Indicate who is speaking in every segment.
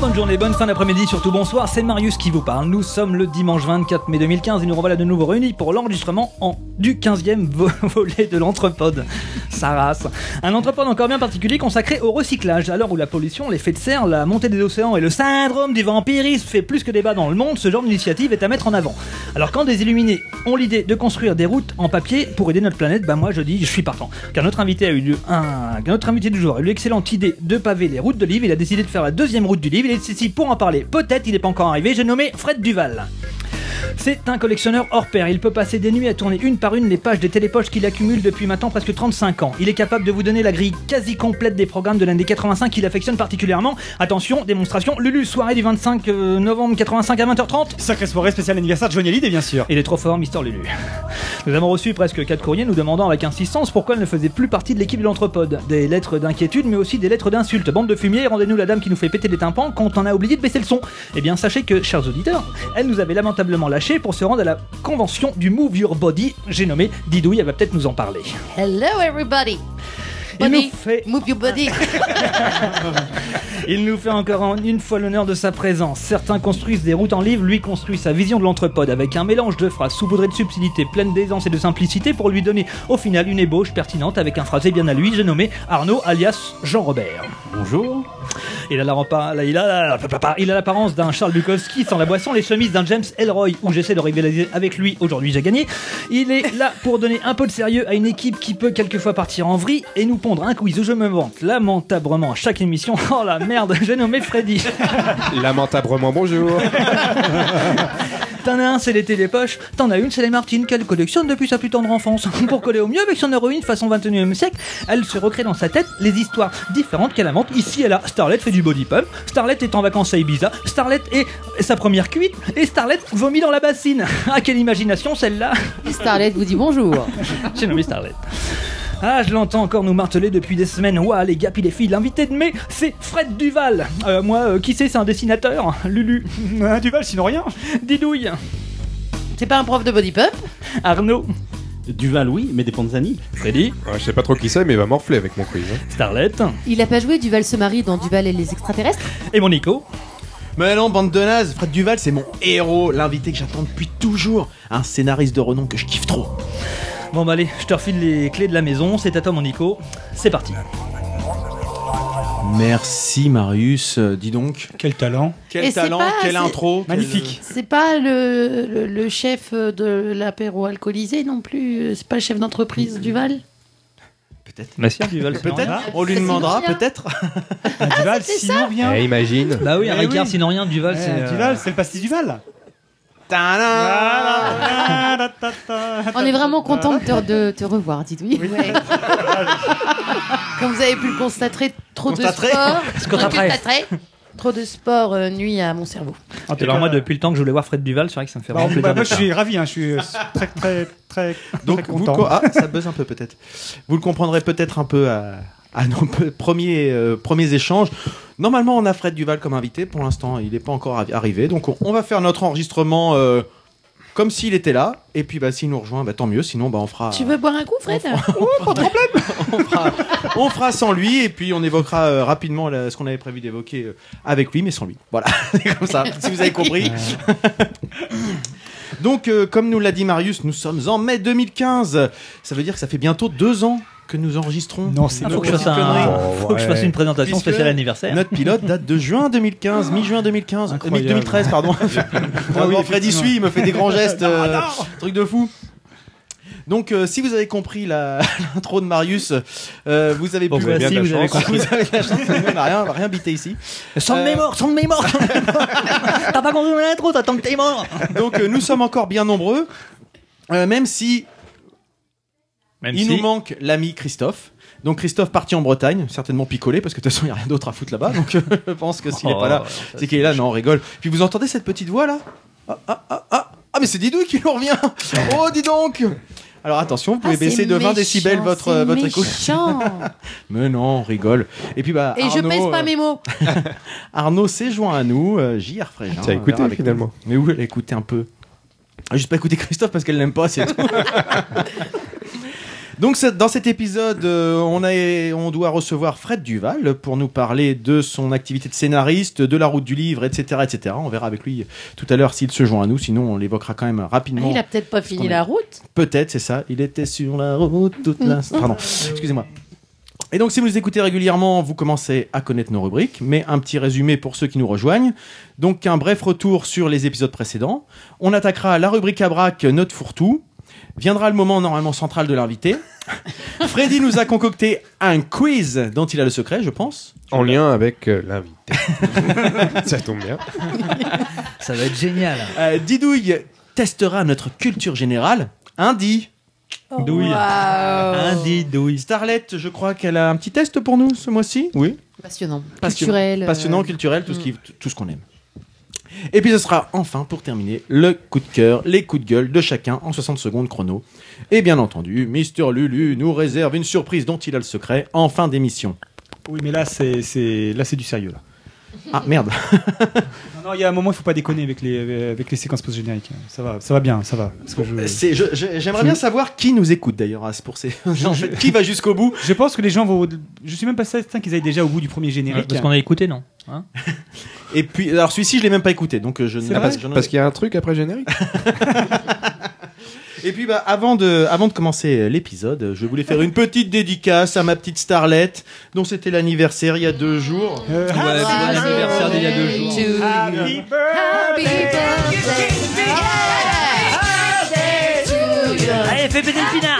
Speaker 1: Bonne journée, bonne fin d'après-midi, surtout bonsoir, c'est Marius qui vous parle. Nous sommes le dimanche 24 mai 2015 et nous revoilà de nouveau réunis pour l'enregistrement en du 15e vo- volet de l'entrepode. Sa race. Un entrepode encore bien particulier consacré au recyclage. À l'heure où la pollution, l'effet de serre, la montée des océans et le syndrome du vampirisme fait plus que débat dans le monde, ce genre d'initiative est à mettre en avant. Alors quand des illuminés ont l'idée de construire des routes en papier pour aider notre planète, bah moi je dis je suis partant. Car notre invité a eu lieu, un, notre invité du jour a eu l'excellente idée de paver les routes de Livre, il a décidé de faire la deuxième route du livre, il est ici pour en parler. Peut-être il n'est pas encore arrivé, j'ai nommé Fred Duval. C'est un collectionneur hors pair. Il peut passer des nuits à tourner une par une les pages des télépoches qu'il accumule depuis maintenant presque 35 ans. Il est capable de vous donner la grille quasi complète des programmes de l'année 85 qu'il affectionne particulièrement. Attention, démonstration, Lulu, soirée du 25 euh, novembre 85 à 20h30.
Speaker 2: Sacrée soirée spéciale anniversaire de Johnny Hallyday, bien sûr.
Speaker 1: Il est trop fort, Mister Lulu. Nous avons reçu presque 4 courriers nous demandant avec insistance pourquoi elle ne faisait plus partie de l'équipe de l'Entrepode. Des lettres d'inquiétude, mais aussi des lettres d'insultes. Bande de fumier, rendez-nous la dame qui nous fait péter les tympans quand on a oublié de baisser le son. Eh bien, sachez que, chers auditeurs, elle nous avait lamentablement lâchés pour se rendre à la convention du Move Your Body. J'ai nommé Didouille, elle va peut-être nous en parler.
Speaker 3: Hello everybody.
Speaker 1: Il nous
Speaker 3: Body,
Speaker 1: fait-
Speaker 3: move your body.
Speaker 1: Il nous fait encore en- une fois l'honneur de sa présence. Certains construisent des routes en livre, lui construit sa vision de l'entrepode avec un mélange de phrases saupoudrées de subtilité, pleine d'aisance et de simplicité pour lui donner au final une ébauche pertinente avec un phrasé bien à lui, j'ai nommé Arnaud alias Jean-Robert.
Speaker 2: Bonjour.
Speaker 1: Il a la rempa- la- il a la- il a l'apparence d'un Charles Bukowski sans la boisson, les chemises d'un James Elroy, où j'essaie de rivaliser avec lui. Aujourd'hui, j'ai gagné. Il est là pour donner un peu de sérieux à une équipe qui peut quelquefois partir en vrille et nous pondre un quiz où je me vante lamentablement à chaque émission. Oh la merde, j'ai nommé Freddy.
Speaker 4: Lamentablement bonjour.
Speaker 1: T'en as un, c'est les télépoches. T'en as une, c'est les Martines qu'elle collectionne depuis sa plus tendre enfance. Pour coller au mieux avec son héroïne façon 21e siècle, elle se recrée dans sa tête les histoires différentes qu'elle invente. Ici et là, Starlet fait du body pump, Starlet est en vacances à Ibiza, Starlet est sa première cuite, et Starlet vomit dans la bassine. Ah, quelle imagination celle-là
Speaker 3: Starlet vous dit bonjour.
Speaker 1: J'ai nommé Starlet. Ah, je l'entends encore nous marteler depuis des semaines. Ouah, les gars, puis les filles, l'invité de mai, c'est Fred Duval. Euh, moi, euh, qui c'est, c'est un dessinateur Lulu,
Speaker 2: Euh, Duval, sinon rien.
Speaker 1: Didouille,
Speaker 3: C'est pas un prof de body pump
Speaker 1: Arnaud,
Speaker 5: Duval, oui, mais des Panzani.
Speaker 1: Freddy,
Speaker 4: Ouais, je sais pas trop qui c'est, mais il va morfler avec mon quiz. hein.
Speaker 1: Starlet.
Speaker 6: Il a pas joué Duval se marie dans Duval et les extraterrestres
Speaker 1: Et mon Nico
Speaker 7: Mais non, bande de nazes, Fred Duval, c'est mon héros, l'invité que j'attends depuis toujours, un scénariste de renom que je kiffe trop.
Speaker 1: Bon bah allez, je te refile les clés de la maison, c'est à toi mon Nico, c'est parti.
Speaker 7: Merci Marius, Euh, dis donc.
Speaker 2: Quel talent.
Speaker 7: Quel
Speaker 3: Et c'est
Speaker 7: talent,
Speaker 3: pas-
Speaker 7: quelle
Speaker 3: c'est-
Speaker 7: intro. quel-
Speaker 2: Magnifique.
Speaker 3: C'est pas le, le, le chef de l'apéro alcoolisé non plus. C'est pas le chef d'entreprise Duval.
Speaker 7: Peut-être.
Speaker 4: Bah, hein,
Speaker 1: Monsieur Duval,
Speaker 2: Peut-être.
Speaker 7: On lui
Speaker 6: C'est
Speaker 7: demandera,
Speaker 6: Sylvia.
Speaker 7: peut-être.
Speaker 2: Un Duval,
Speaker 3: Ah, c'était
Speaker 2: sinon rien.
Speaker 4: Eh, imagine.
Speaker 1: Bah oui, un
Speaker 2: Eh
Speaker 1: Ricard,
Speaker 2: oui.
Speaker 1: sinon rien, Duval,
Speaker 2: Eh,
Speaker 1: c'est... euh,
Speaker 2: Duval, c'est Bah, le pastis Duval.
Speaker 7: Tadam
Speaker 6: On est vraiment content de te, de te revoir, Didouille.
Speaker 3: Comme vous avez pu le constater, trop
Speaker 7: Constaterai.
Speaker 3: de sport.
Speaker 1: constaterai.
Speaker 3: Constaterai. Trop de sport euh, nuit à mon cerveau.
Speaker 1: Ah, t'es Alors moi, depuis le temps que je voulais voir Fred Duval, c'est vrai que ça me fait
Speaker 2: Bah,
Speaker 1: vraiment plaisir.
Speaker 2: bah, moi,
Speaker 1: de
Speaker 2: je
Speaker 1: le
Speaker 2: suis ravi. hein, Je suis euh, très, très, très,
Speaker 7: Donc,
Speaker 2: très
Speaker 7: vous le
Speaker 2: content.
Speaker 7: co- ah, ça buzz un peu peut-être. Vous le comprendrez peut-être un peu à, à nos pe- premiers, euh, premiers échanges. Normalement, on a Fred Duval comme invité. Pour l'instant, il n'est pas encore arri- arrivé. Donc, on, on va faire notre enregistrement euh, comme s'il était là. Et puis, bah, s'il nous rejoint, bah, tant mieux. Sinon, bah, on fera.
Speaker 3: Tu veux boire un coup, Fred
Speaker 7: on, fera, on fera sans lui et puis on évoquera euh, rapidement la- ce qu'on avait prévu d'évoquer euh, avec lui, mais sans lui. Voilà, c'est comme ça, si vous avez compris. Donc, euh, comme nous l'a dit Marius, nous sommes en mai 2015. Ça veut dire que ça fait bientôt deux ans que nous enregistrons.
Speaker 2: Non, c'est
Speaker 1: Ah, faut
Speaker 2: une
Speaker 1: que je fasse,
Speaker 2: petite
Speaker 1: un-
Speaker 2: connerie.
Speaker 1: faut que je fasse une présentation
Speaker 7: Oh, Puisque-
Speaker 1: spéciale anniversaire.
Speaker 7: Notre pilote date de juin 2015, mi-juin 2015, euh,
Speaker 2: Incroyable.
Speaker 7: mi-2013, pardon.
Speaker 2: Ah oui,
Speaker 7: Vraiment, Freddy
Speaker 2: effectivement.
Speaker 7: suit, il me fait des grands gestes, euh, truc de fou. Donc, euh, si vous avez compris la- l'intro de Marius, euh, vous avez
Speaker 1: Bon,
Speaker 7: pu
Speaker 1: bah, si, vous avez compris.
Speaker 7: vous avez la chance, on n'a rien, on n'a rien bité ici.
Speaker 1: Sans de
Speaker 7: Euh,
Speaker 1: mes morts, sans de mes morts T'as pas compris mon intro, oh, t'attends que t'es mort
Speaker 7: Donc euh, nous sommes encore bien nombreux, euh, même si
Speaker 1: Même
Speaker 7: il nous manque l'ami Christophe. Donc Christophe parti en Bretagne, certainement picolé, parce que de toute façon il n'y a rien d'autre à foutre là-bas. Donc euh, je pense que s'il n'est pas là, Oh, c'est qu'il est là, non, on rigole. Puis vous entendez cette petite voix là ah, ah, ah, ah, ah, mais c'est Didouille qui nous revient Oh, dis donc Alors attention, vous pouvez
Speaker 6: Ah,
Speaker 7: baisser
Speaker 6: c'est
Speaker 7: de 20
Speaker 6: méchant,
Speaker 7: décibels votre, euh,
Speaker 6: c'est
Speaker 7: votre écoute.
Speaker 6: méchant.
Speaker 7: Mais non, on rigole. Et puis bah,
Speaker 3: Et je
Speaker 7: Arnaud,
Speaker 3: pèse pas
Speaker 7: euh,
Speaker 3: mes mots.
Speaker 7: Arnaud s'est joint à nous, euh, JR Frégin.
Speaker 4: T'as
Speaker 7: euh,
Speaker 4: écouté,
Speaker 7: verra avec nous.
Speaker 4: finalement.
Speaker 7: Mais oui, elle a écouté un peu. Ah, Juste pas écouter Christophe parce qu'elle l'aime pas, c'est tout. Donc c'est- dans cet épisode, euh, on, a- on doit recevoir Fred Duval pour nous parler de son activité de scénariste, de la route du livre, etc. etc. On verra avec lui tout à l'heure s'il se joint à nous, sinon on l'évoquera quand même rapidement.
Speaker 3: Ah, Il a peut-être pas fini la route.
Speaker 7: Peut-être, c'est ça. Il était sur la route toute la... Pardon, excusez-moi. Et donc, si vous nous écoutez régulièrement, vous commencez à connaître nos rubriques, mais un petit résumé pour ceux qui nous rejoignent. Donc, un bref retour sur les épisodes précédents. On attaquera la rubrique à braque, notre fourre-tout. Viendra le moment normalement central de l'invité. Freddy nous a concocté un quiz dont il a le secret, je pense.
Speaker 4: En lien avec euh, l'invité. ça tombe bien.
Speaker 1: Ça va être génial.
Speaker 7: Euh, Didouille testera notre culture générale. Indi.
Speaker 2: Douille.
Speaker 7: Indi, douille. Starlette, je crois qu'elle a un petit test pour nous ce mois-ci. Oui.
Speaker 6: Passionnant.
Speaker 7: Passionnant.
Speaker 6: Culturel. euh, mm.
Speaker 7: Passionnant, culturel, tout ce qui- tout ce qu'on aime. Et puis ce sera enfin, pour terminer, le coup de cœur, les coups de gueule de chacun en 60 secondes chrono. Et bien entendu, Mister Lulu nous réserve une surprise dont il a le secret en fin d'émission.
Speaker 2: Oui, mais là, c'est, c'est, là, c'est du sérieux. Là.
Speaker 7: Ah merde
Speaker 2: Non, non, il y a un moment, il faut pas déconner avec les, avec les séquences post-génériques. Ça va, ça va bien, ça va. Parce que je...
Speaker 7: Euh, C'est- je- je- J'aimerais bien savoir qui nous écoute d'ailleurs à ce pour ces... en fait, qui va jusqu'au bout
Speaker 2: je pense que les gens vont. Je suis même pas certain qu'ils aillent déjà au bout du premier générique.
Speaker 1: Parce qu'on a écouté, hein. non
Speaker 7: Et puis, alors celui-ci, je l'ai même pas écouté, donc euh, je ne...
Speaker 2: Ah,
Speaker 7: pas
Speaker 2: parce-
Speaker 4: Parce qu'il y a un truc après générique.
Speaker 7: Et puis bah, avant, de, avant de commencer euh, l'épisode, euh, je voulais faire une petite dédicace à ma petite starlette dont c'était l'anniversaire il y a deux jours.
Speaker 2: Euh,
Speaker 1: Ouais, bon
Speaker 6: Happy
Speaker 1: anniversaire d'il y a deux
Speaker 6: birthday
Speaker 1: jours.
Speaker 6: to
Speaker 2: happy
Speaker 6: you.
Speaker 2: birthday.
Speaker 6: Happy birthday.
Speaker 1: Allez, fais péter le pinard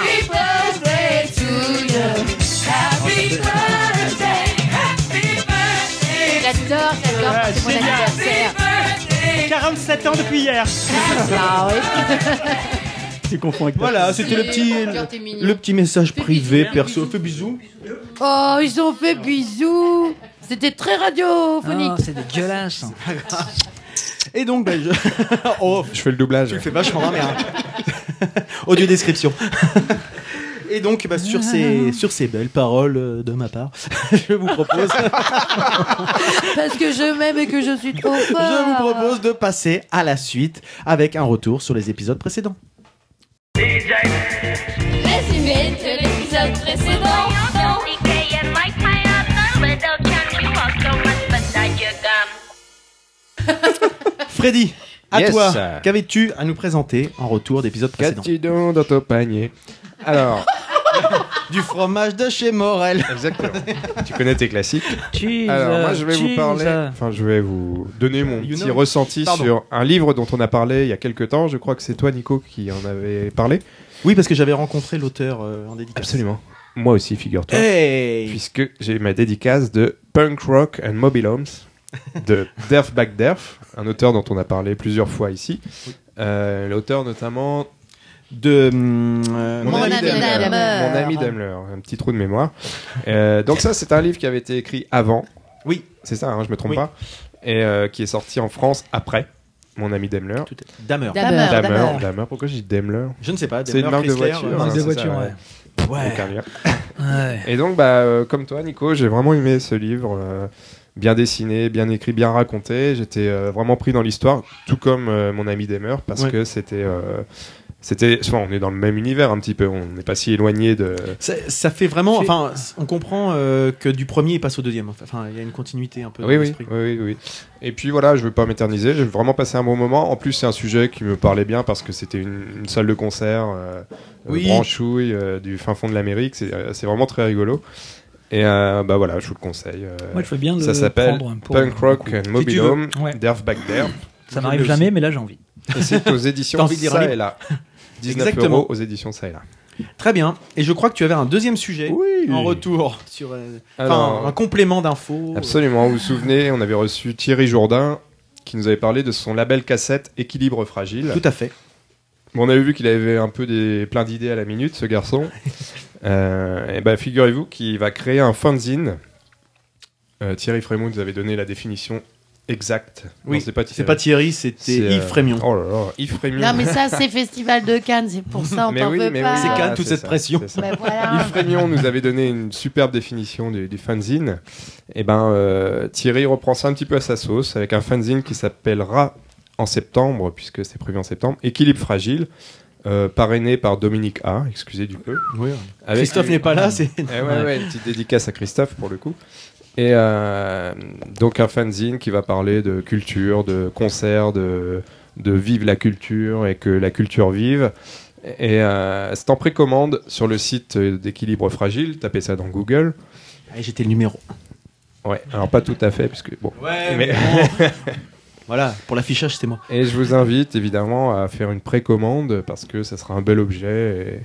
Speaker 6: J'adore, j'adore,
Speaker 2: Ah,
Speaker 6: c'est mon
Speaker 2: génial.
Speaker 6: anniversaire.
Speaker 2: 47 ans depuis hier.
Speaker 6: Ah oui.
Speaker 2: Tu confonds avec ta-
Speaker 7: Voilà, c'était le petit,
Speaker 6: Cœur, t'es mignon.
Speaker 7: le, petit message privé perso. Fais bisous.
Speaker 3: Oh, ils ont fait bisous. C'était très radiophonique.
Speaker 1: Ah, C'est dégueulasse hein.
Speaker 7: Et donc, bah, je... oh,
Speaker 4: Je fais le doublage.
Speaker 7: tu le fais vachement bien. Audio description. Et donc, bah, sur, ces, sur ces belles paroles euh, de ma part, je vous propose,
Speaker 3: Parce que je m'aime et que je suis trop fort.
Speaker 7: je
Speaker 6: Ah.
Speaker 7: vous propose de passer à la suite avec un retour sur les épisodes précédents.
Speaker 8: Résumé de l'épisode précédent.
Speaker 7: Freddy, à
Speaker 4: Yes.
Speaker 7: toi, qu'avais-tu à nous présenter en retour d'épisode précédent
Speaker 4: Qu'as-tu donc dans ton panier Alors,
Speaker 7: Du fromage de chez Morel.
Speaker 4: exactement. tu connais tes classiques.
Speaker 1: Cheese,
Speaker 4: Alors, moi, je vais vous
Speaker 1: cheese.
Speaker 4: parler. Enfin, je vais vous donner mon
Speaker 7: You
Speaker 4: petit
Speaker 7: know.
Speaker 4: ressenti
Speaker 7: Pardon.
Speaker 4: sur un livre dont on a parlé il y a quelques temps. Je crois que c'est toi, Nico, qui en avait parlé.
Speaker 7: Oui, parce que j'avais rencontré l'auteur euh, en dédicace.
Speaker 4: Moi aussi, figure-toi.
Speaker 7: Hey
Speaker 4: puisque j'ai ma dédicace de Punk Rock and Mobile Homes de Derf Back Derf, un auteur dont on a parlé plusieurs fois ici. Euh, L'auteur notamment
Speaker 7: De. hum, euh,
Speaker 3: Mon ami Daimler.
Speaker 4: Mon ami Daimler, un petit trou de mémoire. Euh, donc ça, c'est un livre qui avait été écrit avant.
Speaker 7: Oui.
Speaker 4: C'est ça, hein, je me trompe
Speaker 7: Oui.
Speaker 4: pas. Et euh, qui est sorti en France après. Mon ami Daimler.
Speaker 7: Tout est- Damer.
Speaker 3: Damer,
Speaker 4: Daimler.
Speaker 3: Damer.
Speaker 4: Daimler. Pourquoi j'ai dit Daimler
Speaker 7: Je ne sais pas.
Speaker 4: C'est une
Speaker 7: Daimler,
Speaker 4: marque de
Speaker 7: Chrysler,
Speaker 4: voiture. hein,
Speaker 7: euh,
Speaker 1: Marque de
Speaker 4: c'est ça,
Speaker 1: voiture, ouais.
Speaker 7: Ouais.
Speaker 4: Aucun lien.
Speaker 1: Ouais.
Speaker 4: Et donc, bah, euh, comme toi, Nico, j'ai vraiment aimé ce livre. euh, bien dessiné, bien écrit, bien raconté. J'étais euh, vraiment pris dans l'histoire, tout comme euh, mon ami Demer, parce
Speaker 7: Ouais.
Speaker 4: que c'était. euh, c'était, enfin, on est dans le même univers un petit peu, on n'est pas si éloigné de.
Speaker 7: Ça, ça fait vraiment.
Speaker 1: C'est-
Speaker 7: Enfin, c- on comprend euh, que du premier il passe au deuxième. Enfin, il y a une continuité un peu. dans
Speaker 4: Oui, oui,
Speaker 7: l'esprit.
Speaker 4: oui, oui, oui. Et puis voilà, je veux pas m'éterniser, j'ai vraiment passé un bon moment. En plus, c'est un sujet qui me parlait bien parce que c'était une, une salle de concert, euh,
Speaker 7: Oui.
Speaker 4: euh, branchouille, euh, du fin fond de l'Amérique, c'est euh, c'est vraiment très rigolo. Et euh, bah voilà, je vous le conseille. euh,
Speaker 1: Moi, je veux bien le
Speaker 4: Ça s'appelle
Speaker 1: prendre pour-
Speaker 4: Punk Rock and
Speaker 7: tu
Speaker 4: Mobile
Speaker 7: veux.
Speaker 4: Home,
Speaker 1: Ouais.
Speaker 4: Derf Back Derf.
Speaker 1: Ça m'arrive jamais, mais là, j'ai envie.
Speaker 4: Et c'est aux éditions
Speaker 7: T'as envie de lire un
Speaker 4: Ça
Speaker 7: livre
Speaker 4: et là. 19
Speaker 7: Exactement.
Speaker 4: euros aux éditions Ça et là.
Speaker 7: Très bien. Et je crois que tu avais un deuxième sujet
Speaker 4: Oui.
Speaker 7: en retour sur. euh, Enfin,
Speaker 4: Alors,
Speaker 7: un complément euh. d'infos.
Speaker 4: absolument, vous vous souvenez, on avait reçu Thierry Jourdain qui nous avait parlé de son label cassette Équilibre Fragile.
Speaker 7: Tout à fait.
Speaker 4: Bon, on avait vu qu'il avait un peu des, plein d'idées à la minute, ce garçon. Euh, et ben, figurez-vous qu'il va créer un fanzine. Euh, Thierry Frémont nous avait donné la définition exacte.
Speaker 7: Oui,
Speaker 4: Non, c'est pas
Speaker 7: C'est pas Thierry, c'était
Speaker 4: C'est, euh,
Speaker 7: Yves Frémion.
Speaker 4: Oh là là, Yves Frémion.
Speaker 3: Non, mais ça, c'est Festival de Cannes, c'est pour ça, on
Speaker 4: Mais
Speaker 3: t'en
Speaker 4: oui,
Speaker 3: veut
Speaker 4: mais
Speaker 3: pas.
Speaker 4: oui.
Speaker 7: C'est
Speaker 4: Ah,
Speaker 7: calme, toute cette
Speaker 4: ça,
Speaker 7: pression.
Speaker 4: c'est ça.
Speaker 3: Ben voilà.
Speaker 4: Yves Frémion nous avait donné une superbe définition du, du fanzine. Et ben, euh, Thierry reprend ça un petit peu à sa sauce avec un fanzine qui s'appellera en septembre, puisque c'est prévu en septembre, Équilibre fragile, euh, parrainé par Dominique A, excusez du peu. Avec
Speaker 7: Christophe
Speaker 4: une-
Speaker 7: n'est pas là, c'est-
Speaker 4: Eh ouais, ouais, une petite dédicace à Christophe pour le coup. Et euh, donc un fanzine qui va parler de culture, de concerts, de, de vivre la culture et que la culture vive. Et euh, c'est en précommande sur le site d'équilibre fragile, tapez ça dans Google.
Speaker 7: Ah, J'étais le numéro
Speaker 4: Ouais, alors pas tout à fait, parce que bon.
Speaker 7: Ouais,
Speaker 4: mais-
Speaker 7: mais voilà, pour l'affichage, c'était moi.
Speaker 4: Et je vous invite évidemment à faire une précommande parce que ça sera un bel objet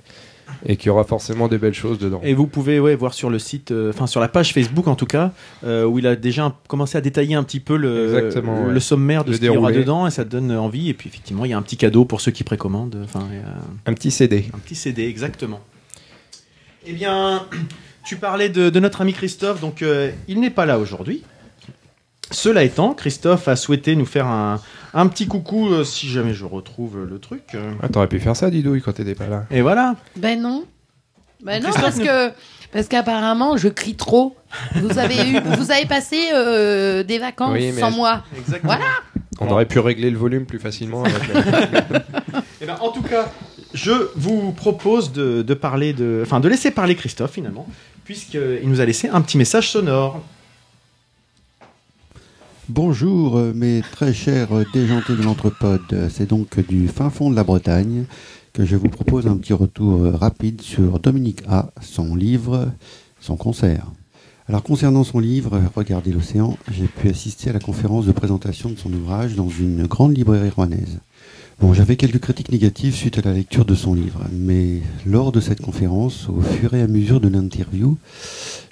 Speaker 4: et, et qu'il y aura forcément des belles choses dedans.
Speaker 7: Et vous pouvez ouais, voir sur le site, euh, enfin sur la page Facebook en tout cas, euh, où il a déjà un- commencé à détailler un petit peu le,
Speaker 4: Exactement,
Speaker 7: le
Speaker 4: ouais.
Speaker 7: sommaire de
Speaker 4: Le
Speaker 7: ce qu'il y aura
Speaker 4: déroulé.
Speaker 7: dedans et ça donne envie. Et puis effectivement, il y a un petit cadeau pour ceux qui précommandent, enfin et, euh,
Speaker 4: Un petit CD.
Speaker 7: un petit CD exactement. Eh bien, tu parlais de, de notre ami Christophe, donc euh, il n'est pas là aujourd'hui. Cela étant, Christophe a souhaité nous faire un, un petit coucou euh, si jamais je retrouve le truc. euh.
Speaker 4: Ah, t'aurais pu faire ça, Didouille, quand t'étais pas là.
Speaker 7: Et voilà.
Speaker 3: Ben non. Ben non, parce que parce qu'apparemment je crie trop. Vous avez eu, vous avez passé euh, des vacances
Speaker 4: Oui, mais
Speaker 3: sans
Speaker 4: je-
Speaker 3: moi.
Speaker 7: Exactement.
Speaker 3: Voilà.
Speaker 4: On aurait pu régler le volume plus facilement. avec la-
Speaker 7: Eh ben, en tout cas, je vous propose de, de parler de, enfin, de laisser parler Christophe finalement, puisqu'il nous a laissé un petit message sonore.
Speaker 9: Bonjour euh, mes très chers euh, déjantés de l'entrepode. Euh, C'est donc du fin fond de la Bretagne que je vous propose un petit retour euh, rapide sur Dominique A, son livre, son concert. Alors concernant son livre, euh, Regardez l'océan, j'ai pu assister à la conférence de présentation de son ouvrage dans une grande librairie rouennaise. Bon, j'avais quelques critiques négatives suite à la lecture de son livre, mais lors de cette conférence, au fur et à mesure de l'interview,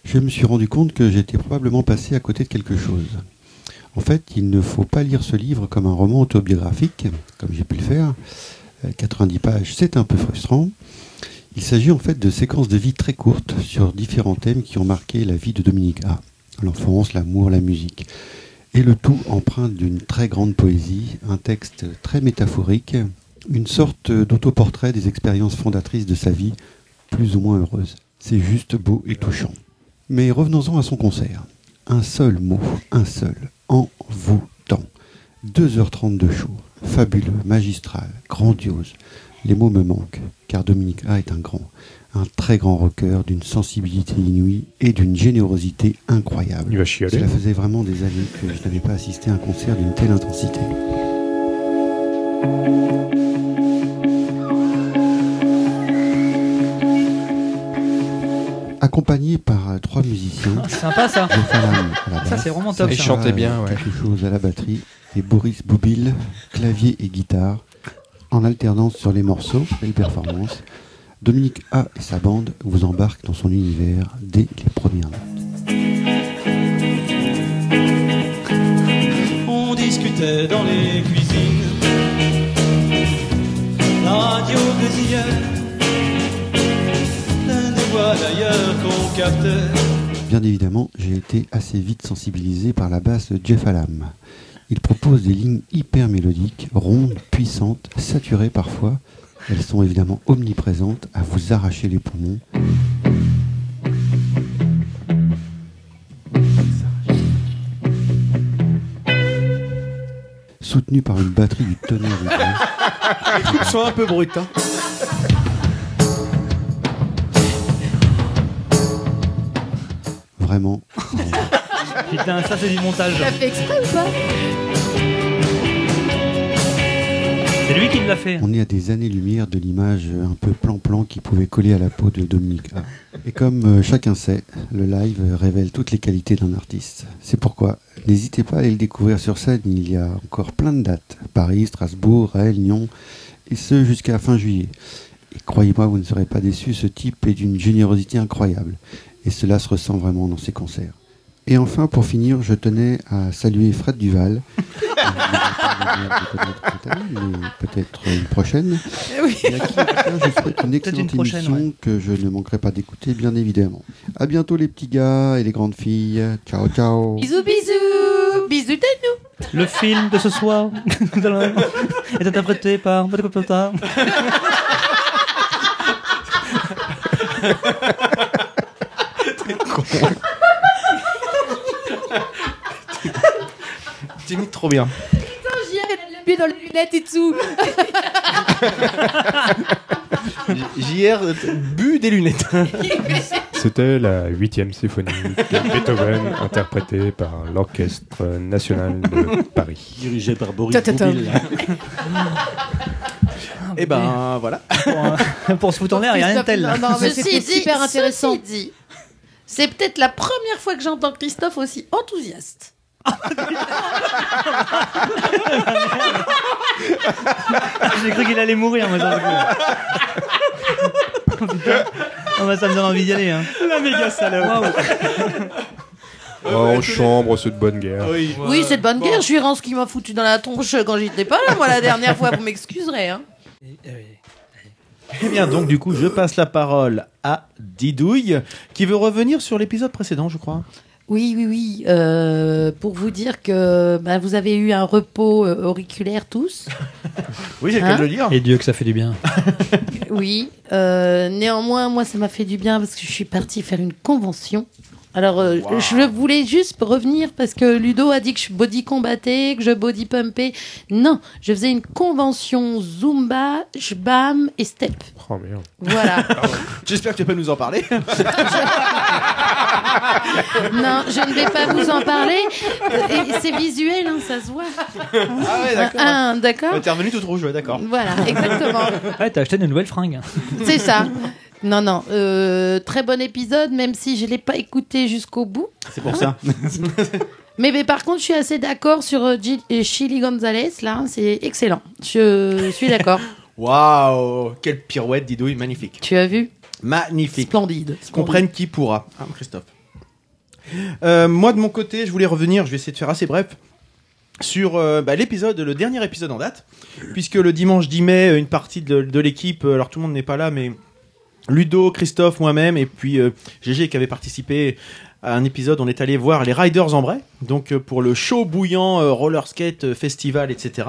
Speaker 9: je me suis rendu compte que j'étais probablement passé à côté de quelque chose. En fait, il ne faut pas lire ce livre comme un roman autobiographique, comme j'ai pu le faire. Euh, 90 pages, c'est un peu frustrant. Il s'agit en fait de séquences de vie très courtes sur différents thèmes qui ont marqué la vie de Dominique A. L'enfance, l'amour, la musique. Et le tout empreint d'une très grande poésie, un texte très métaphorique, une sorte d'autoportrait des expériences fondatrices de sa vie, plus ou moins heureuse. C'est juste beau et touchant. Mais revenons-en à son concert. Un seul mot, un seul, envoûtant. 2h30 de show, fabuleux, magistral, grandiose. Les mots me manquent, car Dominique A est un grand, un très grand rocker d'une sensibilité inouïe et d'une générosité incroyable.
Speaker 4: Il va chialer.
Speaker 9: Cela faisait vraiment des années que je n'avais pas assisté à un concert d'une telle intensité. Accompagné par euh, trois musiciens,
Speaker 1: C'est Ah, sympa ça.
Speaker 9: Joe Farnham à la
Speaker 1: Ça
Speaker 9: basse,
Speaker 1: c'est vraiment top.
Speaker 4: Et
Speaker 1: ça.
Speaker 4: je chantais
Speaker 9: Sarah,
Speaker 4: bien, ouais.
Speaker 9: Quelque chose à la batterie et Boris Boubil, clavier et guitare, en alternance sur les morceaux, belle performance. Dominique A et sa bande vous embarquent dans son univers dès les premières notes.
Speaker 10: on discutait dans les cuisines. Ah. La radio brésilienne, l'un des voix d'ailleurs qu'on captait.
Speaker 9: Bien évidemment, j'ai été assez vite sensibilisé par la basse de Jeff Alam. Il propose des lignes hyper mélodiques, rondes, puissantes, saturées parfois. Elles sont évidemment omniprésentes, à vous arracher les poumons. Soutenu par une batterie du tonnerre de Dieu.
Speaker 7: Les coupes sont un peu brutes. hein.
Speaker 9: Vraiment,
Speaker 1: Putain, ça c'est du montage.
Speaker 6: T'as fait exprès ou pas
Speaker 1: C'est lui qui l'a fait.
Speaker 9: On est à des années-lumière de l'image euh, un peu plan-plan qui pouvait coller à la peau de Dominique A. Et comme euh, chacun sait, le live euh, révèle toutes les qualités d'un artiste. C'est pourquoi n'hésitez pas à aller le découvrir sur scène, il y a encore plein de dates. Paris, Strasbourg, Rennes, Lyon, et ce jusqu'à fin juillet. Et croyez-moi, vous ne serez pas déçus, ce type est d'une générosité incroyable. Et cela se ressent vraiment dans ses concerts. Et enfin, pour finir, je tenais à saluer Fred Duval. Vous n'aurez pas le bonheur de connaître cette année, mais Ah, Peut-être euh, une prochaine. Et à qui, en tout cas, je souhaite une
Speaker 1: Peut-être
Speaker 9: excellente
Speaker 1: une prochaine,
Speaker 9: émission que je ne manquerai pas d'écouter, bien évidemment. À bientôt, les petits gars et les grandes filles. Ciao, ciao.
Speaker 3: Bisous bisous bisous de nous.
Speaker 1: Le film de ce soir est interprété par.
Speaker 7: T'imites trop bien.
Speaker 6: J'y ai le pied dans les lunettes et tout.
Speaker 7: JR bu des lunettes.
Speaker 4: C'était la huitième symphonie de Beethoven, interprétée par l'Orchestre National de Paris.
Speaker 10: Dirigé par Boris
Speaker 7: Ta-ta-ta.
Speaker 10: Boublil.
Speaker 1: Eh
Speaker 7: Et ben voilà.
Speaker 1: Pour se foutre en l'air, il y a rien de tel.
Speaker 6: Non, non, mais c'était
Speaker 11: Ceci dit-
Speaker 6: super intéressant.
Speaker 11: ceci
Speaker 6: dit, c'est peut-être la première fois que j'entends Christophe aussi enthousiaste.
Speaker 1: J'ai cru qu'il allait mourir, moi, ça. Oh, bah, ça me donne envie d'y aller. Hein.
Speaker 2: La méga salope.
Speaker 4: Oh, en chambre, c'est de bonne guerre.
Speaker 6: oui, c'est de bonne guerre. Je suis rend ce qui m'a foutu dans la tronche quand j'étais pas là, moi, la dernière fois. Vous m'excuserez. Hein.
Speaker 7: Eh bien, donc, du coup, je passe la parole à Didouille, qui veut revenir sur l'épisode précédent, je crois.
Speaker 6: Oui, oui, oui. euh, pour vous dire que bah, vous avez eu un repos euh, auriculaire tous.
Speaker 7: Oui,
Speaker 6: j'ai le cas de Hein le
Speaker 7: dire.
Speaker 1: Et Dieu que ça fait du bien.
Speaker 6: Oui. euh, néanmoins, moi, ça m'a fait du bien parce que je suis partie faire une convention. Alors, euh,
Speaker 11: Wow.
Speaker 6: je voulais juste revenir parce que Ludo a dit que je body combattais, que je body pumpais. Non, je faisais une convention Zumba, Jbam et Step.
Speaker 4: Oh merde.
Speaker 6: Voilà.
Speaker 7: J'espère que tu vas pas nous en parler.
Speaker 6: Non, je ne vais pas vous en parler. Et C'est visuel, hein, ça se voit.
Speaker 7: Ah ouais, d'accord.
Speaker 6: Ah, ah, d'accord.
Speaker 7: Ouais, T'es revenu toute rouge, ouais, d'accord.
Speaker 6: Voilà, exactement.
Speaker 1: Ouais, t'as acheté une nouvelle fringue.
Speaker 6: C'est ça. Non, non. euh, très bon épisode, même si je ne l'ai pas écouté jusqu'au bout.
Speaker 10: C'est pour ça.
Speaker 6: Mais, mais par contre, je suis assez d'accord sur euh, Gil- euh, Chili Gonzalez, là. hein, C'est excellent. Je suis d'accord.
Speaker 7: Waouh, quelle pirouette, Didouille, magnifique.
Speaker 6: Tu as vu
Speaker 7: Magnifique.
Speaker 6: Splendide.
Speaker 7: Qu'on prenne qui pourra. Hein, Christophe. Euh, moi, de mon côté, je voulais revenir, je vais essayer de faire assez bref, sur euh, bah, l'épisode, le dernier épisode en date, puisque le dimanche 10 mai, une partie de, de l'équipe, euh, alors tout le monde n'est pas là, mais Ludo, Christophe, moi-même, et puis euh, GG qui avait participé à un épisode, on est allé voir les Riders en vrai, donc euh, pour le show bouillant euh, roller skate euh, festival, etc.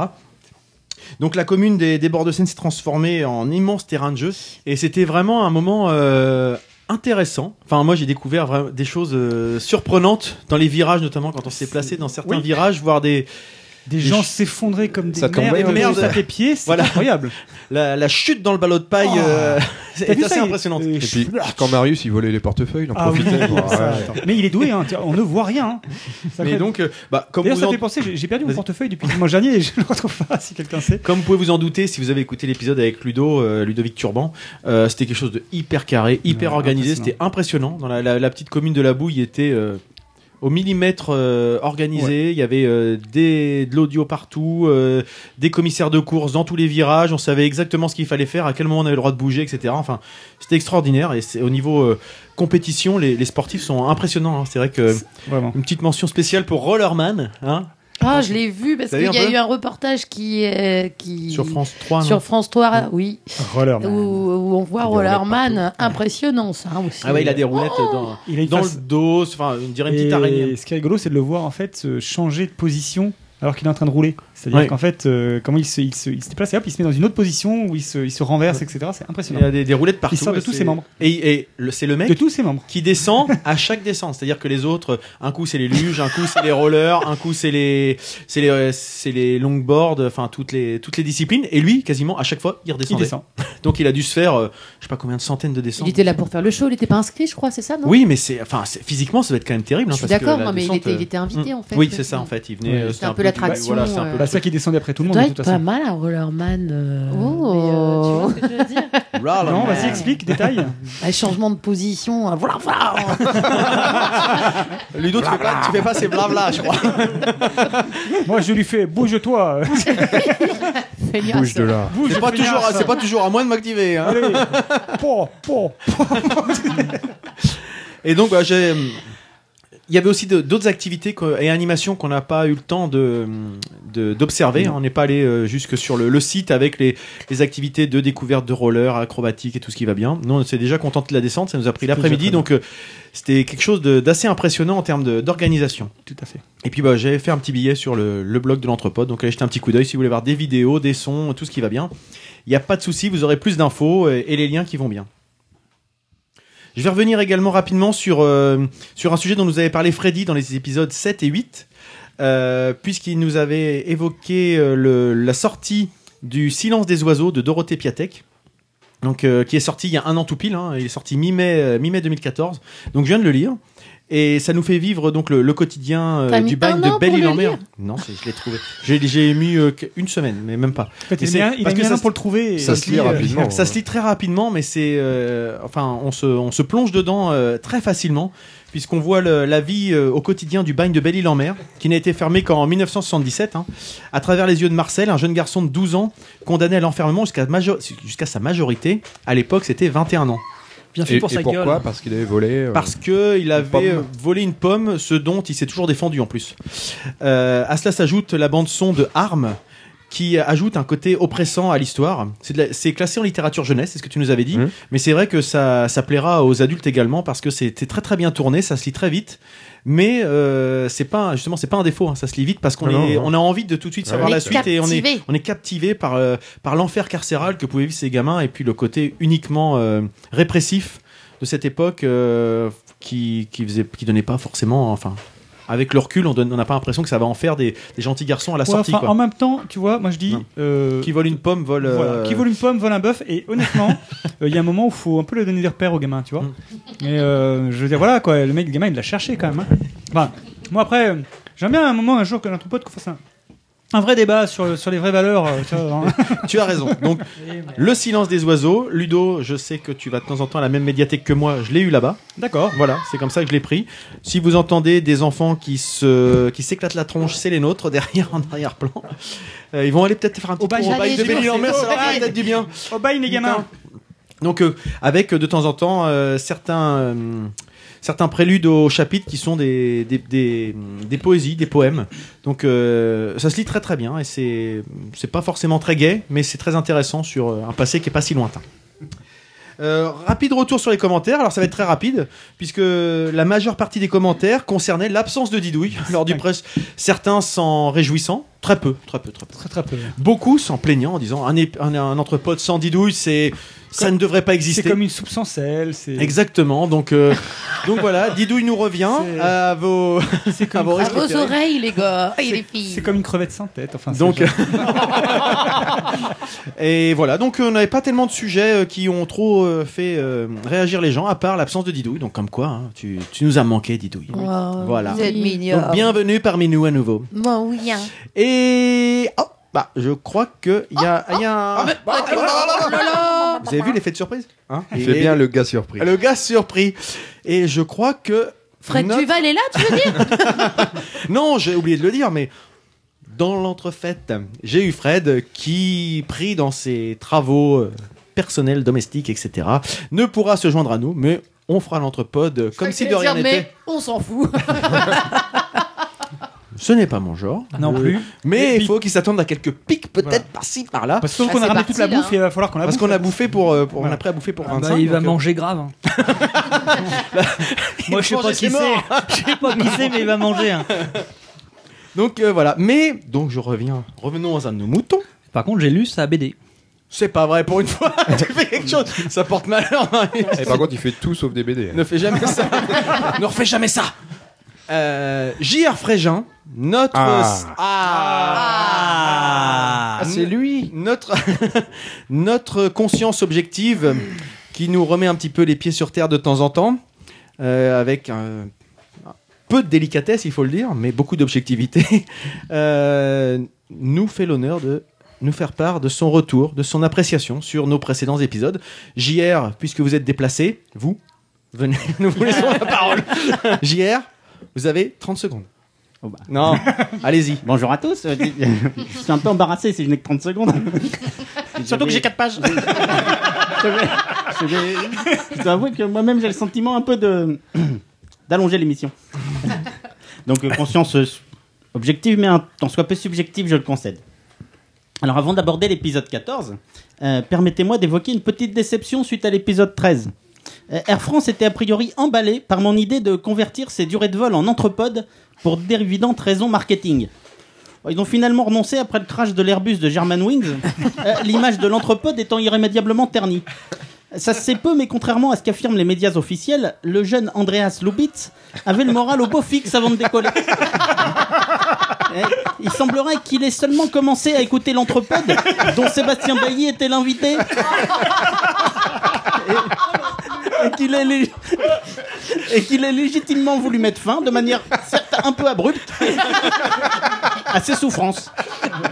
Speaker 7: Donc la commune des, des bords de Seine s'est transformée en immense terrain de jeu et c'était vraiment un moment euh, intéressant. Enfin moi j'ai découvert vra- des choses euh, surprenantes dans les virages notamment quand on s'est placé dans certains
Speaker 2: Oui.
Speaker 7: virages voir des
Speaker 2: Des gens s'effondrer comme des
Speaker 7: ça
Speaker 2: mères
Speaker 7: tombait
Speaker 2: et mères à tes pieds, c'est incroyable.
Speaker 7: La, la chute dans le ballot de paille
Speaker 2: Oh.
Speaker 7: euh,
Speaker 2: T'as
Speaker 7: est
Speaker 2: vu
Speaker 7: assez
Speaker 2: ça, il-
Speaker 7: impressionnante.
Speaker 2: euh,
Speaker 4: Et puis, quand Marius, il volait les portefeuilles, il en
Speaker 2: Ah oui,
Speaker 4: profitait. pour-
Speaker 2: ça,
Speaker 4: ouais.
Speaker 2: attends. Mais il est doué, hein, tiens, on ne voit rien.
Speaker 7: Mais donc, euh, bah, comme
Speaker 2: D'ailleurs,
Speaker 7: vous
Speaker 2: ça
Speaker 7: en-
Speaker 2: fait penser, j'ai j'ai perdu mon
Speaker 7: Vas-y.
Speaker 2: portefeuille depuis dimanche dernier et je ne le retrouve pas si quelqu'un sait.
Speaker 7: Comme vous pouvez vous en douter, si vous avez écouté l'épisode avec Ludo, euh, Ludovic Turban, euh, c'était quelque chose de hyper carré, hyper
Speaker 2: Ouais,
Speaker 7: organisé,
Speaker 2: impressionnant.
Speaker 7: c'était impressionnant. Dans la, la- la petite commune de la Bouille était euh, au millimètre euh, organisé. Il y avait euh, des, de l'audio partout, euh, des commissaires de course dans tous les virages. On savait exactement ce qu'il fallait faire, à quel moment on avait le droit de bouger, etc. Enfin, c'était extraordinaire. Et c'est- au niveau euh, compétition, les, les sportifs sont impressionnants. hein. C'est vrai que une petite mention spéciale pour Rollerman. Hein
Speaker 6: Ah, je l'ai vu parce
Speaker 7: T'as
Speaker 6: qu'il
Speaker 7: vu un
Speaker 6: y a
Speaker 7: peu
Speaker 6: eu un reportage qui, euh, qui...
Speaker 7: Sur France 3, non
Speaker 6: Sur France 3, oui.
Speaker 2: Rollerman.
Speaker 6: Où, où on voit
Speaker 7: Il y a des roulettes
Speaker 6: Rollerman. Impressionnant, ça hein, aussi.
Speaker 7: Ah ouais, il a des roulettes
Speaker 11: Oh
Speaker 7: dans,
Speaker 2: Il a une
Speaker 7: dans
Speaker 2: face-
Speaker 7: le dos, enfin, on dirait une petite
Speaker 2: Et
Speaker 7: araignée.
Speaker 2: Ce qui est rigolo, c'est de le voir en fait se changer de position alors qu'il est en train de rouler. C'est-à-dire
Speaker 7: Ouais.
Speaker 2: qu'en fait, euh, comment il se, il, se, il se déplace et hop, il se met dans une autre position où il se, il se renverse, etc. C'est
Speaker 7: Il
Speaker 2: impressionnant.
Speaker 7: y a des, des roulettes partout.
Speaker 2: Il sort de
Speaker 7: et
Speaker 2: tous
Speaker 7: c'est-
Speaker 2: ses membres.
Speaker 7: Et, et le- c'est le mec
Speaker 2: De tous ses membres.
Speaker 7: qui descend à chaque descente. C'est-à-dire que les autres, un coup c'est les luges, un coup c'est les rollers, un coup c'est les, c'est les, c'est les longboards, enfin toutes les, toutes les disciplines. Et lui, quasiment à chaque fois, il redescendait.
Speaker 2: descend.
Speaker 7: Donc il a dû se faire, euh, je sais pas combien de centaines de
Speaker 11: Il
Speaker 7: descentes.
Speaker 11: était là pour faire le show, il n'était pas inscrit, je crois, c'est ça, non
Speaker 7: Oui, mais c'est, enfin, c'est- physiquement, ça doit être quand même terrible.
Speaker 11: Je
Speaker 7: hein,
Speaker 11: suis
Speaker 7: parce que
Speaker 11: d'accord,
Speaker 7: la
Speaker 11: non, mais il
Speaker 7: descente,
Speaker 11: était- il
Speaker 7: euh,
Speaker 11: était invité, en fait.
Speaker 7: Oui, c'est ça en fait. Il venait.
Speaker 11: Ouais.
Speaker 7: euh,
Speaker 11: C'était un peu euh. l'attraction,
Speaker 7: Voilà, c'est un peu le
Speaker 2: Bah, ça qui descendait après tout le monde.
Speaker 6: doit
Speaker 2: de
Speaker 6: être
Speaker 2: toute
Speaker 6: pas
Speaker 2: façon.
Speaker 6: mal un Rollerman. euh,
Speaker 11: Oh.
Speaker 6: mais, euh, tu vois ce que je veux dire
Speaker 7: Rollerman.
Speaker 2: Non, vas-y, explique, détail.
Speaker 6: Un changement de position. un voilà, voilà.
Speaker 7: Ludo, tu fais, pas, tu fais pas ces blabla, je crois.
Speaker 2: Moi, je lui fais bouge-toi.
Speaker 11: Feignasse.
Speaker 4: Bouge de là.
Speaker 2: Bouge,
Speaker 7: C'est pas,
Speaker 2: feignasse.
Speaker 7: toujours, c'est pas toujours à moi de m'activer. Hein.
Speaker 2: Allez, pour, pour.
Speaker 7: Et donc, bah, j'ai. Il y avait aussi de- d'autres activités que- et animations qu'on n'a pas eu le temps de- de- d'observer.
Speaker 2: Mm.
Speaker 7: De, on n'est pas allé euh, jusque sur le, le site avec les, les activités de découverte de roller, acrobatique et tout ce qui va bien. Nous, on s'est déjà contenté de la descente. Ça nous a pris l'après-midi.
Speaker 2: déjà
Speaker 7: Donc, euh, c'était quelque chose de- d'assez impressionnant en termes de- d'organisation.
Speaker 2: Tout à fait.
Speaker 7: Et puis bah, j'avais fait un petit billet sur le, le blog de l'entrepôt, donc allez jeter un petit coup d'œil si vous voulez voir des vidéos, des sons, tout ce qui va bien. Il n'y a pas de souci, vous aurez plus d'infos euh, et, et les liens qui vont bien. Je vais revenir également rapidement sur, euh, sur un sujet dont nous avait parlé Freddy dans les épisodes 7 et 8, euh, puisqu'il nous avait évoqué euh, le- la sortie du Silence des oiseaux de Dorothée Piatek. Donc, euh, qui est sorti il y a un an tout pile, hein, il est sorti mi-mai euh, mi-mai 2014. Donc je viens de le lire et ça nous fait vivre donc le, le quotidien euh,
Speaker 3: T'as mis
Speaker 7: du bagne
Speaker 3: un an
Speaker 7: de
Speaker 3: pour
Speaker 7: Belle-Île
Speaker 3: le
Speaker 7: en mer.
Speaker 3: lire
Speaker 7: Non, c'est- je l'ai trouvé. J'ai j'ai mis euh, une semaine, mais même pas.
Speaker 2: fait, il
Speaker 7: Et
Speaker 2: a
Speaker 7: c'est-
Speaker 2: mis un- il a
Speaker 7: parce
Speaker 2: mis
Speaker 7: que
Speaker 2: un
Speaker 7: ça
Speaker 2: an pour le trouver et
Speaker 7: Ça se lit rapidement. euh, Ça
Speaker 2: ouais.
Speaker 7: se lit très rapidement, mais c'est euh, enfin on se on se plonge dedans euh, très facilement puisqu'on voit le- la vie euh, au quotidien du bagne de Belle-Île-en-Mer qui n'a été fermé qu'en 1977 hein, à travers les yeux de Marcel, un jeune garçon de 12 ans condamné à l'enfermement jusqu'à majo- jusqu'à sa majorité. À l'époque, c'était 21 ans.
Speaker 1: Bien
Speaker 4: et, et pourquoi Parce qu'il avait volé. euh,
Speaker 7: Parce que il
Speaker 4: pomme.
Speaker 7: avait euh, volé une pomme, ce dont il s'est toujours défendu en plus. Euh, à cela s'ajoute la bande son de Armes qui ajoute un côté oppressant à l'histoire. C'est de la- C'est classé en littérature jeunesse, c'est ce que tu nous avais
Speaker 4: Mmh.
Speaker 7: dit. Mais c'est vrai que ça, ça plaira aux adultes également parce que c'était très très bien tourné, ça se lit très vite. Mais euh, c'est pas justement c'est pas un défaut, hein, ça se lit vite parce qu'on
Speaker 4: Ah non,
Speaker 7: est-
Speaker 4: non.
Speaker 7: on a envie de tout de suite
Speaker 4: Ouais.
Speaker 7: savoir
Speaker 4: On
Speaker 7: la
Speaker 4: est
Speaker 7: suite et on est
Speaker 4: captivé.
Speaker 7: on est captivé par euh, par l'enfer carcéral que pouvaient vivre ces gamins et puis le côté uniquement euh, répressif de cette époque euh, qui qui faisait qui donnait pas forcément enfin avec le recul on donne- on n'a pas l'impression que ça va en faire des, des gentils garçons à la
Speaker 2: Ouais,
Speaker 7: sortie
Speaker 2: enfin,
Speaker 7: quoi.
Speaker 2: en même temps, tu vois, moi je dis. euh,
Speaker 7: qui vole une pomme vole euh,
Speaker 2: voilà, Qui vole une pomme, vole un bœuf, et honnêtement, euh, il y a un moment où il faut un peu le donner des repères au gamin, tu vois.
Speaker 7: Mm.
Speaker 2: Mais euh, je veux dire, voilà quoi, le mec, le gamin, il l'a cherché quand même. hein. Enfin, moi après, euh, j'aime bien un moment, un jour, que notre pote qu'on fasse un, un vrai débat sur, sur les vraies valeurs. euh, tu vois, hein.
Speaker 7: tu as raison. Donc, le silence des oiseaux. Ludo, je sais que tu vas de temps en temps à la même médiathèque que moi. Je l'ai eu là-bas.
Speaker 2: D'accord.
Speaker 7: Voilà, c'est comme ça que je l'ai pris. Si vous entendez des enfants qui se, qui s'éclatent la tronche, c'est les nôtres derrière, en arrière-plan. Euh, ils vont aller peut-être faire un petit
Speaker 2: bagne.
Speaker 7: tour au bagne
Speaker 2: J'allais
Speaker 7: de
Speaker 2: dire,
Speaker 7: Belle-Île-en-Mer,
Speaker 2: c'est
Speaker 7: ça va
Speaker 2: vrai.
Speaker 7: peut-être du bien.
Speaker 2: Au bail, les gamins.
Speaker 7: Donc, euh, avec euh, de temps en temps euh, certains, euh, certains préludes au chapitre qui sont des, des, des- des poésies, des poèmes. Donc, euh, ça se lit très très bien et c'est c'est pas forcément très gai, mais c'est très intéressant sur euh, un passé qui est pas si lointain. Euh, rapide retour sur les commentaires. Alors ça va être très rapide puisque la majeure partie des commentaires concernaient l'absence de Didouille lors du presse. Certains s'en réjouissant, très peu, très peu, très peu.
Speaker 2: Très, très peu.
Speaker 7: Beaucoup s'en plaignant en disant un, ép- un, un entrepôt sans Didouille, c'est ça ne devrait pas exister.
Speaker 2: C'est comme une soupe sans sel. c'est-
Speaker 7: Exactement. Donc euh, donc voilà, Didouille nous revient à vos à vos
Speaker 3: À
Speaker 7: risques
Speaker 3: vos
Speaker 7: préférés.
Speaker 3: oreilles, les gars et les filles.
Speaker 2: C'est comme une crevette sans tête. Enfin, c'est
Speaker 7: Donc-
Speaker 2: genre-
Speaker 7: Et voilà, donc euh, on n'avait pas tellement de sujets euh, qui ont trop euh, fait euh, réagir les gens, à part l'absence de Didouille. Donc comme quoi, hein, tu, tu nous as manqué, Didouille.
Speaker 3: Oh,
Speaker 7: voilà.
Speaker 3: vous êtes mignonne.
Speaker 7: Donc bienvenue parmi nous à nouveau.
Speaker 3: Moi, oui. hein.
Speaker 7: Et oh, bah je crois que il y a,
Speaker 3: Oh,
Speaker 7: il y a un- oh Vous avez vu l'effet de surprise hein
Speaker 4: Il
Speaker 7: Et-
Speaker 4: fait bien le gars surpris.
Speaker 7: Le gars surpris. Et je crois que
Speaker 3: Fred
Speaker 7: notre-
Speaker 3: Duval est là, tu veux dire
Speaker 7: non, j'ai oublié de le dire, mais dans l'entrefaite, j'ai eu Fred qui, pris dans ses travaux euh, personnels, domestiques, etc., ne pourra se joindre à nous, mais on fera l'entrepode comme si de rien
Speaker 3: Dire, mais
Speaker 7: n'était.
Speaker 3: on s'en fout.
Speaker 7: Ce n'est pas mon genre.
Speaker 2: Ah Non
Speaker 7: Euh,
Speaker 2: plus.
Speaker 7: Mais
Speaker 2: Et
Speaker 7: il faut qu'il s'attende à quelques pics, peut-être
Speaker 2: Voilà.
Speaker 7: par-ci, par-là.
Speaker 2: Parce que surtout
Speaker 3: Ah,
Speaker 2: qu'on a
Speaker 3: c'est
Speaker 2: ramené toute la
Speaker 3: parti, là,
Speaker 2: bouffe, il va falloir qu'on la
Speaker 7: Parce
Speaker 2: bouffe.
Speaker 7: qu'on a bouffé pour, euh, pour- on
Speaker 2: Voilà.
Speaker 7: a prêt à bouffer pour
Speaker 1: Ah bah,
Speaker 7: 25.
Speaker 1: il va
Speaker 7: donc, euh,
Speaker 1: manger grave. hein. Bah, Moi, je sais pas
Speaker 7: manger,
Speaker 1: qui
Speaker 7: c'est mort.
Speaker 1: c'est. Je sais pas qui c'est, mais il va manger. hein.
Speaker 7: Donc euh, voilà. Mais donc je reviens. Revenons à nos moutons.
Speaker 1: Par contre, j'ai lu sa BD.
Speaker 7: C'est pas vrai pour une fois. tu fais quelque chose. Ça porte malheur. hein.
Speaker 4: Et par contre, il fait tout sauf des hein. BD.
Speaker 7: Ne fais jamais ça. ne refais jamais ça. Euh, J.R. Frégin, notre.
Speaker 4: Ah.
Speaker 7: Ah.
Speaker 4: lui
Speaker 7: Notre, notre conscience objective qui nous remet un petit peu les pieds sur terre de temps en temps, euh, avec un, peu de délicatesse, il faut le dire, mais beaucoup d'objectivité, euh, nous fait l'honneur de nous faire part de son retour, de son appréciation sur nos précédents épisodes. JR, puisque vous êtes déplacé, vous, venez, nous vous laissons la parole. JR, vous avez 30 secondes.
Speaker 5: Oh bah.
Speaker 7: Non, allez-y.
Speaker 5: Bonjour à tous. Euh, Je suis un peu embarrassé si je n'ai que 30 secondes.
Speaker 7: Surtout que j'ai 4 pages.
Speaker 5: Je vais- je vais- je dois avouer que moi-même j'ai le sentiment un peu de d'allonger l'émission. Donc euh, conscience euh, objective, mais un tant soit peu subjective, je le concède. Alors avant d'aborder l'épisode 14, euh, permettez-moi d'évoquer une petite déception suite à l'épisode 13. Euh, Air France était a priori emballé par mon idée de convertir ses durées de vol en entrepode pour d'évidentes raisons marketing. Oh, Ils ont finalement renoncé après le crash de l'Airbus de Germanwings, euh, l'image de l'entrepode étant irrémédiablement ternie. Ça se sait peu, mais contrairement à ce qu'affirment les médias officiels, le jeune Andreas Lubitz avait le moral au beau fixe avant de décoller. il semblerait qu'il ait seulement commencé à écouter l'entrepode dont Sébastien Bailly était l'invité. Et, et qu'il ait, lég- et qu'il ait légitimement voulu mettre fin, de manière certes un peu abrupte, à ses souffrances.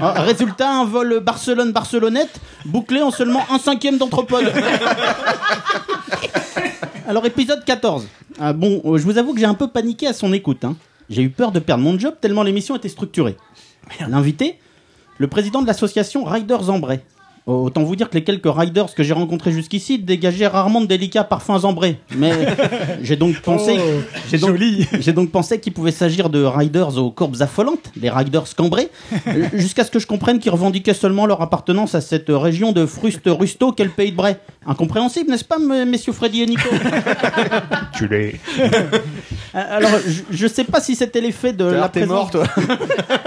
Speaker 5: Euh, Résultat, un vol Barcelone-Barcelonnette bouclé en seulement un cinquième d'entrepode. Alors, épisode 14. Ah, bon, euh, je vous avoue que j'ai un peu paniqué à son écoute. hein. J'ai eu peur de perdre mon job tellement l'émission était structurée. L'invité, le président de l'association Riders Ambrés. Autant vous dire que les quelques riders que j'ai rencontrés jusqu'ici dégageaient rarement de délicats parfums ambrés. Mais j'ai donc pensé,
Speaker 2: Oh,
Speaker 5: j'ai donc, j'ai donc pensé qu'il pouvait s'agir de riders aux courbes affolantes, des riders cambrés, euh, jusqu'à ce que je comprenne qu'ils revendiquaient seulement leur appartenance à cette région de fruste rusto qu'est le pays de Bray. Incompréhensible, n'est-ce pas, me- messieurs Freddy et Nico
Speaker 4: Tu l'es.
Speaker 5: Euh, Alors, je, je sais pas si c'était l'effet de la
Speaker 7: t'es
Speaker 5: présence.
Speaker 7: mort, toi.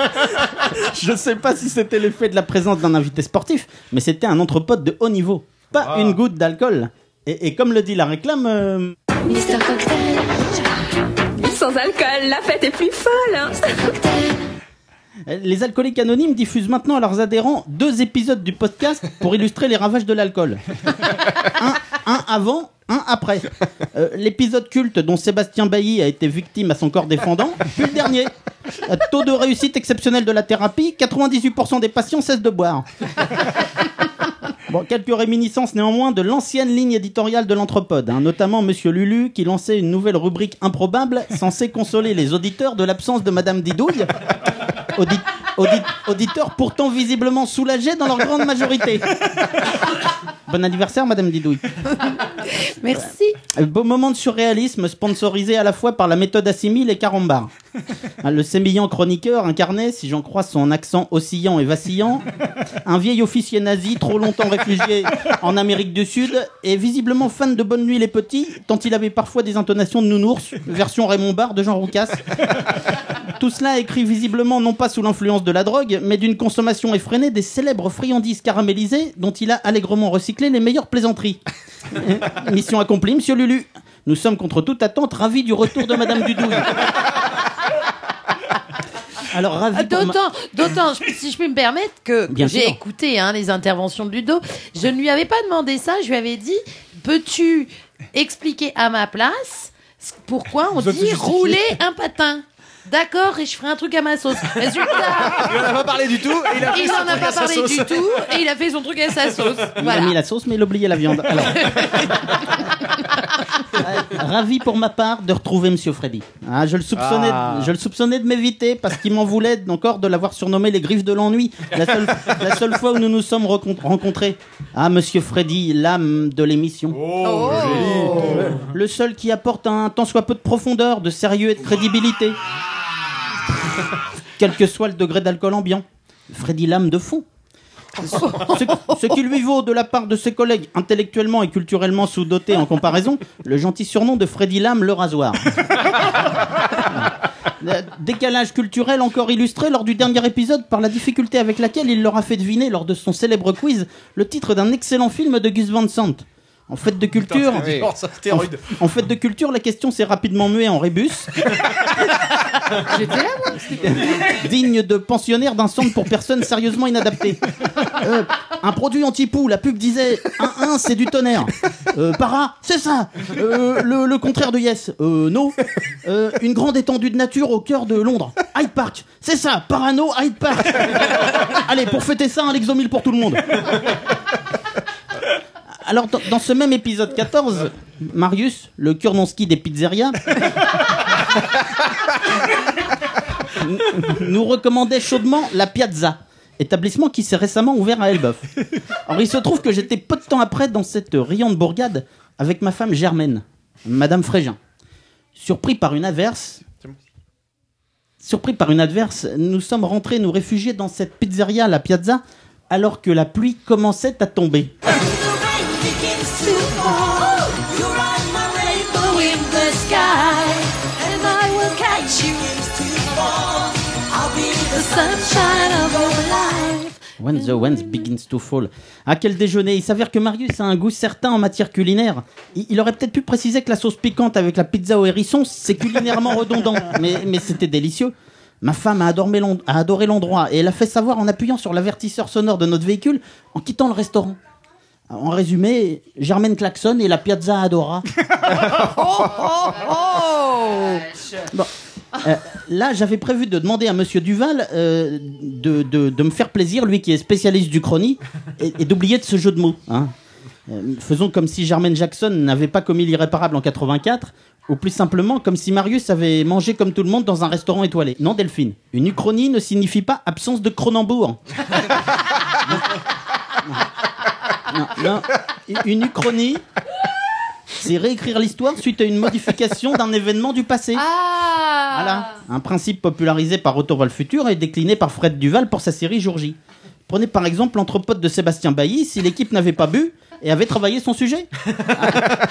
Speaker 5: je sais pas si c'était l'effet de la présence d'un invité sportif, mais c'était un entrepôt de haut niveau. Pas
Speaker 7: Ah.
Speaker 5: une goutte d'alcool. Et, et comme le dit la réclame. euh,
Speaker 8: Mister Cocktail. Sans alcool, la fête est plus folle. hein.
Speaker 5: Les alcooliques anonymes diffusent maintenant à leurs adhérents deux épisodes du podcast pour illustrer les ravages de l'alcool. Un, un avant, un après. Euh, L'épisode culte dont Sébastien Bailly a été victime à son corps défendant, puis le dernier. Euh, Taux de réussite exceptionnel de la thérapie, 98% des patients cessent de boire. Bon, quelques réminiscences néanmoins de l'ancienne ligne éditoriale de l'Anthropode, hein, notamment Monsieur Lulu qui lançait une nouvelle rubrique improbable censée consoler les auditeurs de l'absence de Madame Didouille. Audi- audi- auditeurs pourtant visiblement soulagés dans leur grande majorité. Bon anniversaire, Madame Didouille.
Speaker 3: Merci.
Speaker 5: Un Beau moment de surréalisme sponsorisé à la fois par la méthode Assimil et Carambar. Hein, Le sémillant chroniqueur incarnait, si j'en crois son accent oscillant et vacillant, un vieil officier nazi trop longtemps réfugié en Amérique du Sud et visiblement fan de Bonne Nuit les Petits, tant il avait parfois des intonations de nounours, version Raymond Barre de Jean Roucas. Tout cela écrit visiblement non pas sous l'influence de la drogue, mais d'une consommation effrénée des célèbres friandises caramélisées dont il a allègrement recyclé les meilleures plaisanteries. Eh, Mission accomplie, monsieur Lulu. Nous sommes contre toute attente ravis du retour de Madame Dudouille. Alors, ravi pour ma-
Speaker 3: D'autant, d'autant, je- si je puis me permettre, que, que
Speaker 5: Bien
Speaker 3: j'ai
Speaker 5: sûr.
Speaker 3: écouté hein, les interventions de Ludo. Je ne lui avais pas demandé ça. Je lui avais dit peux-tu expliquer à ma place ce- pourquoi on
Speaker 2: dois te
Speaker 3: dit
Speaker 2: justifier.
Speaker 3: rouler un patin D'accord, et je ferai un truc à ma sauce. Résultat,
Speaker 7: Il en a pas parlé du tout. Et il a fait
Speaker 3: il
Speaker 7: son
Speaker 3: n'en a
Speaker 7: truc à
Speaker 3: pas
Speaker 7: sa
Speaker 3: parlé
Speaker 7: sauce.
Speaker 3: du tout et il a fait son truc à sa sauce.
Speaker 5: Il
Speaker 3: Voilà.
Speaker 5: a mis la sauce, mais il a oublié la viande. Alors. Ravi pour ma part de retrouver Monsieur Freddy. Ah, je le soupçonnais,
Speaker 7: Ah.
Speaker 5: je le soupçonnais de m'éviter parce qu'il m'en voulait encore de l'avoir surnommé les griffes de l'ennui. La seule, la seule fois où nous nous sommes recon- rencontrés. Ah, Monsieur Freddy, l'âme de l'émission. Le seul qui apporte un tant soit peu de profondeur, de sérieux et de crédibilité. Quel que soit le degré d'alcool ambiant. Freddy l'âme de fond. Ce, ce qui lui vaut de la part de ses collègues intellectuellement et culturellement sous-dotés en comparaison, le gentil surnom de Freddy Lame le rasoir. Euh, Décalage culturel encore illustré lors du dernier épisode par la difficulté avec laquelle il leur a fait deviner lors de son célèbre quiz le titre d'un excellent film de Gus Van Sant. En fête de culture,
Speaker 7: Oui. Oh, ça, stéroïde.
Speaker 5: en, en fête de culture, la question s'est rapidement muée en rébus,
Speaker 6: J'étais là, moi.
Speaker 5: digne de pensionnaire d'un centre pour personnes sérieusement inadaptées. Euh, un produit anti-poux, la pub disait 1-1, c'est du tonnerre. Euh, para, c'est ça. Euh, le, le contraire de yes, euh, non. Euh, une grande étendue de nature au cœur de Londres. Hyde Park, c'est ça. Parano, Hyde Park. Allez, pour fêter ça, un Lexomil pour tout le monde. Alors, dans, dans ce même épisode 14, Marius, le Kurnonski des pizzerias, n- nous recommandait chaudement la Piazza, établissement qui s'est récemment ouvert à Elbeuf. Alors, il se trouve que j'étais peu de temps après dans cette riante bourgade avec ma femme Germaine, Madame Frégin. Surpris par une averse, Surpris par une adverse, nous sommes rentrés nous réfugier dans cette pizzeria, la piazza, alors que la pluie commençait à tomber. When the winds begins to fall. À quel déjeuner Il s'avère que Marius a un goût certain en matière culinaire. Il, il aurait peut-être pu préciser que la sauce piquante avec la pizza au hérisson, c'est culinairement redondant, mais, mais c'était délicieux. Ma femme a adoré l'en- a adoré l'endroit et elle l'a fait savoir en appuyant sur l'avertisseur sonore de notre véhicule en quittant le restaurant. En résumé, Germaine klaxonne et la piazza adora. Bon. Euh, là, j'avais prévu de demander à Monsieur Duval euh, de, de- de me faire plaisir, lui qui est spécialiste du chrony, et, et d'oublier de ce jeu de mots. hein. Euh, faisons comme si Jermaine Jackson n'avait pas commis l'irréparable en 84, ou plus simplement comme si Marius avait mangé comme tout le monde dans un restaurant étoilé. Non, Delphine, une uchronie ne signifie pas absence de Cronenbourg. Non, non. Une uchronie, c'est réécrire l'histoire suite à une modification d'un événement du passé.
Speaker 10: Ah,
Speaker 5: Voilà. Un principe popularisé par Retour vers le futur et décliné par Fred Duval pour sa série Jour J. Prenez par exemple l'entrepôt de Sébastien Bailly si l'équipe n'avait pas bu et avait travaillé son sujet.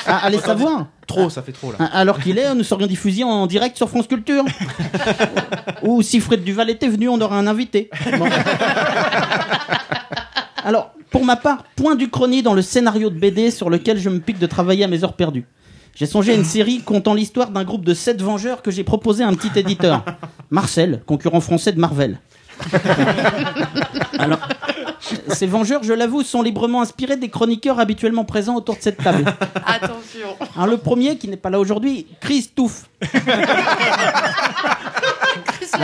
Speaker 5: Ah, allez savoir.
Speaker 7: Trop, ça fait trop Oh là.
Speaker 5: Ah, Alors qu'il est, nous serions diffusés en direct sur France Culture. Ou si Fred Duval était venu, on aurait un invité. Bon. Alors, pour ma part, point du chrony dans le scénario de BD sur lequel je me pique de travailler à mes heures perdues. J'ai songé à une série comptant l'histoire d'un groupe de sept vengeurs que j'ai proposé à un petit éditeur. Marcel, concurrent français de Marvel. Alors, ces vengeurs, je l'avoue, sont librement inspirés des chroniqueurs habituellement présents autour de cette table.
Speaker 12: Attention.
Speaker 5: Alors, Hein, le premier, qui n'est pas là aujourd'hui, Chris Touffe.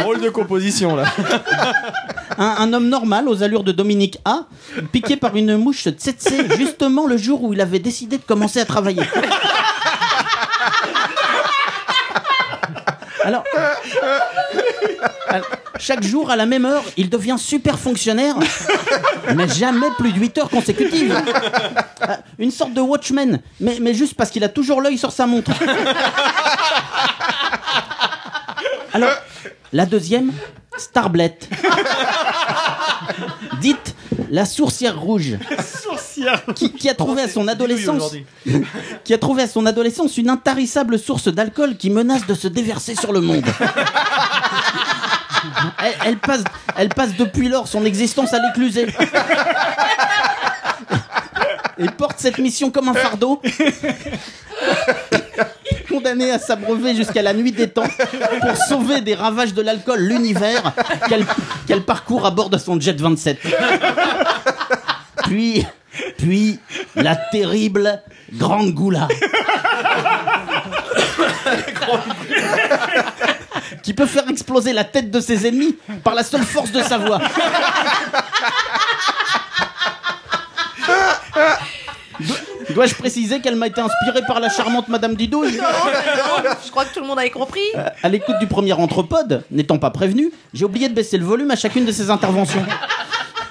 Speaker 7: Rôle de composition là.
Speaker 5: un, un homme normal aux allures de Dominique A, piqué par une mouche tsetse justement le jour où il avait décidé de commencer à travailler. Alors, alors, chaque jour à la même heure, il devient super fonctionnaire, mais jamais plus de 8 heures consécutives. Ah, Une sorte de watchman, mais, mais juste parce qu'il a toujours l'œil sur sa montre. Alors, la deuxième, Starblette. Dite la sourcière rouge. Qui, qui a trouvé à son adolescence qui a trouvé à son adolescence une intarissable source d'alcool qui menace de se déverser sur le monde. Elle, elle passe, elle passe depuis lors son existence à l'éclusée. Et porte cette mission comme un fardeau. Condamnée à s'abreuver jusqu'à la nuit des temps pour sauver des ravages de l'alcool l'univers qu'elle qu'elle parcourt à bord de son jet 27. Puis, puis la terrible Grande Goula. qui peut faire exploser la tête de ses ennemis par la seule force de sa voix. Do- Dois-je préciser qu'elle m'a été inspirée par la charmante Madame Didouille
Speaker 12: je crois que tout le monde avait compris.
Speaker 5: euh, à l'écoute du premier anthropode, n'étant pas prévenu, j'ai oublié de baisser le volume à chacune de ses interventions.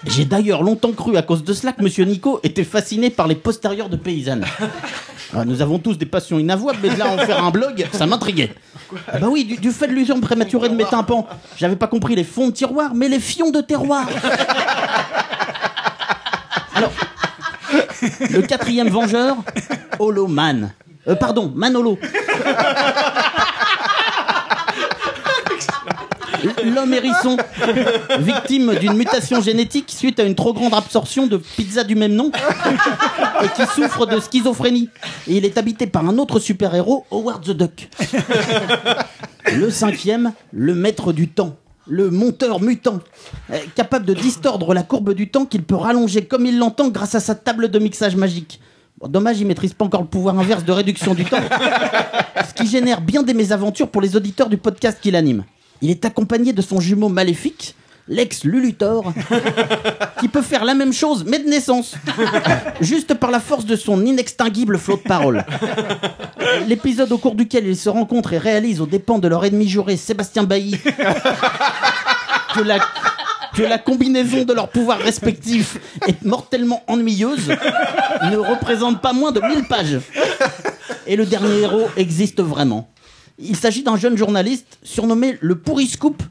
Speaker 5: J'ai d'ailleurs longtemps cru à cause de cela que Monsieur Nico était fasciné par les postérieurs de paysannes. Ah, nous avons tous des passions inavouables, mais de là à en faire un blog, ça m'intriguait. Ah bah oui, du, du fait de l'usure prématurée de mes tympans, j'avais pas compris les fonds de tiroir, mais les fions de terroir. Alors, le quatrième vengeur, Holoman. Euh, pardon, Manolo. L'homme hérisson, victime d'une mutation génétique suite à une trop grande absorption de pizza du même nom, et qui souffre de schizophrénie. Et il est habité par un autre super-héros, Howard the Duck. Le cinquième, le maître du temps. Le monteur mutant, euh, capable de distordre la courbe du temps qu'il peut rallonger comme il l'entend grâce à sa table de mixage magique. Bon, dommage, il maîtrise pas encore le pouvoir inverse de réduction du temps, ce qui génère bien des mésaventures pour les auditeurs du podcast qu'il anime. Il est accompagné de son jumeau maléfique, l'ex Lulutor, qui peut faire la même chose mais de naissance, juste par la force de son inextinguible flot de parole. L'épisode au cours duquel ils se rencontrent et réalisent aux dépens de leur ennemi juré Sébastien Bailly que la, que la combinaison de leurs pouvoirs respectifs est mortellement ennuyeuse ne représente pas moins de 1000 pages. Et le dernier héros existe vraiment. Il s'agit d'un jeune journaliste surnommé le pourri scoop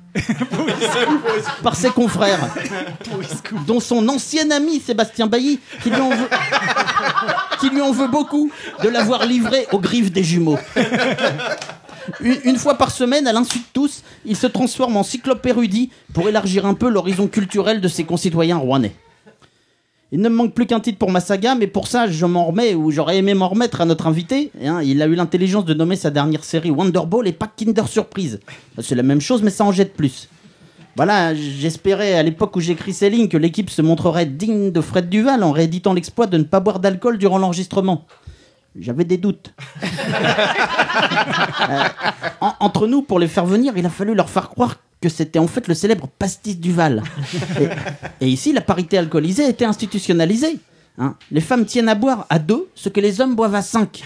Speaker 5: par ses confrères, dont son ancien ami Sébastien Bailly, qui lui en veut, qui lui en veut beaucoup de l'avoir livré aux griffes des jumeaux. Une, une fois par semaine, à l'insu de tous, il se transforme en cyclope érudit pour élargir un peu l'horizon culturel de ses concitoyens rouennais. Il ne me manque plus qu'un titre pour ma saga, mais pour ça, je m'en remets, ou j'aurais aimé m'en remettre à notre invité. hein. il a eu l'intelligence de nommer sa dernière série Wonderball et pas Kinder Surprise. C'est la même chose, mais ça en jette plus. Voilà, j'espérais à l'époque où j'écris ces lignes que l'équipe se montrerait digne de Fred Duval en rééditant l'exploit de ne pas boire d'alcool durant l'enregistrement. J'avais des doutes. Euh, en- entre nous, pour les faire venir, il a fallu leur faire croire que c'était en fait le célèbre pastis Duval. Et, et ici, la parité alcoolisée était institutionnalisée. hein. Les femmes tiennent à boire à deux ce que les hommes boivent à cinq.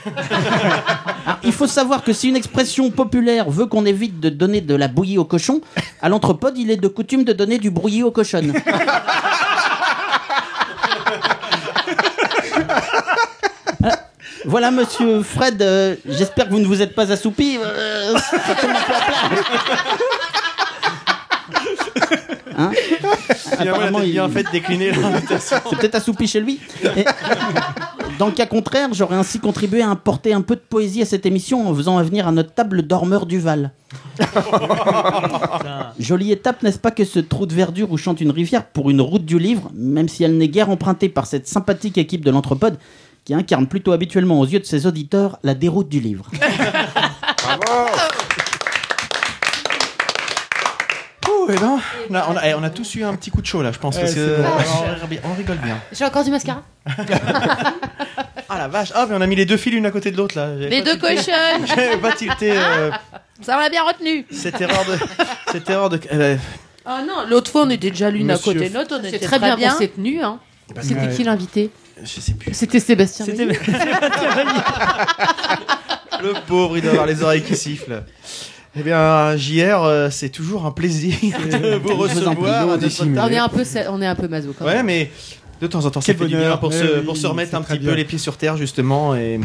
Speaker 5: Ah, il faut savoir que si une expression populaire veut qu'on évite de donner de la bouillie aux cochons, à l'entrepode, il est de coutume de donner du brouillis aux cochonnes. Ah, Voilà, monsieur Fred, euh, j'espère que vous ne vous êtes pas assoupi. Euh, c'est mon plat plat. Hein
Speaker 7: Finalement,
Speaker 5: Apparemment,
Speaker 7: il a
Speaker 5: il-
Speaker 7: bien fait de décliner l'invitation.
Speaker 5: C'est peut-être assoupi chez lui. Et- Dans le cas contraire, j'aurais ainsi contribué à importer un peu de poésie à cette émission en faisant venir à notre table le dormeur Duval. Jolie étape, n'est-ce pas, que ce trou de verdure où chante une rivière pour une route du livre, même si elle n'est guère empruntée par cette sympathique équipe de l'Anthropode, qui incarne plutôt habituellement aux yeux de ses auditeurs la déroute du livre.
Speaker 7: Ouh, eh ben, on a, on a- eh, on a tous eu un petit coup de chaud là, je pense.
Speaker 5: Eh,
Speaker 7: parce que,
Speaker 5: c'est
Speaker 7: euh,
Speaker 5: dommage.
Speaker 7: on rigole- on rigole bien.
Speaker 6: J'ai encore du mascara.
Speaker 7: Ah la vache, ah mais on a mis les deux fils l'une à côté de l'autre là. J'avais
Speaker 6: Les
Speaker 7: pas
Speaker 6: deux
Speaker 7: tilté-
Speaker 6: cochonnes. Ah,
Speaker 7: J'avais pas tilté euh,
Speaker 6: Ça, on l'a bien retenu.
Speaker 7: cette erreur de. Cette erreur de. eh ben,
Speaker 3: Ah non, l'autre fois on était déjà l'une
Speaker 7: Monsieur-
Speaker 3: à côté de l'autre, on
Speaker 6: C'est
Speaker 3: était
Speaker 6: très bien qu'on s'est
Speaker 3: tenus. Hein.
Speaker 6: C'était
Speaker 7: Ouais.
Speaker 6: qui l'invité
Speaker 7: Je sais plus.
Speaker 6: C'était Sébastien.
Speaker 7: C'était-
Speaker 6: Meunier.
Speaker 7: Le pauvre, il doit avoir les oreilles qui sifflent. Eh bien, JR, euh, c'est toujours un plaisir de vous recevoir. à notre
Speaker 6: on est
Speaker 7: table.
Speaker 6: un peu, sa- on est un peu maso quand
Speaker 7: Ouais,
Speaker 6: même.
Speaker 7: mais de temps en temps, ça
Speaker 2: Quel
Speaker 7: fait du bien
Speaker 2: bonheur.
Speaker 7: pour,
Speaker 2: Eh
Speaker 7: se,
Speaker 2: oui,
Speaker 7: pour se remettre
Speaker 2: c'est
Speaker 7: un
Speaker 2: très
Speaker 7: petit
Speaker 2: bien.
Speaker 7: peu les pieds sur terre, justement, et,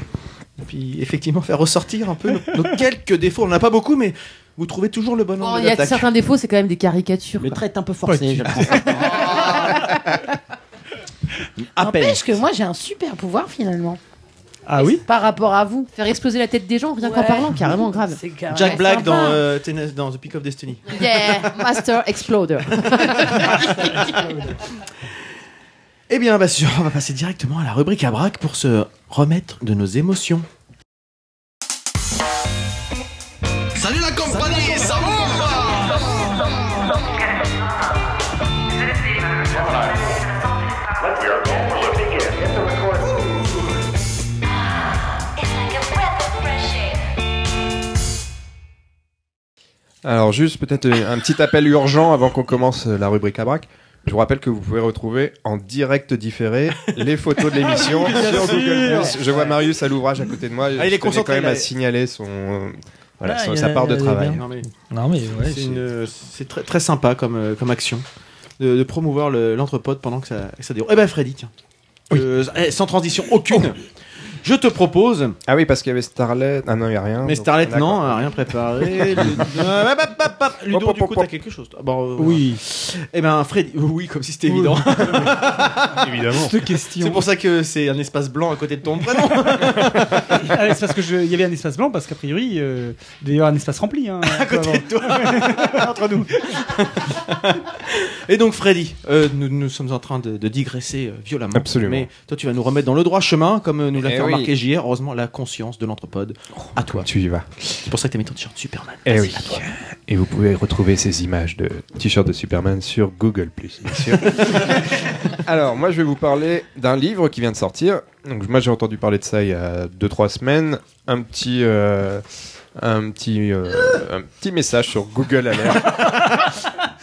Speaker 7: et puis effectivement faire ressortir un peu nos, nos quelques défauts. On n'en a pas beaucoup, mais vous trouvez toujours le bon
Speaker 6: Bon,
Speaker 7: angle
Speaker 6: il y a
Speaker 7: d'attaque.
Speaker 6: certains défauts, c'est quand même des caricatures.
Speaker 5: Le trait est un peu forcé, je pense. À peine.
Speaker 13: N'empêche que moi j'ai un super pouvoir finalement.
Speaker 2: Ah oui
Speaker 13: Par rapport à vous.
Speaker 6: Faire exploser la tête des gens rien qu'en
Speaker 13: Ouais.
Speaker 6: parlant, carrément grave.
Speaker 7: Jack Black dans,
Speaker 6: Sympa.
Speaker 7: euh, Tennis- dans The Pick of Destiny.
Speaker 6: Yeah, Master Exploder.
Speaker 7: Eh bien, bah, sûr, on va passer directement à la rubrique à braque pour se remettre de nos émotions.
Speaker 10: Salut la compagnie, ça va
Speaker 4: Alors juste peut-être euh, un petit appel urgent avant qu'on commence euh, la rubrique à braque. Je vous rappelle que vous pouvez retrouver en direct différé les photos de l'émission
Speaker 7: Ah oui, bien
Speaker 4: sur Google+.
Speaker 7: sûr.
Speaker 4: Je vois Marius à l'ouvrage à côté de moi.
Speaker 7: Ah, il
Speaker 4: Je
Speaker 7: est
Speaker 4: tenais
Speaker 7: concentré,
Speaker 4: quand même
Speaker 7: là.
Speaker 4: à signaler son euh, voilà,
Speaker 7: Ah,
Speaker 4: son-
Speaker 7: il y
Speaker 4: sa
Speaker 7: a-
Speaker 4: part de
Speaker 7: il y a
Speaker 4: travail.
Speaker 7: bien. Non, mais-
Speaker 1: Non, mais ouais,
Speaker 7: c'est, une, euh, c'est très, très sympa comme, euh, comme action de, de promouvoir le- l'entrepode pendant que ça, que ça déroule. Eh ben, Freddy, tiens. Euh, eh, sans transition aucune. Je te propose.
Speaker 4: Ah oui, parce qu'il y avait Starlet. Ah non, il n'y a rien.
Speaker 7: Mais
Speaker 4: donc-
Speaker 7: Starlet,
Speaker 4: d'accord.
Speaker 7: non, a rien préparé. Le- Euh, hop, hop, hop, hop. Ludo, du coup, t'as quelque chose. toi Bon, euh,
Speaker 2: Oui.
Speaker 7: Eh ben, Freddy, oui, comme si c'était évident.
Speaker 4: Évidemment.
Speaker 2: Cette question.
Speaker 7: C'est pour ça que c'est un espace blanc à côté de ton prénom.
Speaker 2: Ah, c'est parce que je- il y avait un espace blanc parce qu'a priori euh, il devait y avoir un espace rempli. Hein, à côté de toi. Entre nous.
Speaker 7: Et donc Freddy, euh, nous, nous sommes en train de, de digresser euh, violemment.
Speaker 4: Absolument.
Speaker 7: Mais toi, tu vas nous remettre dans le droit chemin, comme euh, nous l'a
Speaker 4: Eh
Speaker 7: fait
Speaker 4: oui.
Speaker 7: remarquer JR. Heureusement, la conscience de l'anthropode à toi.
Speaker 4: Tu y vas.
Speaker 7: C'est pour ça que t'as mis ton t-shirt Superman.
Speaker 4: Eh
Speaker 7: Vas-y,
Speaker 4: oui.
Speaker 7: à toi.
Speaker 4: Et vous pouvez retrouver ces images de t-shirts de Superman sur Google bien sûr. Alors, moi, je vais vous parler d'un livre qui vient de sortir. Donc, moi, j'ai entendu parler de ça il y a 2-3 semaines. Un petit, euh, un petit, euh, un petit message sur Google Alert.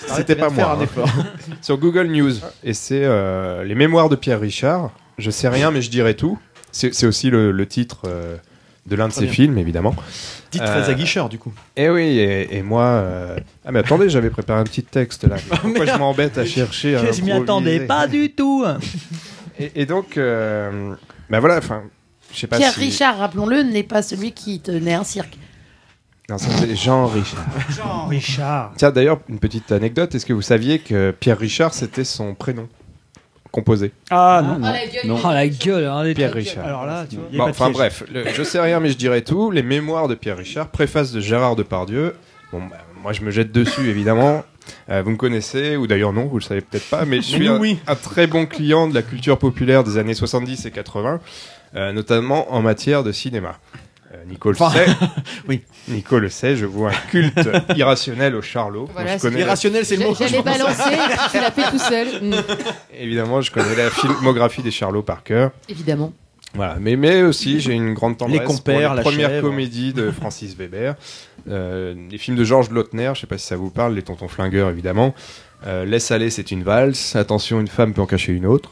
Speaker 4: C'était
Speaker 7: Arrête,
Speaker 4: pas
Speaker 7: viens de faire
Speaker 4: moi.
Speaker 7: un
Speaker 4: hein.
Speaker 7: effort.
Speaker 4: sur Google News. Et c'est euh, les mémoires de Pierre Richard. Je sais rien, mais je dirai tout. C'est c'est aussi le, le titre euh, de l'un de
Speaker 7: Très
Speaker 4: ses
Speaker 7: bien.
Speaker 4: films, évidemment. Euh,
Speaker 7: Dites très aguicheur, du coup.
Speaker 4: Eh oui, et, et moi. euh, Ah, mais attendez, j'avais préparé un petit texte
Speaker 7: Oh,
Speaker 4: là. Pourquoi je
Speaker 1: merde.
Speaker 4: m'embête à chercher à
Speaker 1: Je m'y attendais
Speaker 4: improviser
Speaker 1: pas du tout.
Speaker 4: euh, et, et donc, euh, bah voilà, enfin, je sais pas
Speaker 13: Pierre
Speaker 4: si-
Speaker 13: Richard, rappelons-le, n'est pas celui qui tenait un cirque.
Speaker 4: Non, ça, c'est Jean Richard.
Speaker 2: Jean Richard.
Speaker 4: Tiens, d'ailleurs, une petite anecdote. Est-ce que vous saviez que Pierre Richard, c'était son prénom composé
Speaker 2: Ah non.
Speaker 4: Ah, la gueule. Non. Ah, la
Speaker 1: gueule. hein,
Speaker 4: Pierre Richard.
Speaker 2: Alors là, tu vois. y a
Speaker 4: Bon,
Speaker 2: pas de
Speaker 4: enfin
Speaker 2: piège.
Speaker 4: bref, le- je sais rien, mais je dirais tout. Les mémoires de Pierre Richard, préface de Gérard Depardieu. Bon, bah, moi je me jette dessus évidemment. Euh, vous me connaissez, ou d'ailleurs non, vous le savez peut-être pas, mais je suis un,
Speaker 7: Oui.
Speaker 4: un très bon client de la culture populaire des années 70 et 80, euh, notamment en matière de cinéma. Euh, Nico le
Speaker 7: Enfin,
Speaker 4: sait.
Speaker 7: oui.
Speaker 4: Nico le sait, je vois un culte irrationnel au Charlot.
Speaker 7: Voilà,
Speaker 4: Donc, je connais la-
Speaker 7: irrationnel, c'est le mot.
Speaker 6: J'allais balancer, et puis tu l'as fait tout seul. Mm.
Speaker 4: Évidemment, je connais la filmographie des Charlots par cœur.
Speaker 6: Évidemment.
Speaker 4: Voilà, mais, mais aussi j'ai une grande tendresse
Speaker 7: Les compères,
Speaker 4: pour
Speaker 7: la
Speaker 4: les premières
Speaker 7: chèvre.
Speaker 4: comédies de Francis Weber, euh, les films de Georges Lautner, je sais pas si ça vous parle, les Tontons Flingueurs évidemment, Euh, Laisse aller, c'est une valse, Attention, une femme peut en cacher une autre,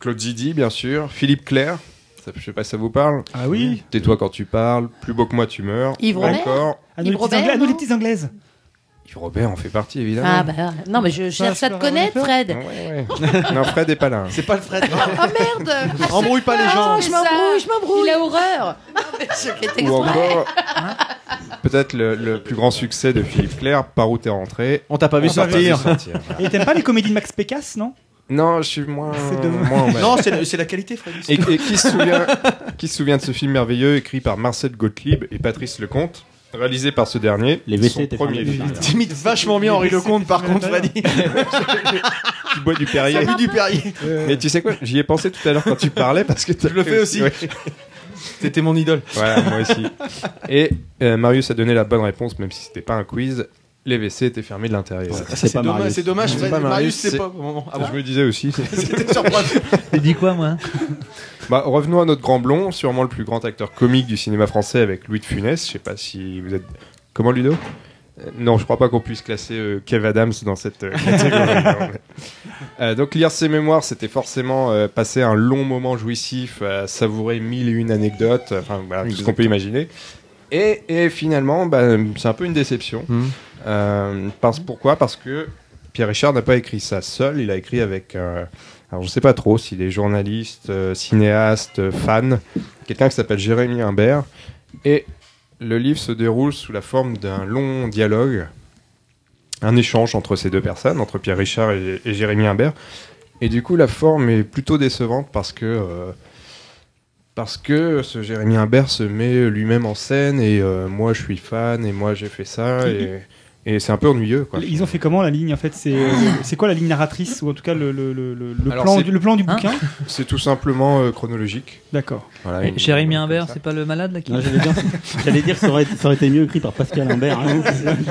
Speaker 4: Claude Zidi bien sûr, Philippe Clair, ça, je sais pas si ça vous parle.
Speaker 2: Ah oui.
Speaker 4: Tais-toi quand tu parles, Plus beau que moi tu meurs.
Speaker 13: Yves
Speaker 4: Ou
Speaker 13: Robert
Speaker 4: Encore.
Speaker 2: À Ah,
Speaker 13: Yves
Speaker 2: nous, les petites
Speaker 13: Robert,
Speaker 2: Anglaises- à nous,
Speaker 13: non
Speaker 2: les petites anglaises.
Speaker 4: Yves Robert en fait partie évidemment.
Speaker 13: Ah bah non mais je cherche à te connaître Fred.
Speaker 4: non, Fred est pas là.
Speaker 7: C'est pas le Fred.
Speaker 13: oh merde.
Speaker 7: Embrouille pas les
Speaker 13: Ah,
Speaker 7: gens.
Speaker 6: Oh, je m'embrouille, je m'embrouille. Il a horreur.
Speaker 4: Ou encore, peut-être le, le plus grand succès de Philippe Clair, Par où t'es rentré
Speaker 7: On t'a pas vu
Speaker 4: On t'a
Speaker 7: sortir.
Speaker 4: voilà.
Speaker 2: Et t'aimes pas les comédies de Max Pécasse, non
Speaker 4: Non, je suis moins. moins en
Speaker 7: Non,
Speaker 4: mal.
Speaker 7: c'est la, c'est la qualité, Fred.
Speaker 4: Et, et qui, se souvient, qui se souvient de ce film merveilleux écrit par Marcel Gottlieb et Patrice Lecomte, réalisé par ce dernier,
Speaker 5: Les WC
Speaker 4: son
Speaker 5: étaient
Speaker 4: premier
Speaker 5: fermés,
Speaker 4: film,
Speaker 5: putain.
Speaker 7: T'imites vachement bien Henri Lecomte, par contre, Freddy.
Speaker 4: qui boit du Perrier.
Speaker 7: Salut du Perrier.
Speaker 4: Mais tu sais quoi, j'y ai pensé tout à l'heure quand tu parlais parce que
Speaker 7: Je le fais aussi. C'était mon idole.
Speaker 4: Voilà, moi aussi. Et euh, Marius a donné la bonne réponse, même si c'était pas un quiz. Les WC étaient fermés de l'intérieur.
Speaker 7: Ça, c'est pas dommage- Marius. c'est dommage, Fred- Marius, c'est pas au moment. Ah bon
Speaker 4: je me disais aussi.
Speaker 7: C'était surprenant.
Speaker 1: T'as dit quoi, moi
Speaker 4: Bah, revenons à notre grand blond, sûrement le plus grand acteur comique du cinéma français avec Louis de Funès. Je sais pas si vous êtes. Comment Ludo Euh, Non, je crois pas qu'on puisse classer euh, Kev Adams dans cette euh, catégorie. non, mais- Euh, donc lire ses mémoires, c'était forcément euh, passer un long moment jouissif, à savourer mille et une anecdotes, enfin voilà, tout ce qu'on peut imaginer. Et, et finalement, bah, c'est un peu une déception. Euh, parce, pourquoi Parce que Pierre Richard n'a pas écrit ça seul, il a écrit avec, euh, alors je sais pas trop s'il est journaliste, euh, cinéaste, euh, fan, quelqu'un qui s'appelle Jérémy Imbert. Et le livre se déroule sous la forme d'un long dialogue, un échange entre ces deux personnes, entre Pierre Richard et, et Jérémy Imbert. Et du coup, la forme est plutôt décevante parce que. euh, parce que ce Jérémy Imbert se met lui-même en scène et euh, moi je suis fan et moi j'ai fait ça et,
Speaker 13: Mm-hmm.
Speaker 4: et c'est un peu ennuyeux quoi. Ah.
Speaker 2: Ils ont fait comment la ligne en fait C'est euh, c'est quoi la ligne narratrice ou en tout cas le, le, le, le- le
Speaker 4: Alors,
Speaker 2: plan,
Speaker 4: c'est-
Speaker 2: du, le plan du
Speaker 13: Hein
Speaker 1: Hein
Speaker 2: bouquin
Speaker 4: C'est tout simplement euh, chronologique.
Speaker 2: D'accord.
Speaker 4: Voilà,
Speaker 1: Et
Speaker 4: une-
Speaker 1: Jérémy Imbert, c'est pas le malade là qui.
Speaker 5: Non, J'allais dire, j'allais dire que ça aurait, ça aurait été mieux écrit par Pascal Imbert. hein.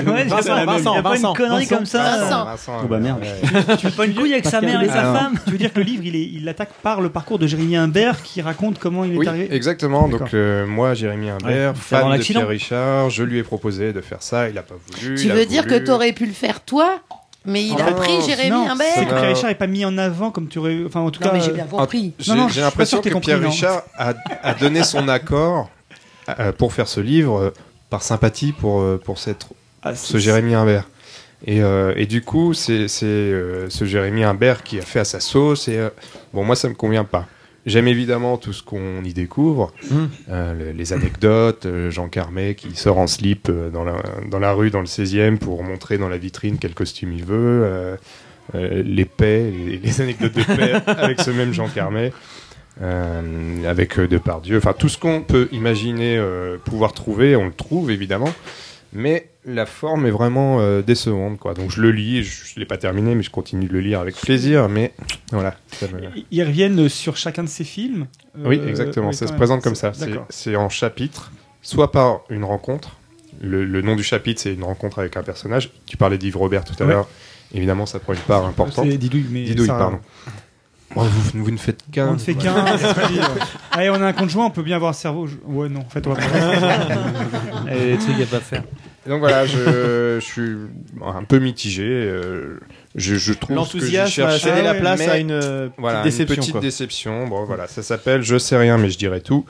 Speaker 1: Ouais,
Speaker 7: Vincent,
Speaker 1: c'est la même.
Speaker 7: Vincent,
Speaker 1: Il y a pas
Speaker 7: Vincent.
Speaker 1: une connerie
Speaker 2: Vincent.
Speaker 1: comme ça.
Speaker 6: Vincent.
Speaker 5: Oh bah merde.
Speaker 1: Tu veux pas une couille avec sa mère et sa
Speaker 4: Ah, non.
Speaker 1: femme
Speaker 2: Tu veux dire que le livre il est- il l'attaque par le parcours de Jérémy Imbert qui raconte comment il est
Speaker 4: Oui,
Speaker 2: arrivé
Speaker 4: exactement.
Speaker 2: D'accord.
Speaker 4: Donc euh, moi, Jérémy Imbert,
Speaker 1: Ouais, c'est
Speaker 4: fan
Speaker 1: avant
Speaker 4: de
Speaker 1: l'accident.
Speaker 4: Pierre Richard, je lui ai proposé de faire ça, il n'a pas voulu.
Speaker 13: Tu
Speaker 4: il a
Speaker 13: veux dire que
Speaker 4: voulu.
Speaker 13: t'aurais pu le faire toi, mais il a
Speaker 4: Ah,
Speaker 13: pris Jérémy
Speaker 2: Oh, Non, c'est que
Speaker 13: Imbert.
Speaker 4: Non.
Speaker 2: Pierre Richard est pas mis en avant comme tu aurais. Enfin, en tout
Speaker 13: Non,
Speaker 2: cas.
Speaker 13: mais j'ai
Speaker 2: euh,
Speaker 13: bien
Speaker 4: Ah,
Speaker 13: compris.
Speaker 4: Euh. J'ai
Speaker 2: Non, non,
Speaker 4: j'ai
Speaker 2: je suis pas
Speaker 4: l'impression
Speaker 2: sûr
Speaker 4: que
Speaker 2: que t'aies
Speaker 4: Pierre
Speaker 2: compris,
Speaker 4: Richard a, a donné son accord euh, pour faire ce livre euh, par sympathie pour, euh, pour cette,
Speaker 2: ah, c'est-
Speaker 4: ce Jérémy Imbert. Et, euh, et du coup, c'est c'est, euh, ce Jérémy Imbert qui a fait à sa sauce. Et euh, bon, moi, ça me convient pas. J'aime évidemment tout ce qu'on y découvre, Euh, le- les anecdotes, euh, Jean Carmet qui sort en slip euh, dans, la, dans la rue, dans le 16e, pour montrer dans la vitrine quel costume il veut, euh, euh, les paix, les, les anecdotes de paix avec ce même Jean Carmet, euh, avec euh, Depardieu, enfin tout ce qu'on peut imaginer euh, pouvoir trouver, on le trouve évidemment, mais la forme est vraiment euh, décevante. Quoi. Donc je le lis, je ne l'ai pas terminé, mais je continue de le lire avec plaisir, mais voilà. ça me-
Speaker 2: Ils reviennent euh, sur chacun de ses films. euh,
Speaker 4: oui, exactement.
Speaker 2: oui,
Speaker 4: ça
Speaker 2: quand
Speaker 4: se
Speaker 2: même.
Speaker 4: présente comme ça. C'est-
Speaker 2: D'accord.
Speaker 4: C'est en chapitres, soit par une rencontre. Le, le nom du chapitre, c'est une rencontre avec un personnage. Tu parlais d'Yves Robert tout à
Speaker 2: Ouais.
Speaker 4: l'heure. Évidemment, ça prend une part importante.
Speaker 2: C'est Didouille, mais.
Speaker 4: Didouille,
Speaker 2: ça-
Speaker 4: pardon. Oh, vous, vous ne faites qu'un.
Speaker 2: On ne fait qu'un. Allez, on a un compte joint, on peut bien avoir un cerveau. Je- Ouais, non, en fait, on va pas.
Speaker 1: Et des trucs à pas faire.
Speaker 4: Donc voilà, je, je suis un peu mitigé. euh, Je, je trouve ce que j'y
Speaker 7: L'enthousiasme a
Speaker 4: cherchais,
Speaker 7: cédé la place
Speaker 4: mais-
Speaker 7: à une euh, petite
Speaker 4: Voilà,
Speaker 7: déception.
Speaker 4: une petite
Speaker 7: quoi.
Speaker 4: déception. Bon, voilà, ça s'appelle Je sais rien, mais je dirais tout.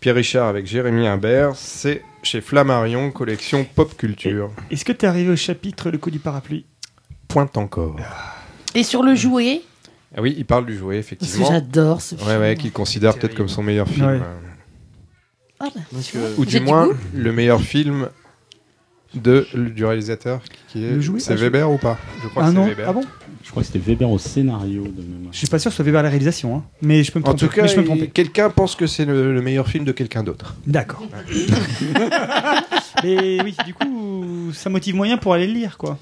Speaker 4: Pierre Richard avec Jérémy Imbert, c'est chez Flammarion, collection pop culture.
Speaker 2: Est-ce que t'es arrivé au chapitre Le coup du parapluie Ah.
Speaker 4: Pointe encore.
Speaker 13: Et sur le jouet,
Speaker 4: Ah oui, il parle du jouet,
Speaker 13: parce que
Speaker 4: effectivement.
Speaker 13: j'adore ce film.
Speaker 4: Ouais, ouais, qu'il considère peut-être comme son meilleur film.
Speaker 2: Ouais.
Speaker 4: Euh,
Speaker 13: Ah bah,
Speaker 7: Parce
Speaker 13: tu
Speaker 7: que-
Speaker 13: vois,
Speaker 4: Ou
Speaker 13: j'ai du
Speaker 4: du moins,
Speaker 13: goût.
Speaker 4: le meilleur film de, du réalisateur qui est.
Speaker 2: Le jouet,
Speaker 4: c'est
Speaker 2: ah, je-
Speaker 4: Weber ou pas Je crois
Speaker 2: Ah
Speaker 4: que c'est
Speaker 2: non
Speaker 4: Weber.
Speaker 2: Ah bon
Speaker 5: Je crois que c'était Weber au scénario de mémoire.
Speaker 2: Je suis pas sûr que ce soit Weber à la réalisation, hein. mais je peux me
Speaker 4: en
Speaker 2: tromper.
Speaker 4: tout cas,
Speaker 2: mais je peux me
Speaker 4: il-
Speaker 2: tromper.
Speaker 4: quelqu'un pense que c'est le, le meilleur film de quelqu'un d'autre.
Speaker 2: D'accord. mais oui, du coup, ça motive moyen pour aller le lire, quoi.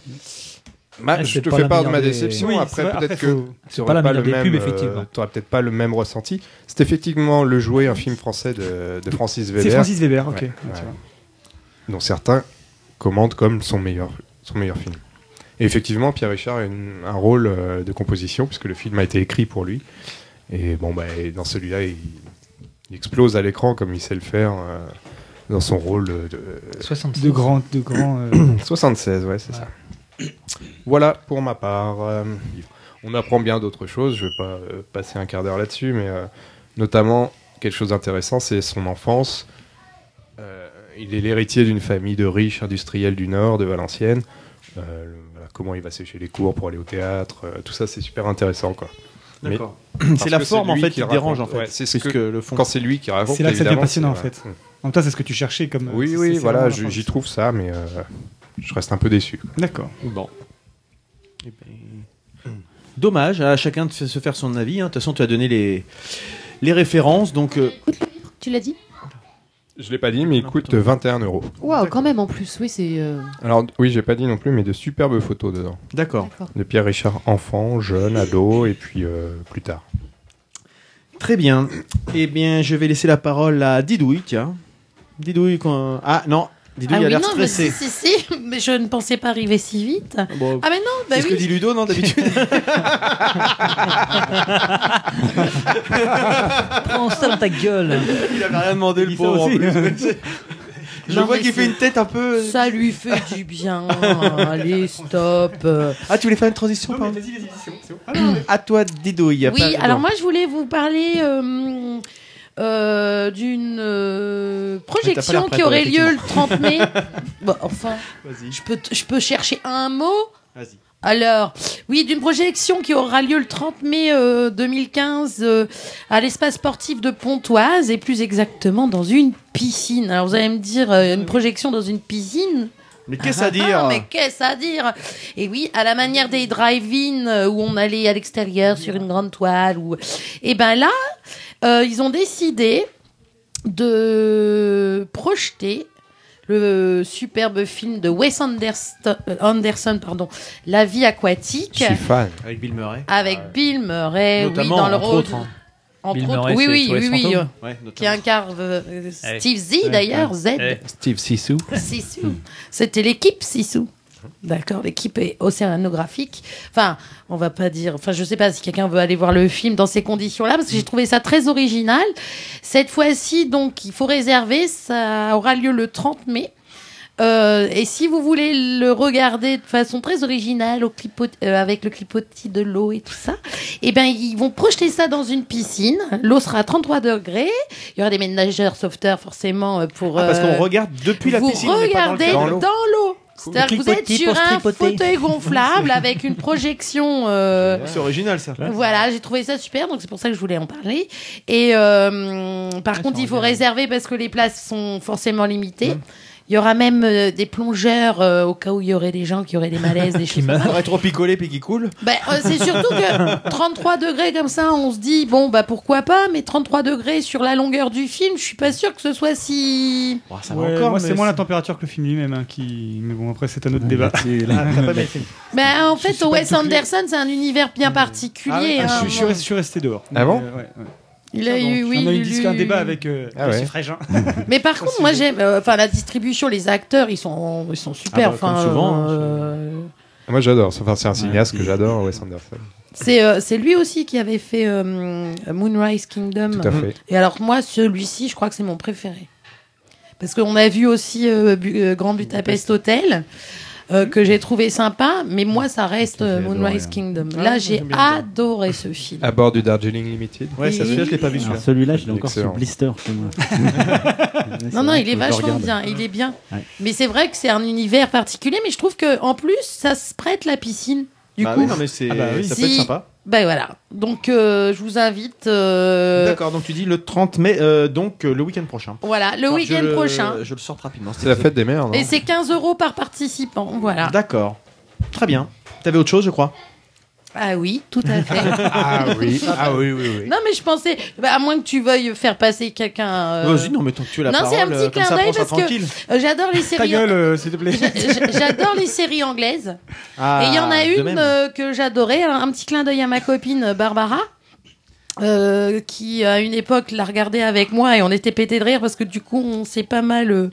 Speaker 4: Ma-
Speaker 1: Ah,
Speaker 4: je
Speaker 1: c'est
Speaker 4: te
Speaker 1: pas
Speaker 4: fais
Speaker 1: la
Speaker 4: part de ma
Speaker 1: meilleure des-
Speaker 4: déception.
Speaker 1: Oui, c'est
Speaker 4: après,
Speaker 1: vrai,
Speaker 4: peut-être
Speaker 1: après,
Speaker 4: que
Speaker 1: faut- c'est
Speaker 4: tu
Speaker 1: pas la
Speaker 4: n'aurais pas,
Speaker 1: meilleure
Speaker 4: le
Speaker 1: des
Speaker 4: même,
Speaker 1: pubs,
Speaker 4: euh,
Speaker 1: effectivement.
Speaker 4: t'aurais peut-être pas le même ressenti. C'est effectivement le jouet, un film français de, de Francis Weber.
Speaker 2: C'est Francis Weber, ok.
Speaker 4: Ouais,
Speaker 2: Ah, tu
Speaker 4: ouais.
Speaker 2: vois.
Speaker 4: Dont certains commandent comme son meilleur, son meilleur film. Et effectivement, Pierre Richard a une- un rôle euh, de composition puisque le film a été écrit pour lui. Et bon, bah, et dans celui-là, il, il explose à l'écran comme il sait le faire euh, dans son rôle de, de-
Speaker 1: 76.
Speaker 2: De grand, de grand. euh,
Speaker 4: 76, ouais, c'est ça. Voilà pour ma part. Euh, on apprend bien d'autres choses, je vais pas euh, passer un quart d'heure là-dessus, mais euh, notamment, quelque chose d'intéressant, c'est son enfance. Euh, il est l'héritier d'une famille de riches industriels du Nord, de Valenciennes. Euh, le- voilà, comment il va sécher les cours pour aller au théâtre, euh, tout ça, c'est super intéressant, quoi. Mais-
Speaker 7: D'accord.
Speaker 4: parce
Speaker 7: C'est la
Speaker 4: que
Speaker 7: forme, en
Speaker 4: lui
Speaker 7: fait, qui
Speaker 4: raconte.
Speaker 7: dérange, en fait,
Speaker 4: Ouais, c'est ce que,
Speaker 7: puisque le fond-
Speaker 4: Quand c'est lui qui raconte.
Speaker 2: C'est là que ça devient
Speaker 4: évidemment,
Speaker 2: passionnant en
Speaker 4: c'est- Mm.
Speaker 2: fait. En même temps, c'est ce que tu cherchais comme. euh,
Speaker 4: Oui,
Speaker 2: c'est-
Speaker 4: oui,
Speaker 2: c'est
Speaker 4: voilà,
Speaker 2: vraiment
Speaker 4: je-
Speaker 2: la
Speaker 4: j'y trouve ça, mais euh, je reste un peu déçu.
Speaker 2: D'accord.
Speaker 7: Bon. Eh ben, Dommage, à chacun de se se faire son avis. hein. De toute façon, tu as donné les, les références, donc euh,
Speaker 6: Tu l'as dit
Speaker 4: Je l'ai pas dit, mais il coûte 21 euros.
Speaker 6: Waouh, quand même, en plus, oui, c'est. euh,
Speaker 4: Alors oui, j'ai pas dit non plus, mais de superbes photos dedans.
Speaker 7: D'accord.
Speaker 4: De Pierre Richard enfant, jeune, ado, et puis euh, plus tard.
Speaker 7: très bien. Eh bien, je vais laisser la parole à Didouille, tiens. Didouille, quand... ah non, Didouille
Speaker 3: ah
Speaker 7: a
Speaker 3: oui,
Speaker 7: l'air
Speaker 3: non, mais
Speaker 7: stressé.
Speaker 3: si, si, si, mais je ne pensais pas arriver si vite.
Speaker 7: Bon,
Speaker 3: ah, mais non, bah
Speaker 7: c'est ce
Speaker 3: oui.
Speaker 7: que dit Ludo, non, d'habitude
Speaker 1: Prends ça dans ta gueule.
Speaker 7: Il avait rien demandé, le pauvre. en
Speaker 1: aussi.
Speaker 7: plus. je
Speaker 1: Non,
Speaker 7: vois
Speaker 1: mais
Speaker 7: qu'il fait
Speaker 1: c'est-
Speaker 7: une tête un peu. euh,
Speaker 6: Ça lui fait du bien. Ah, Allez, stop. euh.
Speaker 7: Ah, tu voulais faire une transition pardon Ah, À toi, Didouille.
Speaker 6: Oui, alors moi
Speaker 7: je
Speaker 6: je voulais vous parler euh, euh, d'une
Speaker 7: Ouais,
Speaker 6: euh,
Speaker 7: t'as pas
Speaker 6: projection
Speaker 7: l'air prêt,
Speaker 6: qui aurait
Speaker 7: toi,
Speaker 6: lieu le
Speaker 7: effectivement.
Speaker 6: 30 mai. Bon, enfin,
Speaker 7: Vas-y.
Speaker 6: je peux, t- je peux chercher un mot.
Speaker 7: Vas-y.
Speaker 6: Alors, oui, d'une projection qui aura lieu le 30 mai euh, 2015 euh, à l'espace sportif de Pontoise et plus exactement dans une piscine. Alors vous allez me dire, euh, une projection dans une piscine
Speaker 7: Mais qu'est-ce à dire
Speaker 6: ah, mais qu'est-ce à dire Et oui, à la manière des drive-in euh, où on allait à l'extérieur sur une grande toile. Ou... Et ben là, euh, ils ont décidé de projeter le superbe film de Wes Anderson, Anderson pardon, La vie aquatique,
Speaker 7: Avec Bill Murray. Ah
Speaker 6: avec Bill Murray, oui,
Speaker 7: Notamment,
Speaker 6: dans le
Speaker 7: entre
Speaker 6: rôle.
Speaker 7: autres, hein.
Speaker 6: Entre
Speaker 7: Bill
Speaker 6: autres,
Speaker 7: Murray,
Speaker 6: oui,
Speaker 7: c'est
Speaker 6: oui,
Speaker 7: sur les
Speaker 6: oui, oui,
Speaker 7: fantômes.
Speaker 6: euh,
Speaker 7: Ouais, Eh,
Speaker 6: qui incarne euh,
Speaker 7: Ouais.
Speaker 6: Steve Z
Speaker 7: Ouais,
Speaker 6: d'ailleurs,
Speaker 7: ouais.
Speaker 6: Z.
Speaker 7: Ouais.
Speaker 4: Steve Sissou.
Speaker 6: Sissou. C'était l'équipe Sissou. D'accord, l'équipe est océanographique. Enfin, on va pas dire. Enfin, je sais pas si quelqu'un veut aller voir le film dans ces conditions-là, parce que j'ai trouvé ça très original. Cette fois-ci, donc, il faut réserver. Ça aura lieu le 30 mai. Euh, et si vous voulez le regarder de façon très originale, au clipot- euh, avec le clipotis de l'eau et tout ça, eh ben ils vont projeter ça dans une piscine. L'eau sera à 33 degrés. Il y aura des ménageurs, sauveteurs forcément euh, pour.
Speaker 7: Ah, parce
Speaker 6: euh,
Speaker 7: qu'on regarde depuis la
Speaker 6: vous
Speaker 7: piscine. on n'est pas
Speaker 6: regardez
Speaker 7: dans
Speaker 6: dans
Speaker 7: le-
Speaker 6: l'eau.
Speaker 7: Cool.
Speaker 6: C'est-à-dire que vous êtes
Speaker 7: Tripoter
Speaker 6: sur
Speaker 7: pour
Speaker 6: un
Speaker 7: tripoter.
Speaker 6: fauteuil gonflable avec une projection. euh,
Speaker 7: C'est original ça.
Speaker 6: Voilà, j'ai trouvé ça super, donc c'est pour ça que je voulais en parler. Et euh, par contre, il faut réserver parce que les places sont forcément limitées. Il y aura même euh, des plongeurs euh, au cas où il y aurait des gens qui auraient des malaises, des choses.
Speaker 7: Ça aurait trop picolé puis qui coule.
Speaker 6: Ben, euh, c'est surtout que 33 degrés comme ça, on se dit bon bah pourquoi pas, mais 33 degrés sur la longueur du film, je suis pas sûr que ce soit si.
Speaker 2: Ouais, moi, c'est
Speaker 6: mais
Speaker 2: moins la température que le film lui-même hein, qui. Mais bon, après, c'est un
Speaker 7: Ah,
Speaker 2: autre débat. Ah,
Speaker 6: Ben, en fait, Wes Anderson, c'est un univers bien particulier.
Speaker 2: Ah,
Speaker 6: hein,
Speaker 2: je, je suis
Speaker 6: moi.
Speaker 2: resté, je suis resté dehors.
Speaker 4: Ah bon
Speaker 2: Euh, ouais, ouais.
Speaker 6: Il a
Speaker 2: Ah bon,
Speaker 6: eu, oui,
Speaker 2: On a eu
Speaker 6: il
Speaker 2: discuté
Speaker 6: a
Speaker 2: un
Speaker 6: eu-
Speaker 2: débat avec euh,
Speaker 4: Ah ouais.
Speaker 2: Lucie Frégin.
Speaker 6: Mais par contre, moi j'aime. euh, Enfin, la distribution, les acteurs, ils sont, ils sont super.
Speaker 4: Ah bah, comme
Speaker 6: enfin,
Speaker 4: souvent, hein,
Speaker 6: euh,
Speaker 4: Ah, Moi j'adore, enfin, c'est un cinéaste que j'adore, Wes Anderson.
Speaker 6: c'est euh, c'est lui aussi qui avait fait euh, Moonrise Kingdom.
Speaker 4: Tout à fait.
Speaker 6: Et alors moi, celui-ci, je crois que c'est mon préféré. Parce qu'on a vu aussi euh, Bu- euh, Grand Budapest Hotel. euh, que j'ai trouvé sympa, mais moi ça reste euh, Moonrise Kingdom. Là j'ai adoré ce film.
Speaker 4: À bord du Darjeeling Limited.
Speaker 6: Ouais, ça se fait, je l'ai pas vu,
Speaker 5: Alors, celui-là, je l'ai encore sur
Speaker 4: Excellent.
Speaker 5: blister chez moi.
Speaker 6: Non, non, il
Speaker 5: que je
Speaker 6: est
Speaker 5: le
Speaker 6: vachement
Speaker 5: regarde.
Speaker 6: bien. Il est bien.
Speaker 5: Ouais.
Speaker 6: Mais c'est vrai que c'est un univers particulier, mais je trouve que en plus, ça se prête la piscine. Du
Speaker 7: Bah
Speaker 6: coup,
Speaker 7: oui, non, mais c'est- Ah bah oui. ça peut être sympa.
Speaker 6: Ben voilà. Donc, euh, je vous invite. euh,
Speaker 7: D'accord, donc tu dis le 30 mai, euh, donc euh, le week-end prochain.
Speaker 6: Voilà, le
Speaker 7: Alors,
Speaker 6: week-end
Speaker 7: je
Speaker 6: prochain.
Speaker 7: Je le sorte rapidement.
Speaker 4: C'est la fête des mères, non
Speaker 6: Et c'est 15 euros par participant. Voilà.
Speaker 7: D'accord, très bien. T'avais autre chose, je crois
Speaker 6: Ah oui, tout à fait.
Speaker 7: Ah oui, ah oui, oui, oui.
Speaker 6: Non, mais je pensais, bah, à moins que tu veuilles faire passer quelqu'un. euh,
Speaker 7: Vas-y, non, mais tant que tu as la
Speaker 6: non,
Speaker 7: parole,
Speaker 6: c'est un petit
Speaker 7: euh, comme
Speaker 6: clin
Speaker 7: ça,
Speaker 6: d'œil
Speaker 7: après, on
Speaker 6: parce
Speaker 7: sera tranquille.
Speaker 6: que euh, j'adore les
Speaker 2: Ta
Speaker 6: séries.
Speaker 2: gueule, euh, s'il te plaît.
Speaker 6: J'a- J'adore les séries anglaises.
Speaker 2: Ah,
Speaker 6: et il y en a
Speaker 2: de
Speaker 6: une
Speaker 2: même.
Speaker 6: euh, que j'adorais. Un, un petit clin d'œil à ma copine Barbara. euh, qui à une époque la regardait avec moi et on était pété de rire parce que du coup on s'est pas mal euh,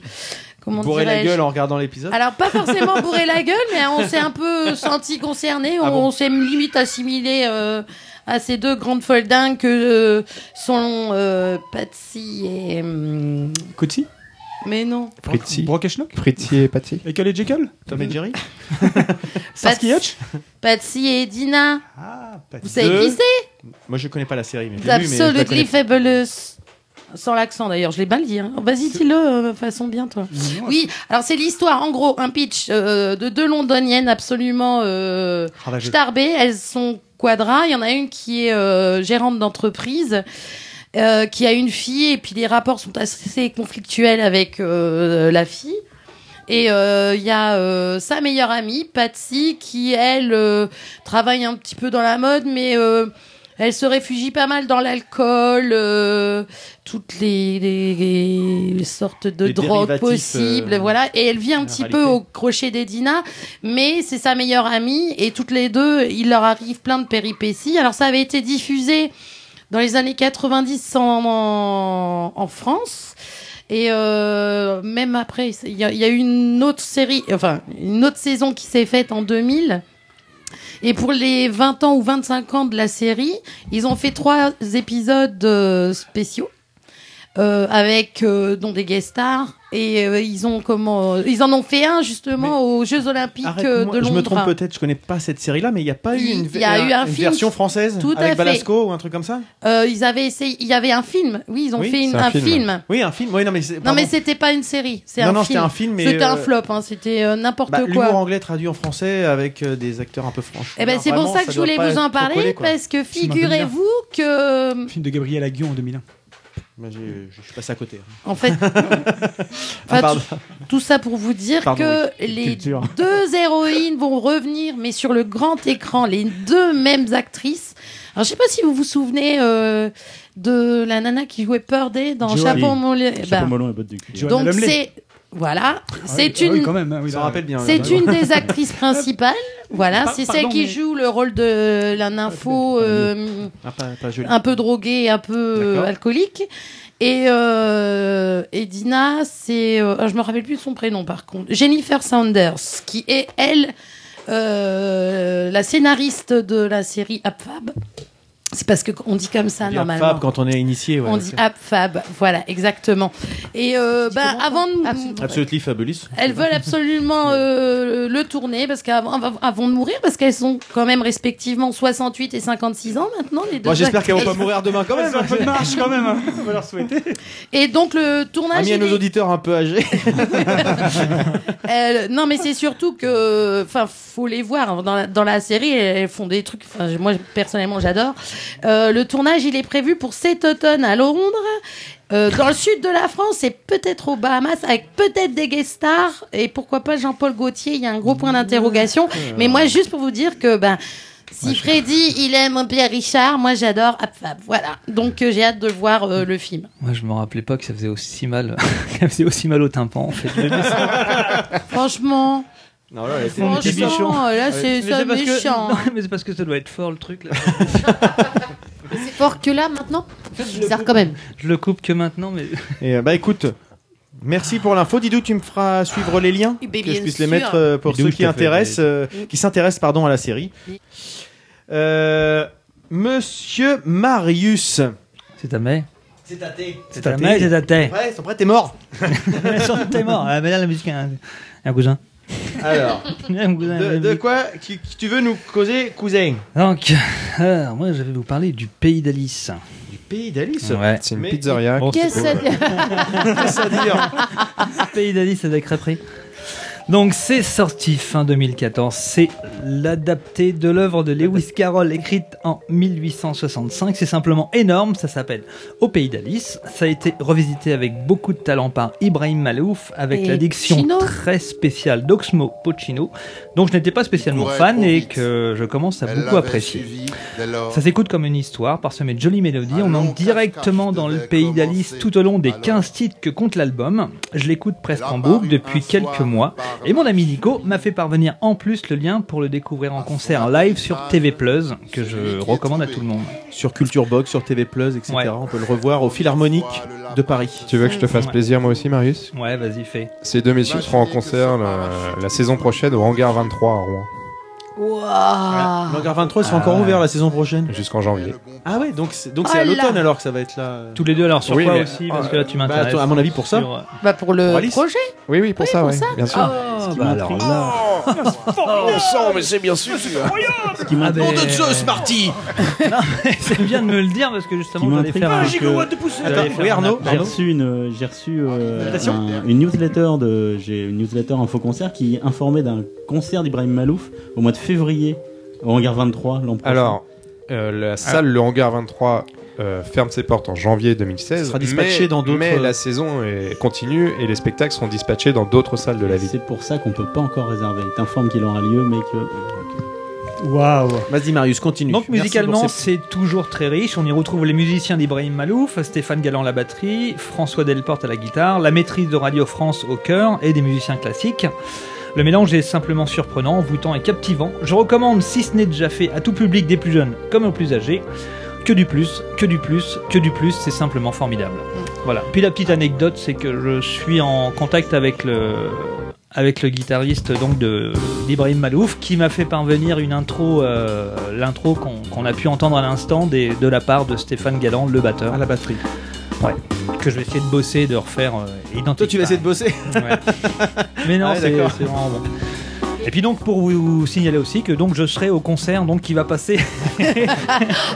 Speaker 6: comment
Speaker 7: Bourrer la
Speaker 6: dirais-je
Speaker 7: gueule en regardant l'épisode.
Speaker 6: alors pas forcément bourré la gueule, mais on s'est un peu senti concerné. on s'est limite assimilé euh, à ces deux grandes folles dingues que euh, sont euh, Patsy et. hum,
Speaker 2: Coty
Speaker 6: Mais non.
Speaker 4: Pretty.
Speaker 2: Brock et Schnock
Speaker 4: Pretty et Patty.
Speaker 2: Et quel est Jekyll
Speaker 7: Tom et Jerry
Speaker 2: Starsky Hutch
Speaker 6: Patsy et Dina. Vous savez
Speaker 7: Deux.
Speaker 6: qui c'est
Speaker 7: Moi, je connais pas la série, mais j'ai vu, mais je la
Speaker 6: Absolutely
Speaker 7: connais.
Speaker 6: Fabulous. Sans l'accent d'ailleurs, je l'ai mal dit. hein. Vas-y, dis-le euh, façon bien toi. Oui, alors c'est l'histoire en gros, un pitch euh, de deux londoniennes absolument euh,
Speaker 13: Ah, bah, je-
Speaker 6: starbées. Elles sont quadras. Il y en a une qui est euh, gérante d'entreprise. euh, qui a une fille et puis les rapports sont assez conflictuels avec euh, la fille. Et euh, il y a euh, sa meilleure amie, Patsy, qui, elle, euh, travaille un petit peu dans la mode, mais euh, elle se réfugie pas mal dans l'alcool, euh, toutes les, les- les sortes de
Speaker 13: Les
Speaker 6: drogues
Speaker 13: dérivatifs,
Speaker 6: possibles,
Speaker 13: euh,
Speaker 6: voilà. Et elle vit un petit peu au crochet des Dina, mais c'est sa meilleure amie, et toutes les deux, il leur arrive plein de péripéties. Alors ça avait été diffusé dans les années 90 en, en, en France. Et euh, même après, il y, a- il y a eu une autre série, enfin une autre saison qui s'est faite en 2000. Et pour les 20 ans ou 25 ans de la série, ils ont fait trois épisodes euh, spéciaux. euh, avec euh, dont des guest stars et euh, ils ont comment euh, ils en ont fait un justement aux Jeux Olympiques euh,
Speaker 7: Arrête-moi,
Speaker 6: de Londres.
Speaker 7: Je me trompe peut-être, je connais pas cette série-là, mais il n'y a pas eu
Speaker 6: Il-
Speaker 7: une, euh,
Speaker 6: il y a eu un
Speaker 7: une
Speaker 6: film.
Speaker 7: version française
Speaker 6: Tout à
Speaker 7: avec
Speaker 6: fait.
Speaker 7: Balasco ou un truc comme ça
Speaker 6: Euh, ils avaient essayé, il y avait un film. Oui, ils ont
Speaker 7: Oui,
Speaker 6: fait une-
Speaker 7: c'est
Speaker 6: un, film.
Speaker 7: Oui, un film. Oui, non, mais c'est-
Speaker 6: Non
Speaker 7: pardon.
Speaker 6: mais c'était pas une série, c'est
Speaker 7: Non,
Speaker 6: un,
Speaker 7: non,
Speaker 6: film.
Speaker 7: c'était un film, mais,
Speaker 6: C'était un
Speaker 7: euh,
Speaker 6: flop, hein, c'était euh, n'importe
Speaker 7: Bah,
Speaker 6: quoi.
Speaker 7: L'humour anglais traduit en français avec euh, des acteurs un peu franches.
Speaker 6: Eh ben c'est pour ça que je voulais vous en parler parce que
Speaker 2: Tu m'as donné l'air.
Speaker 6: figurez-vous que
Speaker 7: Ah,
Speaker 2: Film de Gabriel Aguillon en 2001.
Speaker 7: Je suis passé à côté. Ah,
Speaker 6: en Ah, fait, enfin,
Speaker 7: pardon.
Speaker 6: tout, tout ça pour vous dire
Speaker 7: Pardon,
Speaker 6: que
Speaker 7: oui,
Speaker 6: les
Speaker 7: culture.
Speaker 6: deux héroïnes vont revenir, mais sur le grand écran, les deux mêmes actrices. Alors je sais pas si vous vous souvenez euh, de la nana qui jouait Purdy dans
Speaker 5: Joanne.
Speaker 6: Chapeau
Speaker 5: Oui.
Speaker 6: Mollet.
Speaker 5: Chapeau
Speaker 6: Ben,
Speaker 5: melon et bottes de cul. Joanna
Speaker 6: Donc
Speaker 5: Lumley.
Speaker 6: c'est voilà,
Speaker 2: oui,
Speaker 6: c'est
Speaker 2: ah oui,
Speaker 6: une
Speaker 2: quand même, hein, oui, là,
Speaker 7: rappelle bien,
Speaker 6: C'est une des actrices principales. Voilà,
Speaker 2: Par-
Speaker 6: c'est celle
Speaker 2: pardon,
Speaker 6: qui
Speaker 2: mais-
Speaker 6: joue le rôle de la nympho euh,
Speaker 7: Ah, pas, pas joli.
Speaker 6: un peu droguée, un peu euh, alcoolique. Et, euh, et Dina, c'est. euh, ah, je me rappelle plus de son prénom par contre. Jennifer Sanders, qui est, elle, euh, la scénariste de la série Up Fab. C'est parce qu'on dit comme ça
Speaker 7: On dit
Speaker 6: normalement.
Speaker 7: Fab quand on est initié. ouais,
Speaker 6: On
Speaker 7: ok.
Speaker 6: dit Up Fab, voilà, exactement. Et euh, ben, avant de.
Speaker 7: Absolutely Fabulous.
Speaker 6: Elles veulent absolument euh, le tourner parce qu'avant av- avant de mourir, parce qu'elles sont quand même respectivement 68 et 56 ans maintenant, les deux.
Speaker 7: Moi, j'espère qu'elles vont pas
Speaker 6: actrices.
Speaker 7: mourir demain quand même.
Speaker 2: Elles ont un peu de Ah, marche quand même. hein. On va leur souhaiter.
Speaker 6: Et donc le
Speaker 7: On a
Speaker 6: tournage.
Speaker 7: mis à
Speaker 6: il
Speaker 7: nos
Speaker 6: est-
Speaker 7: auditeurs un peu âgés.
Speaker 6: Elle- Euh, non, mais c'est surtout que, enfin, faut les voir dans la, dans la série. Elles font des trucs. Enfin, moi personnellement, j'adore. Euh, le tournage, il est prévu pour cet automne à Londres, euh, dans le sud de la France et peut-être aux Bahamas, avec peut-être des guest stars et pourquoi pas Jean-Paul Gaultier. Il y a un gros point d'interrogation. Mais moi, juste pour vous dire que, ben. Si Freddy, il aime Pierre Richard, moi j'adore Ab Fab. Voilà. Donc euh, j'ai hâte de voir euh, le film.
Speaker 1: Moi, je me rappelais pas que ça faisait aussi mal, ça faisait aussi mal au tympan. En fait.
Speaker 6: Franchement.
Speaker 7: Non, là, elle était-
Speaker 6: Franchement,
Speaker 7: elle était méchant.
Speaker 6: là,
Speaker 7: Ouais.
Speaker 6: c'est-
Speaker 1: Mais
Speaker 6: ça
Speaker 1: c'est parce que-
Speaker 6: méchant.
Speaker 1: non, mais c'est parce que ça doit être fort le truc. Là.
Speaker 13: C'est fort que là maintenant C'est bizarre quand même.
Speaker 1: Je le coupe que maintenant, mais
Speaker 7: Et euh, bah écoute, merci pour l'info. Didou, tu me feras suivre les liens
Speaker 13: Eh ben,
Speaker 7: que je
Speaker 13: bien
Speaker 7: puisse les
Speaker 13: sûr.
Speaker 7: mettre euh, pour
Speaker 13: Didou,
Speaker 7: ceux
Speaker 13: je te
Speaker 7: qui
Speaker 13: fais
Speaker 7: intéressent,
Speaker 13: des-
Speaker 7: euh, qui s'intéressent pardon à la série. Euh, Monsieur Marius.
Speaker 1: C'est ta mère.
Speaker 7: C'est ta thé.
Speaker 1: C'est ta mère, c'est ta thé.
Speaker 7: Ouais, sont prêts, t'es mort.
Speaker 1: t'es mort. Ah, mais là, la musique, un, un cousin.
Speaker 7: Alors,
Speaker 1: Un cousin,
Speaker 7: de,
Speaker 1: la
Speaker 7: de
Speaker 1: musique.
Speaker 7: quoi qui- qui tu veux nous causer, cousin
Speaker 1: Donc, alors, moi, je vais vous parler du pays d'Alice.
Speaker 7: Du pays d'Alice.
Speaker 1: Ouais.
Speaker 4: C'est une
Speaker 7: Mais-
Speaker 4: pizzeria.
Speaker 1: Bon,
Speaker 4: qui-
Speaker 1: c'est
Speaker 13: Qu'est-ce que ça dit
Speaker 7: Qu'est-ce à dire
Speaker 1: pays d'Alice avec Crêperie. Donc c'est sorti fin 2014. C'est l'adapté de l'œuvre de Lewis Carroll écrite en 1865. C'est simplement énorme. Ça s'appelle Au pays d'Alice. Ça a été revisité avec beaucoup de talent par Ibrahim Malouf avec
Speaker 6: Et
Speaker 1: la diction
Speaker 6: Chino.
Speaker 1: très spéciale d'Oxmo Puccino, dont je n'étais pas spécialement
Speaker 14: Ouais,
Speaker 1: fan
Speaker 14: trop
Speaker 1: et
Speaker 14: vite.
Speaker 1: que je commence à
Speaker 14: Elle
Speaker 1: beaucoup
Speaker 14: l'avait
Speaker 1: apprécier.
Speaker 14: suivi dès lors.
Speaker 1: Ça s'écoute comme une histoire, parsemée de jolies mélodies. On entre directement dans le pays d'Alice tout au long des 15 titres que compte l'album. Je l'écoute presque en boucle depuis quelques mois. Et mon ami Nico m'a fait parvenir en plus le lien pour le découvrir
Speaker 10: Ah,
Speaker 1: en concert live
Speaker 7: Ah,
Speaker 1: sur TV Plus, que je recommande à tout le monde.
Speaker 7: Sur Culture Box, sur TV Plus, etc.
Speaker 1: Ouais.
Speaker 7: On peut le revoir au Philharmonique de Paris.
Speaker 4: Tu veux que je te fasse
Speaker 1: Ouais.
Speaker 4: plaisir moi aussi, Marius
Speaker 1: Ouais, vas-y, fais.
Speaker 4: Ces deux
Speaker 6: Bah,
Speaker 4: messieurs seront en concert la, la saison prochaine au Hangar 23 à Rouen.
Speaker 7: Le Hangar 23 sera Oh,
Speaker 5: Ah.
Speaker 7: encore ouvert la saison prochaine
Speaker 4: Jusqu'en janvier.
Speaker 7: Ah ouais, donc c'est donc c'est à
Speaker 6: Oh là.
Speaker 7: l'automne alors que ça va être là.
Speaker 1: Tous les deux alors sur
Speaker 7: Oui,
Speaker 1: quoi
Speaker 7: mais-
Speaker 1: aussi Parce que là tu
Speaker 7: Bah,
Speaker 1: m'intéresses.
Speaker 7: attends, à mon avis, pour ça.
Speaker 1: Sur- euh,
Speaker 6: Bah pour le
Speaker 7: Pour Alice
Speaker 6: projet.
Speaker 4: Oui, oui, pour ça,
Speaker 6: pour
Speaker 4: ouais,
Speaker 6: ça.
Speaker 4: bien sûr.
Speaker 1: Ah, bah alors là.
Speaker 10: On sent, Oh, mais c'est bien sûr.
Speaker 5: Ce qui
Speaker 1: Ah,
Speaker 5: m'intrigue-
Speaker 10: Nom de Zeus, Marty
Speaker 1: euh, C'est bien de me le dire parce que justement
Speaker 5: Qui
Speaker 1: j'allais
Speaker 5: m'intrigue,
Speaker 1: faire
Speaker 14: Ah,
Speaker 1: un.
Speaker 5: c'est que-
Speaker 10: Ah, Gigawatt de poussée.
Speaker 1: j'allais
Speaker 10: Attends,
Speaker 1: faire
Speaker 10: oui,
Speaker 1: un-
Speaker 10: Arnaud,
Speaker 5: J'ai reçu une, euh, j'ai reçu euh,
Speaker 7: Invitation
Speaker 5: un- une newsletter de, j'ai une newsletter Info Concert qui informait d'un concert d'Ibrahim Malouf au mois de février au Hangar 23 l'an prochain.
Speaker 4: Alors, euh, la salle Le Hangar 23 euh, ferme ses portes en janvier 2016.
Speaker 7: sera dispatché
Speaker 4: mais,
Speaker 7: dans d'autres-
Speaker 4: Mais la saison est- continue et les spectacles seront dispatchés dans d'autres salles de la ville.
Speaker 5: c'est pour ça qu'on peut pas encore réserver. Il t'informe qu'il aura lieu, mais que
Speaker 2: Waouh.
Speaker 7: Vas-y Marius, continue.
Speaker 1: Donc
Speaker 7: Merci
Speaker 1: musicalement,
Speaker 7: pour ces-
Speaker 1: c'est toujours très riche. On y retrouve les musiciens d'Ibrahim Malouf, Stéphane Galland à la batterie, François Delporte à la guitare, la maîtrise de Radio France au chœur et des musiciens classiques. Le mélange est simplement surprenant, envoûtant et captivant. Je recommande, si ce n'est déjà fait, à tout public des plus jeunes comme aux plus âgés. Que du plus, que du plus, que du plus, c'est simplement formidable. Voilà. Puis la petite anecdote, c'est que je suis en contact avec le avec le guitariste donc de d'Ibrahim Malouf qui m'a fait parvenir une intro, euh, l'intro qu'on qu'on a pu entendre à l'instant des- de la part de Stéphane Galland, le batteur.
Speaker 7: à la batterie.
Speaker 1: Ouais. Que je vais essayer de bosser, de refaire. Euh, identique.
Speaker 7: Toi, tu vas essayer de bosser.
Speaker 1: Ouais. Mais non,
Speaker 7: Ah ouais,
Speaker 1: c'est
Speaker 7: d'accord.
Speaker 1: c'est vraiment bon. Et puis donc pour vous signaler aussi que donc je serai au concert donc qui va passer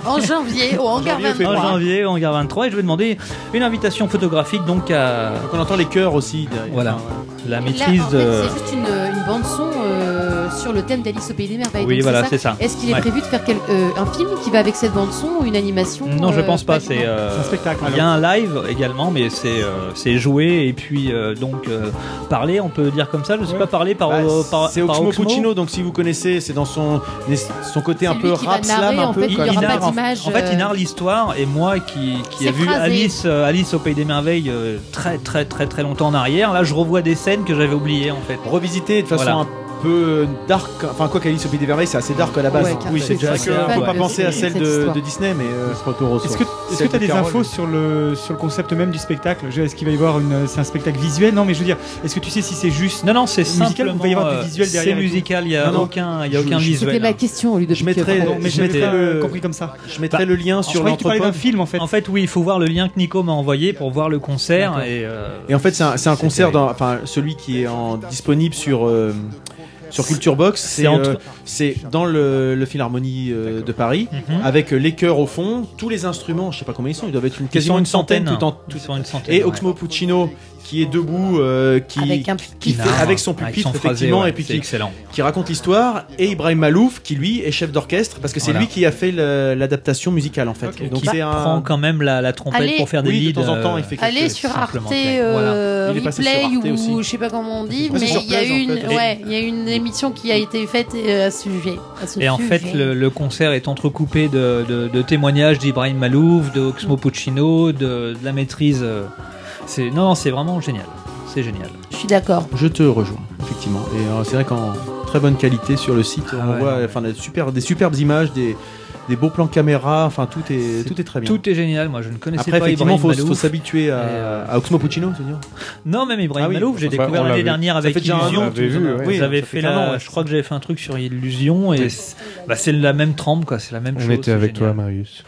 Speaker 6: En janvier, au hangar
Speaker 7: janvier, on fait
Speaker 1: en
Speaker 6: 23.
Speaker 1: janvier en gare 23 et je vais demander une invitation photographique donc à
Speaker 7: Donc on entend les chœurs aussi. derrière.
Speaker 1: Voilà.
Speaker 7: Enfin, ouais.
Speaker 1: la
Speaker 13: Et là,
Speaker 1: maîtrise
Speaker 13: en fait,
Speaker 1: de
Speaker 13: C'est juste une, une bande son euh, sur le thème d'Alice au pays des merveilles.
Speaker 1: Oui,
Speaker 13: Donc,
Speaker 1: voilà, c'est ça.
Speaker 13: Est-ce qu'il est
Speaker 1: Ouais.
Speaker 13: prévu de faire quel- euh, un film qui va avec cette bande son ou une animation
Speaker 1: Non, je
Speaker 13: euh,
Speaker 1: pense pas.
Speaker 13: du
Speaker 1: C'est
Speaker 13: tout
Speaker 1: euh,
Speaker 2: C'est un spectacle,
Speaker 1: Il y a un live également, mais c'est euh, c'est joué et puis euh, donc euh, parlé. On peut dire comme ça. Je sais pas parler par,
Speaker 7: Bah,
Speaker 1: euh, par-
Speaker 7: c'est
Speaker 1: par
Speaker 7: Oxmo Puccino, donc si vous connaissez, c'est dans son, son côté un
Speaker 13: C'est
Speaker 7: peu
Speaker 13: lui qui va
Speaker 7: rap slam,
Speaker 13: narrer,
Speaker 7: un
Speaker 13: en
Speaker 7: peu.
Speaker 13: fait, il y
Speaker 7: quoi.
Speaker 13: aura pas
Speaker 1: narre, en-
Speaker 13: d'image,
Speaker 1: En fait, il
Speaker 13: euh,
Speaker 1: narre l'histoire et moi qui, qui
Speaker 13: C'est
Speaker 1: a vu
Speaker 13: phrasé.
Speaker 1: Alice, euh, Alice au pays des merveilles euh, très très très très longtemps en arrière. Là, je revois des scènes que j'avais oubliées en fait.
Speaker 7: Revisité de façon
Speaker 1: Voilà.
Speaker 7: un peu dark. Enfin, quoi qu'Alice au Pays des Merveilles, c'est assez dark à la base.
Speaker 13: Ouais,
Speaker 1: Oui, c'est
Speaker 7: c'est
Speaker 1: déjà
Speaker 7: vrai
Speaker 1: assez
Speaker 7: qu'on peut
Speaker 1: dark,
Speaker 7: pas
Speaker 1: ouais.
Speaker 7: penser à celle
Speaker 13: Cette
Speaker 7: de,
Speaker 13: histoire.
Speaker 7: de Disney, mais euh,
Speaker 5: ce retour au
Speaker 2: Est-ce
Speaker 5: source.
Speaker 2: que est-ce que
Speaker 7: Celle
Speaker 2: t'as
Speaker 7: de
Speaker 2: des
Speaker 7: Carole.
Speaker 2: infos sur le sur le concept même du spectacle Je- Est-ce qu'il va y avoir une c'est un spectacle visuel Non, mais je veux dire, est-ce que tu sais si c'est juste
Speaker 1: Non, non, c'est
Speaker 2: Musical,
Speaker 1: simplement.
Speaker 2: ou il va y avoir du
Speaker 1: euh,
Speaker 2: visuel derrière
Speaker 1: C'est
Speaker 2: et tout
Speaker 1: musical. Il y a
Speaker 7: Non, non.
Speaker 1: aucun, il y a
Speaker 7: Je-
Speaker 1: aucun
Speaker 7: je-
Speaker 13: C'était
Speaker 1: visuel. hein.
Speaker 13: ma question, lui,
Speaker 7: je mettrai,
Speaker 2: Non, mais
Speaker 7: je
Speaker 2: j'avais
Speaker 7: mettrai,
Speaker 2: pas euh,
Speaker 7: le,
Speaker 2: compris comme ça.
Speaker 7: je mettrai le lien
Speaker 2: je
Speaker 7: sur
Speaker 2: croyais que tu parlais d'un
Speaker 7: l'entrepôt.
Speaker 2: film en fait.
Speaker 1: En fait, oui, il faut voir le lien que Nico m'a envoyé pour voir le concert et. euh,
Speaker 7: Et en fait, c'est un, c'est un
Speaker 1: c'est
Speaker 7: concert,
Speaker 1: terrible.
Speaker 7: dans, enfin celui qui est en, disponible sur euh, sur Culture Box. C'est
Speaker 1: entre-
Speaker 7: euh, c'est dans le, le Philharmonie euh, de Paris,
Speaker 1: Mhm.
Speaker 7: avec les chœurs au fond, tous les instruments. Je sais pas combien ils sont. Ils doivent être une, quasiment
Speaker 1: Ils sont
Speaker 7: une centaine, tout en
Speaker 1: Ils sont une centaine.
Speaker 7: Et
Speaker 1: ouais.
Speaker 7: Oxmo Puccino qui est debout, euh, qui,
Speaker 6: Avec un
Speaker 7: qui fait-
Speaker 1: narre,
Speaker 7: avec son
Speaker 1: avec
Speaker 7: pupitre
Speaker 1: son phrasé,
Speaker 7: effectivement,
Speaker 1: ouais,
Speaker 7: et puis
Speaker 1: c'est
Speaker 7: qui,
Speaker 1: excellent.
Speaker 7: qui raconte l'histoire, et Ibrahim Malouf qui lui est chef d'orchestre parce que c'est
Speaker 1: Voilà.
Speaker 7: lui qui a fait le- l'adaptation musicale en fait.
Speaker 1: Et
Speaker 7: Donc
Speaker 1: qui
Speaker 7: c'est
Speaker 1: prend
Speaker 7: un
Speaker 1: quand même la, la trompette
Speaker 6: Allez.
Speaker 1: pour faire des
Speaker 7: oui, de
Speaker 1: leads.
Speaker 7: temps en temps,
Speaker 1: euh,
Speaker 7: il fait quelque
Speaker 6: Allez
Speaker 7: chose.
Speaker 6: sur
Speaker 1: simplement,
Speaker 6: Arte
Speaker 1: ouais. Voilà.
Speaker 6: euh,
Speaker 7: Il est passé sur
Speaker 6: Replay
Speaker 7: Arte
Speaker 6: ou
Speaker 7: aussi.
Speaker 6: je sais pas comment on
Speaker 7: Il est
Speaker 6: dit,
Speaker 7: passé
Speaker 6: mais
Speaker 7: sur
Speaker 6: il y a
Speaker 7: Play, en
Speaker 6: une,
Speaker 7: fait, aussi.
Speaker 6: ouais, il y a une émission qui a été faite euh, à ce sujet. à ce
Speaker 1: Et en fait,
Speaker 6: sujet.
Speaker 1: le, le concert est entrecoupé de, de- de témoignages d'Ibrahim Malouf, de Oxmo Puccino, de, de la maîtrise. euh, C'est non, non, c'est vraiment génial. C'est génial.
Speaker 6: je suis d'accord.
Speaker 7: Je te rejoins, effectivement. Et euh, c'est vrai qu'en très bonne qualité sur le site, on
Speaker 1: Ah ouais,
Speaker 7: voit
Speaker 1: non, mais-
Speaker 7: enfin, des, super, des superbes images, des, des beaux plans caméra, enfin tout est,
Speaker 1: C'est-
Speaker 7: tout est très bien.
Speaker 1: Tout est génial. Moi, je ne connaissais
Speaker 7: Après,
Speaker 1: pas
Speaker 7: effectivement,
Speaker 1: Ibrahim
Speaker 7: faut,
Speaker 1: Malouf.
Speaker 7: faut s'habituer à,
Speaker 1: Et, euh,
Speaker 7: à Oxmo Puccino, c'est dire
Speaker 1: Non, même Ibrahim
Speaker 7: Ah oui,
Speaker 1: Malouf, j'ai
Speaker 4: enfin,
Speaker 1: découvert
Speaker 4: on l'a
Speaker 1: l'année
Speaker 4: vu.
Speaker 1: dernière avec
Speaker 7: fait déjà un
Speaker 1: Illusion.
Speaker 7: an,
Speaker 4: l'avait
Speaker 7: tu
Speaker 4: vu,
Speaker 7: nous en as-
Speaker 4: ouais.
Speaker 7: oui,
Speaker 1: J'avais
Speaker 7: ça
Speaker 1: fait,
Speaker 7: fait un
Speaker 1: la-
Speaker 7: an, ouais.
Speaker 1: je crois que j'avais fait un truc sur Illusion et c'est bah, c'est la même trempe, quoi. C'est la même
Speaker 4: On
Speaker 1: chose.
Speaker 4: était
Speaker 1: c'est
Speaker 4: avec
Speaker 1: génial.
Speaker 4: toi, Marius.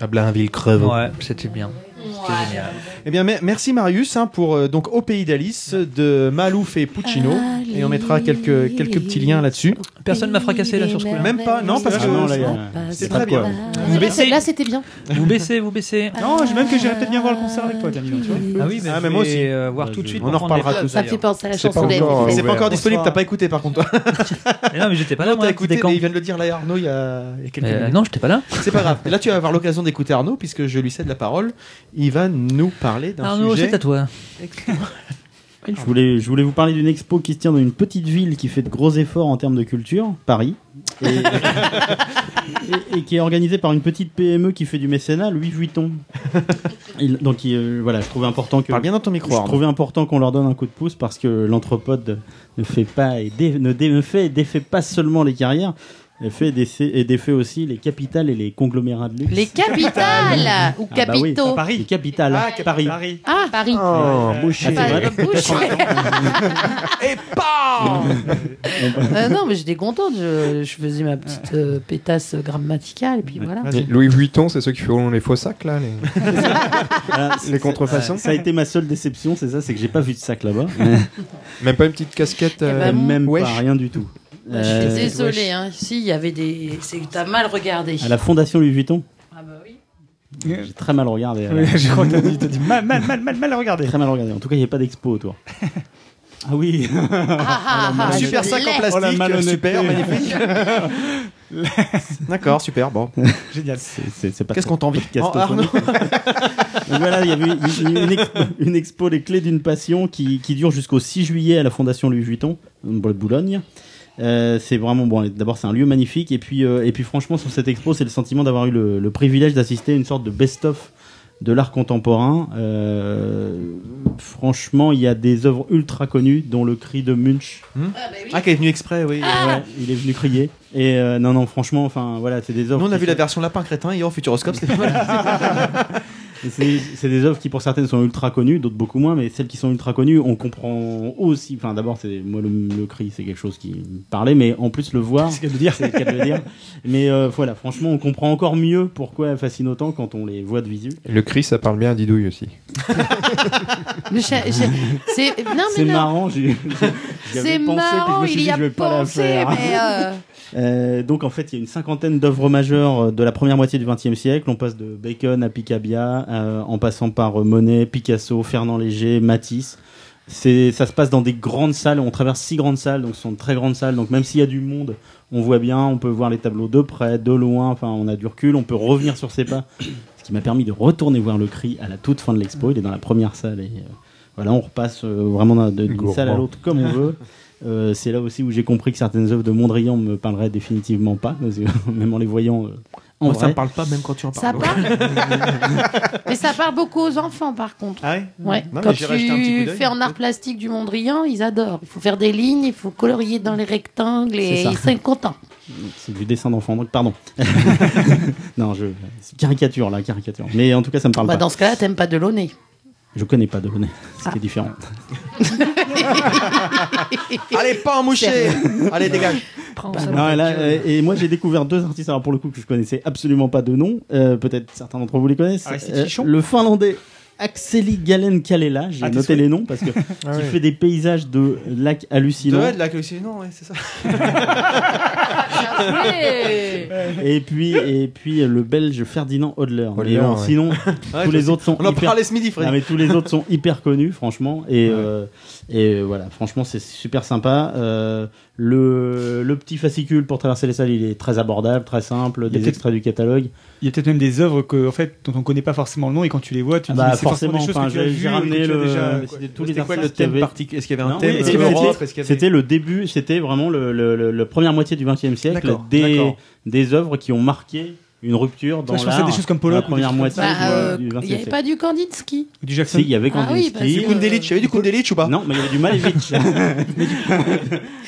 Speaker 4: À Blainville Crevon.
Speaker 1: Ouais, c'était bien.
Speaker 7: C'était génial. Eh bien, mer- merci Marius hein, pour euh, donc Au pays d'Alice de Malouf et Puccino. Et on mettra quelques, quelques petits liens là-dessus.
Speaker 1: Personne m'a fracassé là sur ce coup-là.
Speaker 7: Même pas, non,
Speaker 14: Ah
Speaker 7: parce que c'est très bien.
Speaker 6: Ah,
Speaker 1: Vous baissez,
Speaker 15: Là, c'était bien.
Speaker 1: vous baissez, vous baissez.
Speaker 2: Non, j'ai même que j'irais peut-être bien voir le concert avec toi, Camille. tu vois.
Speaker 1: Ah oui, mais,
Speaker 7: Ah,
Speaker 1: je
Speaker 7: mais moi
Speaker 1: vais,
Speaker 7: aussi.
Speaker 1: euh, voir tout de suite.
Speaker 7: On en reparlera tous.
Speaker 6: Ça me fait penser à la
Speaker 7: C'est pas
Speaker 6: chanson d'Elvis.
Speaker 7: encore, euh,
Speaker 6: C'est
Speaker 7: c'est pas encore
Speaker 1: ouvert.
Speaker 7: disponible, t'as pas écouté par contre.
Speaker 1: non, mais j'étais pas là.
Speaker 7: Non,
Speaker 1: moi,
Speaker 7: t'as écouté,
Speaker 1: c'était quand
Speaker 7: mais il vient de le dire là, Arnaud, il y a, il y a quelques
Speaker 1: Euh,
Speaker 7: minutes.
Speaker 1: non, j'étais pas là.
Speaker 7: C'est pas grave. Et là, tu vas avoir l'occasion d'écouter Arnaud, puisque je lui cède la parole. Il va nous parler d'un
Speaker 1: Arnaud,
Speaker 7: sujet.
Speaker 1: c'est à toi.
Speaker 14: Je voulais, je voulais vous parler d'une expo qui se tient dans une petite ville qui fait de gros efforts en termes de culture, Paris, et, et- et qui est organisée par une petite PME qui fait du mécénat, Louis Vuitton. Il- donc il, euh, voilà, je trouvais important que.
Speaker 7: Parle bien dans ton micro,
Speaker 14: Je
Speaker 7: Arnaud.
Speaker 14: trouvais important qu'on leur donne un coup de pouce parce que l'anthropode ne fait pas et dé- ne, dé- ne fait et défait pas seulement les carrières, elle fait et défait, et défait aussi les capitales et les conglomérats de luxe.
Speaker 6: Les capitales ou
Speaker 14: Ah bah oui,
Speaker 6: capitaux.
Speaker 14: Paris. Les capitales.
Speaker 10: Ah,
Speaker 14: Paris. Ah,
Speaker 6: Ah, Paris.
Speaker 7: Oh, bouché.
Speaker 6: Paris. Euh, non, mais j'étais contente. Je, je faisais ma petite euh, pétasse grammaticale, et puis voilà.
Speaker 4: Et Louis Vuitton, c'est ceux qui font les faux sacs là les-
Speaker 14: Voilà,
Speaker 4: Les contrefaçons.
Speaker 14: Ah, Ça a été ma seule déception, c'est ça, c'est que j'ai pas vu de sac là-bas.
Speaker 4: Même pas une petite casquette. euh,
Speaker 6: ben,
Speaker 14: Même
Speaker 4: wesh.
Speaker 14: pas, rien du tout.
Speaker 6: Je suis
Speaker 14: Euh,
Speaker 6: désolée. Hein. Si, il y avait des. c'est- T'as mal regardé.
Speaker 14: À la Fondation Louis Vuitton,
Speaker 6: Ah bah oui.
Speaker 14: j'ai très mal regardé.
Speaker 2: Oui, je crois que t'as dit, t'as dit mal, mal, mal, mal, mal à regarder.
Speaker 14: Très mal regardé. En tout cas, il n'y a pas d'expo autour. Ah oui.
Speaker 6: Ah, ah, ah,
Speaker 14: malhonnêteté.
Speaker 7: Super
Speaker 6: je
Speaker 7: sac en
Speaker 6: l'ai.
Speaker 14: Oh, la
Speaker 7: plastique,
Speaker 14: malhonnêteté.
Speaker 7: super, magnifique. D'accord, super, bon.
Speaker 2: Génial.
Speaker 14: C'est- c'est- c'est pas
Speaker 7: Qu'est-ce
Speaker 14: très
Speaker 7: qu'on t'envie Oh, Arnaud.
Speaker 14: Gastrophonique. Donc voilà, il y avait une, une expo, une expo, Les Clés d'une Passion, qui, qui dure jusqu'au 6 juillet à la Fondation Louis Vuitton, de Boulogne. Euh, c'est vraiment bon. D'abord, c'est un lieu magnifique, et puis, euh, et puis franchement, sur cette expo, c'est le sentiment d'avoir eu le, le privilège d'assister à une sorte de best-of de l'art contemporain. Euh, franchement, il y a des œuvres ultra connues, dont le cri de Munch.
Speaker 7: Ah, qui est venu exprès, oui. Ah.
Speaker 14: Ouais, il est venu crier. Et euh, non, non, franchement, enfin voilà, c'est des œuvres.
Speaker 7: Nous, on a
Speaker 14: qui
Speaker 7: vu la
Speaker 14: sont-
Speaker 7: version Lapin Crétin hier au Futuroscope. c'était pas mal.
Speaker 14: Et C'est c'est des œuvres qui, pour certaines, sont ultra connues, d'autres beaucoup moins, mais celles qui sont ultra connues, on comprend aussi. Enfin, d'abord, c'est moi le, le cri, c'est quelque chose qui me parlait, mais en plus le voir,
Speaker 2: C'est ce qu'elle veut dire.
Speaker 14: c'est le cas de le dire. Mais euh, voilà, franchement, on comprend encore mieux pourquoi elles fascinent autant quand on les voit de visu.
Speaker 4: Le cri, ça parle bien à Didouille aussi.
Speaker 6: Mais j'ai- j'ai- c'est- Non, mais
Speaker 14: C'est
Speaker 6: non.
Speaker 14: marrant, j'ai- j'ai- j'avais
Speaker 6: C'est
Speaker 14: pensé, puis je
Speaker 6: marrant,
Speaker 14: me suis
Speaker 6: il
Speaker 14: dit,
Speaker 6: y a
Speaker 14: je vais pas la
Speaker 6: pensé,
Speaker 14: faire.
Speaker 6: mais. euh,
Speaker 14: Euh, donc en fait, il y a une cinquantaine d'œuvres majeures euh, de la première moitié du XXe siècle. On passe de Bacon à Picabia, euh, en passant par euh, Monet, Picasso, Fernand Léger, Matisse. C'est, ça se passe dans des grandes salles. On traverse six grandes salles, donc ce sont de très grandes salles. Donc même s'il y a du monde, on voit bien, on peut voir les tableaux de près, de loin. Enfin, on a du recul, on peut revenir sur ses pas. Ce qui m'a permis de retourner voir le cri à la toute fin de l'expo. Il est dans la première salle et euh, voilà, on repasse euh, vraiment d'un- de- d'une
Speaker 4: Gourmand.
Speaker 14: salle à l'autre comme on veut. Euh, c'est là aussi où j'ai compris que certaines œuvres de Mondrian me parleraient définitivement pas, parce que même en les voyant euh, en
Speaker 7: Moi, ça
Speaker 14: vrai.
Speaker 7: me parle pas, même quand tu en
Speaker 6: Ça
Speaker 7: parles.
Speaker 6: parle. mais ça parle beaucoup aux enfants, par contre.
Speaker 7: Ah ouais
Speaker 6: Ouais.
Speaker 7: Non, mais
Speaker 6: Quand
Speaker 7: j'irai jeter un petit coup
Speaker 6: tu
Speaker 7: d'œil,
Speaker 6: fais en art plastique du Mondrian, ils adorent. Il faut faire des lignes, il faut colorier dans les rectangles
Speaker 14: C'est
Speaker 6: et
Speaker 14: ça.
Speaker 6: ils sont contents.
Speaker 14: C'est du dessin d'enfant, donc pardon. non, je c'est caricature là, caricature. Mais en tout cas, ça me parle
Speaker 6: Bah,
Speaker 14: pas.
Speaker 6: dans ce cas-là, t'aimes pas Delaunay. Ah.
Speaker 14: Je connais pas Delaunay, ce qui est différent.
Speaker 7: Allez, pas en moucher Allez, dégage.
Speaker 14: Non, et là, euh, et moi j'ai découvert deux artistes, alors pour le coup que je connaissais absolument pas de nom, euh, peut-être certains d'entre vous les connaissent.
Speaker 2: Ah ouais, c'est
Speaker 14: Euh,
Speaker 2: Chichon
Speaker 14: le finlandais Axeli Galen Kalela, j'ai
Speaker 2: Ah, t'es
Speaker 14: noté
Speaker 2: souhait.
Speaker 14: les noms parce que
Speaker 4: Ah
Speaker 14: il fait des paysages de lacs
Speaker 7: De
Speaker 14: hallucinants.
Speaker 7: ouais, de la hallucinant, ouais, c'est ça.
Speaker 14: Et puis, et puis euh, le Belge Ferdinand Hodler. Mais
Speaker 4: Hodler,
Speaker 14: bon,
Speaker 4: ouais.
Speaker 14: Sinon,
Speaker 7: Ouais,
Speaker 14: tous
Speaker 7: je
Speaker 14: les
Speaker 7: sais.
Speaker 14: autres sont
Speaker 7: On en
Speaker 14: hyper.
Speaker 7: parlait ce midi,
Speaker 14: Non,
Speaker 7: Fred.
Speaker 14: mais tous les autres sont hyper connus, franchement. Et, euh, et euh, voilà, franchement, c'est super sympa. Euh, le, le petit fascicule pour traverser les salles, il est très abordable, très
Speaker 2: Il
Speaker 14: simple.
Speaker 2: y a
Speaker 14: Des
Speaker 2: peut-être-
Speaker 14: extraits du catalogue.
Speaker 2: Il y a peut-être même des œuvres que, en fait, dont on connaît pas forcément le nom et quand tu les vois, tu te
Speaker 14: Ah
Speaker 2: dis,
Speaker 14: bah,
Speaker 2: mais c'est forcément, des choses
Speaker 14: forcément,
Speaker 2: que tu as
Speaker 14: enfin,
Speaker 2: vues
Speaker 14: j'ai
Speaker 2: et que
Speaker 14: ramené
Speaker 2: tu as
Speaker 14: le-
Speaker 2: déjà.
Speaker 14: mais
Speaker 2: quoi.
Speaker 14: c'était tous les
Speaker 7: C'était quoi le
Speaker 14: artistes qu'il y
Speaker 7: thème
Speaker 14: avait.
Speaker 7: particulier Est-ce qu'il y avait un
Speaker 14: Non,
Speaker 7: thème
Speaker 2: mais est-ce
Speaker 7: euh,
Speaker 2: qu'il y avait-
Speaker 7: Europe Est-ce qu'il y avait-
Speaker 14: C'était le début, c'était vraiment le, le, le- le première moitié du XXe siècle
Speaker 7: D'accord,
Speaker 14: des,
Speaker 7: d'accord.
Speaker 14: des œuvres qui ont marqué une rupture dans
Speaker 2: Je pensais à
Speaker 14: l'art,
Speaker 2: des choses comme
Speaker 14: dans la
Speaker 2: Pollock ou des
Speaker 14: première
Speaker 2: trucs
Speaker 14: moitié
Speaker 2: comme
Speaker 6: Bah,
Speaker 2: ça.
Speaker 14: du- du
Speaker 6: euh,
Speaker 14: XXe
Speaker 6: il n'y avait
Speaker 14: siècle.
Speaker 6: pas du Kandinsky.
Speaker 2: Ou Du Jackson.
Speaker 14: Si, il y avait
Speaker 6: Ah oui,
Speaker 14: Kandinsky.
Speaker 6: parce que-
Speaker 7: Du Kundelic, il y avait du Kundelic ou pas
Speaker 14: Non, mais il y avait du Malevich.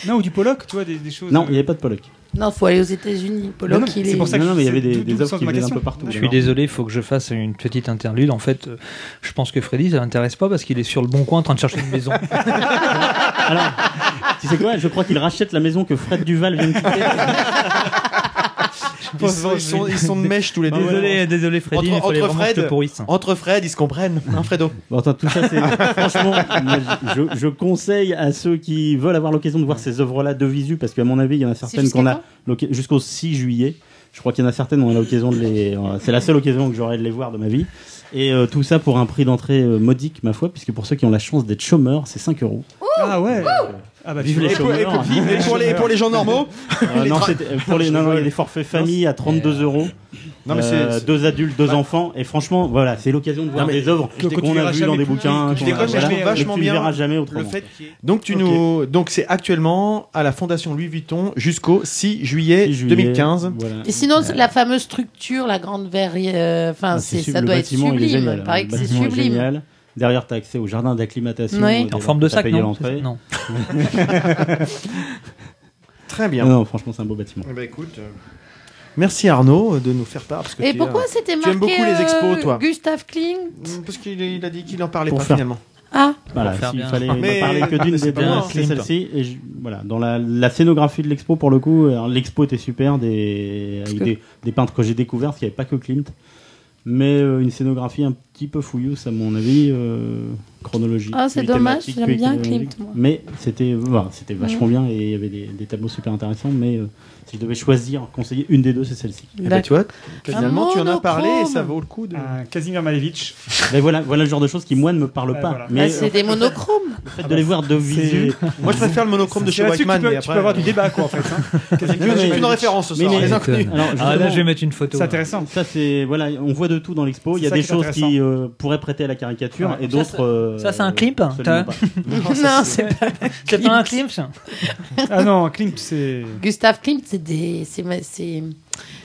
Speaker 2: Non, ou du Pollock, tu vois, des, des choses.
Speaker 14: non, il n'y avait pas de Pollock.
Speaker 6: Non, faut aller aux États-Unis.
Speaker 2: Non,
Speaker 6: Pollock,
Speaker 2: non,
Speaker 6: il
Speaker 2: c'est
Speaker 6: est.
Speaker 2: pour ça que
Speaker 14: non, non, mais il y avait des,
Speaker 2: d'où-
Speaker 14: des
Speaker 2: d'où le
Speaker 14: œuvres
Speaker 2: sens
Speaker 14: qui
Speaker 2: de ma
Speaker 14: venaient un
Speaker 2: question.
Speaker 14: peu partout.
Speaker 1: Je suis désolé, il faut que je fasse une petite interlude. En fait, euh, je pense que Freddy, ça l'intéresse pas parce qu'il est sur le bon coin en train de chercher une maison.
Speaker 14: Tu sais quoi Je crois qu'il rachète la maison que Fred Duval vient de quitter.
Speaker 7: Ils sont, ils sont- ils sont de mèche tous les deux.
Speaker 16: Désolé, désolé, Freddy, mais il fallait vraiment que je te pourrisse.
Speaker 7: entre Fred, ils se comprennent, hein, Fredo
Speaker 14: Bon, attends, tout ça, c'est. Franchement, moi, je, je conseille à ceux qui veulent avoir l'occasion de voir ces œuvres-là de visu, parce qu'à mon avis, il y en a certaines
Speaker 5: jusqu'à
Speaker 14: qu'on
Speaker 5: quand
Speaker 14: a. l'oc- Jusqu'au 6 juillet. Je crois qu'il y en a certaines où on a l'occasion de les. euh, C'est la seule occasion que j'aurai de les voir de ma vie. Et euh, tout ça pour un prix d'entrée euh, modique, ma foi, puisque pour ceux qui ont la chance d'être chômeurs, c'est 5 euros.
Speaker 2: Ah ouais.
Speaker 14: Ah
Speaker 2: bah,
Speaker 14: Vive
Speaker 2: tu
Speaker 14: les
Speaker 2: vois.
Speaker 14: chômeurs.
Speaker 7: et pour les- pour les gens normaux
Speaker 14: Euh,
Speaker 7: Les
Speaker 14: non,
Speaker 7: tra-
Speaker 14: c'était- euh, pour les, non, non, il y a des forfaits famille à 32 euros.
Speaker 7: Non, mais c'est-
Speaker 14: Euh,
Speaker 7: c'est-
Speaker 14: deux adultes, deux enfants, et franchement, voilà, c'est l'occasion de
Speaker 7: Non,
Speaker 14: voir
Speaker 7: mais
Speaker 14: des œuvres
Speaker 7: que- que
Speaker 14: qu'on
Speaker 7: tu
Speaker 14: a
Speaker 7: verras
Speaker 14: vues dans
Speaker 7: jamais
Speaker 14: des
Speaker 7: plus-
Speaker 14: bouquins.
Speaker 7: Je
Speaker 14: qu'on
Speaker 7: les connais,
Speaker 14: a- voilà,
Speaker 7: je les vachement
Speaker 14: mais tu
Speaker 7: bien.
Speaker 14: verras jamais autrement.
Speaker 7: Le fait qu'il y ait- Donc tu nous, donc c'est actuellement à la Fondation Louis Vuitton jusqu'au 6 juillet, 2015.
Speaker 6: Et sinon, la fameuse structure, la grande verrière, euh, enfin,
Speaker 14: Ah,
Speaker 6: c'est-
Speaker 14: c'est
Speaker 6: ça
Speaker 14: sub-
Speaker 6: doit
Speaker 14: le
Speaker 6: être
Speaker 14: bâtiment, il est
Speaker 6: sublime.
Speaker 14: génial.
Speaker 6: Il paraît
Speaker 14: Le
Speaker 6: que c'est
Speaker 14: bâtiment est
Speaker 6: sublime.
Speaker 14: génial. Derrière, t'as accès au jardin d'acclimatation.
Speaker 6: Oui.
Speaker 14: euh,
Speaker 6: En forme de
Speaker 14: t'as
Speaker 6: sac,
Speaker 14: payé
Speaker 6: non
Speaker 14: l'entrée.
Speaker 6: C'est ça Non.
Speaker 7: Très bien.
Speaker 14: Non, non, franchement, c'est un beau bâtiment.
Speaker 7: Eh ben, euh, Merci Arnaud euh, de nous faire part. Parce que
Speaker 6: Et
Speaker 7: tu es,
Speaker 6: pourquoi
Speaker 7: euh,
Speaker 6: c'était
Speaker 7: Tu
Speaker 6: marqué
Speaker 7: aimes beaucoup les expos,
Speaker 6: euh,
Speaker 7: toi. Mm,
Speaker 6: Gustave Kling
Speaker 7: Parce qu'il il a dit qu'il en parlait
Speaker 14: Pour
Speaker 7: pas
Speaker 14: faire-
Speaker 7: finalement.
Speaker 6: Ah.
Speaker 14: Voilà,
Speaker 7: Pour faire
Speaker 14: s'il
Speaker 7: bien.
Speaker 14: fallait
Speaker 7: Mais-
Speaker 14: ne parler que d'une
Speaker 7: Mais c'est
Speaker 14: des
Speaker 7: bien,
Speaker 14: deux,
Speaker 7: hein.
Speaker 14: c'est celle-ci. Et je- voilà, dans la, la scénographie de l'expo, pour le coup, alors, l'expo était super, des, avec
Speaker 2: que-
Speaker 14: des, des peintres que j'ai découverts, parce qu'il n'y avait pas que Klimt. Mais euh, une scénographie un petit peu fouillouse, à mon avis, euh, chronologique.
Speaker 6: Ah, c'est
Speaker 14: puis
Speaker 6: dommage,
Speaker 14: thématique,
Speaker 6: j'aime
Speaker 14: puis
Speaker 6: bien
Speaker 14: chronologique.
Speaker 6: Klimt, moi.
Speaker 14: Mais c'était voilà, c'était vachement
Speaker 6: Mm.
Speaker 14: bien et il y avait des, des tableaux super intéressants. Mais euh, si je devais choisir, conseiller une des deux, c'est celle-ci.
Speaker 7: Eh ben, tu vois, finalement, tu en as parlé et ça vaut le coup de.
Speaker 14: Ah, Casimir Malevich. Mais Ben voilà, voilà le genre de choses qui, moi, ne me parlent pas. Mais euh,
Speaker 6: Ah, c'est des monochromes.
Speaker 14: le fait de les voir de visu.
Speaker 7: Moi, je préfère le monochrome de
Speaker 14: C'est
Speaker 7: chez
Speaker 14: là-dessus que
Speaker 7: Whiteman.
Speaker 14: tu peux-
Speaker 7: mais
Speaker 14: tu peux
Speaker 7: après-
Speaker 14: avoir du débat, quoi, en fait, hein. Casimir
Speaker 7: Non, mais-
Speaker 14: Malevich.
Speaker 7: aucune référence ce soir, les inconnus.
Speaker 14: Alors,
Speaker 1: Ah, là,
Speaker 14: justement,
Speaker 1: je vais mettre une photo.
Speaker 14: C'est intéressant. hein. Ça, c'est voilà, on voit de tout dans l'expo. Il y a
Speaker 1: ça
Speaker 14: des
Speaker 1: qui est
Speaker 14: choses
Speaker 1: intéressant.
Speaker 14: qui euh, pourraient prêter à la caricature
Speaker 1: Ouais.
Speaker 14: et
Speaker 1: Ça,
Speaker 14: d'autres.
Speaker 1: ça-
Speaker 14: euh,
Speaker 1: ça, c'est un Klimt,
Speaker 14: absolument
Speaker 1: t'as-
Speaker 14: pas.
Speaker 6: Non, c'est pas.
Speaker 1: C'est pas un Klimt, ça
Speaker 2: Ah non, Klimt, c'est.
Speaker 6: Gustave Klimt, c'est des, c'est, ma- c'est,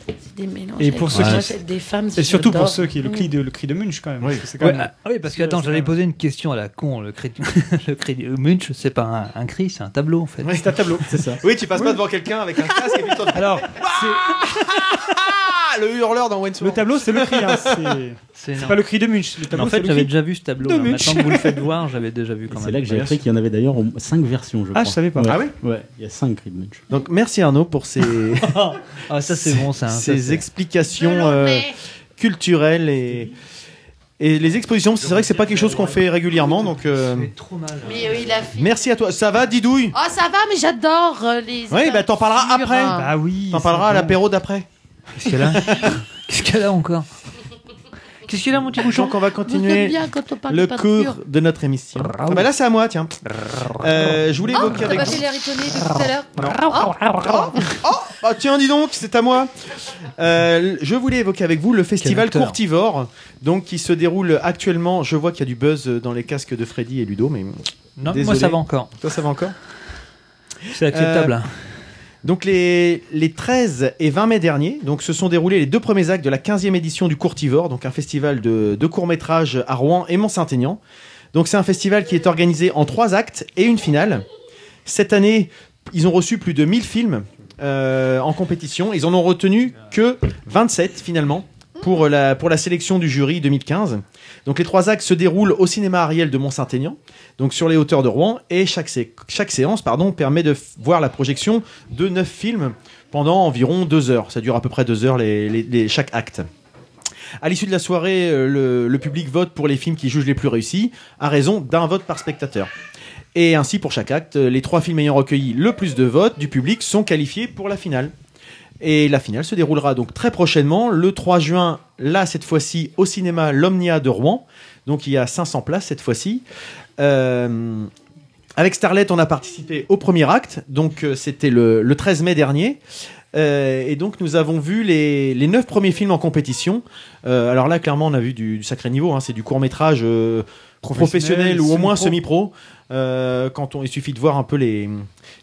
Speaker 6: c'est des mélanges.
Speaker 2: Et pour
Speaker 6: avec-
Speaker 2: ceux
Speaker 6: Moi,
Speaker 2: qui...
Speaker 6: c'est des femmes.
Speaker 2: Et surtout pour
Speaker 6: j'adore.
Speaker 2: ceux qui le
Speaker 6: Mm.
Speaker 2: cri de le cri de Munch quand même. parce que c'est quand
Speaker 1: Ouais,
Speaker 2: même-
Speaker 1: ah oui, parce que attends,
Speaker 2: c'est
Speaker 1: j'allais
Speaker 2: quand
Speaker 1: poser une question à la con. Le cri, le cri de Munch, c'est pas un, un cri, c'est un tableau en fait.
Speaker 2: C'est un tableau, c'est ça.
Speaker 7: Oui, tu passes pas devant quelqu'un avec un casque et puis t'en-
Speaker 2: Alors,
Speaker 7: Ah, le hurleur dans Wayne's
Speaker 2: Le tableau, c'est le cri. hein, c'est-
Speaker 1: C'est
Speaker 2: C'est
Speaker 1: énorme.
Speaker 2: pas le cri de Munch. Le
Speaker 1: Mais
Speaker 2: tableau,
Speaker 1: en fait,
Speaker 2: c'est le
Speaker 1: j'avais
Speaker 2: cri
Speaker 1: déjà vu ce tableau.
Speaker 2: de
Speaker 1: là.
Speaker 2: Munch.
Speaker 1: Maintenant que vous le faites voir, j'avais déjà vu quand même.
Speaker 14: C'est là que j'ai appris qu'il y en avait d'ailleurs 5 versions, je crois.
Speaker 1: Ah, je savais pas.
Speaker 14: Ouais.
Speaker 1: Ah oui
Speaker 14: Ouais, il y a 5 cris de Munch.
Speaker 7: Donc merci Arnaud pour ces
Speaker 1: Ah, ça, c'est bon, ça, hein,
Speaker 7: ces
Speaker 1: ça, c'est-
Speaker 7: explications euh, culturelles et et les expositions, c'est vrai que c'est pas quelque chose qu'on fait régulièrement donc euh,
Speaker 6: Mais euh, il a fait.
Speaker 7: merci à toi. Ça va Didouille
Speaker 6: Oh, ça va, mais j'adore euh, les.
Speaker 7: Oui, bah t'en parleras après.
Speaker 6: Bah
Speaker 2: oui.
Speaker 7: T'en parleras à l'apéro d'après.
Speaker 1: Qu'est-ce qu'elle a Qu'est-ce qu'elle a encore Qu'est-ce qu'il a, mon petit bouchon
Speaker 7: Donc on va continuer
Speaker 6: bien quand on parle
Speaker 7: le
Speaker 6: de
Speaker 7: cours
Speaker 6: peinture.
Speaker 7: de notre émission. Ah bah là c'est à moi tiens. Euh, je
Speaker 6: Ah,
Speaker 7: voulais
Speaker 11: Oh,
Speaker 6: bah
Speaker 7: évoquer
Speaker 11: t'as
Speaker 7: avec
Speaker 11: pas
Speaker 7: vous-
Speaker 11: fait les ritonner depuis tout à l'heure
Speaker 7: Oh, oh, bah tiens, dis donc, c'est à moi. Euh, je voulais évoquer avec vous le festival
Speaker 1: acteur.
Speaker 7: Courtivore, donc qui se déroule actuellement. Je vois qu'il y a du buzz euh, dans les casques de Freddy et Ludo, mais
Speaker 1: Non,
Speaker 7: désolé.
Speaker 1: moi ça va encore.
Speaker 7: Toi, ça va encore
Speaker 1: C'est acceptable.
Speaker 7: Euh, donc les, les 13 et 20 mai dernier, donc se sont déroulés les deux premiers actes de la 15e édition du Courtivore, donc un festival de, de courts-métrages à Rouen et Mont-Saint-Aignan. Donc c'est un festival qui est organisé en trois actes et une finale. Cette année, ils ont reçu plus de 1000 films euh, en compétition. Ils en ont retenu que 27 finalement pour euh, la, pour la sélection du jury 2015. Donc les trois actes se déroulent au cinéma Ariel de Mont-Saint-Aignan, donc sur les hauteurs de Rouen, et chaque, sé- chaque séance pardon, permet de f- voir la projection de neuf films pendant environ deux heures. Ça dure à peu près deux heures les- les- les- chaque acte. À l'issue de la soirée, euh, le, le public vote pour les films qu'il juge les plus réussis, à raison d'un vote par spectateur. Et ainsi, pour chaque acte, les trois films ayant recueilli le plus de votes du public sont qualifiés pour la finale. Et la finale se déroulera donc très prochainement, le 3 juin, là cette fois-ci, au cinéma L'Omnia de Rouen. Donc il y a 500 places cette fois-ci. Euh, avec Starlet, on a participé au premier acte, donc euh, c'était le, le 13 mai dernier. Euh, et donc nous avons vu les, les neuf premiers films en compétition. Euh, alors là, clairement, on a vu du, du sacré niveau. hein. C'est du court métrage professionnel,
Speaker 2: Professionnel,
Speaker 7: ou au moins
Speaker 2: semi-pro.
Speaker 7: semi-pro. Euh, quand on, il suffit de voir un peu les,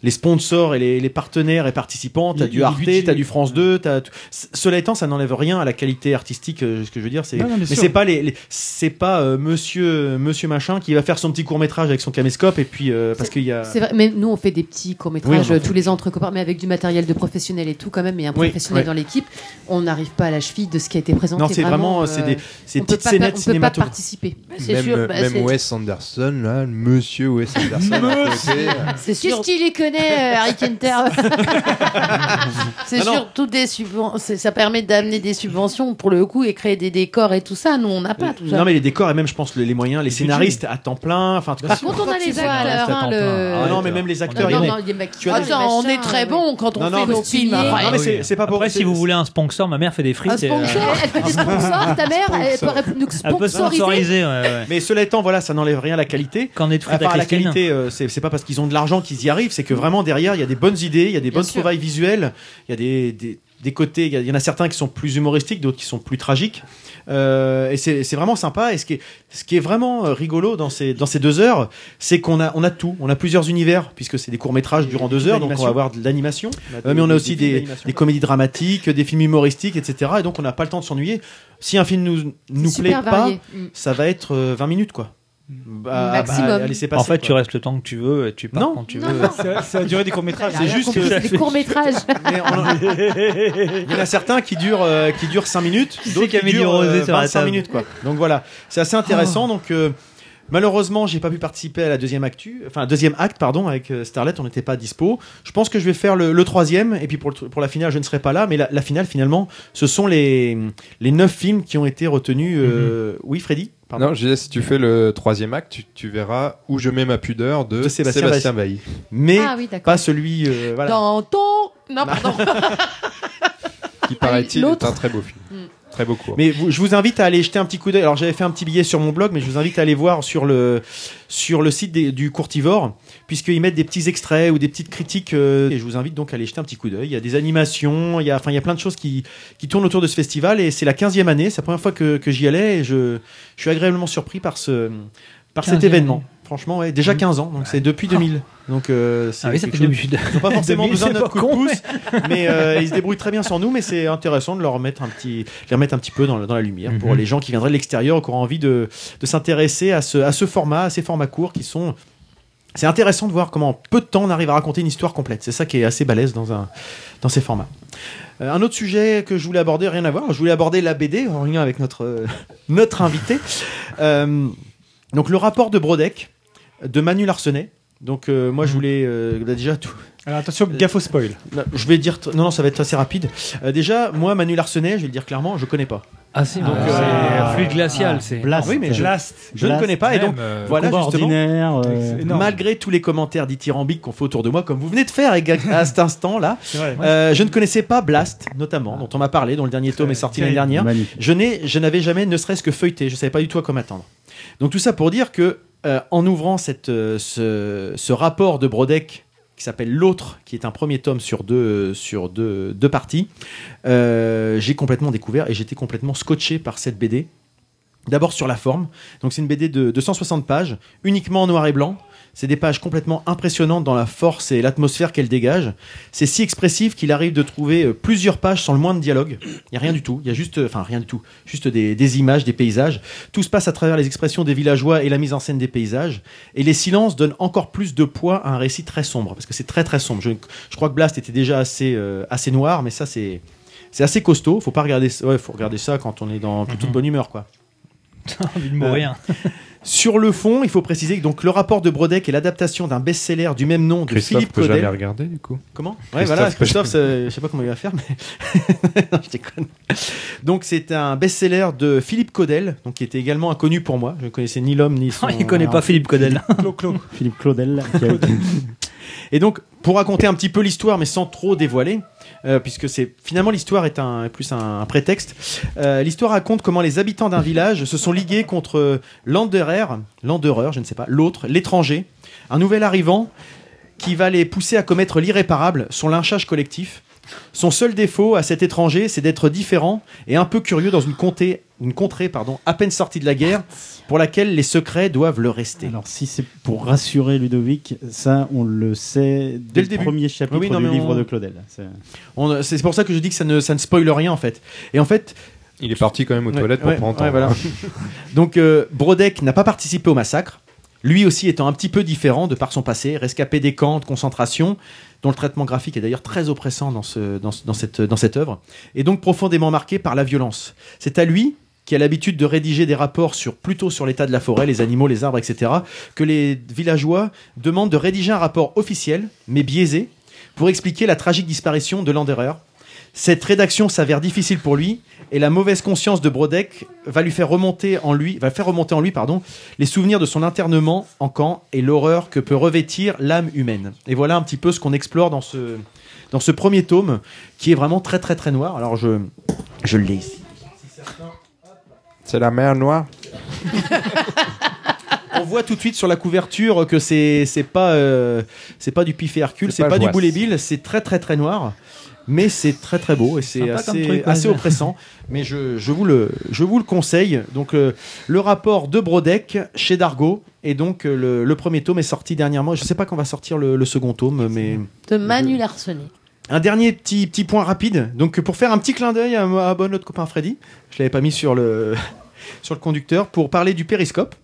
Speaker 7: les sponsors et les, les partenaires et participants. T'as
Speaker 2: Les-
Speaker 7: du
Speaker 2: les
Speaker 7: Arte,
Speaker 2: budgets.
Speaker 7: t'as du France 2. T'as tout. C- Cela étant, ça n'enlève rien à la qualité artistique. euh, ce que je veux dire, c'est
Speaker 2: Non, non, bien
Speaker 7: mais
Speaker 2: sûr.
Speaker 7: c'est pas les, les- c'est pas euh, Monsieur Monsieur machin qui va faire son petit court métrage avec son caméscope et puis euh, parce qu'il y a.
Speaker 11: C'est vrai, mais nous on fait des petits
Speaker 7: Oui,
Speaker 11: courts-métrages
Speaker 7: on en
Speaker 11: euh,
Speaker 7: fait.
Speaker 11: tous les ans entre copains, mais avec du matériel de professionnel et tout quand même, et un
Speaker 7: Oui,
Speaker 11: professionnel
Speaker 7: ouais.
Speaker 11: dans l'équipe, on n'arrive pas à la cheville de ce qui a été présenté.
Speaker 7: Non, c'est vraiment,
Speaker 11: euh,
Speaker 7: c'est des- c'est
Speaker 11: on peut
Speaker 7: petites
Speaker 11: pas-
Speaker 7: scénettes
Speaker 11: On peut pas
Speaker 7: cinématographiques.
Speaker 11: participer.
Speaker 13: Bah,
Speaker 11: bah,
Speaker 4: même, même Wes Anderson, là, monsieur Wes Anderson. à côté.
Speaker 11: Qu'est-ce qu'il est
Speaker 13: lui connaît, euh, Harry Kenter
Speaker 6: C'est surtout des subventions. Ça permet d'amener des subventions pour le coup et créer des décors et tout ça. Nous, on n'a pas tout ça.
Speaker 7: Euh, Non mais les décors et même je pense les, les moyens, les scénaristes à temps plein. Enfin, en tout cas,
Speaker 6: Par contre, on a les acteurs. hein, le-
Speaker 7: Ah non mais même les acteurs.
Speaker 6: Non,
Speaker 7: il y a-
Speaker 6: non, les
Speaker 7: tu as-
Speaker 11: Ah,
Speaker 6: maquillages, Attends, on est très bon quand on
Speaker 7: Non, non,
Speaker 6: fait
Speaker 7: mais
Speaker 6: nos
Speaker 7: c'est-
Speaker 6: films.
Speaker 7: Ah, non, mais c'est- c'est pas pour-
Speaker 14: Après, si
Speaker 7: c'est-
Speaker 14: vous voulez un sponsor, ma mère fait des frites.
Speaker 13: Un
Speaker 14: et, euh,
Speaker 13: sponsor, elle fait des sponsors, ta mère, elle pourrait nous
Speaker 14: Elle peut
Speaker 13: sponsoriser.
Speaker 7: Mais cela étant, voilà, ça n'enlève rien à la qualité.
Speaker 14: Quand on est de
Speaker 7: à
Speaker 14: frites à
Speaker 7: part la
Speaker 14: Christine.
Speaker 7: qualité, euh, c'est c'est pas parce qu'ils ont de l'argent qu'ils y arrivent, c'est que vraiment derrière, il y a des bonnes idées, il y a des bonnes trouvailles visuelles, il y a des, des- des côtés, il y a- il y en a certains qui sont plus humoristiques, d'autres qui sont plus tragiques. Euh, et c'est c'est vraiment sympa. Et ce qui est, ce qui est vraiment euh, rigolo dans ces, dans ces deux heures, c'est qu'on a, on a tout. On a plusieurs univers, puisque c'est des courts-métrages durant deux heures, donc on va avoir de l'animation.
Speaker 5: On a
Speaker 7: Euh, mais on a
Speaker 5: des-
Speaker 7: aussi
Speaker 5: des films
Speaker 7: des,
Speaker 5: d'animation.
Speaker 7: des comédies dramatiques, des films humoristiques, etc. Et donc on n'a pas le temps de s'ennuyer. Si un film nous, nous
Speaker 13: C'est
Speaker 7: plaît
Speaker 13: super
Speaker 7: pas,
Speaker 13: varié. Mm.
Speaker 7: ça va être euh, 20 minutes quoi. Bah,
Speaker 13: Maximum.
Speaker 7: bah, à laisser passer,
Speaker 14: en fait,
Speaker 7: quoi.
Speaker 14: tu restes le temps que tu veux et tu pars
Speaker 7: Non.
Speaker 14: quand tu
Speaker 7: Non,
Speaker 14: veux.
Speaker 7: non. C'est- c'est la durée des courts-métrages, c'est juste que-
Speaker 13: des courts métrages.
Speaker 7: Il y en a certains qui durent, euh, qui durent 5 minutes, d'autres qui,
Speaker 14: Amélie
Speaker 7: durent
Speaker 14: Rosé
Speaker 7: euh,
Speaker 14: sur la
Speaker 7: 25
Speaker 14: table Oh.
Speaker 7: minutes quoi. Donc voilà, c'est assez intéressant. Donc euh, malheureusement, j'ai pas pu participer à la deuxième actu, enfin deuxième acte pardon, avec euh, Starlet, on n'était pas dispo. Je pense que je vais faire le, le troisième et puis pour, le tr- pour la finale, je ne serai pas là. Mais la, la finale finalement, ce sont les les neuf films qui ont été retenus. euh, Oui, Freddy. Pardon.
Speaker 4: Mhm. Non, je disais, si tu fais le troisième acte, tu, tu verras où je mets ma pudeur de,
Speaker 7: De Sébastien
Speaker 4: Sébastien,
Speaker 7: Bailly.
Speaker 4: Bailly.
Speaker 7: Mais
Speaker 6: Ah oui, d'accord.
Speaker 7: pas celui euh, voilà,
Speaker 6: Dans ton. Non, pardon.
Speaker 7: qui
Speaker 4: paraît-il est un très beau film, très beau court.
Speaker 7: Mais vous- je vous invite à aller jeter un petit coup d'œil. Alors j'avais fait un petit billet sur mon blog, mais je vous invite à aller voir sur le sur le site des- du Courtivore, puisqu'ils mettent des petits extraits ou des petites critiques. euh, et je vous invite donc à aller jeter un petit coup d'œil. Il y a des animations, il y a enfin il y a plein de choses qui qui tournent autour de ce festival et c'est la 15e année. C'est la première fois que, que j'y allais et je je suis agréablement surpris par ce par cet
Speaker 14: 15e.
Speaker 7: événement. Franchement, ouais, déjà 15 ans, donc c'est depuis 2000. Donc euh, c'est
Speaker 14: Mmh. Ah oui, ça
Speaker 7: quelque
Speaker 14: fait
Speaker 7: chose-
Speaker 14: d'habitude.
Speaker 7: Ils ont pas forcément
Speaker 14: 2000,
Speaker 7: besoin de
Speaker 14: c'est
Speaker 7: notre
Speaker 14: pas
Speaker 7: coup de
Speaker 14: con,
Speaker 7: pouce, mais euh, ils se débrouillent très bien sans nous. Mais c'est intéressant de leur remettre un petit, les remettre un petit peu dans, la- dans la lumière pour
Speaker 14: Mhm.
Speaker 7: les gens qui viendraient de l'extérieur, ou qui auront envie de, de s'intéresser à ce, à ce format, à ces formats courts qui sont. C'est intéressant de voir comment en peu de temps on arrive à raconter une histoire complète. C'est ça qui est assez balèze dans, un, dans ces formats. Euh, un autre sujet que je voulais aborder, rien à voir, je voulais aborder la BD en lien avec notre, euh, notre invité. Euh, donc le rapport de Brodeck de Manu Larsenet. Donc euh,
Speaker 14: Mhm.
Speaker 7: moi je voulais euh, bah, déjà tout. Alors attention, gaffe au spoil. je vais dire t- non non ça va être assez rapide. Euh, déjà moi Manu Larsenet, je vais le dire clairement, je connais pas.
Speaker 14: Ah si, donc,
Speaker 7: c'est
Speaker 14: c'est fluide glacial, c'est- Blast.
Speaker 7: oui, mais je,
Speaker 14: Blast.
Speaker 7: je
Speaker 14: Blast.
Speaker 7: ne connais pas et donc
Speaker 14: Même, euh,
Speaker 7: voilà
Speaker 14: combat
Speaker 7: justement.
Speaker 14: ordinaire, euh,
Speaker 7: Excellent. Malgré tous les commentaires dithyrambiques qu'on fait autour de moi, comme vous venez de faire Ega- à cet instant là,
Speaker 5: vrai.
Speaker 7: euh, je ne connaissais pas Blast notamment, dont on m'a parlé, dont le dernier tome est sorti l'année
Speaker 5: terrible.
Speaker 7: dernière.
Speaker 5: Magnifique.
Speaker 7: Je n'ai, je n'avais jamais ne serait-ce que feuilleté. Je savais pas du tout à quoi m'attendre. Donc tout ça pour dire que euh, en ouvrant cette, euh, ce, ce rapport de Brodeck qui s'appelle L'autre, qui est un premier tome sur deux, sur deux, deux parties, euh, j'ai complètement découvert et j'étais complètement scotché par cette BD. D'abord sur la forme. Donc c'est une BD de 260 pages, uniquement en noir et blanc. C'est des pages complètement impressionnantes dans la force et l'atmosphère qu'elle dégage. C'est si expressif qu'il arrive de trouver euh, plusieurs pages sans le moins de dialogue. Il n'y a rien du tout. Il y a juste, euh, enfin rien du tout, juste des, des images, des paysages. Tout se passe à travers les expressions des villageois et la mise en scène des paysages. Et les silences donnent encore plus de poids à un récit très sombre, parce que c'est très très sombre. Je, je crois que Blast était déjà assez, euh, assez noir, mais ça c'est... C'est assez costaud, faut pas regarder ça, ouais, faut regarder ça quand on est dans plutôt de bonne humeur, quoi.
Speaker 14: envie de mourir.
Speaker 7: Euh, Sur le fond, il faut préciser que donc le rapport de Brodeck est l'adaptation d'un best-seller du même nom de
Speaker 4: Christophe
Speaker 7: Philippe
Speaker 4: peut
Speaker 7: Claudel.
Speaker 4: jamais regarder du coup.
Speaker 7: Comment Ouais,
Speaker 4: Christophe
Speaker 7: voilà,
Speaker 4: peut
Speaker 7: Christophe,
Speaker 4: jamais-
Speaker 7: c'est- je sais pas comment il va faire, mais non, je déconne. Donc c'est un best-seller de Philippe Caudel, donc qui était également inconnu pour moi. Je ne connaissais ni l'homme ni son.
Speaker 14: Il connaît pas Philippe Caudel.
Speaker 5: Philippe Claudel.
Speaker 7: Et donc, pour raconter un petit peu l'histoire, mais sans trop dévoiler, euh, puisque c'est finalement l'histoire est un, plus un, un prétexte. euh, l'histoire raconte comment les habitants d'un village se sont ligués contre l'enderer, l'endereur, je ne sais pas, l'autre, l'étranger, un nouvel arrivant qui va les pousser à commettre l'irréparable, son lynchage collectif. Son seul défaut à cet étranger, c'est d'être différent et un peu curieux dans une comté- une contrée, pardon, à peine sortie de la guerre, pour laquelle les secrets doivent le rester.
Speaker 5: Alors si c'est pour rassurer Ludovic, ça on le sait dès,
Speaker 7: le début.
Speaker 5: premier chapitre
Speaker 7: Oui, oui, non,
Speaker 5: du
Speaker 7: mais
Speaker 5: livre
Speaker 7: on-
Speaker 5: de Claudel. C'est-
Speaker 7: On, euh, c'est pour ça que je dis que ça ne, ça ne spoile rien en fait. Et en fait.
Speaker 4: Il est parti quand même aux
Speaker 7: Ouais,
Speaker 4: toilettes pour
Speaker 7: ouais,
Speaker 4: pas entendre.
Speaker 7: ouais, voilà. Donc euh, Brodeck n'a pas participé au massacre, lui aussi étant un petit peu différent de par son passé, rescapé des camps de concentration, dont le traitement graphique est d'ailleurs très oppressant dans, ce, dans, ce- dans cette, dans cette œuvre, et donc profondément marqué par la violence. C'est à lui qui a l'habitude de rédiger des rapports sur plutôt sur l'état de la forêt, les animaux, les arbres, etc., que les villageois demandent de rédiger un rapport officiel, mais biaisé, pour expliquer la tragique disparition de Landerer. Cette rédaction s'avère difficile pour lui et la mauvaise conscience de Brodeck va lui faire remonter en lui, va faire remonter en lui, pardon, les souvenirs de son internement en camp et l'horreur que peut revêtir l'âme humaine. Et voilà un petit peu ce qu'on explore dans ce, dans ce premier tome qui est vraiment très très très noir. Alors je, je le lis ici.
Speaker 4: C'est la mer noire.
Speaker 7: On voit tout de suite sur la couverture que c'est c'est pas euh, c'est pas du pif et Hercule,
Speaker 4: C'est
Speaker 7: c'est
Speaker 4: pas
Speaker 7: pas, du
Speaker 4: jouasse.
Speaker 7: boulet bill, c'est très très très noir. Mais c'est très très beau et c'est
Speaker 4: Sympa comme
Speaker 7: assez,
Speaker 4: truc, ouais.
Speaker 7: assez oppressant. Mais je, je vous le, je vous le conseille. Donc euh, le rapport de Brodeck chez Dargo. Et donc euh, le, le premier tome est sorti dernièrement. Je ne sais pas quand va sortir le, le second tome, mais...
Speaker 6: De Manu Larsenet.
Speaker 7: Un dernier petit, petit point rapide. Donc, pour faire un petit clin d'œil à, à bon notre copain Freddy, je l'avais pas mis sur le, sur le conducteur, pour parler du périscope.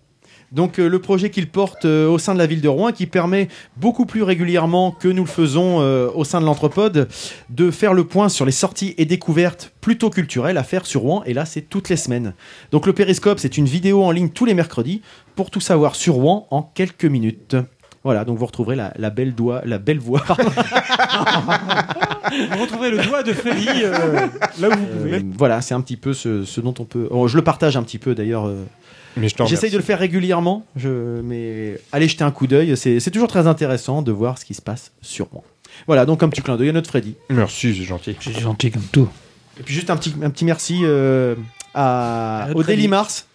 Speaker 7: Donc, euh, le projet qu'il porte euh, au sein de la ville de Rouen, qui permet beaucoup plus régulièrement que nous le faisons euh, au sein de l'Anthropode, de faire le point sur les sorties et découvertes plutôt culturelles à faire sur Rouen. Et là, c'est toutes les semaines. Donc, le périscope, c'est une vidéo en ligne tous les mercredis pour tout savoir sur Rouen en quelques minutes. Voilà, donc vous retrouverez la, la belle, doigt, la belle voix.
Speaker 2: Vous retrouverez le doigt de Freddy euh, là où vous pouvez.
Speaker 7: Euh, voilà, c'est un petit peu ce, ce dont on peut. oh, je le partage un petit peu d'ailleurs. euh, J'essaye de le faire régulièrement, je... mais allez jeter un coup d'œil. C'est c'est toujours très intéressant de voir ce qui se passe sur moi. Voilà, donc un petit clin d'œil à notre Freddy.
Speaker 4: Merci, c'est gentil.
Speaker 7: C'est gentil comme tout. Et puis juste un petit, un petit merci euh, à, au Daily Mars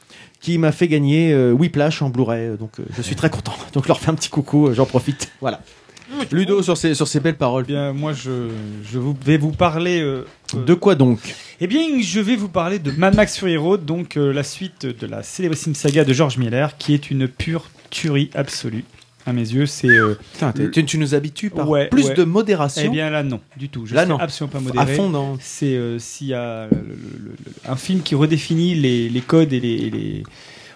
Speaker 7: qui m'a fait gagner euh, Whiplash en Blu-ray. euh, Donc euh, je suis très content. Donc je leur fais un petit coucou, euh, j'en profite. Voilà. Ludo sur ses, sur ses belles paroles.
Speaker 2: Mmh, Bien, moi je, je vous, vais vous parler. euh, euh,
Speaker 7: De quoi donc
Speaker 2: Eh bien, je vais vous parler de Mad Max Fury Road, donc euh, la suite de la célébrissime saga de George Miller, qui est une pure tuerie absolue. À mes yeux, c'est. euh,
Speaker 7: t'es-
Speaker 2: le-
Speaker 7: tu- tu nous habitues par
Speaker 2: Ouais,
Speaker 7: plus
Speaker 2: ouais.
Speaker 7: de modération.
Speaker 2: Eh bien là, non, du tout. Je
Speaker 7: Là,
Speaker 2: suis
Speaker 7: non.
Speaker 2: absolument pas
Speaker 7: À
Speaker 2: modéré.
Speaker 7: fond dans-
Speaker 2: C'est euh, s'il y a le- le- le- le- un film qui redéfinit les, les codes et les, et les-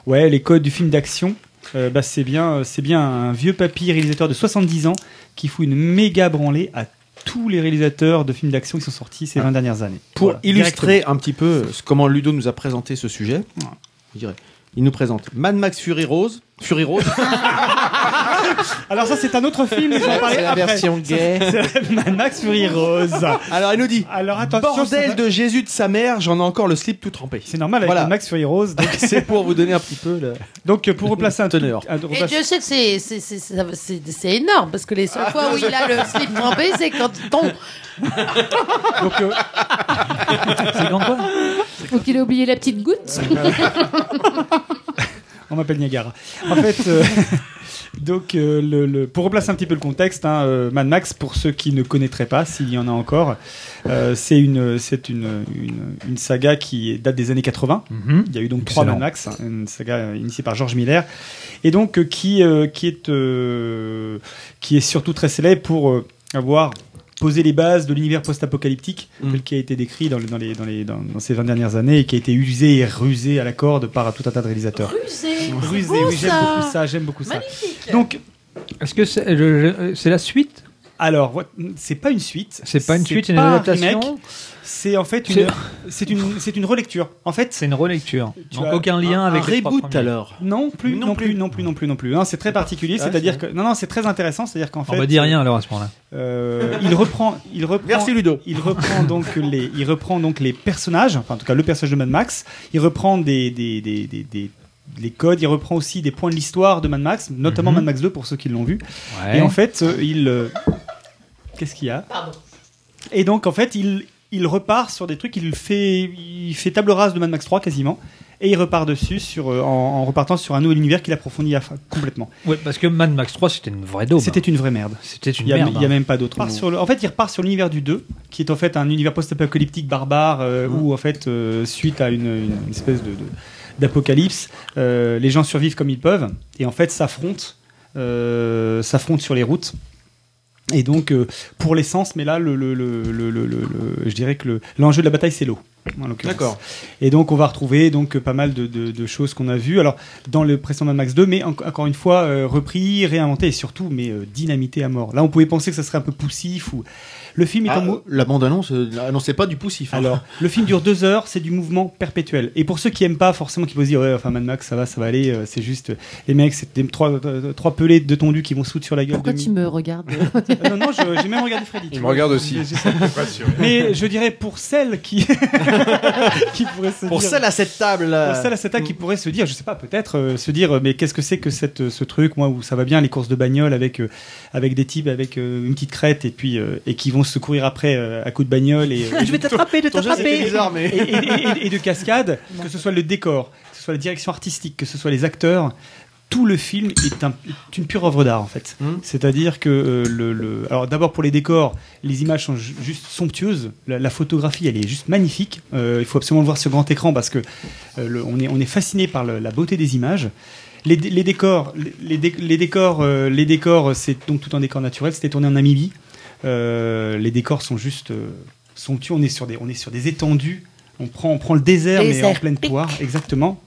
Speaker 2: ouais les codes du film d'action. euh, bah c'est bien, euh, c'est bien un vieux papy réalisateur de 70 ans qui fout une méga branlée à tous les réalisateurs de films d'action qui sont sortis ces 20 dernières années.
Speaker 7: Ah. Pour
Speaker 2: Voilà,
Speaker 7: illustrer
Speaker 2: directement.
Speaker 7: un petit peu ce- comment Ludo nous a présenté ce sujet, je dirais, il nous présente Mad Max Fury Rose. Fury Rose.
Speaker 2: Alors ça c'est un autre film, mais je vais en parler
Speaker 7: C'est la
Speaker 2: après.
Speaker 7: version
Speaker 2: Ça,
Speaker 7: gay.
Speaker 2: c'est Mad Max Fury Rose.
Speaker 7: Alors elle nous dit.
Speaker 2: Alors attention. ça va-
Speaker 7: Bordel de Jésus de sa mère, j'en ai encore le slip tout trempé.
Speaker 2: C'est normal avec Mad Max Fury Rose. Donc
Speaker 7: c'est pour vous donner un petit peu le.
Speaker 2: Donc euh, pour replacer un
Speaker 7: teneur.
Speaker 2: un-
Speaker 6: Et
Speaker 2: replacer-
Speaker 6: Dieu sait que c'est- c'est- c'est ça va- c'est- c'est énorme parce que les seules fois où il a le slip trempé, c'est quand il tombe.
Speaker 2: Donc, euh,
Speaker 13: Ou qu'il a oublié la petite goutte.
Speaker 7: Ah, bah
Speaker 2: On m'appelle Niagara. En fait, euh, donc, euh, le- le- pour replacer un petit peu le contexte, hein, euh, Mad Max, pour ceux qui ne connaîtraient pas, s'il y en a encore, euh, c'est une, c'est une, une, une saga qui date des années 80. Il y a eu donc trois
Speaker 14: Excellent.
Speaker 2: Mad Max, hein, une saga euh, initiée par George Miller, et donc euh, qui, euh, qui, est, euh, qui est surtout très célèbre pour euh, avoir posé les bases de l'univers post-apocalyptique tel qui a été décrit dans, le- dans les, dans, les, dans, dans ces 20 dernières années et qui a été usé et rusé à la corde par tout un tas de réalisateurs.
Speaker 6: Rusé,
Speaker 2: Rusé,
Speaker 6: beau,
Speaker 2: oui, j'aime
Speaker 6: ça.
Speaker 2: beaucoup ça, j'aime beaucoup ça.
Speaker 6: Magnifique.
Speaker 2: Donc,
Speaker 14: Est-ce que c'est je- je- c'est la suite
Speaker 2: alors, vo- c'est pas une suite.
Speaker 14: C'est pas une suite, c'est une
Speaker 2: pas un
Speaker 14: adaptation
Speaker 2: remake, C'est en fait une, c'est une, c'est une relecture. En fait, c'est une relecture.
Speaker 14: Donc aucun lien avec les trois premiers.
Speaker 2: Non plus, non, plus, non plus, non plus, non plus. Hein, c'est très particulier.
Speaker 14: Ouais,
Speaker 2: c'est-à-dire
Speaker 14: c'est
Speaker 2: que non, non, c'est très intéressant. C'est-à-dire qu'en fait,
Speaker 14: On va dire rien alors à ce moment-là.
Speaker 2: euh, il reprend, il reprend.
Speaker 14: Merci,
Speaker 7: Ludo.
Speaker 2: Il reprend donc les, il reprend donc les personnages, enfin en tout cas le personnage de Mad Max. Il reprend des des des des, des- les codes. Il reprend aussi des points de l'histoire de Mad Max, notamment Mad Max 2 pour ceux qui l'ont vu.
Speaker 14: Ouais.
Speaker 2: Et en fait, euh, il euh, qu'est-ce qu'il y a Et donc en fait, il il repart sur des trucs. Il fait il fait table rase de Mad Max 3 quasiment. Et il repart dessus sur, euh, en, en repartant sur un nouvel univers qu'il approfondit à- complètement.
Speaker 14: Ouais, parce que Mad Max 3, c'était une vraie daube. hein.
Speaker 2: C'était une vraie merde.
Speaker 14: C'était une
Speaker 2: Il y a-
Speaker 14: merde.
Speaker 2: il y a
Speaker 14: hein.
Speaker 2: même pas d'autre.
Speaker 14: Tout
Speaker 2: part
Speaker 14: le monde.
Speaker 2: sur le- En fait, il repart sur l'univers du 2, qui est en fait un univers post-apocalyptique barbare euh, où, en fait, euh, suite à une, une espèce de, de- d'apocalypse, euh, les gens survivent comme ils peuvent et en fait s'affrontent, euh, s'affrontent sur les routes. Et donc, euh, pour l'essence, mais là, le, le- le- le- le- le- le- je dirais que le- l'enjeu de la bataille, c'est l'eau. en l'occurrence.
Speaker 7: D'accord.
Speaker 2: Et donc, on va retrouver donc euh, pas mal de, de- de choses qu'on a vues. Alors, dans le précédent Mad Max 2, mais en- encore une fois, euh, repris, réinventé et surtout, mais euh, dynamité à mort. Là, on pouvait penser que ça serait un peu poussif ou. Le film est en mou-
Speaker 7: La bande-annonce Ah, euh, annonçait pas du poussif. hein.
Speaker 2: alors, le film dure deux heures, c'est du mouvement perpétuel. Et pour ceux qui aiment pas, forcément, qui vont se dire, ouais, enfin, Mad Max, ça va, ça va aller, euh, c'est juste, euh, les mecs, c'est des trois, euh, trois pelés de tondus qui vont se foutre sur la gueule.
Speaker 13: Pourquoi
Speaker 2: de
Speaker 13: tu
Speaker 2: mi-
Speaker 13: me regardes
Speaker 2: Ah Non, non, je- j'ai même regardé Freddy. tu
Speaker 4: Il me
Speaker 2: vois.
Speaker 4: regarde aussi.
Speaker 2: J'essaie. Mais je dirais pour celles qui, qui pourraient se
Speaker 7: Pour
Speaker 2: dire-
Speaker 7: celles à cette table, là.
Speaker 2: Pour celles à cette table qui pourraient se dire, je sais pas, peut-être euh, se dire, euh, mais qu'est-ce que c'est que cette, euh, ce truc, moi, où ça va bien les courses de bagnole avec, euh, avec des types avec euh, une petite crête et puis euh, et qui vont se courir après euh, à coups de bagnole et,
Speaker 7: Je vais t'attraper, je vais Ton jeu, t'attraper. c'était bizarre, mais-
Speaker 2: et, et- et- et de cascade, que ce soit le décor, que ce soit la direction artistique, que ce soit les acteurs. Tout le film est, un- est une pure œuvre d'art en fait.
Speaker 7: Hmm.
Speaker 2: C'est-à-dire que euh, le, le- alors d'abord pour les décors, les images sont ju- juste somptueuses. La, la photographie, elle est juste magnifique. Euh, il faut absolument le voir sur grand écran parce que euh, le- on est on est fasciné par le- la beauté des images. Les, dé- les décors, les, dé- les décors, euh, les décors, c'est donc tout en décor naturel. C'était tourné en Namibie. Euh, les décors sont juste euh, somptueux. On est sur des, on est sur des étendues. On prend, on prend le désert, mais en
Speaker 14: Désert.
Speaker 2: pleine poire, exactement.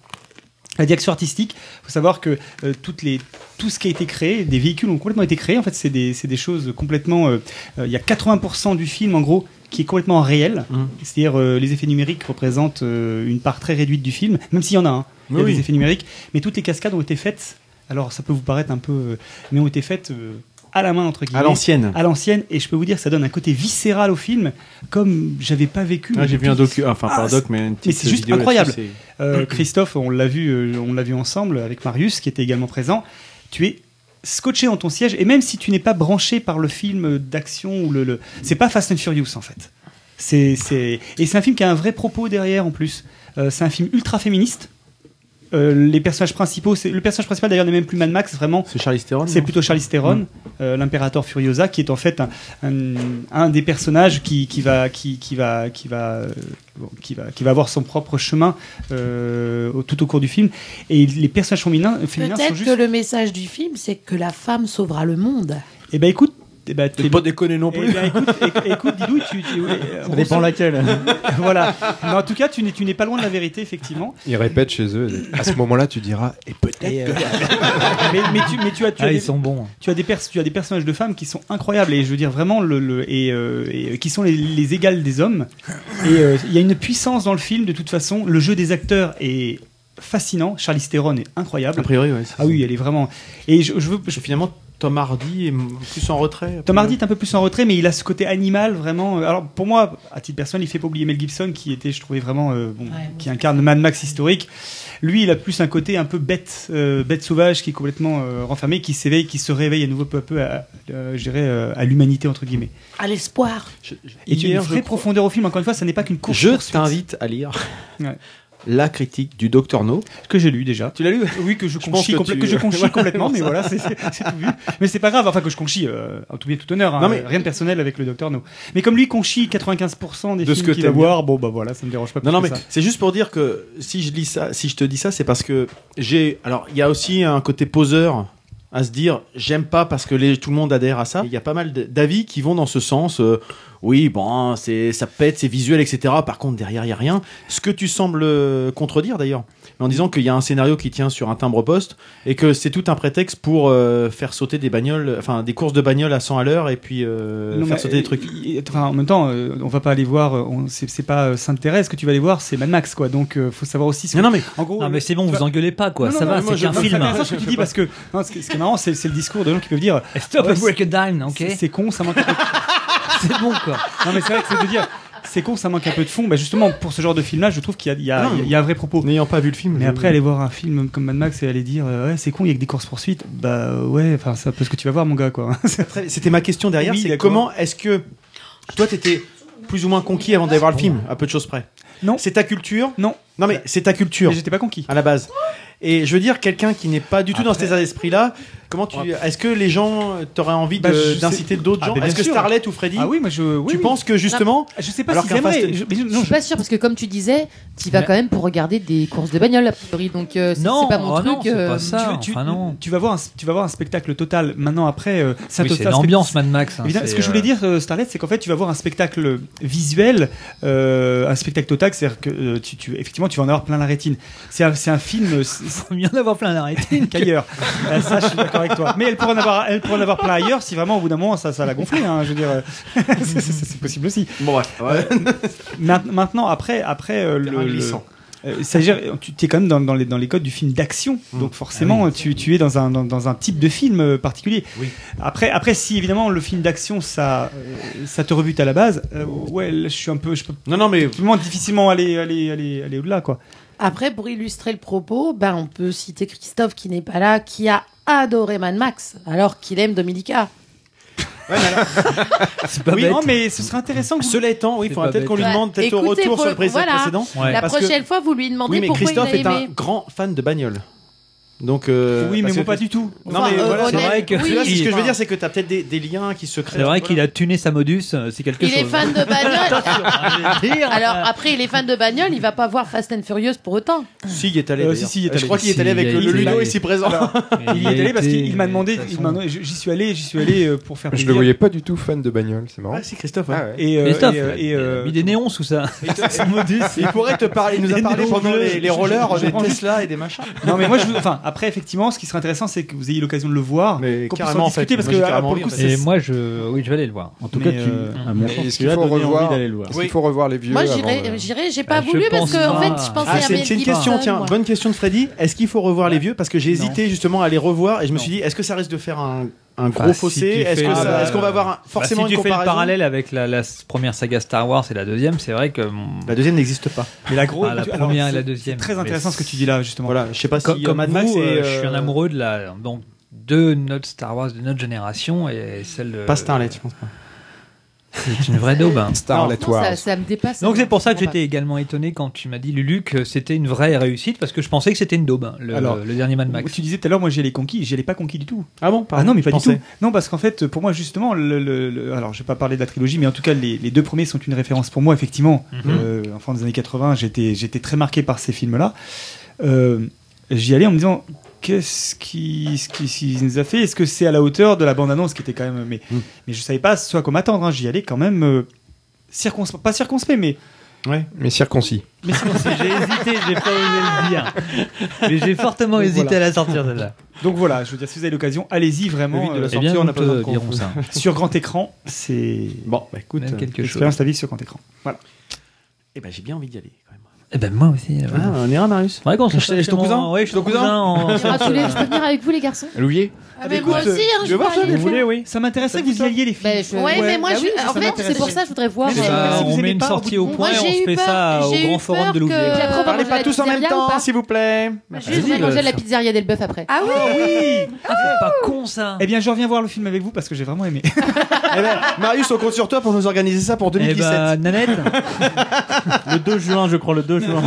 Speaker 2: La direction artistique, il faut savoir que euh, toutes les, tout ce qui a été créé, des véhicules ont complètement été créés. En fait, c'est des, c'est des choses complètement. euh, euh, Il y a 80% du film, en gros, qui est complètement réel.
Speaker 7: Mmh.
Speaker 2: C'est-à-dire, euh, les effets numériques représentent euh, une part très réduite du film, même s'il y en a. hein. Il y a
Speaker 7: Oui,
Speaker 2: des
Speaker 7: oui.
Speaker 2: effets numériques. Mais toutes les cascades ont été faites. Alors, ça peut vous paraître un peu. euh, mais ont été faites euh, à la main, entre guillemets.
Speaker 7: l'ancienne.
Speaker 2: À l'ancienne. Et je peux vous dire, ça donne un côté viscéral au film, comme j'avais pas vécu.
Speaker 7: Ah, j'ai vu un docu- enfin, pas un doc,
Speaker 2: c'est-
Speaker 7: mais une petite
Speaker 2: c'est juste
Speaker 7: vidéo
Speaker 2: incroyable.
Speaker 7: là-dessus, Mm-hmm.
Speaker 2: Euh, Christophe, on l'a vu, euh, on l'a vu ensemble avec Marius, qui était également présent. Tu es scotché dans ton siège, et même si tu n'es pas branché par le film d'action ou le, le- c'est pas Fast and Furious en fait. C'est, c'est- et c'est un film qui a un vrai propos derrière en plus. Euh, c'est un film ultra féministe. Euh, les personnages principaux, c'est le personnage principal d'ailleurs n'est même plus Mad Max, c'est vraiment.
Speaker 7: C'est Charlize Theron.
Speaker 2: C'est plutôt Charlize Theron, euh, l'impérateur Furiosa, qui est en fait un, un- un des personnages qui, qui va qui, qui va qui va euh, bon, qui va qui va avoir son propre chemin euh, au- tout au cours du film. Et les personnages féminins, féminins sont
Speaker 6: Peut-être
Speaker 2: juste.
Speaker 6: que le message du film, c'est que la femme sauvera le monde.
Speaker 2: Eh ben écoute, eh ben, t'es-
Speaker 7: Pas déconner non plus.
Speaker 2: Eh ben, écoute, éc- écoute, Didouille, tu, tu- euh,
Speaker 7: Ça dépend
Speaker 2: on-
Speaker 7: laquelle.
Speaker 2: voilà. Mais en tout cas, tu n'es tu n'es pas loin de la vérité effectivement.
Speaker 4: Ils répètent chez eux. À ce moment-là, tu diras et peut-être. que-
Speaker 2: euh, mais, mais tu, mais tu as, tu
Speaker 4: Ah,
Speaker 2: as
Speaker 4: ils
Speaker 2: des,
Speaker 4: sont bons.
Speaker 2: Tu as des pers- tu as des personnages de femmes qui sont incroyables et je veux dire vraiment le, le- et, euh, et, euh, qui sont les, les égales des hommes. Et euh, il y a une puissance dans le film de toute façon. Le jeu des acteurs est fascinant. Charlize Theron est incroyable.
Speaker 7: A priori, ouais, c'est
Speaker 2: Ah oui, elle est vraiment. Et je, je veux
Speaker 7: finalement Tom Hardy est m- plus en retrait.
Speaker 2: Tom Hardy est un peu plus en retrait, mais il a ce côté animal vraiment. euh, Alors pour moi, à titre personnel, il fait pas oublier Mel Gibson, qui était, je trouvais vraiment, euh, bon, qui incarne Mad Max historique. Lui, il a plus un côté un peu bête, euh, bête sauvage, qui est complètement euh, renfermé, qui s'éveille, qui se réveille à nouveau peu à peu, à, euh, je dirais, euh, à l'humanité entre guillemets.
Speaker 6: À l'espoir.
Speaker 2: Et tu as une
Speaker 7: Hier, je
Speaker 2: vraie
Speaker 7: crois-
Speaker 2: profondeur au film. Encore une fois, ça n'est pas qu'une course.
Speaker 7: Je
Speaker 2: poursuite.
Speaker 7: t'invite à lire
Speaker 2: Ouais.
Speaker 7: la critique du Docteur No
Speaker 2: que j'ai lu déjà.
Speaker 7: Tu l'as lu
Speaker 2: Oui, que je
Speaker 7: pense
Speaker 2: conchis, complè-
Speaker 7: tu-
Speaker 2: que je conchis
Speaker 7: Voilà,
Speaker 2: complètement, mais
Speaker 7: ça.
Speaker 2: voilà, c'est c'est- c'est tout vu. Mais c'est pas grave, enfin que je conchis, euh, en tout bien tout honneur, hein,
Speaker 7: Non, mais-
Speaker 2: rien de personnel avec le docteur No. Mais comme lui conchit 95% des
Speaker 7: De ce
Speaker 2: films
Speaker 7: que
Speaker 2: qu'il va
Speaker 7: t'aimes
Speaker 2: voir, bon bah voilà, ça me dérange pas
Speaker 7: Non,
Speaker 2: plus
Speaker 7: non,
Speaker 2: que
Speaker 7: mais
Speaker 2: ça.
Speaker 7: c'est juste pour dire que si je lis ça, si je te dis ça, c'est parce que j'ai. Alors, il y a aussi un côté poseur à se dire, j'aime pas parce que les, tout le monde adhère à ça. Il y a pas mal d- d'avis qui vont dans ce sens. euh, oui, bon, c'est ça pète, c'est visuel, etc. Par contre, derrière, il y a rien. Ce que tu sembles euh, contredire d'ailleurs, en disant qu'il y a un scénario qui tient sur un timbre-poste et que c'est tout un prétexte pour euh, faire sauter des bagnoles, enfin des courses de bagnoles à 100 à l'heure et puis euh,
Speaker 2: Non,
Speaker 7: faire
Speaker 2: mais,
Speaker 7: sauter des trucs.
Speaker 2: il- il- Enfin, en même temps, euh, on va pas aller voir, euh, on- c'est c'est pas euh, Sainte-Thérèse que tu vas aller voir, c'est Mad Max, quoi. Donc, euh, faut savoir aussi. ce que-
Speaker 14: Non, non, mais-
Speaker 2: en gros,
Speaker 14: non,
Speaker 2: le-
Speaker 14: mais c'est bon,
Speaker 2: tu
Speaker 14: vous
Speaker 2: vois-
Speaker 14: engueulez pas, quoi. Ça va,
Speaker 2: mais
Speaker 14: c'est
Speaker 2: moi, je-
Speaker 14: qu'un
Speaker 2: non,
Speaker 14: film.
Speaker 2: C'est intéressant ce que tu dis parce que non, ce, qui- ce qui est marrant, c'est c'est le discours de gens qui peuvent dire
Speaker 14: Stop
Speaker 2: ouais,
Speaker 14: and break
Speaker 2: c'est-
Speaker 14: a dime, ok.
Speaker 2: c'est- C'est con, ça manque. un peu- c'est bon, quoi. Non, mais c'est vrai que c'est de dire. C'est con, ça manque un peu de fond. Bah justement, pour ce genre de film-là, je trouve qu'il y, a- il y a-
Speaker 7: Non,
Speaker 2: Ah, il y a un vrai propos.
Speaker 7: N'ayant pas vu le film.
Speaker 2: Mais
Speaker 7: je-
Speaker 2: après, aller voir un film comme Mad Max et aller dire euh, Ouais, c'est con, il y a que des courses-poursuites. Bah ouais, enfin, c'est un peu ce que tu vas voir, mon gars, quoi.
Speaker 7: Très- C'était ma question derrière,
Speaker 2: Oui,
Speaker 7: c'est
Speaker 2: d'accord.
Speaker 7: comment est-ce que toi t'étais plus ou moins conquis avant d'aller voir le film, à peu de choses près.
Speaker 2: Non.
Speaker 7: C'est ta culture.
Speaker 2: Non.
Speaker 7: Non, mais c'est ta culture.
Speaker 2: j'étais pas conquis.
Speaker 7: À la base. Et je veux dire, quelqu'un qui n'est pas du tout dans cet état d'esprit-là, comment tu. Est-ce que les gens euh, t'auraient envie
Speaker 2: Bah, je
Speaker 7: de-
Speaker 2: sais-
Speaker 7: d'inciter d'autres
Speaker 2: Ah,
Speaker 7: gens
Speaker 2: bah, bien
Speaker 7: Est-ce que
Speaker 2: sûr.
Speaker 7: Starlet ou Freddy
Speaker 2: Ah oui, moi je.
Speaker 7: Tu penses que justement.
Speaker 2: Je sais pas
Speaker 7: alors
Speaker 2: si
Speaker 7: qu'un
Speaker 2: j'aimerais.
Speaker 7: fast-
Speaker 2: Je- mais je-
Speaker 11: je
Speaker 2: non,
Speaker 11: suis pas sûre parce que comme tu disais, tu vas
Speaker 2: Mais-
Speaker 11: quand même pour regarder des courses de bagnole a priori, donc euh, c'est
Speaker 2: Non,
Speaker 11: c'est pas mon
Speaker 2: oh
Speaker 11: truc.
Speaker 2: non, c'est
Speaker 11: euh,
Speaker 2: pas ça,
Speaker 11: tu veux- tu-
Speaker 2: enfin, non. tu vas voir un, tu vas voir un spectacle total. Maintenant après, euh, ça
Speaker 1: Oui,
Speaker 2: te-
Speaker 1: c'est
Speaker 2: ça-
Speaker 1: l'ambiance, Mad Max, hein,
Speaker 2: Évidemment,
Speaker 1: c'est,
Speaker 2: ce que je voulais
Speaker 1: euh,
Speaker 2: dire, euh, Starlet, c'est qu'en fait, tu vas voir un spectacle visuel, euh, un spectacle total, c'est-à-dire que euh, tu, tu- effectivement, tu vas en avoir plein la rétine. C'est un, c'est un film. Faut
Speaker 17: mieux en avoir plein la rétine
Speaker 2: qu'ailleurs. Euh, ça, je suis d'accord avec toi. Mais elle pourrait en avoir, elle pourrait en avoir plein ailleurs si vraiment au bout d'un moment ça, ça l'a gonflé. hein, je veux dire, euh, c'est- c'est c'est possible aussi. Euh,
Speaker 7: Bon,
Speaker 2: maintenant, après, après euh, le.
Speaker 7: Terrain
Speaker 2: le-
Speaker 7: glissant.
Speaker 2: euh, c'est-à-dire, tu es quand même dans, dans les, dans les codes du film d'action,
Speaker 7: Mmh.
Speaker 2: donc
Speaker 7: Ah
Speaker 2: forcément tu, tu es dans un, dans, dans un type de film euh, particulier. Après, après, si évidemment le film d'action ça, euh, ça te rebute à la base, euh, ouais, là, je suis un peu, je peux
Speaker 7: non, non, mais
Speaker 2: difficilement aller, aller, aller, aller au-delà quoi.
Speaker 6: Après, pour illustrer le propos, ben, on peut citer Christophe qui n'est pas là, qui a adoré Mad Max, alors qu'il aime Dominica.
Speaker 7: Ah,
Speaker 2: pas Oui, bête. non,
Speaker 7: mais
Speaker 2: ce serait intéressant.
Speaker 7: Cela étant, oui, il
Speaker 2: C'est
Speaker 7: faudrait
Speaker 2: pas
Speaker 7: peut-être qu'on lui
Speaker 6: Ouais.
Speaker 7: demande peut-être au
Speaker 6: Bah, Écoutez,
Speaker 7: retour
Speaker 6: faut-
Speaker 7: sur le pré-
Speaker 6: voilà.
Speaker 7: précédent.
Speaker 6: La
Speaker 7: Parce que-
Speaker 6: prochaine fois, vous lui demandez
Speaker 7: Oui, mais
Speaker 6: pourquoi
Speaker 7: Christophe
Speaker 6: il
Speaker 7: est
Speaker 6: a
Speaker 7: un
Speaker 6: aimé.
Speaker 7: grand fan de bagnole. Donc, euh,
Speaker 2: Oui, mais
Speaker 7: parce
Speaker 2: moi,
Speaker 7: que-
Speaker 2: pas du tout.
Speaker 7: Non,
Speaker 1: Enfin,
Speaker 7: mais
Speaker 1: euh,
Speaker 7: voilà,
Speaker 1: honnête-
Speaker 7: c'est vrai que
Speaker 1: oui,
Speaker 7: celui-là, c'est ce que je veux
Speaker 1: enfin.
Speaker 7: dire, c'est que t'as peut-être des, des liens qui se créent.
Speaker 1: C'est vrai qu'il a tuné sa modus, euh, c'est quelque
Speaker 6: Il
Speaker 1: chose.
Speaker 6: est fan
Speaker 14: hein.
Speaker 6: de
Speaker 7: hein,
Speaker 6: bagnole. Alors après, il est fan de bagnole, il va pas voir Fast and Furious pour autant.
Speaker 7: Si, il y est allé.
Speaker 2: Euh,
Speaker 7: d'ailleurs.
Speaker 2: si, si, il est
Speaker 7: Je
Speaker 2: allé.
Speaker 7: crois qu'il est
Speaker 2: Si,
Speaker 7: allé
Speaker 2: il
Speaker 7: avec euh,
Speaker 2: y
Speaker 7: le
Speaker 2: a été.
Speaker 7: Ludo ici présent.
Speaker 2: Alors, il y est allé parce qu'il m'a demandé,
Speaker 4: de toute
Speaker 2: il m'a- j'y suis allé, j'y suis allé euh, pour faire
Speaker 4: Je
Speaker 2: plaisir.
Speaker 4: le voyais pas du tout fan de bagnole, c'est marrant.
Speaker 7: Ah, si, Christophe.
Speaker 4: Ah ouais.
Speaker 2: Et, euh,
Speaker 1: Christophe,
Speaker 2: et, euh, et, euh,
Speaker 1: il est néon sous ça. Son modus.
Speaker 7: Il pourrait te parler, il nous a
Speaker 1: Des
Speaker 7: parlé
Speaker 1: néons
Speaker 7: pendant
Speaker 1: bleus.
Speaker 7: les, les
Speaker 1: Je- je-
Speaker 7: rollers,
Speaker 1: je-
Speaker 7: des
Speaker 1: je-
Speaker 7: Tesla et des machins.
Speaker 2: Non mais moi je vous- enfin après effectivement ce qui serait intéressant c'est que vous ayez l'occasion de le voir qu'on puisse
Speaker 7: carrément,
Speaker 2: en
Speaker 7: en fait.
Speaker 2: discuter parce
Speaker 7: Moi, j'ai
Speaker 2: que
Speaker 7: carrément
Speaker 2: pour le
Speaker 7: envie,
Speaker 2: coup
Speaker 7: en
Speaker 2: c'est
Speaker 1: Et moi, je, oui, je vais aller le voir.
Speaker 2: En tout cas, tu-
Speaker 7: euh,
Speaker 1: Ah,
Speaker 2: à mon sens,
Speaker 4: est-ce
Speaker 2: tu
Speaker 4: qu'il
Speaker 2: as
Speaker 4: faut
Speaker 2: donné envie
Speaker 4: revoir
Speaker 2: d'aller le voir.
Speaker 4: est-ce
Speaker 7: Oui.
Speaker 4: qu'il faut revoir les vieux euh,
Speaker 6: Moi,
Speaker 4: avant
Speaker 6: j'irai,
Speaker 4: de-
Speaker 6: j'irai, j'ai pas
Speaker 1: je
Speaker 6: voulu Ah, parce
Speaker 1: pense
Speaker 6: que en
Speaker 1: pas.
Speaker 6: fait, je pensais
Speaker 7: Ah,
Speaker 6: à
Speaker 7: c'est
Speaker 6: Mel
Speaker 7: c'est une
Speaker 6: Gibson,
Speaker 7: question, tiens,
Speaker 6: moi.
Speaker 7: bonne question de Freddy. Est-ce qu'il faut revoir les vieux Parce que j'ai hésité justement à les revoir et je me suis dit, est-ce que ça risque de faire un, un gros
Speaker 1: Bah, si
Speaker 7: fossé
Speaker 1: tu
Speaker 7: Est-ce
Speaker 1: fais-
Speaker 7: que
Speaker 1: Ah,
Speaker 7: ça-
Speaker 1: bah,
Speaker 7: est-ce qu'on va avoir un-
Speaker 1: bah,
Speaker 7: forcément
Speaker 1: si tu
Speaker 7: une
Speaker 1: fais le
Speaker 7: comparaison
Speaker 1: parallèle avec la, la première saga Star Wars et la deuxième, c'est vrai que
Speaker 7: La deuxième n'existe pas.
Speaker 2: Mais la grosse,
Speaker 1: Ah, la
Speaker 2: tu- alors,
Speaker 1: première et
Speaker 2: c'est-
Speaker 1: la deuxième.
Speaker 2: c'est très
Speaker 1: Mais
Speaker 2: intéressant ce que tu dis là justement.
Speaker 7: Voilà, je sais pas si
Speaker 1: comme,
Speaker 7: euh,
Speaker 1: comme
Speaker 7: Mad
Speaker 1: vous,
Speaker 7: Max et,
Speaker 1: euh, je suis un
Speaker 7: euh,
Speaker 1: amoureux de la donc de notre Star Wars de notre génération et celle de
Speaker 7: Pas Starlet, je pense pas.
Speaker 1: C'est une vraie daube. hein.
Speaker 11: Non, ça, ça me dépasse.
Speaker 1: Donc c'est pour ça que
Speaker 11: Vraiment
Speaker 1: j'étais également étonné quand tu m'as dit Lulu que c'était une vraie réussite parce que je pensais que c'était une daube hein, le,
Speaker 2: Alors,
Speaker 1: le dernier Mad Max.
Speaker 2: Tu disais tout à l'heure, moi j'ai les conquis, j'ai les pas conquis du tout.
Speaker 7: Ah bon
Speaker 2: Ah non, mais pas du
Speaker 1: Pensais.
Speaker 2: tout. Non, parce qu'en fait, pour moi, justement, le, le- le- alors je vais pas parler de la trilogie, mais en tout cas, les, les deux premiers sont une référence pour moi, effectivement.
Speaker 1: Mhm.
Speaker 2: Euh, enfant des années 80, j'étais, j'étais très marqué par ces films-là. Euh, j'y allais en me disant, qu'est-ce qui, ce qui, ce qui nous a fait Est-ce que c'est à la hauteur de la bande-annonce qui était quand même. Mais, mais je savais pas ce à quoi m'attendre, hein. j'y allais quand même. euh, circonspect, pas circonspect, mais.
Speaker 7: Ouais.
Speaker 4: Mais circoncis.
Speaker 2: mais circonspect.
Speaker 1: J'ai hésité, j'ai pas osé le dire. Mais j'ai fortement
Speaker 2: Donc,
Speaker 1: hésité
Speaker 2: voilà.
Speaker 1: à la sortir celle-là.
Speaker 2: Donc voilà, je veux dire, si vous avez l'occasion, allez-y
Speaker 7: Le
Speaker 2: vraiment.
Speaker 7: vide de la
Speaker 2: euh,
Speaker 7: sortie, on n'a pas
Speaker 1: nous te
Speaker 7: besoin de
Speaker 1: dirons
Speaker 7: compte.
Speaker 1: ça.
Speaker 2: sur grand écran, c'est.
Speaker 7: Bon, bah écoute,
Speaker 1: Même quelque
Speaker 2: Expérience la vie sur grand écran. Voilà.
Speaker 7: Eh ben j'ai bien envie d'y aller. quand même.
Speaker 1: Eh ben moi aussi. là, voilà.
Speaker 7: Ah, on ira, Marius
Speaker 1: Ouais, qu'on se
Speaker 7: Je- je- ton
Speaker 1: fasse
Speaker 7: cousin
Speaker 1: en- ouais, je suis ton
Speaker 7: Ton cousin
Speaker 1: cousin. en-
Speaker 11: pas. Ah, tous les- je peux venir avec vous les garçons
Speaker 4: Louis
Speaker 11: Ah, mais moi aussi, hein, je
Speaker 2: voir
Speaker 11: peux aller.
Speaker 2: oui. Ça m'intéresserait que vous y alliez, les filles.
Speaker 11: Ben, je- Ouais, mais moi,
Speaker 2: bah
Speaker 11: je-
Speaker 2: oui,
Speaker 11: en
Speaker 2: ça
Speaker 11: fait,
Speaker 2: m'intéresse.
Speaker 11: c'est pour ça que je voudrais voir,
Speaker 2: Mais
Speaker 11: euh,
Speaker 2: parce que
Speaker 1: on
Speaker 2: vous
Speaker 1: met
Speaker 2: aimez
Speaker 1: une
Speaker 2: pas, au
Speaker 1: sortie
Speaker 2: bout
Speaker 1: au
Speaker 2: de-
Speaker 1: point
Speaker 11: Moi,
Speaker 1: et on
Speaker 11: j'ai
Speaker 1: se
Speaker 11: eu
Speaker 1: fait
Speaker 11: peur-
Speaker 1: ça au
Speaker 11: j'ai eu
Speaker 1: grand forum
Speaker 11: peur
Speaker 1: de
Speaker 11: que-
Speaker 1: Louvier.
Speaker 11: Puis après, on va
Speaker 7: Parlez
Speaker 11: manger
Speaker 7: pas
Speaker 11: la
Speaker 7: tous en même
Speaker 11: pizzeria ou
Speaker 7: temps,
Speaker 11: pas
Speaker 7: s'il vous plaît.
Speaker 11: Je vais
Speaker 1: Vas-y,
Speaker 11: manger
Speaker 1: euh,
Speaker 11: Bah, la pizzeria d'Elbeuf après.
Speaker 18: Ah oui
Speaker 2: Ah oui
Speaker 1: Ah, c'est pas con ça.
Speaker 2: Eh bien, je reviens voir le film avec vous parce que j'ai vraiment aimé.
Speaker 7: Eh ben, Marius, on compte sur toi pour nous organiser ça pour
Speaker 1: Eh
Speaker 7: 2017.
Speaker 1: ben, Nanette.
Speaker 14: Le 2 juin, je crois, le 2 juin.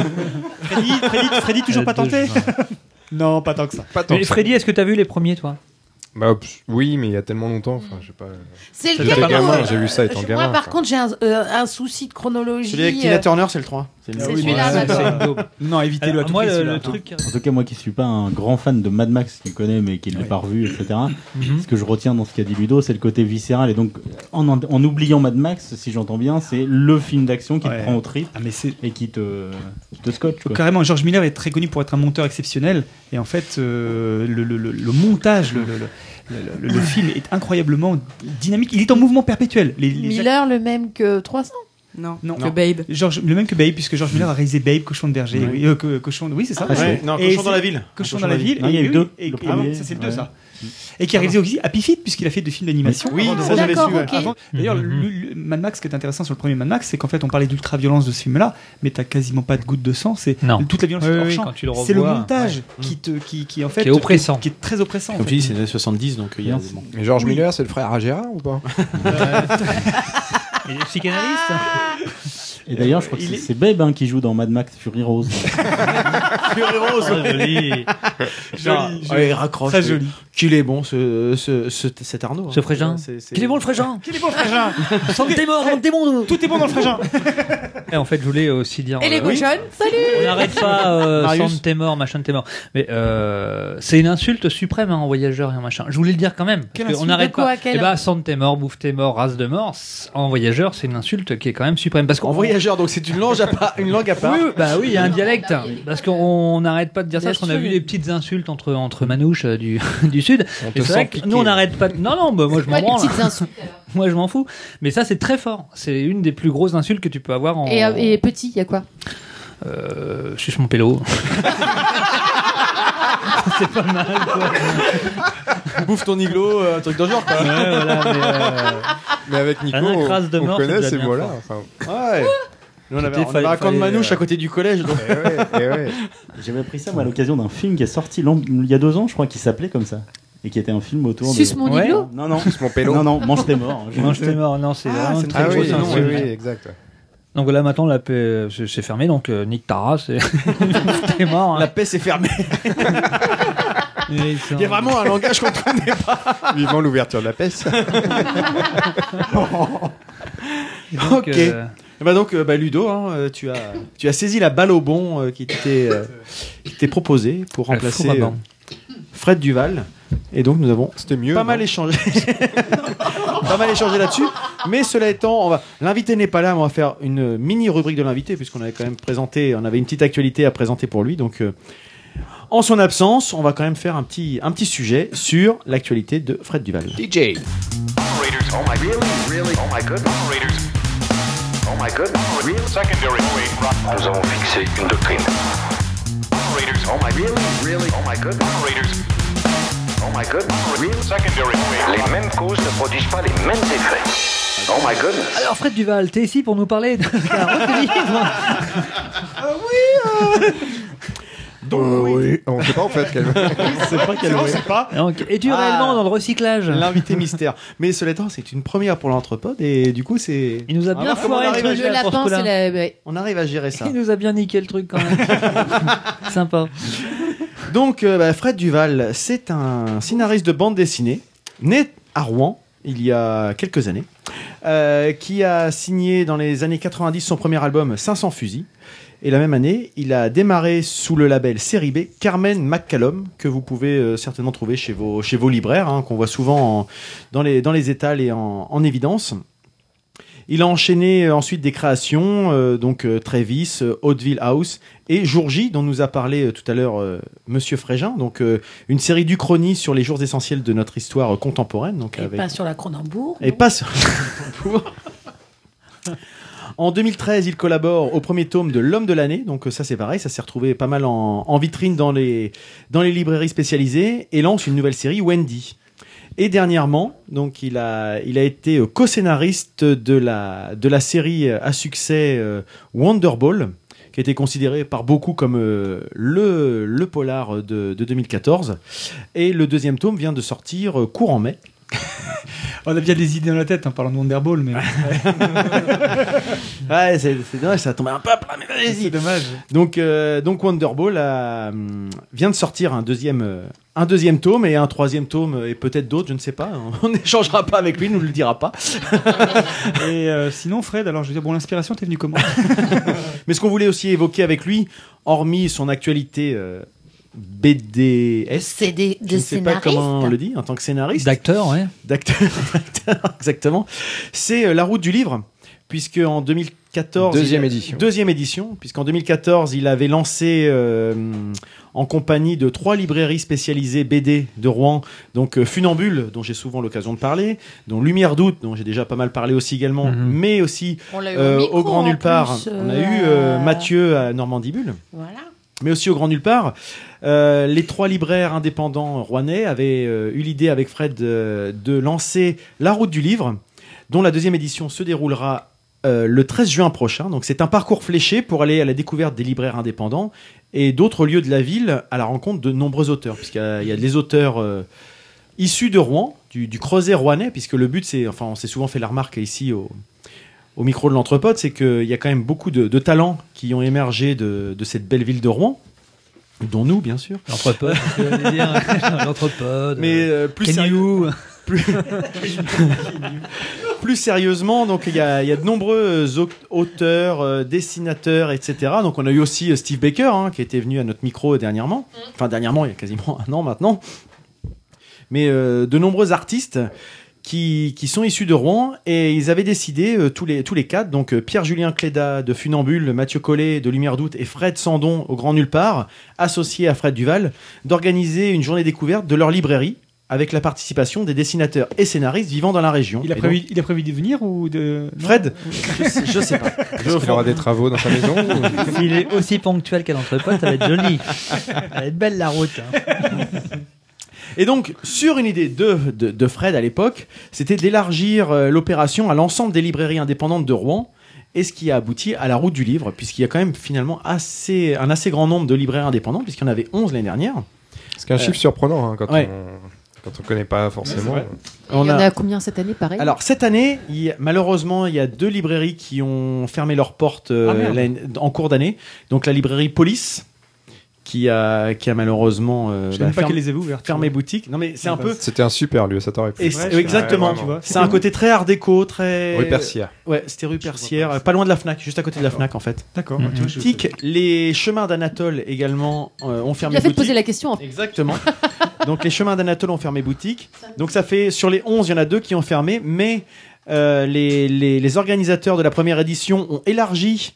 Speaker 2: Freddy, Freddy, Freddy, toujours pas tenté Non, pas tant que ça.
Speaker 4: Pas tant
Speaker 1: Mais
Speaker 4: que ça.
Speaker 1: Freddy, est-ce que t'as vu les premiers, toi
Speaker 4: Bah, pff, oui, mais il y a tellement longtemps. Enfin, je sais pas.
Speaker 6: C'est
Speaker 4: J'étais
Speaker 6: lequel
Speaker 4: gamin,
Speaker 6: moi
Speaker 4: j'ai vu ça étant
Speaker 6: Je-
Speaker 4: gamin,
Speaker 6: Moi, par
Speaker 4: quoi.
Speaker 6: contre, j'ai un, euh, un souci de chronologie.
Speaker 7: Celui avec
Speaker 6: euh,
Speaker 7: Tina Turner, c'est le 3. C'est
Speaker 6: C'est
Speaker 7: le
Speaker 2: Ah oui, mais
Speaker 6: celui-là,
Speaker 2: c'est-
Speaker 6: d'accord.
Speaker 1: une daube.
Speaker 2: Non, évitez-le à
Speaker 1: Alors,
Speaker 2: tout
Speaker 1: moi,
Speaker 2: prix,
Speaker 1: le,
Speaker 2: celui-là.
Speaker 1: le truc. euh,
Speaker 14: En tout cas, moi qui suis pas un grand fan de Mad Max, qui connais, mais qui ne l'ai pas revu, etc. Ce que je retiens dans ce qu'a dit Ludo, c'est le côté viscéral. Et donc, en, en- en oubliant Mad Max, si j'entends bien, c'est le film d'action qui
Speaker 2: Ouais.
Speaker 14: te prend au trip
Speaker 2: Ah, mais c'est.
Speaker 14: et qui te, qui te scotche. quoi.
Speaker 2: Carrément, George Miller est très connu pour être un monteur exceptionnel. Et en fait, euh, le, le- le- le montage, le, le- le- le- le- le film est incroyablement dynamique. Il est en mouvement perpétuel. Les- les
Speaker 11: Miller le même que 300
Speaker 18: Non.
Speaker 2: Non.
Speaker 18: Que Babe.
Speaker 2: Georges- le même que Babe, puisque Georges Miller a réalisé Babe, Cochon de Berger, oui, euh, que- Cochon, de- oui c'est ça.
Speaker 14: Ah,
Speaker 7: ouais. Non,
Speaker 2: Et
Speaker 7: Cochon
Speaker 2: c'est-
Speaker 7: dans la ville.
Speaker 2: Cochon dans la ville.
Speaker 14: Non, il y a
Speaker 2: et
Speaker 14: eu
Speaker 2: oui,
Speaker 14: deux.
Speaker 2: et-
Speaker 14: Le
Speaker 2: et-
Speaker 14: premier,
Speaker 2: ah, ça c'est le deux
Speaker 14: ouais.
Speaker 2: ça. Et qui a réalisé aussi Happy Feet, puisqu'il a fait des films d'animation.
Speaker 7: Oui,
Speaker 2: avant de-
Speaker 7: ça j'avais su.
Speaker 11: D'accord,
Speaker 7: ouais.
Speaker 11: ok.
Speaker 2: avant- D'ailleurs, le- le- Mad Max, ce qui est intéressant sur le premier Mad Max, c'est qu'en fait, on parlait d'ultra-violence de ce film-là, mais t'as quasiment pas de goutte de sang. C'est
Speaker 1: Non.
Speaker 2: toute la violence
Speaker 1: Oui,
Speaker 2: est hors
Speaker 1: oui,
Speaker 2: champ.
Speaker 1: quand tu le
Speaker 2: C'est le
Speaker 1: revois,
Speaker 2: montage qui te, qui, qui en fait,
Speaker 1: Qui est oppressant.
Speaker 2: qui est très oppressant. en
Speaker 7: Comme
Speaker 2: fait.
Speaker 7: tu dis, c'est les années 70, donc euh, il y a.
Speaker 14: Bien.
Speaker 7: bon.
Speaker 4: Mais George
Speaker 2: Oui.
Speaker 4: Miller, c'est le frère à Gérard ou pas
Speaker 2: Ah
Speaker 1: Il est psychanalyste.
Speaker 14: Et d'ailleurs, je crois que c'est- c'est Babe hein, qui joue dans Mad Max Fury Rose.
Speaker 7: Fury Rose.
Speaker 14: Ah, joli.
Speaker 7: Genre,
Speaker 14: Joli,
Speaker 7: ouais,
Speaker 14: joli.
Speaker 7: il raccroche.
Speaker 14: Très
Speaker 7: mais
Speaker 14: joli.
Speaker 7: Qu'il est bon, ce, ce, ce- cet Arnaud. hein.
Speaker 19: Ce Frégin. Qu'il est bon le Frégin
Speaker 2: Qu'il est bon le Frégin
Speaker 19: Sentez-moi, rendez-moi
Speaker 2: Tout est bon dans le Frégin
Speaker 1: Et en fait, je voulais aussi dire.
Speaker 20: Et les
Speaker 1: euh, oui.
Speaker 20: cochonnes, salut
Speaker 1: On n'arrête pas, euh,
Speaker 20: Marius.
Speaker 1: Sand t'es mort, machin t'es mort. Mais euh, c'est une insulte suprême hein, en voyageur et en machin. Je voulais le dire quand même.
Speaker 19: Quelle
Speaker 1: parce que on
Speaker 19: insulte
Speaker 1: n'arrête
Speaker 19: de quoi
Speaker 1: pas.
Speaker 19: À quelle
Speaker 1: Eh ben,
Speaker 19: heure
Speaker 1: Sand t'es mort, bouffe t'es mort, race de mort. c- En voyageur, c'est une insulte qui est quand même suprême. Parce
Speaker 2: Oh.
Speaker 1: qu'en
Speaker 7: voyageur, donc c'est une langue à part. Une langue à part.
Speaker 1: Oui, oui, bah oui, il y a un dialecte. Parce qu'on n'arrête pas de dire ça. Parce qu'on a vu les petites insultes entre entre manouches euh, du du sud. Et
Speaker 19: te
Speaker 1: c'est vrai
Speaker 19: sent
Speaker 1: que nous on n'arrête pas. de- Non non, bah, moi je
Speaker 19: quoi
Speaker 1: m'en
Speaker 19: les
Speaker 1: branle.
Speaker 19: petites insultes,
Speaker 1: Moi je m'en fous. Mais ça c'est très fort. C'est une des plus grosses insultes que tu peux avoir en.
Speaker 11: Et, euh, et petit, il y a quoi
Speaker 1: Euh, suce mon pélo. c'est pas mal quoi.
Speaker 7: Bouffe ton iglo, euh, un truc de genre quoi.
Speaker 4: Mais avec Nico,
Speaker 7: euh, Alain
Speaker 4: on,
Speaker 7: Crasse de
Speaker 4: on
Speaker 7: mort, c'est
Speaker 4: connaît
Speaker 7: déjà
Speaker 4: ces
Speaker 7: bien
Speaker 4: mots-là.
Speaker 7: fort.
Speaker 4: Enfin, ouais.
Speaker 7: Nous, on avait,
Speaker 4: C'était
Speaker 7: on avait
Speaker 4: fa-
Speaker 7: un camp de
Speaker 4: fallait,
Speaker 7: manouche
Speaker 4: euh,
Speaker 7: à côté du collège. Donc.
Speaker 4: Eh ouais, eh ouais.
Speaker 14: J'avais appris ça moi, à l'occasion d'un film qui est sorti l'an- il y a deux ans, je crois, qui s'appelait comme ça. Et qui était un film autour
Speaker 11: Suce
Speaker 14: de.
Speaker 11: mon Ouais. iglo
Speaker 14: Non, non.
Speaker 4: Suce mon pélo.
Speaker 14: Non, non, mange tes morts. hein,
Speaker 1: Mange tes morts, non, c'est vraiment une très grosse insulte.
Speaker 4: exact.
Speaker 1: Donc là maintenant la paix euh, c'est c'est fermé donc euh, nique ta race et- t'es mort. hein.
Speaker 7: La paix c'est fermé.
Speaker 1: Il
Speaker 7: y a vraiment un langage qu'on connaît pas.
Speaker 4: Vivant l'ouverture de la peste.
Speaker 7: ok. Eh ben donc, euh, bah, Ludo, hein, euh, tu, as, tu as saisi la balle au bon euh, qui t'était euh, qui t'était proposée pour
Speaker 1: Elle
Speaker 7: remplacer
Speaker 1: fourre à bande.
Speaker 7: euh, Fred Duval. Et donc, nous avons pas, mal échangé. pas mal échangé là-dessus. Mais cela étant, on va... l'invité n'est pas là, mais on va faire une mini rubrique de l'invité, puisqu'on avait quand même présenté, on avait une petite actualité à présenter pour lui. Donc, euh, en son absence, on va quand même faire un petit, un petit sujet sur l'actualité de Fred Duval.
Speaker 10: DJ. Operators, oh my really, really, oh my good operators. Oh my good, real secondary. Nous avons fixé une doctrine. Operators, oh my really, really, oh my good operators. Oh my good, real secondary. Les mêmes causes ne produisent pas les mêmes effets. Oh my good.
Speaker 19: Alors Fred Duval, t'es ici pour nous parler de la route du
Speaker 1: Ah
Speaker 19: livre.
Speaker 1: euh.
Speaker 7: oui,
Speaker 4: Donc, Euh, oui. On sait pas en fait quel.
Speaker 7: C'est pas quel-
Speaker 4: On
Speaker 7: oui.
Speaker 4: sait pas.
Speaker 1: Es-tu
Speaker 7: Ah,
Speaker 1: réellement dans le recyclage
Speaker 7: L'invité mystère. Mais cela étant, c'est une première pour l'entrepode et du coup, c'est.
Speaker 1: Il nous a
Speaker 7: On va
Speaker 1: bien
Speaker 7: voir comment
Speaker 1: foiré
Speaker 7: on
Speaker 1: le
Speaker 7: arrive à
Speaker 1: truc,
Speaker 7: gérer
Speaker 1: le
Speaker 7: ça.
Speaker 1: lapin, c'est la-
Speaker 7: On arrive à gérer ça.
Speaker 1: Il nous a bien niqué le truc quand même. Sympa.
Speaker 7: Donc, euh, bah, Fred Duval, c'est un scénariste de bande dessinée, né à Rouen il y a quelques années, euh, qui a signé dans les années 90 son premier album 500 fusils. Et la même année, il a démarré sous le label Série B Carmen McCallum, que vous pouvez euh, certainement trouver chez vos, chez vos libraires, hein, qu'on voit souvent en- dans, les, dans les étals et en, en évidence. Il a enchaîné euh, ensuite des créations, euh, donc euh, Travis, euh, Hauteville House et Jour J, dont nous a parlé euh, tout à l'heure euh, Monsieur Frégin, donc euh, une série d'Uchronie sur les jours essentiels de notre histoire euh, contemporaine. Donc
Speaker 6: Et
Speaker 7: avec...
Speaker 6: pas sur la Cronenbourg.
Speaker 7: Et pas sur En 2013, il collabore au premier tome de L'homme de l'année, donc euh, ça c'est pareil, ça s'est retrouvé pas mal en, en vitrine dans les, dans les librairies spécialisées, et lance une nouvelle série, Wendy. Et dernièrement, donc il a, il a été euh, co-scénariste de la, de la série euh, à succès euh, Wonderball, qui a été considéré par beaucoup comme euh, le, le polar de, de 2014. Et le deuxième tome vient de sortir euh, courant mai.
Speaker 2: On a bien des idées dans la tête en parlant de Wonderball, mais.
Speaker 7: Ouais, c'est c'est dommage, ça tombe un peu après, mais vas-y.
Speaker 2: dommage.
Speaker 7: Donc, euh, donc Wonderball a, hum, vient de sortir un deuxième, euh, un deuxième tome et un troisième tome euh, et peut-être d'autres, je ne sais pas. hein. On n'échangera pas avec lui, il nous le dira pas.
Speaker 2: Et euh, sinon, Fred, alors je veux dire, bon, l'inspiration, t'es venue comment
Speaker 7: Mais ce qu'on voulait aussi évoquer avec lui, hormis son actualité euh, BDS,
Speaker 6: c'est des,
Speaker 7: je ne sais pas comment on le dit, en tant que scénariste, d'acteur,
Speaker 1: ouais,
Speaker 7: d'acteur, d'acteur, exactement, c'est euh, la route du livre, puisque en 2014,
Speaker 4: Deuxième
Speaker 7: il a-
Speaker 4: édition.
Speaker 7: deuxième édition, puisqu'en 2014, il avait lancé euh, en compagnie de trois librairies spécialisées BD de Rouen, donc euh, Funambule, dont j'ai souvent l'occasion de parler, dont Lumière d'août, dont j'ai déjà pas mal parlé aussi également,
Speaker 4: Mhm.
Speaker 7: mais aussi
Speaker 6: On l'a eu au
Speaker 7: euh,
Speaker 6: micro,
Speaker 7: au Grand
Speaker 6: en
Speaker 7: Nulle Part,
Speaker 6: plus,
Speaker 7: on a
Speaker 6: euh,
Speaker 7: eu euh, Mathieu à Normandibule
Speaker 6: Voilà.
Speaker 7: mais aussi au Grand Nulle Part. Euh, les trois libraires indépendants rouennais avaient euh, eu l'idée avec Fred euh, de lancer La Route du Livre, dont la deuxième édition se déroulera euh, le 13 juin prochain. Donc c'est un parcours fléché pour aller à la découverte des libraires indépendants et d'autres lieux de la ville à la rencontre de nombreux auteurs, puisqu'il y a- il y a des auteurs euh, issus de Rouen, du, du creuset rouennais, puisque le but c'est, enfin on s'est souvent fait la remarque ici au, au micro de l'entrepôt, c'est qu'il y a quand même beaucoup de, de talents qui ont émergé de, de cette belle ville de Rouen, dont nous, bien sûr.
Speaker 14: L'entrepôt, c'est ce que j'allais dire. L'entrepôt,
Speaker 7: Mais euh, plus
Speaker 14: Kenny
Speaker 7: sérieux- Plus... plus sérieusement, donc il y, a il y a de nombreux au- auteurs, euh, dessinateurs, etc. Donc on a eu aussi euh, Steve Baker hein, qui était venu à notre micro dernièrement, enfin dernièrement il y a quasiment un an maintenant. Mais euh, de nombreux artistes qui, qui sont issus de Rouen et ils avaient décidé euh, tous les tous les quatre, donc euh, Pierre-Julien Cléda de Funambule, Mathieu Collet de Lumière d'août et Fred Sandon au Grand Nulle Part, associés à Fred Duval, d'organiser une journée découverte de leur librairie avec la participation des dessinateurs et scénaristes vivant dans la région.
Speaker 2: Il a,
Speaker 7: Et
Speaker 2: prévu,
Speaker 7: donc-
Speaker 2: il a prévu de venir ou de.
Speaker 7: Fred je, sais, je sais pas.
Speaker 4: Est-ce qu'il aura des travaux dans sa maison ou-
Speaker 14: S'il est aussi ponctuel qu'à l'entrepôt, ça va être joli. Ça va être belle la route. hein.
Speaker 7: Et donc, sur une idée de, de, de Fred à l'époque, c'était d'élargir euh, l'opération à l'ensemble des librairies indépendantes de Rouen. Et ce qui a abouti à la route du livre, puisqu'il y a quand même finalement assez, un assez grand nombre de libraires indépendants, puisqu'il y en avait 11 l'année dernière.
Speaker 4: C'est qu'un
Speaker 7: Euh,
Speaker 4: chiffre surprenant hein, quand,
Speaker 7: ouais.
Speaker 4: on, quand on connaît pas forcément.
Speaker 7: Ouais,
Speaker 13: Il
Speaker 7: On
Speaker 13: y
Speaker 4: Ah.
Speaker 13: en
Speaker 7: a-
Speaker 13: a combien cette année, pareil
Speaker 7: Alors cette année, il y a- malheureusement, il y a deux librairies qui ont fermé leurs portes euh,
Speaker 13: Ah, merde.
Speaker 7: l'année- en cours d'année. Donc la librairie Police, qui a, qui a malheureusement euh,
Speaker 2: Je sais même pas
Speaker 7: ferme-
Speaker 2: qu'elle les avait ouvertes.
Speaker 7: fermé boutique. Non mais c'est un peu.
Speaker 4: C'était un super lieu, ça t'aurait plu.
Speaker 7: Et c'est- exactement.
Speaker 4: tu vois.
Speaker 7: c'est un côté très art déco, très. euh,
Speaker 4: Rue Persière.
Speaker 7: Ouais, c'était rue Persière, pas loin de la Fnac, juste à côté de la Fnac en fait.
Speaker 2: D'accord.
Speaker 7: Mhm.
Speaker 2: Tu vois, je-
Speaker 7: Tic, les chemins d'Anatole également euh, ont fermé
Speaker 13: Il a fait de
Speaker 7: boutique.
Speaker 13: poser la question. en fait.
Speaker 7: Exactement. Donc les chemins d'Anatole ont fermé boutique. Donc ça fait sur les 11, il y en a deux qui ont fermé, mais euh, les, les- les organisateurs de la première édition ont élargi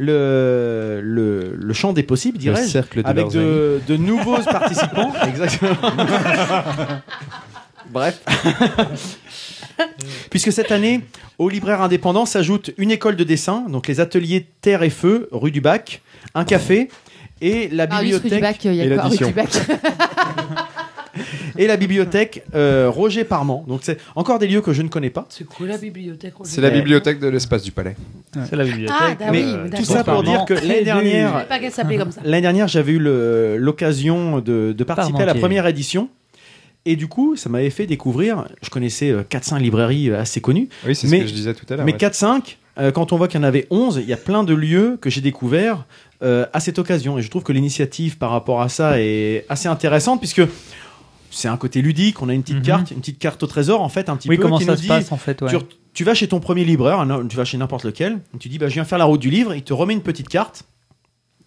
Speaker 7: le, le, le champ des possibles,
Speaker 4: Le
Speaker 7: dirais-je,
Speaker 4: cercle de
Speaker 7: avec
Speaker 4: leurs
Speaker 7: de, de nouveaux participants. Exactement. Bref. Puisque cette année, aux libraires indépendants s'ajoute une école de dessin, donc les ateliers Terre et Feu, rue du Bac, un café et la
Speaker 13: Ah oui, rue du
Speaker 7: bibliothèque
Speaker 13: bac, il y a quoi Rue du bac.
Speaker 7: et la bibliothèque euh, Roger Parment. Donc c'est encore des lieux que je ne connais pas.
Speaker 6: C'est quoi la bibliothèque Roger
Speaker 4: C'est la bibliothèque de l'espace du palais.
Speaker 14: C'est la
Speaker 6: Ah, bah
Speaker 7: Mais
Speaker 6: oui,
Speaker 7: euh,
Speaker 6: d'accord.
Speaker 7: tout ça pour dire que l'année
Speaker 6: Je savais
Speaker 7: dernière,
Speaker 6: pas qu'elle s'appelait comme ça.
Speaker 7: l'année dernière, j'avais eu le- l'occasion de, de participer à la
Speaker 14: Parmentier.
Speaker 7: première édition. Et du coup, ça m'avait fait découvrir, je connaissais euh, 4-5 librairies euh, assez connues.
Speaker 4: Oui, c'est ce
Speaker 7: mais-
Speaker 4: que je disais tout à l'heure.
Speaker 7: Mais
Speaker 4: ouais.
Speaker 7: 4-5, euh, quand on voit qu'il y en avait 11, il y a plein de lieux que j'ai découverts euh, à cette occasion. Et je trouve que l'initiative par rapport à ça est assez intéressante puisque c'est un côté ludique. On a une petite carte, une petite carte au trésor en fait, un petit
Speaker 14: Mhm. Oui,
Speaker 7: peu.
Speaker 14: comment
Speaker 7: qui
Speaker 14: ça
Speaker 7: nous
Speaker 14: se
Speaker 7: dit,
Speaker 14: passe, en fait, ouais.
Speaker 7: tu, tu vas chez ton premier libraire, un- tu vas chez n'importe lequel, tu dis bah, je viens faire la route du livre, il te remet une petite carte.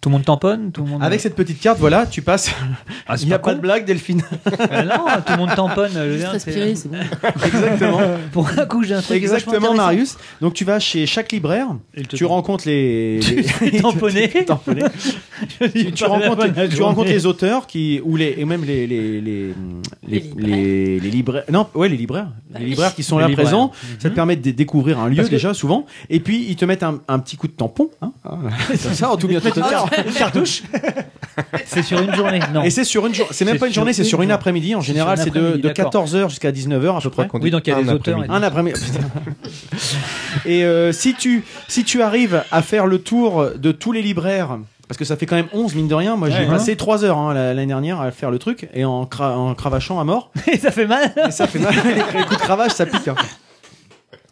Speaker 14: Tout le monde tamponne tout le monde... euh, Ah,
Speaker 7: Avec cette petite carte, voilà, tu passes. il n'y a
Speaker 14: pas
Speaker 7: pas
Speaker 14: con.
Speaker 7: de blague, Delphine.
Speaker 14: Euh, non, tout le monde tamponne. euh, je veux dire, c'est-
Speaker 6: respirer, c'est bon.
Speaker 7: Exactement.
Speaker 14: Pour un coup, j'ai un truc
Speaker 7: Exactement,
Speaker 14: vachement intéressant.
Speaker 7: Marius. Donc tu vas chez chaque libraire,
Speaker 14: Il te
Speaker 7: tu
Speaker 14: tamponne.
Speaker 7: rencontres les. les-
Speaker 14: Tamponné.
Speaker 7: tamponné. tu, tu rencontres, tu rencontres les auteurs qui ou les et même les les les les, les- les libraires non ouais les libraires les libraires Mhm. qui sont
Speaker 14: Les
Speaker 7: là
Speaker 14: libraires.
Speaker 7: présents ça te permet de découvrir un lieu
Speaker 14: Parce que-
Speaker 7: déjà souvent et puis ils te mettent un, un petit coup de tampon hein, comme ça en tout bien tout honneur.
Speaker 2: Une cartouche
Speaker 14: C'est sur une journée. Non.
Speaker 7: et c'est sur une jour- c'est même
Speaker 14: C'est
Speaker 7: pas une
Speaker 14: sur
Speaker 7: journée c'est
Speaker 14: une
Speaker 7: sur une
Speaker 14: journée.
Speaker 7: après-midi en
Speaker 14: C'est sur
Speaker 7: général
Speaker 14: une
Speaker 7: c'est de,
Speaker 14: après-midi,
Speaker 7: de
Speaker 14: d'accord.
Speaker 7: 14h jusqu'à 19h à peu
Speaker 4: crois
Speaker 7: près
Speaker 4: qu'on
Speaker 14: Oui, donc il y a
Speaker 4: Un
Speaker 14: des auteurs. et
Speaker 7: un après-midi Oh, et euh, si tu si tu arrives à faire le tour de tous les libraires parce que ça fait quand même 11 mine de rien moi j'ai
Speaker 14: Ouais.
Speaker 7: passé 3 heures hein, la- l'année dernière à faire le truc et en, cra- en cravachant à mort
Speaker 14: des- Et ça fait mal
Speaker 7: Et ça fait mal, les, les coups de cravache, ça pique. hein.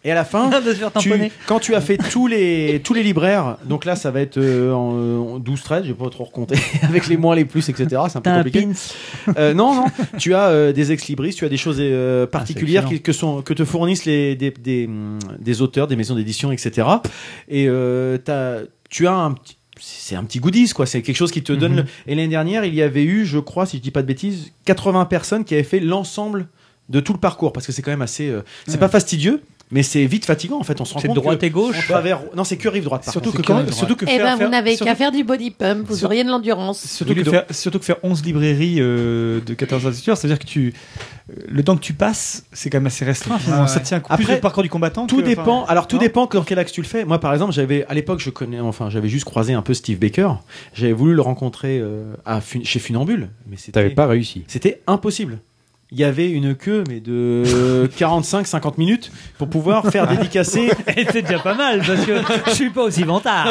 Speaker 7: Et à la fin,
Speaker 14: de se faire
Speaker 7: tu-
Speaker 14: tamponner.
Speaker 7: quand tu as fait tous les, tous les libraires, donc là ça va être euh, en, euh, 12, 13, j'ai pas trop recompté, avec les moins, les plus, etc. C'est un peu
Speaker 14: T'as un
Speaker 7: compliqué.
Speaker 14: pins. Ah,
Speaker 7: Euh, non, non, tu as euh, des ex-libris, tu as des choses euh, particulières qui- que, sont, que te fournissent les, des, des, hum, des auteurs, des maisons d'édition, etc. Et euh, t'as- tu as un petit. C'est un petit goodies, quoi. C'est quelque chose qui te
Speaker 2: Mhm.
Speaker 7: donne. le- Et l'année dernière, il y avait eu, je crois, si je dis pas de bêtises, 80 personnes qui avaient fait l'ensemble de tout le parcours. Parce que c'est quand même assez. euh, c'est pas fastidieux, mais c'est vite fatigant, en fait. On se rend
Speaker 14: C'est de
Speaker 7: compte.
Speaker 14: droite
Speaker 7: que
Speaker 14: et
Speaker 7: on
Speaker 14: gauche.
Speaker 7: travers... Non, c'est que rive droite. par
Speaker 2: Surtout
Speaker 7: contre.
Speaker 2: que,
Speaker 7: C'est
Speaker 2: quand-
Speaker 7: rive droite.
Speaker 2: surtout que
Speaker 6: Eh
Speaker 2: faire-
Speaker 6: ben, vous
Speaker 2: faire-
Speaker 6: n'avez
Speaker 2: surtout-
Speaker 6: qu'à faire du body pump, vous auriez de l'endurance.
Speaker 2: Surtout, que faire, surtout que faire 11 librairies euh, de 14 à 18 heures, c'est-à-dire que tu, euh, le temps que tu passes, c'est quand même assez restreint. finalement.
Speaker 14: Ouais,
Speaker 2: Ça
Speaker 14: ouais.
Speaker 2: tient plus
Speaker 7: Après,
Speaker 2: du parcours du combattant.
Speaker 7: Tout
Speaker 2: que-
Speaker 7: dépend.
Speaker 2: enfin,
Speaker 7: Alors tout
Speaker 2: non
Speaker 7: dépend dans quel axe tu le fais. Moi, par exemple, j'avais à l'époque, je connais, enfin, j'avais juste croisé un peu Steve Baker. J'avais voulu le rencontrer euh, à Fun- chez Funambule, mais c'était
Speaker 4: T'avais pas réussi.
Speaker 7: c'était impossible. il y avait une queue mais de 45-50 minutes pour pouvoir faire dédicacer.
Speaker 14: Et Eh, c'est déjà pas mal parce que je suis pas aussi vantard.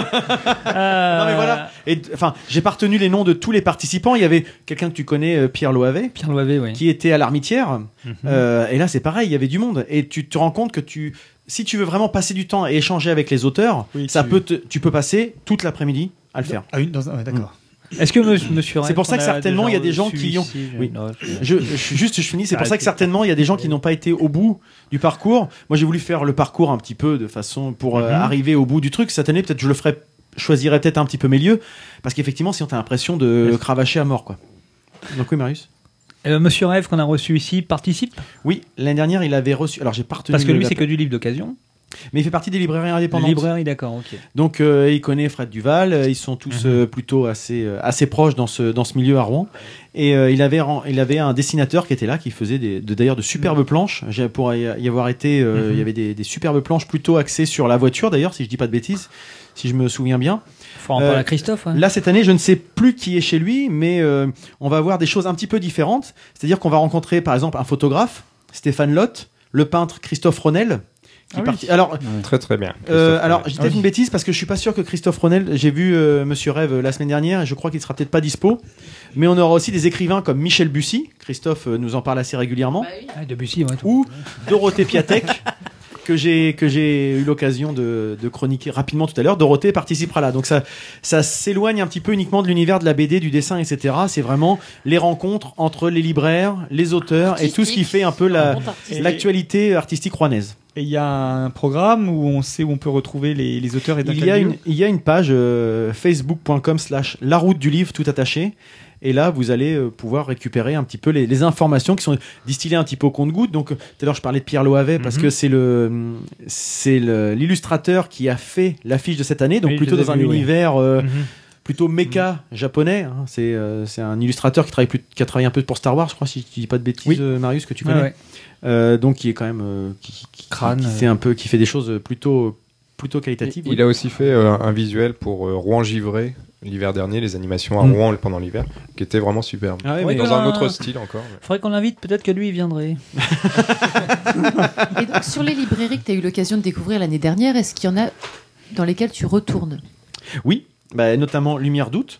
Speaker 14: Euh,
Speaker 7: Non mais voilà. Et enfin, j'ai pas retenu les noms de tous les participants. Il y avait quelqu'un que tu connais, euh, Pierre Loavet.
Speaker 14: Pierre Loavet, oui. Mhm.
Speaker 7: Qui était à l'armitière. Euh, et là, c'est pareil. Il y avait du monde. Et tu te rends compte que tu, si tu veux vraiment passer du temps et échanger avec les auteurs, ça peut, te- tu peux passer toute l'après-midi à le faire. Mm.
Speaker 2: Ah oui, dans un- ouais, d'accord.
Speaker 14: Est-ce que monsieur
Speaker 7: C'est pour ça que certainement il y a des gens qui ont. Oui. Je, je- juste, je finis. C'est pour ça que certainement il y a des gens qui n'ont pas été au bout du parcours. Moi, j'ai voulu faire le parcours un petit peu de façon pour euh,
Speaker 14: Mhm.
Speaker 7: arriver au bout du truc. Cette année, peut-être je le ferai. je choisirai peut-être un petit peu mes lieux parce qu'effectivement, sinon t'as l'impression de cravacher à mort, quoi. Donc oui, Marius.
Speaker 14: Euh, Monsieur Rêve qu'on a reçu ici participe
Speaker 7: Oui, l'année dernière, il avait reçu. Alors j'ai pas retenu
Speaker 14: Parce que
Speaker 7: le-
Speaker 14: lui,
Speaker 7: la-
Speaker 14: c'est que du livre d'occasion.
Speaker 7: Mais il fait partie des librairies indépendantes.
Speaker 14: Librairie, d'accord, ok.
Speaker 7: Donc euh, il connaît Fred Duval, euh, ils sont tous
Speaker 14: Mhm.
Speaker 7: euh, plutôt assez, euh, assez proches dans ce, dans ce milieu à Rouen. Et euh, il, avait, ren- il avait un dessinateur qui était là, qui faisait des- de- d'ailleurs de, superbes planches. J'ai- Pour y y avoir été, euh,
Speaker 14: Mhm.
Speaker 7: il y avait des, des superbes planches plutôt axées sur la voiture d'ailleurs, si je dis pas de bêtises, si je me souviens bien. Euh,
Speaker 14: Faut en parler à Christophe, ouais.
Speaker 7: Là cette année, je ne sais plus qui est chez lui, mais euh, on va voir des choses un petit peu différentes. C'est-à-dire qu'on va rencontrer par exemple un photographe, Stéphane Lott, le peintre Christophe Ronel. qui
Speaker 4: Ah oui.
Speaker 7: parti- Alors,
Speaker 4: Très très bien.
Speaker 7: euh,
Speaker 4: Christophe
Speaker 7: alors,
Speaker 4: Ronel.
Speaker 7: j'ai peut-être une bêtise parce que je suis pas sûr que Christophe Ronel, j'ai vu euh, Monsieur Rêve euh, la semaine dernière et je crois qu'il sera peut-être pas dispo. Mais on aura aussi des écrivains comme Michel Bussy, Christophe euh, nous en parle assez régulièrement,
Speaker 14: Ah, Debussy, ouais.
Speaker 7: ou Dorothée Piatek. Que j'ai, que j'ai eu l'occasion de, de chroniquer rapidement tout à l'heure. Dorothée participera là. Donc ça, ça s'éloigne un petit peu uniquement de l'univers de la BD, du dessin, etc. C'est vraiment les rencontres entre les libraires, les auteurs et tout ce qui fait un peu la,
Speaker 2: Rencontres artistiques.
Speaker 7: l'actualité artistique rouennaise.
Speaker 2: Et il y a un programme où on sait où on peut retrouver les, les auteurs et d'un
Speaker 7: il y,
Speaker 2: quel
Speaker 7: a
Speaker 2: lieu
Speaker 7: une, il y a une page euh, facebook.com slash la route du livre tout attaché et là vous allez euh, pouvoir récupérer un petit peu les, les informations qui sont distillées un petit peu au compte-goutte donc euh, tout à l'heure je parlais de Pierre Loavet parce
Speaker 14: Mhm.
Speaker 7: que c'est le hum, c'est le- l'illustrateur qui a fait l'affiche de cette année donc
Speaker 14: Oui, je
Speaker 7: plutôt
Speaker 14: les ai
Speaker 7: dans un
Speaker 14: vus, oui.
Speaker 7: univers euh,
Speaker 14: Mhm.
Speaker 7: plutôt méca japonais hein. c'est euh, c'est un illustrateur qui travaille plus- qui a travaillé un peu pour Star Wars je crois si tu dis pas de bêtises euh, Marius que tu
Speaker 14: Ouais,
Speaker 7: connais
Speaker 14: ouais.
Speaker 7: Euh, donc qui est quand même euh, qui, qui- qui-
Speaker 14: Crâne,
Speaker 7: qui
Speaker 14: euh.
Speaker 7: fait un peu qui fait des choses euh, plutôt plutôt qualitatives oui.
Speaker 4: Il a aussi fait euh, un visuel pour euh, Rouen Givré l'hiver dernier, les animations à
Speaker 7: Mm.
Speaker 4: Rouen pendant l'hiver, qui était vraiment superbe.
Speaker 7: Ah ouais,
Speaker 4: Mais
Speaker 7: mais-
Speaker 4: dans un autre style encore. mais-
Speaker 14: Faudrait qu'on l'invite, peut-être que lui, il viendrait.
Speaker 13: Et donc, sur les librairies que tu as eu l'occasion de découvrir l'année dernière, est-ce qu'il y en a dans lesquelles tu retournes
Speaker 7: Oui, bah, notamment Lumière d'août.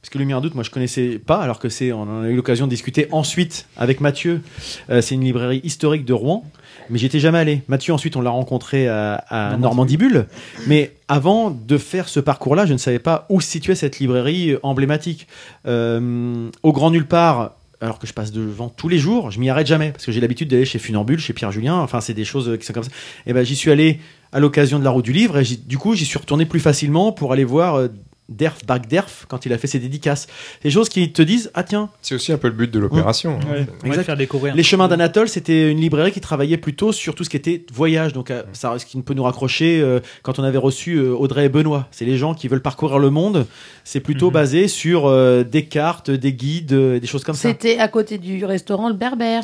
Speaker 7: Parce que Lumière d'août, moi je connaissais pas, alors que c'est, on en a eu l'occasion de discuter ensuite avec Mathieu. Euh, c'est une librairie historique de Rouen, mais j'étais jamais allé. Mathieu, ensuite, on l'a rencontré à, à Normandibule. Mais avant de faire ce parcours-là, je ne savais pas où se situait cette librairie emblématique. Euh, au Grand Nulle Part, alors que je passe devant tous les jours, je m'y arrête jamais parce que j'ai l'habitude d'aller chez Funambule, chez Pierre Julien, enfin c'est des choses euh, qui sont comme ça. Et ben j'y suis allé à l'occasion de la route du livre et j'y- du coup j'y suis retourné plus facilement pour aller voir euh, Derf Bac Derf quand il a fait ses dédicaces. Des choses qui te disent ah tiens. Mmh.
Speaker 4: C'est aussi un peu le but de l'opération. hein.
Speaker 7: Exact.
Speaker 14: faire découvrir.
Speaker 7: Les chemins d'Anatole, c'était une librairie qui travaillait plutôt sur tout ce qui était voyage. Donc, euh, ça, ce qui peut nous raccrocher euh, quand on avait reçu euh, Audrey et Benoît. C'est les gens qui veulent parcourir le monde. C'est plutôt
Speaker 6: Mhm.
Speaker 7: basé sur euh, des cartes, des guides, euh, des choses comme ça.
Speaker 6: C'était à côté du restaurant Le Berbère.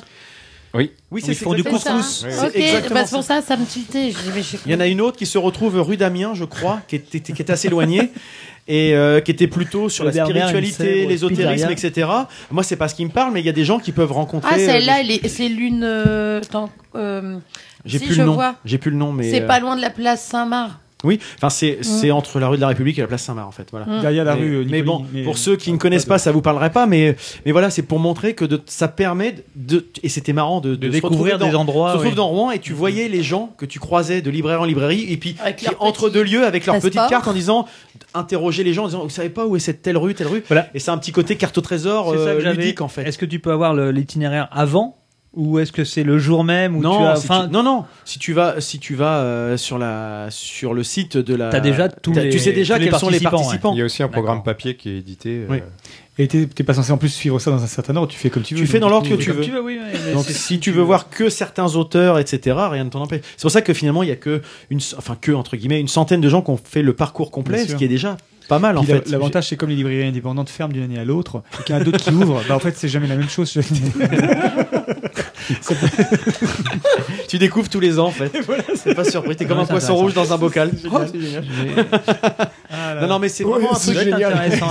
Speaker 7: Oui. Oui, c'est
Speaker 6: Ils font du
Speaker 7: exactement ça.
Speaker 6: couscous.
Speaker 7: C'est
Speaker 6: Ok,
Speaker 7: exactement
Speaker 6: bah,
Speaker 7: ça.
Speaker 6: c'est pour ça, ça me tiltait. Je dis, mais je-
Speaker 7: Il y en a une autre qui se retrouve rue d'Amiens, je crois, qui était, qui était assez éloignée et euh, qui était plutôt sur
Speaker 14: Le
Speaker 7: la
Speaker 14: Berbère, une
Speaker 7: spiritualité,
Speaker 14: célèbre
Speaker 7: l'ésotérisme,
Speaker 14: pizzeria.
Speaker 7: etc. Moi, c'est pas ce qui me parle, mais il y a des gens qui peuvent rencontrer.
Speaker 6: Ah,
Speaker 7: euh,
Speaker 6: celle-là, elle est- c'est l'une. euh, attends, euh,
Speaker 7: J'ai
Speaker 6: si,
Speaker 7: plus
Speaker 6: je
Speaker 7: le nom.
Speaker 6: vois.
Speaker 7: J'ai plus le nom, mais.
Speaker 6: C'est
Speaker 7: euh,
Speaker 6: pas loin de la place Saint-Marc.
Speaker 7: Oui, enfin c'est
Speaker 6: Mm.
Speaker 7: c'est entre la rue de la République et la place Saint-Marc en fait, voilà.
Speaker 2: Mm. Derrière la
Speaker 7: Mais-
Speaker 2: rue, euh,
Speaker 7: Mais
Speaker 2: Nicolas,
Speaker 7: bon,
Speaker 2: mais-
Speaker 7: pour ceux qui ne connaissent pas, ça vous parlerait pas, mais mais voilà, c'est pour montrer que de, ça permet de et c'était marrant de, se
Speaker 14: découvrir
Speaker 7: retrouver
Speaker 14: des
Speaker 7: dans-
Speaker 14: endroits,
Speaker 7: Se retrouve
Speaker 14: oui.
Speaker 7: dans Rouen et tu voyais les gens que tu croisais de librairie en librairie et puis qui, entre deux lieux avec leur petite
Speaker 14: passeport.
Speaker 7: carte en disant interroger les gens en disant vous savez pas où est cette telle rue, telle rue. Et c'est un petit côté carte au trésor
Speaker 14: C'est ça
Speaker 7: euh,
Speaker 14: que j'avais.
Speaker 7: ludique en fait.
Speaker 14: Est-ce que tu peux avoir le- l'itinéraire avant ou est-ce que c'est le jour même où tu
Speaker 7: Non,
Speaker 14: as.
Speaker 7: si tu- non, non. Si tu vas, si tu vas euh, sur la sur le site de la,
Speaker 14: T'as déjà tous
Speaker 7: euh, T'as- tu
Speaker 14: les-
Speaker 7: sais déjà
Speaker 14: tous les
Speaker 7: quels sont les
Speaker 14: participants, ouais.
Speaker 7: participants.
Speaker 4: Il y a aussi un programme papier qui est édité. euh,
Speaker 7: Oui.
Speaker 2: Et t'es t'es pas censé en plus suivre ça dans un certain ordre, tu fais comme tu veux.
Speaker 7: Tu fais dans
Speaker 2: donc,
Speaker 7: l'ordre
Speaker 2: du
Speaker 7: que
Speaker 2: coup, euh,
Speaker 7: tu
Speaker 2: comme
Speaker 7: veux.
Speaker 14: oui, oui, mais
Speaker 7: Donc
Speaker 14: c'est-
Speaker 7: si tu veux voir que certains auteurs, etc., rien ne t'en empêche. C'est pour ça que finalement il y a que une, enfin que entre guillemets une centaine de gens qui ont fait le parcours complet,
Speaker 2: Bien
Speaker 7: ce
Speaker 2: sûr.
Speaker 7: qui est déjà pas mal en
Speaker 2: Puis la-
Speaker 7: fait.
Speaker 2: L'avantage, c'est comme les librairies indépendantes ferment d'une année à l'autre, et qu'il y en a d'autres qui ouvrent, bah en fait, c'est jamais la même chose.
Speaker 7: tu découvres tous les ans en fait. C'est pas surpris. T'es comme
Speaker 2: Non,
Speaker 7: un
Speaker 2: c'est
Speaker 7: poisson rouge
Speaker 2: intéressant.
Speaker 7: dans un bocal. Oh,
Speaker 2: C'est génial, c'est génial. Ah là
Speaker 7: non non
Speaker 2: là.
Speaker 7: mais c'est
Speaker 2: Ouais,
Speaker 7: vraiment un
Speaker 2: c'est
Speaker 7: truc
Speaker 2: génial.
Speaker 7: intéressant.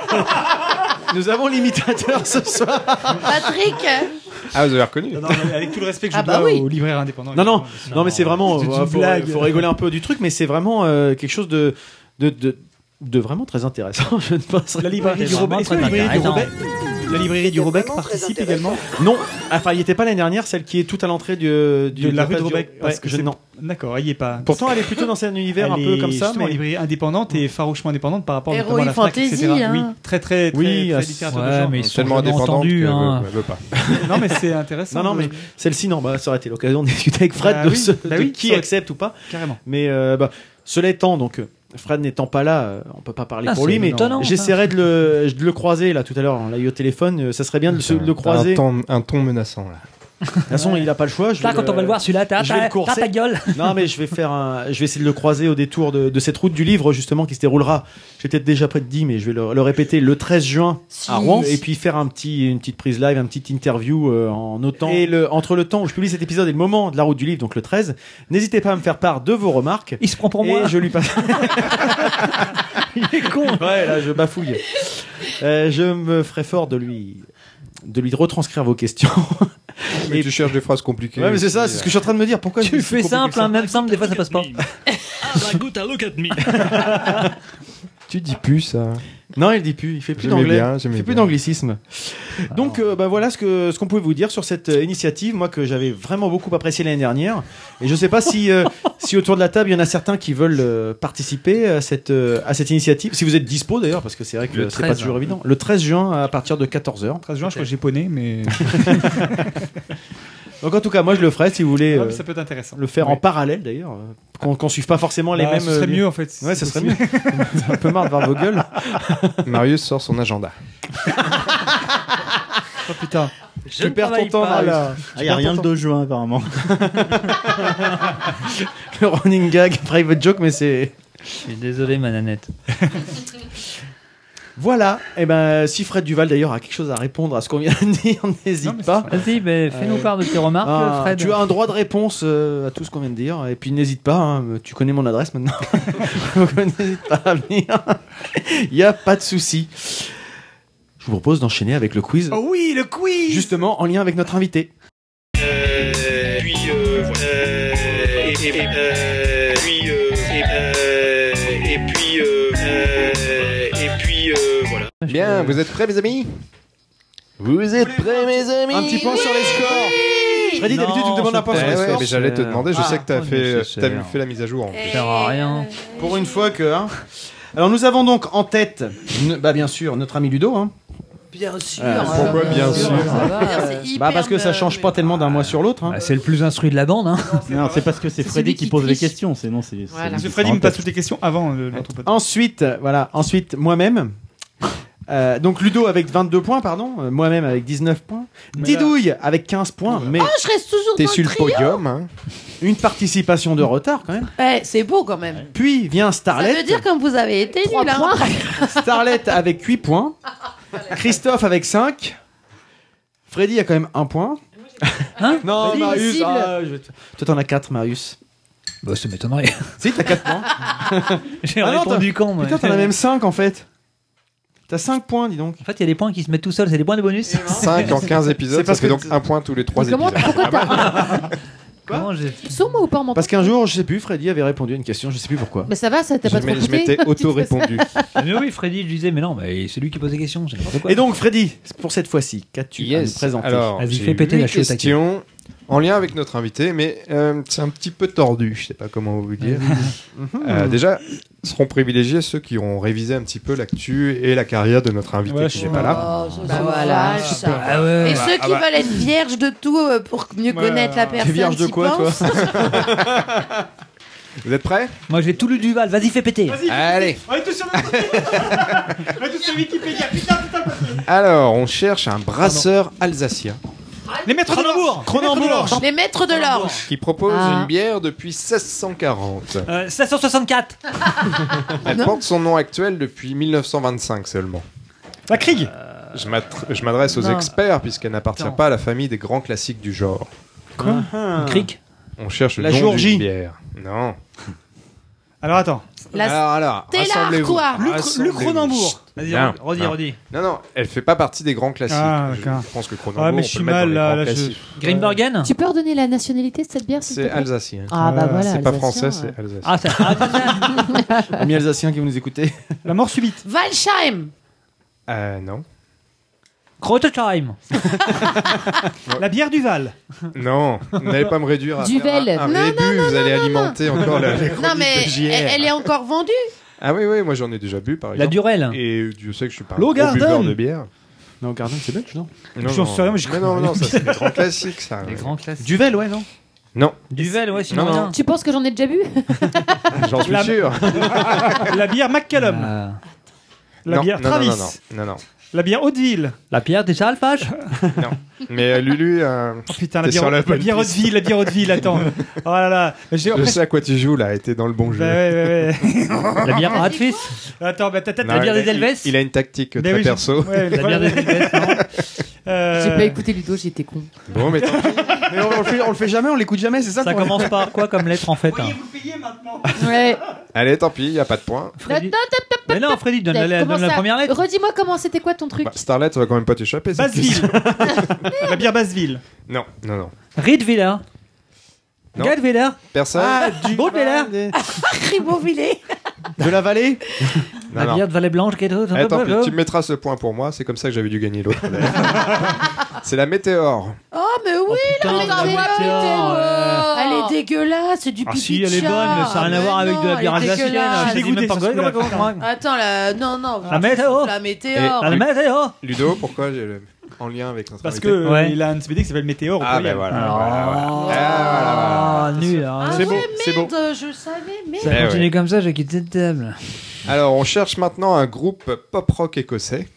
Speaker 7: Nous avons l'imitateur ce soir.
Speaker 6: Patrick
Speaker 4: Ah, vous avez reconnu
Speaker 2: Non, mais avec tout le respect que je
Speaker 4: Ah
Speaker 2: dois
Speaker 4: bah oui.
Speaker 2: aux libraires indépendants.
Speaker 7: Non, non,
Speaker 2: évidemment,
Speaker 7: non, mais c'est vraiment.
Speaker 2: C'est une
Speaker 7: euh, faut,
Speaker 2: blague.
Speaker 7: faut rigoler un peu du truc, mais c'est vraiment euh, quelque chose de, de, de, de vraiment très intéressant, je ne pense.
Speaker 2: La librairie du Robert. Est-ce que la librairie du Robert- la librairie du Robec participe également
Speaker 7: Non, enfin, il n'y était pas l'année dernière, celle qui est tout à l'entrée du, euh, du-
Speaker 2: de la
Speaker 7: place
Speaker 2: rue de
Speaker 7: du-
Speaker 2: Robec
Speaker 7: ouais,
Speaker 2: parce que
Speaker 7: je
Speaker 2: c'est-
Speaker 7: non.
Speaker 2: D'accord, elle y est pas.
Speaker 7: Pourtant, elle est plutôt dans un univers un
Speaker 2: Elle
Speaker 7: peu
Speaker 2: est
Speaker 7: comme ça,
Speaker 2: justement
Speaker 7: mais-
Speaker 2: librairie indépendante et farouchement indépendante par rapport notamment à
Speaker 7: Héroïque
Speaker 2: la FNAC, etc.
Speaker 7: fantasy, hein.
Speaker 2: Oui, très très très,
Speaker 7: Oui,
Speaker 2: très
Speaker 7: à-
Speaker 2: littérature de
Speaker 7: ouais,
Speaker 2: genre.
Speaker 7: mais ils sont Tellement jamais indépendante entendus, que, hein. euh, elle veut pas.
Speaker 2: non mais c'est intéressant.
Speaker 7: Non, non, mais celle-ci, non, bah, ça aurait été l'occasion de discuter avec Fred
Speaker 2: Bah
Speaker 7: de,
Speaker 2: oui,
Speaker 7: ce-
Speaker 2: bah
Speaker 7: de
Speaker 2: oui, ça
Speaker 7: qui
Speaker 2: aurait-
Speaker 7: accepte ou pas.
Speaker 2: Carrément.
Speaker 7: Mais euh, bah, cela étant, donc. euh, Fred n'étant pas là, euh, on peut pas parler
Speaker 2: Ah,
Speaker 7: pour
Speaker 2: c'est
Speaker 7: lui, mais
Speaker 2: étonnant, ça.
Speaker 7: j'essaierai de le, de le croiser là tout à l'heure. On l'a eu au téléphone, euh, ça serait bien de, le- de le croiser.
Speaker 4: Un ton, un ton menaçant là.
Speaker 7: De toute façon, il a pas le choix. je
Speaker 1: Là, quand on va le voir, celui-là, t'as-
Speaker 7: je vais
Speaker 1: t'as-
Speaker 7: le courser.
Speaker 1: t'as ta gueule.
Speaker 7: Non, mais je vais faire un, je vais essayer de le croiser au détour de, de cette route du livre justement qui se déroulera. J'ai peut-être déjà près de 10 mais je vais le, le répéter le 13 juin à Rouen et puis faire un petit, une petite prise live, un petit interview euh, en notant. Et le, entre le temps où je publie cet épisode et le moment de la route du livre, donc le 13, n'hésitez pas à me faire part de vos remarques.
Speaker 1: Il se prend pour
Speaker 7: et
Speaker 1: moi.
Speaker 7: Je lui passe. Il est con. Ouais, là, je bafouille. Euh, je me ferai fort de lui, de lui retranscrire vos questions.
Speaker 4: Mais tu cherches des phrases compliquées.
Speaker 7: Ouais, mais c'est ça, c'est ce que je suis en train de me dire. Pourquoi
Speaker 1: Tu
Speaker 7: je-
Speaker 1: fais
Speaker 7: c'est compliqué
Speaker 1: simple,
Speaker 7: ça Ah, bah,
Speaker 1: hein, même simple, des fois ça passe pas.
Speaker 7: Tu dis plus ça. Non, il dit plus. Il fait plus
Speaker 4: J'aimais
Speaker 7: d'anglais.
Speaker 4: bien,
Speaker 7: Il
Speaker 4: j'aimais
Speaker 7: fait plus
Speaker 4: bien.
Speaker 7: d'anglicisme.
Speaker 2: Ah
Speaker 7: Donc, euh, bah, voilà ce que ce qu'on pouvait vous dire sur cette euh, initiative, moi que j'avais vraiment beaucoup appréciée l'année dernière. Et je sais pas si euh, si autour de la table il y en a certains qui veulent euh, participer à cette euh, à cette initiative. Si vous êtes dispo d'ailleurs, parce que c'est vrai que
Speaker 2: Le
Speaker 7: c'est pas
Speaker 2: 13,
Speaker 7: toujours
Speaker 2: hein.
Speaker 7: évident. Le 13 juin à partir de 14 h
Speaker 2: 13 juin, je crois que j'ai poney, mais
Speaker 7: Donc en tout cas, moi je le ferai si vous voulez.
Speaker 2: Ah, mais
Speaker 7: euh,
Speaker 2: ça peut être intéressant.
Speaker 7: Le faire
Speaker 2: Oui.
Speaker 7: en parallèle d'ailleurs, euh, qu'on qu'on suive pas forcément les
Speaker 2: Bah,
Speaker 7: mêmes.
Speaker 2: ce serait
Speaker 7: euh,
Speaker 2: mieux, en fait, si
Speaker 7: Ouais,
Speaker 2: c'est
Speaker 7: ce serait mieux.
Speaker 2: possible.
Speaker 7: J'ai un peu marre de voir vos gueules.
Speaker 4: Marius sort son agenda.
Speaker 2: Oh putain.
Speaker 7: Je Tu ne perds ton travaille temps, pas. Marius. Tu
Speaker 5: Ah,
Speaker 14: Ah,
Speaker 5: Il n'y a
Speaker 7: perds
Speaker 5: rien
Speaker 7: ton
Speaker 5: le
Speaker 7: temps.
Speaker 5: 2 juin, apparemment.
Speaker 7: le running gag, private joke, mais c'est.
Speaker 1: Je suis désolé, ma nanette.
Speaker 7: Voilà, et ben si Fred Duval d'ailleurs a quelque chose à répondre à ce qu'on vient de dire, n'hésite pas.
Speaker 1: Vas-y, ben, fais-nous part de tes remarques,
Speaker 7: Bah. Euh, Ah,
Speaker 1: Fred.
Speaker 7: Tu as un droit de réponse euh, à tout ce qu'on vient de dire, et puis n'hésite pas, hein, tu connais mon adresse maintenant. Donc, n'hésite pas à venir, il n'y a pas de souci. Je vous propose d'enchaîner avec le quiz.
Speaker 10: Oh oui, le quiz
Speaker 7: Justement, en lien avec notre invité.
Speaker 10: Euh, puis euh, voilà. Euh, et, et, euh, puis euh, et, euh, et puis euh, euh, et puis euh, voilà.
Speaker 4: Bien, vous êtes prêts, mes amis Vous êtes prêts, mes amis
Speaker 10: Un petit point sur les scores.
Speaker 7: Freddy, d'habitude, tu me demandes un point sur les
Speaker 4: Ouais,
Speaker 7: scores.
Speaker 4: mais j'allais te demander, je
Speaker 7: Ah.
Speaker 4: sais que t'as
Speaker 7: Oh,
Speaker 4: fait,
Speaker 7: nécessaire.
Speaker 4: t'as fait la mise à jour en plus.
Speaker 7: rien. Pour une fois que. hein. Alors nous avons donc en tête, ne- bah, bien sûr, notre ami Ludo. hein.
Speaker 10: Bien sûr.
Speaker 5: Ah,
Speaker 7: Euh,
Speaker 10: pourquoi bien sûr
Speaker 7: Bah parce que ça change pas tellement d'un mois sur l'autre. hein. Bah, c'est le plus instruit de la bande. hein.
Speaker 5: Non, c'est parce que c'est Freddy qui pose les questions, sinon c'est. c'est-
Speaker 2: Parce que
Speaker 5: c'est
Speaker 2: Freddy me
Speaker 5: rentable.
Speaker 2: passe toutes les questions avant euh, notre podcast.
Speaker 7: Ensuite, euh, voilà, ensuite moi-même. Euh, donc Ludo avec 22 points, pardon, Euh, moi-même avec 19 points, Didouille avec 15 points, mais
Speaker 6: Ah, je reste toujours dans le trio.
Speaker 7: hein. Une participation de retard quand même.
Speaker 6: Eh, c'est beau quand même.
Speaker 7: Puis vient Starlet.
Speaker 6: Ça veut dire comme vous avez été nul, hein.
Speaker 7: Starlet avec 8 points. Christophe avec 5. Freddy a quand même 1 point. Hein non,
Speaker 10: Freddy,
Speaker 7: Marius.
Speaker 10: cible.
Speaker 7: ah, je vais te- Toi, t'en as 4, Marius. Bah, ça m'étonnerait. Si, t'as 4 points.
Speaker 1: J'ai
Speaker 7: Ah non,
Speaker 1: répondu
Speaker 7: t'as-
Speaker 1: quand, moi.
Speaker 7: Putain, t'en as même 5 en fait. T'as 5 points, dis donc.
Speaker 1: En fait, il y a des points qui se mettent tout seuls, c'est des points de bonus.
Speaker 4: 5 en 15 épisodes, ça fait donc un point tous les 3
Speaker 1: Mais
Speaker 4: épisodes.
Speaker 1: comment- pourquoi
Speaker 4: Ah bah,
Speaker 1: Comment j'ai
Speaker 6: Sur moi ou pas, mon
Speaker 7: Parce qu'un jour, je sais plus, Freddy avait répondu à une question, je sais plus pourquoi.
Speaker 6: Mais ça va, ça t'a pas trop coûté
Speaker 1: mais oui, Freddy, je disais, mais non, mais c'est lui qui pose des questions, c'est n'importe quoi.
Speaker 7: Et donc, Freddy, pour cette fois-ci, qu'as-tu à nous présenter
Speaker 4: Alors,
Speaker 1: Vas-y,
Speaker 4: j'ai
Speaker 1: fais péter
Speaker 4: huit
Speaker 1: la chose,
Speaker 4: questions en lien avec notre invité, mais euh, c'est un petit peu tordu, je sais pas comment vous dire. Euh, déjà, seront privilégiés ceux qui ont révisé un petit peu l'actu et la carrière de notre invité qui n'est pas là.
Speaker 6: Bah voilà, ça.
Speaker 4: Ah ouais.
Speaker 6: Et
Speaker 4: Bah,
Speaker 6: ceux
Speaker 4: ah
Speaker 6: qui
Speaker 4: bah.
Speaker 6: veulent être vierges de tout euh, pour mieux connaître
Speaker 4: Euh,
Speaker 6: la personne.
Speaker 4: vierge de
Speaker 6: qui
Speaker 4: quoi,
Speaker 6: pense.
Speaker 4: toi Vous êtes prêts
Speaker 1: Moi, j'ai tout lu Duval, vas-y, fais péter.
Speaker 4: Allez.
Speaker 2: On est tous sur notre On est tous sur Wikipédia. Putain, putain, putain.
Speaker 4: Alors, on cherche un brasseur alsacien
Speaker 2: Les maîtres
Speaker 5: Ah
Speaker 2: de l'amour.
Speaker 6: Cronenbourg. Les maîtres de l'orge.
Speaker 4: qui propose
Speaker 6: Ah.
Speaker 4: une bière depuis 1640.
Speaker 1: Euh, 764
Speaker 2: Ah,
Speaker 4: Elle porte son nom actuel depuis 1925 seulement. Euh,
Speaker 2: La Krieg
Speaker 4: Je m'attr- je m'adresse aux
Speaker 2: Non.
Speaker 4: experts puisqu'elle n'appartient
Speaker 2: Attends.
Speaker 4: pas à la famille des grands classiques du genre.
Speaker 2: Quoi
Speaker 4: On cherche le
Speaker 2: La
Speaker 4: nom d'une
Speaker 2: Géorgie.
Speaker 4: bière. Non.
Speaker 2: Alors attends.
Speaker 4: La Alors, alors, Stella rassemblez-vous. Artois.
Speaker 2: Luc- Luc
Speaker 4: Rassemblez-vous.
Speaker 2: Cronenbourg.
Speaker 4: Chut.
Speaker 2: Vas-y,
Speaker 4: Bien.
Speaker 2: redis,
Speaker 4: Non.
Speaker 2: redis.
Speaker 4: Non, non, elle fait pas partie des grands classiques.
Speaker 2: Ah,
Speaker 4: je
Speaker 2: d'accord.
Speaker 4: pense que Cronenbourg,
Speaker 2: Ah, mais
Speaker 4: on
Speaker 2: je
Speaker 4: peut
Speaker 2: suis
Speaker 4: le mettre
Speaker 2: mal,
Speaker 4: dans les
Speaker 2: là,
Speaker 4: grands
Speaker 2: là, je-
Speaker 4: classiques.
Speaker 1: Greenbergen
Speaker 11: Tu peux redonner la nationalité de cette bière s'il te
Speaker 4: C'est
Speaker 11: plaît
Speaker 4: alsacien.
Speaker 11: Ah bah voilà.
Speaker 4: C'est pas
Speaker 11: alsacien,
Speaker 4: français,
Speaker 11: ouais.
Speaker 4: c'est alsacien.
Speaker 2: Ah,
Speaker 10: Amis alsaciens qui vous nous écoutez.
Speaker 2: La mort subite.
Speaker 6: Valsheim
Speaker 4: Euh, non.
Speaker 1: Crototheim.
Speaker 2: La bière du Val.
Speaker 4: Non, vous n'allez pas me réduire à
Speaker 6: Duvel.
Speaker 4: faire un, un
Speaker 6: Non,
Speaker 4: rébut, vous allez alimenter encore la, la
Speaker 6: Non,
Speaker 4: chronique
Speaker 6: mais
Speaker 4: de JR.
Speaker 6: elle, elle est encore vendue.
Speaker 4: Ah oui, oui, moi j'en ai déjà bu, par exemple.
Speaker 1: La Durel.
Speaker 4: Et Dieu sait que je suis pas un
Speaker 1: L'eau
Speaker 4: gros
Speaker 1: Garden.
Speaker 4: buveur de bière.
Speaker 10: Non, Garden, c'est belge, non
Speaker 4: Non,
Speaker 1: J'en
Speaker 4: non,
Speaker 1: sais rien, mais je
Speaker 4: mais non,
Speaker 1: connais
Speaker 4: non, ça
Speaker 1: rien.
Speaker 4: c'est des grands classiques, ça.
Speaker 1: Les
Speaker 4: ouais.
Speaker 1: grands classiques.
Speaker 10: Duvel, ouais, non
Speaker 4: Non,
Speaker 1: Duvel, ouais, sinon
Speaker 4: Non, non.
Speaker 1: rien.
Speaker 11: Tu penses que j'en ai déjà bu
Speaker 4: j'en suis
Speaker 2: La-
Speaker 4: sûr.
Speaker 2: La bière McCallum.
Speaker 1: Ah.
Speaker 2: La
Speaker 4: Non,
Speaker 2: bière
Speaker 4: non, non,
Speaker 2: Travis.
Speaker 4: Non, non, non, non.
Speaker 2: La bière Hauteville.
Speaker 1: La bière des alpages
Speaker 4: Non. Mais euh, Lulu, euh,
Speaker 2: Putain, la
Speaker 4: t'es
Speaker 2: bière,
Speaker 4: sur la
Speaker 2: la
Speaker 4: bonne
Speaker 2: bière
Speaker 4: piste.
Speaker 2: Hauteville, la bière Hauteville, attends. Oh là là. Mais j'ai- en
Speaker 4: Je
Speaker 2: fait,
Speaker 4: sais à quoi tu joues là, et t'es dans le bon jeu.
Speaker 2: bah ouais, ouais, ouais.
Speaker 1: La bière Radfis
Speaker 2: Attends, bah, t'as t'as-
Speaker 4: Non,
Speaker 2: la bière
Speaker 4: il a-
Speaker 2: des Elves.
Speaker 4: Il, il a une tactique
Speaker 2: Ben
Speaker 4: très
Speaker 2: oui, j'ai-
Speaker 4: perso.
Speaker 2: ouais, le
Speaker 1: La bière des
Speaker 2: problème-
Speaker 1: Elves, non
Speaker 2: Euh,
Speaker 21: J'ai pas écouté Ludo, j'étais con.
Speaker 4: Bon, mais tant pis.
Speaker 10: Mais on, on le fait, on le fait jamais, on l'écoute jamais, c'est ça
Speaker 1: Ça
Speaker 10: qu'on-
Speaker 1: commence par quoi comme lettre en fait hein
Speaker 11: Ouais.
Speaker 4: Allez, tant pis, il n'y a pas de point.
Speaker 1: Freddy- Mais non, Freddy, donne la,
Speaker 11: Comment
Speaker 1: donne la
Speaker 11: ça
Speaker 1: première lettre.
Speaker 11: Redis-moi comment c'était quoi ton truc
Speaker 4: Bah, Starlet, ça va quand même pas t'échapper. cette
Speaker 2: Basseville.
Speaker 4: question.
Speaker 2: la bière Basseville.
Speaker 4: Non, non, non.
Speaker 1: Riedwiller.
Speaker 4: Non.
Speaker 1: Gadwiller.
Speaker 4: Personne
Speaker 1: Ah, Baudelaire.
Speaker 6: Ribeauvillé.
Speaker 10: De la vallée
Speaker 4: Non,
Speaker 1: La
Speaker 4: non.
Speaker 1: bière de Vallée Blanche. Gato-
Speaker 4: Eh, tant pis,
Speaker 1: hein.
Speaker 4: tu me mettras ce point pour moi, c'est comme ça que j'avais dû gagner l'autre. d'ailleurs. c'est la météore.
Speaker 6: Oh, mais oui,
Speaker 1: Putain,
Speaker 6: la
Speaker 1: la
Speaker 6: météo.
Speaker 1: météore, euh,
Speaker 6: Elle est dégueulasse, c'est du
Speaker 1: Ah
Speaker 6: pipi
Speaker 1: si,
Speaker 6: de
Speaker 1: elle est
Speaker 6: chat. Ah,
Speaker 1: bonne, mais ça n'a rien à
Speaker 6: Mais
Speaker 1: voir avec
Speaker 6: non,
Speaker 1: de la bière
Speaker 6: elle est
Speaker 1: alsacienne.
Speaker 4: hein,
Speaker 6: dégueulasse.
Speaker 1: Je dis même
Speaker 2: dégoûté,
Speaker 1: pas
Speaker 2: ça se
Speaker 1: comment-
Speaker 2: trouve,
Speaker 1: comment-
Speaker 2: la
Speaker 1: comment-
Speaker 6: Attends, la... non, non.
Speaker 1: La météo.
Speaker 6: La météo.
Speaker 1: La météo.
Speaker 4: Ludo, pourquoi j'ai le- en lien avec notre
Speaker 2: Parce
Speaker 4: invité
Speaker 2: que euh,
Speaker 1: Ouais.
Speaker 2: il a un CBD qui s'appelle Météor.
Speaker 4: Ah, ben voilà. voilà, Ah, voilà.
Speaker 1: Ah, nul. hein.
Speaker 6: Ah
Speaker 4: C'est
Speaker 6: ouais,
Speaker 4: bon, c'est bon.
Speaker 6: merde, je savais, merde.
Speaker 1: Ça
Speaker 4: Eh
Speaker 1: continue
Speaker 4: ouais.
Speaker 1: comme ça, j'ai quitté de table.
Speaker 4: Alors, on cherche maintenant un groupe pop-rock écossais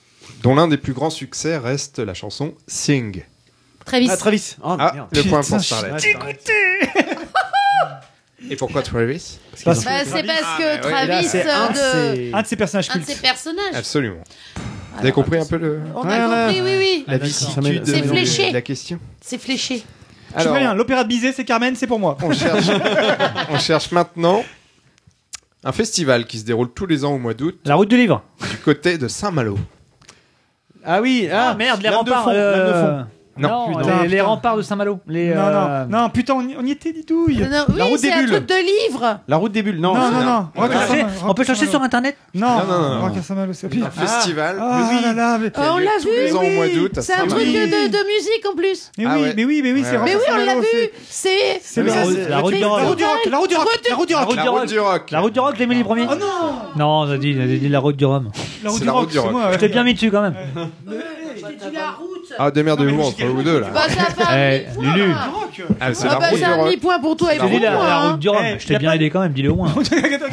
Speaker 4: dont l'un des plus grands succès reste la chanson Sing.
Speaker 11: Travis.
Speaker 10: Ah, Travis. Oh,
Speaker 4: Ah,
Speaker 10: merde.
Speaker 4: le point
Speaker 2: Putain,
Speaker 4: pour Starlet. Et pourquoi Travis
Speaker 2: Parce-
Speaker 6: Bah, c'est parce
Speaker 4: Ah,
Speaker 6: que
Speaker 4: bah oui,
Speaker 6: Travis,
Speaker 4: là, c'est
Speaker 6: euh,
Speaker 10: un de
Speaker 6: de...
Speaker 10: ses-
Speaker 2: Un de ses personnages
Speaker 6: un de ses
Speaker 2: cultes.
Speaker 6: personnages.
Speaker 4: Absolument. Vous avez compris un peu le...
Speaker 6: On
Speaker 10: Ouais,
Speaker 6: a compris, oui, oui.
Speaker 10: La
Speaker 4: Ça m'aide-
Speaker 10: vicissitude.
Speaker 6: C'est
Speaker 4: de-
Speaker 6: fléché.
Speaker 4: La question.
Speaker 6: C'est fléché.
Speaker 2: Je sais
Speaker 4: Alors,
Speaker 2: rien, l'opéra de Bizet, c'est Carmen, c'est pour moi.
Speaker 4: on cherche, on cherche maintenant un festival qui se déroule tous les ans au mois d'août
Speaker 1: La route du livre.
Speaker 4: du côté de Saint-Malo.
Speaker 10: Ah oui, ah,
Speaker 1: Ah merde, les
Speaker 10: lame de
Speaker 1: remparts.
Speaker 10: fond,
Speaker 1: euh,
Speaker 10: lame de fond.
Speaker 4: Non,
Speaker 1: non,
Speaker 10: putain,
Speaker 1: les, les
Speaker 10: putain.
Speaker 1: remparts de Saint-Malo. Les,
Speaker 2: Non,
Speaker 1: euh,
Speaker 2: non, non, putain, on y, on y était, didouille.
Speaker 6: Non,
Speaker 10: La
Speaker 6: oui,
Speaker 10: route
Speaker 6: c'est
Speaker 10: des
Speaker 6: un
Speaker 10: bulles.
Speaker 6: truc de livre.
Speaker 10: La route des bulles, non.
Speaker 2: Non, non, non.
Speaker 1: On peut chercher- on peut chercher sur internet.
Speaker 2: Non,
Speaker 4: Non, non, non, non.
Speaker 2: Rock and Saint-Malo, c'est au pire.
Speaker 4: Un festival.
Speaker 2: Ah là là, mais-
Speaker 4: qui a
Speaker 6: Oh, on
Speaker 4: lieu
Speaker 6: l'a
Speaker 4: tous
Speaker 6: vu,
Speaker 4: les ans au mois d'août à
Speaker 6: C'est un truc
Speaker 4: Saint-Malo.
Speaker 6: de, de, de musique en plus.
Speaker 2: Mais
Speaker 4: Ah
Speaker 2: oui,
Speaker 4: ouais.
Speaker 2: mais oui, mais oui,
Speaker 4: Ouais,
Speaker 2: c'est Rock
Speaker 6: Mais
Speaker 2: and
Speaker 6: oui, on l'a
Speaker 2: Saint-Malo,
Speaker 6: vu.
Speaker 2: c'est-
Speaker 6: C'est.
Speaker 2: C'est
Speaker 1: la route- la route du rock.
Speaker 2: La route du rock, la route du rock, la route du
Speaker 1: La
Speaker 4: La route
Speaker 1: route du
Speaker 2: rock.
Speaker 1: rock.
Speaker 4: du rock.
Speaker 1: La route du rock, l'Émilie Premier.
Speaker 2: Oh non
Speaker 1: Non, on a dit, on a dit la route du Rhum.
Speaker 2: La route
Speaker 4: C'est
Speaker 2: du
Speaker 4: la
Speaker 2: rock,
Speaker 4: route du
Speaker 2: c'est
Speaker 4: rock.
Speaker 2: moi.
Speaker 1: Je
Speaker 2: ouais.
Speaker 1: t'ai bien mis dessus quand même.
Speaker 6: la route.
Speaker 4: Ah, démerdez-vous
Speaker 2: Non, mais
Speaker 4: entre
Speaker 2: jusqu'à-
Speaker 4: vous deux là.
Speaker 6: Bah, ça fait un
Speaker 1: Eh,
Speaker 6: demi-point.
Speaker 1: Lulu.
Speaker 6: Ah,
Speaker 4: Ah, c'est
Speaker 6: bah,
Speaker 4: la route
Speaker 6: c'est
Speaker 4: du
Speaker 6: un
Speaker 4: rock.
Speaker 6: demi-point pour toi et
Speaker 4: C'est la
Speaker 1: Je
Speaker 6: pour
Speaker 1: t'ai dit la,
Speaker 6: moi.
Speaker 1: la
Speaker 6: hein.
Speaker 1: route du Rhum.
Speaker 2: Eh,
Speaker 1: Je t'ai
Speaker 2: y a
Speaker 1: bien
Speaker 2: pas-
Speaker 1: aidé quand même, dis-le au moins.
Speaker 2: Regarde, regarde.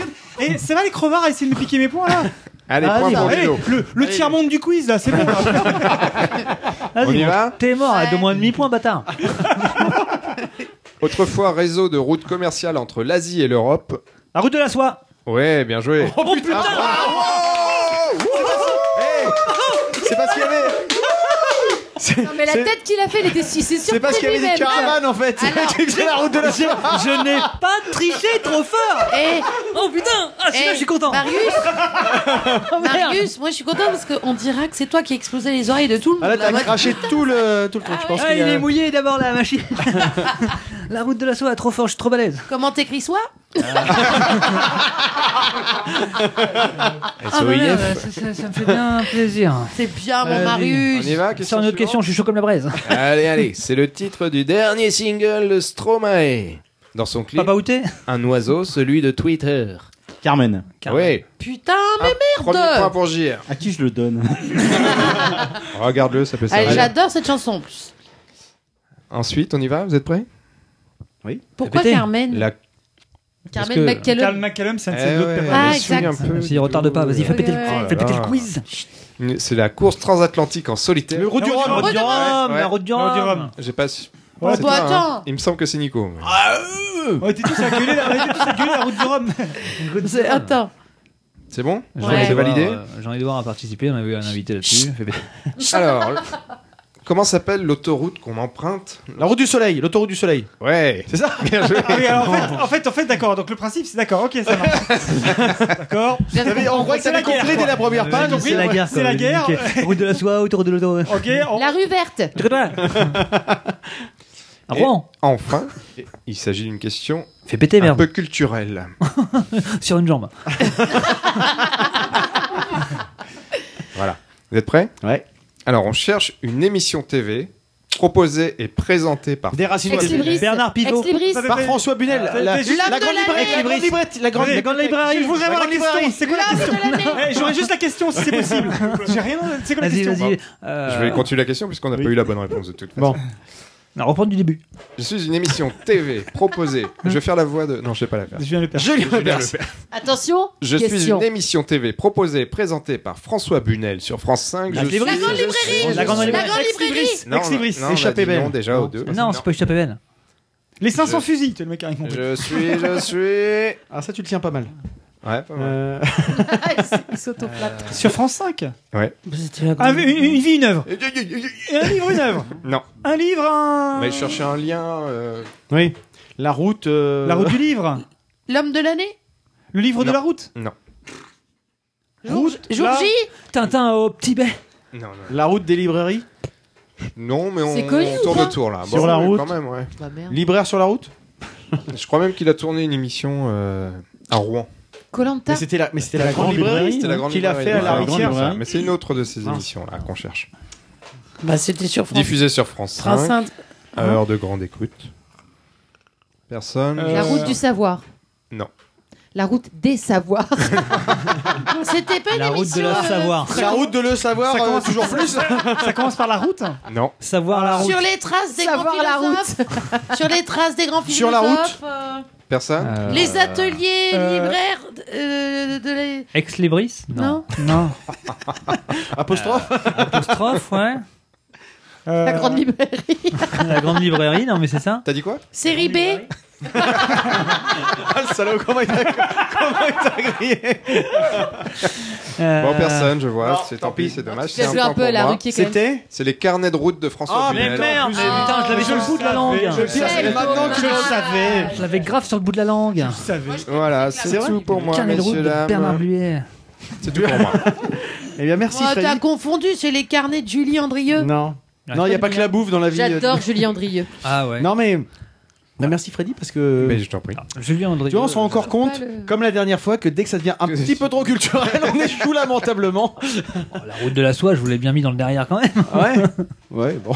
Speaker 2: Eh, ça va les crevards à essayer de me piquer mes points là
Speaker 4: Allez,
Speaker 1: Ah,
Speaker 4: point
Speaker 1: ça
Speaker 4: pour
Speaker 2: Eh,
Speaker 4: Ludo.
Speaker 2: Le, le tiers-monde du quiz là, c'est bon là.
Speaker 1: Vas-y,
Speaker 4: On y
Speaker 1: bon,
Speaker 4: va
Speaker 1: T'es mort, à
Speaker 6: Ouais.
Speaker 1: deux moins demi point, bâtard.
Speaker 4: Autrefois réseau de routes commerciales entre l'Asie et l'Europe.
Speaker 1: La route de la soie.
Speaker 4: Ouais, bien joué.
Speaker 1: Oh putain
Speaker 6: Ah,
Speaker 10: Ah,
Speaker 6: oh,
Speaker 10: oh, C'est parce qu'il y avait.
Speaker 11: Non, mais la
Speaker 10: C'est-
Speaker 11: tête qu'il a fait, elle était si. C'est
Speaker 10: C'est
Speaker 11: surpris
Speaker 10: parce qu'il y avait des
Speaker 11: lui-même.
Speaker 10: caravanes en fait.
Speaker 6: Alors-
Speaker 10: C'est la route de la soie.
Speaker 1: Je n'ai pas triché trop
Speaker 10: Ah,
Speaker 1: fort
Speaker 6: Eh,
Speaker 1: Oh putain Ah celui-là,
Speaker 6: eh,
Speaker 1: je suis content
Speaker 6: Marius,
Speaker 1: Oh, merde.
Speaker 6: Marius, moi je suis content parce qu'on dira que c'est toi qui as explosé les oreilles de tout le
Speaker 10: Ah
Speaker 6: monde.
Speaker 10: là, t'as
Speaker 6: là-bas.
Speaker 10: craché tout le, tout le truc. je pense
Speaker 1: Ah,
Speaker 10: qu'il y
Speaker 1: il
Speaker 10: a-
Speaker 1: est mouillé d'abord la machine La route de la soie, trop fort, je suis trop balèze
Speaker 6: Comment t'écris soi
Speaker 1: Ah bah merde, ça, ça- ça me fait bien plaisir
Speaker 6: C'est bien, mon
Speaker 1: Vas-y.
Speaker 4: On y
Speaker 6: Marius.
Speaker 4: va,
Speaker 1: Sur une autre question, je suis chaud comme la braise
Speaker 4: Allez, allez, c'est le titre du dernier single de Stromae. Dans son clip,
Speaker 1: Papa outé
Speaker 4: un oiseau, celui de Twitter.
Speaker 22: Carmen,
Speaker 4: Oui.
Speaker 6: Putain, mais
Speaker 4: Premier point pour JR.
Speaker 22: à qui je le donne
Speaker 4: Regarde-le, ça peut
Speaker 6: Allez,
Speaker 4: servir.
Speaker 6: j'adore cette chanson en plus.
Speaker 4: Ensuite, on y va, vous êtes prêts
Speaker 6: Pourquoi
Speaker 1: Répétez.
Speaker 6: Carmen
Speaker 4: La...
Speaker 1: Parce
Speaker 11: Carmen
Speaker 1: que-
Speaker 2: Carl
Speaker 11: McCallum.
Speaker 2: McCallum, c'est un de ses
Speaker 4: Eh
Speaker 2: autres
Speaker 4: ouais,
Speaker 2: personnages.
Speaker 6: Ah,
Speaker 4: je me souviens
Speaker 6: exact.
Speaker 4: un peu
Speaker 1: S'il retarde pas, vas-y, fais péter le,
Speaker 6: Ouais, ouais.
Speaker 1: fais péter
Speaker 4: Oh
Speaker 1: le
Speaker 4: là là.
Speaker 1: quiz
Speaker 4: C'est la course transatlantique en solitaire.
Speaker 10: Le route du Rhum.
Speaker 1: route du Rhum,
Speaker 4: Ouais.
Speaker 1: la route du
Speaker 2: La route du
Speaker 1: Rhum
Speaker 2: Rhum.
Speaker 4: J'ai pas su.
Speaker 2: Ouais,
Speaker 4: C'est
Speaker 6: bon,
Speaker 4: toi, hein.
Speaker 6: attends.
Speaker 4: Il me semble que c'est Nico. mais-
Speaker 10: Ah.
Speaker 2: On était tous à gueuler la- on était tous à gueuler la route du Rhum.
Speaker 6: C'est- Attends.
Speaker 4: C'est bon
Speaker 6: Ouais.
Speaker 1: Jean-Edouard
Speaker 4: validé
Speaker 1: euh, Jean-Edouard a participé, on a eu un invité là-dessus. Fais péter.
Speaker 4: Alors, Comment s'appelle l'autoroute qu'on emprunte
Speaker 7: La route du soleil, l'autoroute du soleil.
Speaker 4: Ouais.
Speaker 7: C'est ça
Speaker 4: Bien joué.
Speaker 2: Ah oui, alors en fait, en fait, en fait, d'accord. Donc le principe, c'est d'accord. Ok, ça marche. d'accord.
Speaker 7: J'avais-
Speaker 2: Vous avez-
Speaker 7: on voit que
Speaker 2: c'est
Speaker 7: t'avais compris
Speaker 2: guerre,
Speaker 7: dès la
Speaker 2: quoi.
Speaker 7: première
Speaker 2: Vous
Speaker 7: page,
Speaker 2: avez Ah, compris,
Speaker 7: c'est la guerre,
Speaker 2: C'est
Speaker 7: quoi.
Speaker 2: la guerre.
Speaker 7: Nickel.
Speaker 1: euh, Route de la soie, autour de l'auto.
Speaker 2: Ok. on-
Speaker 11: La rue verte.
Speaker 4: Et Enfin, il s'agit d'une question un peu culturelle.
Speaker 1: Sur une jambe.
Speaker 4: Voilà. Vous êtes prêts
Speaker 7: Ouais.
Speaker 4: Alors, on cherche une émission TV proposée et présentée par Ah,
Speaker 7: Déracine-toi, Ex libris. Bernard Pivot. Ex libris. Par François Bunel. La- la- la grande librairie. La grande librairie. La grande-
Speaker 2: Allez,
Speaker 7: la grande librairie.
Speaker 2: Je voudrais
Speaker 7: La
Speaker 2: avoir la
Speaker 7: grande librairie.
Speaker 2: question. C'est quoi la
Speaker 7: L'homme de
Speaker 2: question
Speaker 7: l'année.
Speaker 2: Eh, J'aurais juste la question si c'est possible. J'ai rien. C'est quoi la question
Speaker 4: Je vais continuer la question puisqu'on n'a pas eu la bonne réponse de toute façon.
Speaker 7: Euh, Bon.
Speaker 1: On va reprendre du début. Hein
Speaker 4: Je suis une émission TV proposée. Je vais faire la voix de. Non, je sais pas la faire.
Speaker 2: Julien Lepers.
Speaker 7: Julien Lepers.
Speaker 6: Attention,
Speaker 4: Je suis
Speaker 6: question.
Speaker 4: une émission TV proposée et présentée par François Bunel sur France 5.
Speaker 1: La
Speaker 4: je suis...
Speaker 1: grande librairie.
Speaker 4: je suis-
Speaker 1: La grande
Speaker 4: je suis-
Speaker 1: librairie.
Speaker 4: Non,
Speaker 2: Ex-libris.
Speaker 4: non, on a
Speaker 2: Échappée
Speaker 4: dit non
Speaker 2: belle.
Speaker 4: déjà aux deux.
Speaker 1: Non, c'est pas échappé belle.
Speaker 2: Les 500
Speaker 4: Je-
Speaker 2: fusils, tu es le mec qui a rien compris.
Speaker 4: Je suis, je suis.
Speaker 7: Ah, ça, tu le tiens pas mal.
Speaker 4: Ouais, pas mal.
Speaker 7: Euh,
Speaker 11: Il s'auto-flatte.
Speaker 2: Sur France 5
Speaker 4: Ouais.
Speaker 2: Ah, une, une- une vie, une œuvre. Et un livre, une œuvre.
Speaker 4: Non.
Speaker 2: Un livre, un.
Speaker 4: Mais je cherchais un lien. euh,
Speaker 7: Oui. La route. euh,
Speaker 2: La route du livre.
Speaker 6: L'homme de l'année
Speaker 2: Le livre de
Speaker 4: Non.
Speaker 2: la route.
Speaker 4: Non.
Speaker 2: Route.
Speaker 6: Jour
Speaker 2: là.
Speaker 6: J
Speaker 1: Tintin au Tibet.
Speaker 4: Non, non.
Speaker 7: La route des librairies.
Speaker 4: Non, mais on,
Speaker 6: C'est connu
Speaker 4: on
Speaker 6: ou
Speaker 4: tourne
Speaker 6: pas
Speaker 4: autour là.
Speaker 7: Sur
Speaker 4: Bon,
Speaker 7: la
Speaker 4: oui,
Speaker 7: route.
Speaker 4: Quand même, hein. ouais.
Speaker 6: Bah merde.
Speaker 7: Libraire sur la route.
Speaker 4: Je crois même qu'il a tourné une émission euh, à Rouen.
Speaker 11: Colanta.
Speaker 7: Mais c'était la, mais c'était la, grande librairie.
Speaker 4: C'était la grande
Speaker 7: Qu'il a
Speaker 4: librairie.
Speaker 7: fait à la
Speaker 4: Ouais,
Speaker 7: routière.
Speaker 4: c'est ça. Mais c'est une autre de ces émissions là qu'on cherche.
Speaker 6: Bah, c'était sur France.
Speaker 4: Diffusée sur France 5.
Speaker 6: France Inter.
Speaker 4: À heure de grande écoute. Personne.
Speaker 11: La route du savoir.
Speaker 4: Non.
Speaker 11: La route des savoirs.
Speaker 6: C'était pas une
Speaker 1: La route de
Speaker 6: émission
Speaker 1: la
Speaker 6: euh,
Speaker 1: savoir.
Speaker 7: La route de le savoir.
Speaker 2: Ça
Speaker 7: euh,
Speaker 2: commence-
Speaker 7: toujours plus.
Speaker 2: Ça commence par la route.
Speaker 4: Non.
Speaker 1: Savoir la route.
Speaker 6: sur les traces des
Speaker 11: Savoir la
Speaker 6: grands philosophes. sur les traces des grands
Speaker 7: Sur la route.
Speaker 6: philosophes. euh,
Speaker 4: Personne.
Speaker 6: Les ateliers
Speaker 2: euh,
Speaker 6: libraires euh, de les...
Speaker 1: Ex Libris
Speaker 6: Non.
Speaker 2: Non.
Speaker 7: Apostrophe.
Speaker 1: Euh, Apostrophe, ouais.
Speaker 2: Euh,
Speaker 6: La grande librairie.
Speaker 1: La grande librairie, non, mais c'est ça.
Speaker 4: T'as dit quoi
Speaker 6: Série B.
Speaker 7: Ah, le salaud, comment il t'a comment il t'a grillé
Speaker 1: Euh,
Speaker 4: Bon, personne, je vois.
Speaker 7: Non,
Speaker 4: C'est
Speaker 7: tant
Speaker 4: tant pis,
Speaker 7: pis.
Speaker 4: c'est dommage.
Speaker 11: Tu
Speaker 4: C'est
Speaker 11: as
Speaker 4: un
Speaker 11: joué un
Speaker 4: point
Speaker 11: peu à
Speaker 4: pour
Speaker 11: la
Speaker 4: moi.
Speaker 11: rue qui est
Speaker 7: C'était
Speaker 4: C'est les carnets de route de François
Speaker 10: Oh,
Speaker 7: Ah,
Speaker 4: Bunel.
Speaker 7: mais merde.
Speaker 1: Ah, putain, je l'avais sur le bout de la langue.
Speaker 7: Je le savais.
Speaker 11: Quel
Speaker 7: Maintenant que je le
Speaker 6: Ah.
Speaker 11: dommage.
Speaker 7: savais.
Speaker 1: Je l'avais grave sur le bout de la langue.
Speaker 4: Voilà,
Speaker 7: Ah, C'est
Speaker 4: c'est
Speaker 7: vrai
Speaker 4: tout pour moi,
Speaker 1: Carnet de route
Speaker 4: messieurs,
Speaker 1: de Bernard
Speaker 4: dames.
Speaker 1: Bluet.
Speaker 4: C'est tout pour moi.
Speaker 7: Eh bien, merci,
Speaker 6: Oh, T'as
Speaker 7: Freddy.
Speaker 6: confondu, c'est les carnets de Julie Andrieux.
Speaker 7: Non. Non, il n'y a pas que la bouffe dans la vie. euh,
Speaker 6: J'adore Julie Andrieux.
Speaker 1: Ah ouais.
Speaker 7: Non, mais. Non, merci Freddy parce que.
Speaker 4: Mais je t'en
Speaker 2: Ah,
Speaker 4: prie.
Speaker 1: Julien André.
Speaker 7: Tu vois, on se
Speaker 2: euh,
Speaker 7: rend encore compte,
Speaker 11: le-
Speaker 7: comme la dernière fois, que dès que ça devient un petit peu trop culturel, on échoue lamentablement.
Speaker 1: Oh, la route de la soie, je vous l'ai bien mis dans le derrière quand même.
Speaker 7: Ouais. Ouais, bon.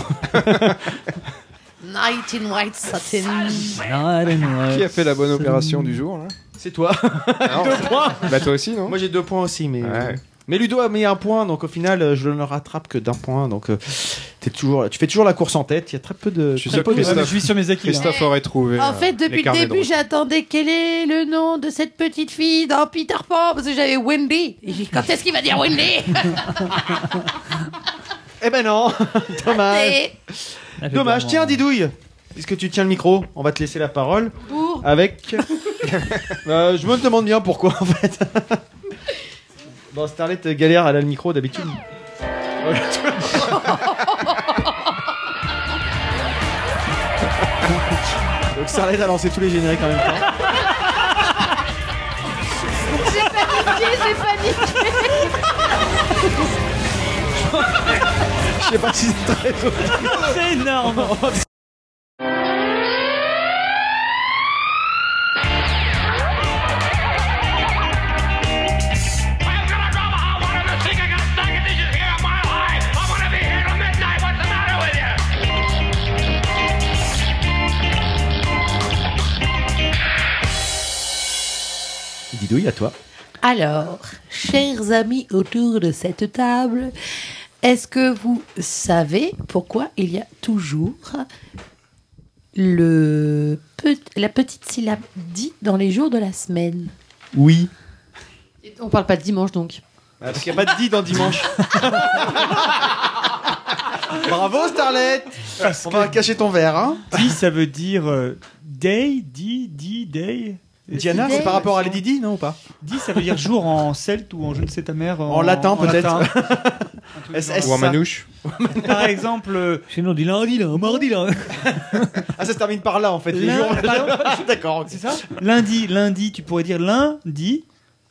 Speaker 6: Night in White Satin.
Speaker 4: Qui a fait la bonne opération du jour là
Speaker 7: C'est toi.
Speaker 4: Non.
Speaker 7: deux points.
Speaker 4: Bah toi aussi, non
Speaker 7: Moi, j'ai deux points aussi, mais. euh,
Speaker 4: Ouais.
Speaker 7: Mais Ludo a mis un point, donc au final, euh, je ne rattrape que d'un point. Donc, euh, t'es toujours, tu fais toujours la course en tête. Il y a très peu de.
Speaker 4: Je suis
Speaker 7: très
Speaker 4: sûr
Speaker 7: peu
Speaker 4: que
Speaker 7: de-
Speaker 2: Ouais, mais
Speaker 4: Christophe-
Speaker 2: je vis sur mes acquis. hein. là.
Speaker 4: Christophe aurait trouvé.
Speaker 6: En
Speaker 4: euh,
Speaker 6: fait,
Speaker 4: les
Speaker 6: depuis le
Speaker 4: carnets de
Speaker 6: début,
Speaker 4: route.
Speaker 6: j'attendais quel est le nom de cette petite fille dans Peter Pan parce que j'avais Wendy. Et j'ai dit, Quand est-ce qu'il va dire Wendy
Speaker 7: Eh ben non, dommage.
Speaker 6: Et
Speaker 7: Dommage. Tiens, Didouille, puisque tu tiens le micro, on va te laisser la parole
Speaker 6: Pour
Speaker 7: avec. Euh, je me demande bien pourquoi en fait. Bon, Starlet euh, galère, elle a le micro d'habitude. Donc Starlet a lancé tous les génériques en même temps.
Speaker 11: J'ai paniqué, j'ai paniqué.
Speaker 7: Je sais pas si c'est très
Speaker 1: C'est énorme.
Speaker 7: Didouille, à toi.
Speaker 6: Alors, chers amis autour de cette table, est-ce que vous savez pourquoi il y a toujours le pe- la petite syllabe dit dans les jours de la semaine
Speaker 7: Oui.
Speaker 11: On parle pas de dimanche donc.
Speaker 7: Ah, parce qu'il n'y a pas de dit dans dimanche. Bravo Starlet On va cacher ton verre. Hein.
Speaker 2: Di, ça veut dire euh, day, di, di, day. Et
Speaker 7: Diana, c'est par rapport à Lady Di, non ou pas
Speaker 2: Di, ça veut dire jour en celte ou en je ne sais ta mère.
Speaker 7: En latin, peut-être.
Speaker 2: latin. Un truc
Speaker 7: SS.
Speaker 4: Ou un manouche.
Speaker 2: Par exemple. euh,
Speaker 1: Chez nous, on dit lundi, là, mardi, là.
Speaker 7: Ah, ça se termine par là en fait. les
Speaker 2: L'un-
Speaker 7: jours.
Speaker 2: par exemple,
Speaker 7: D'accord, c'est
Speaker 2: ça Lundi, lundi, tu pourrais dire lundi,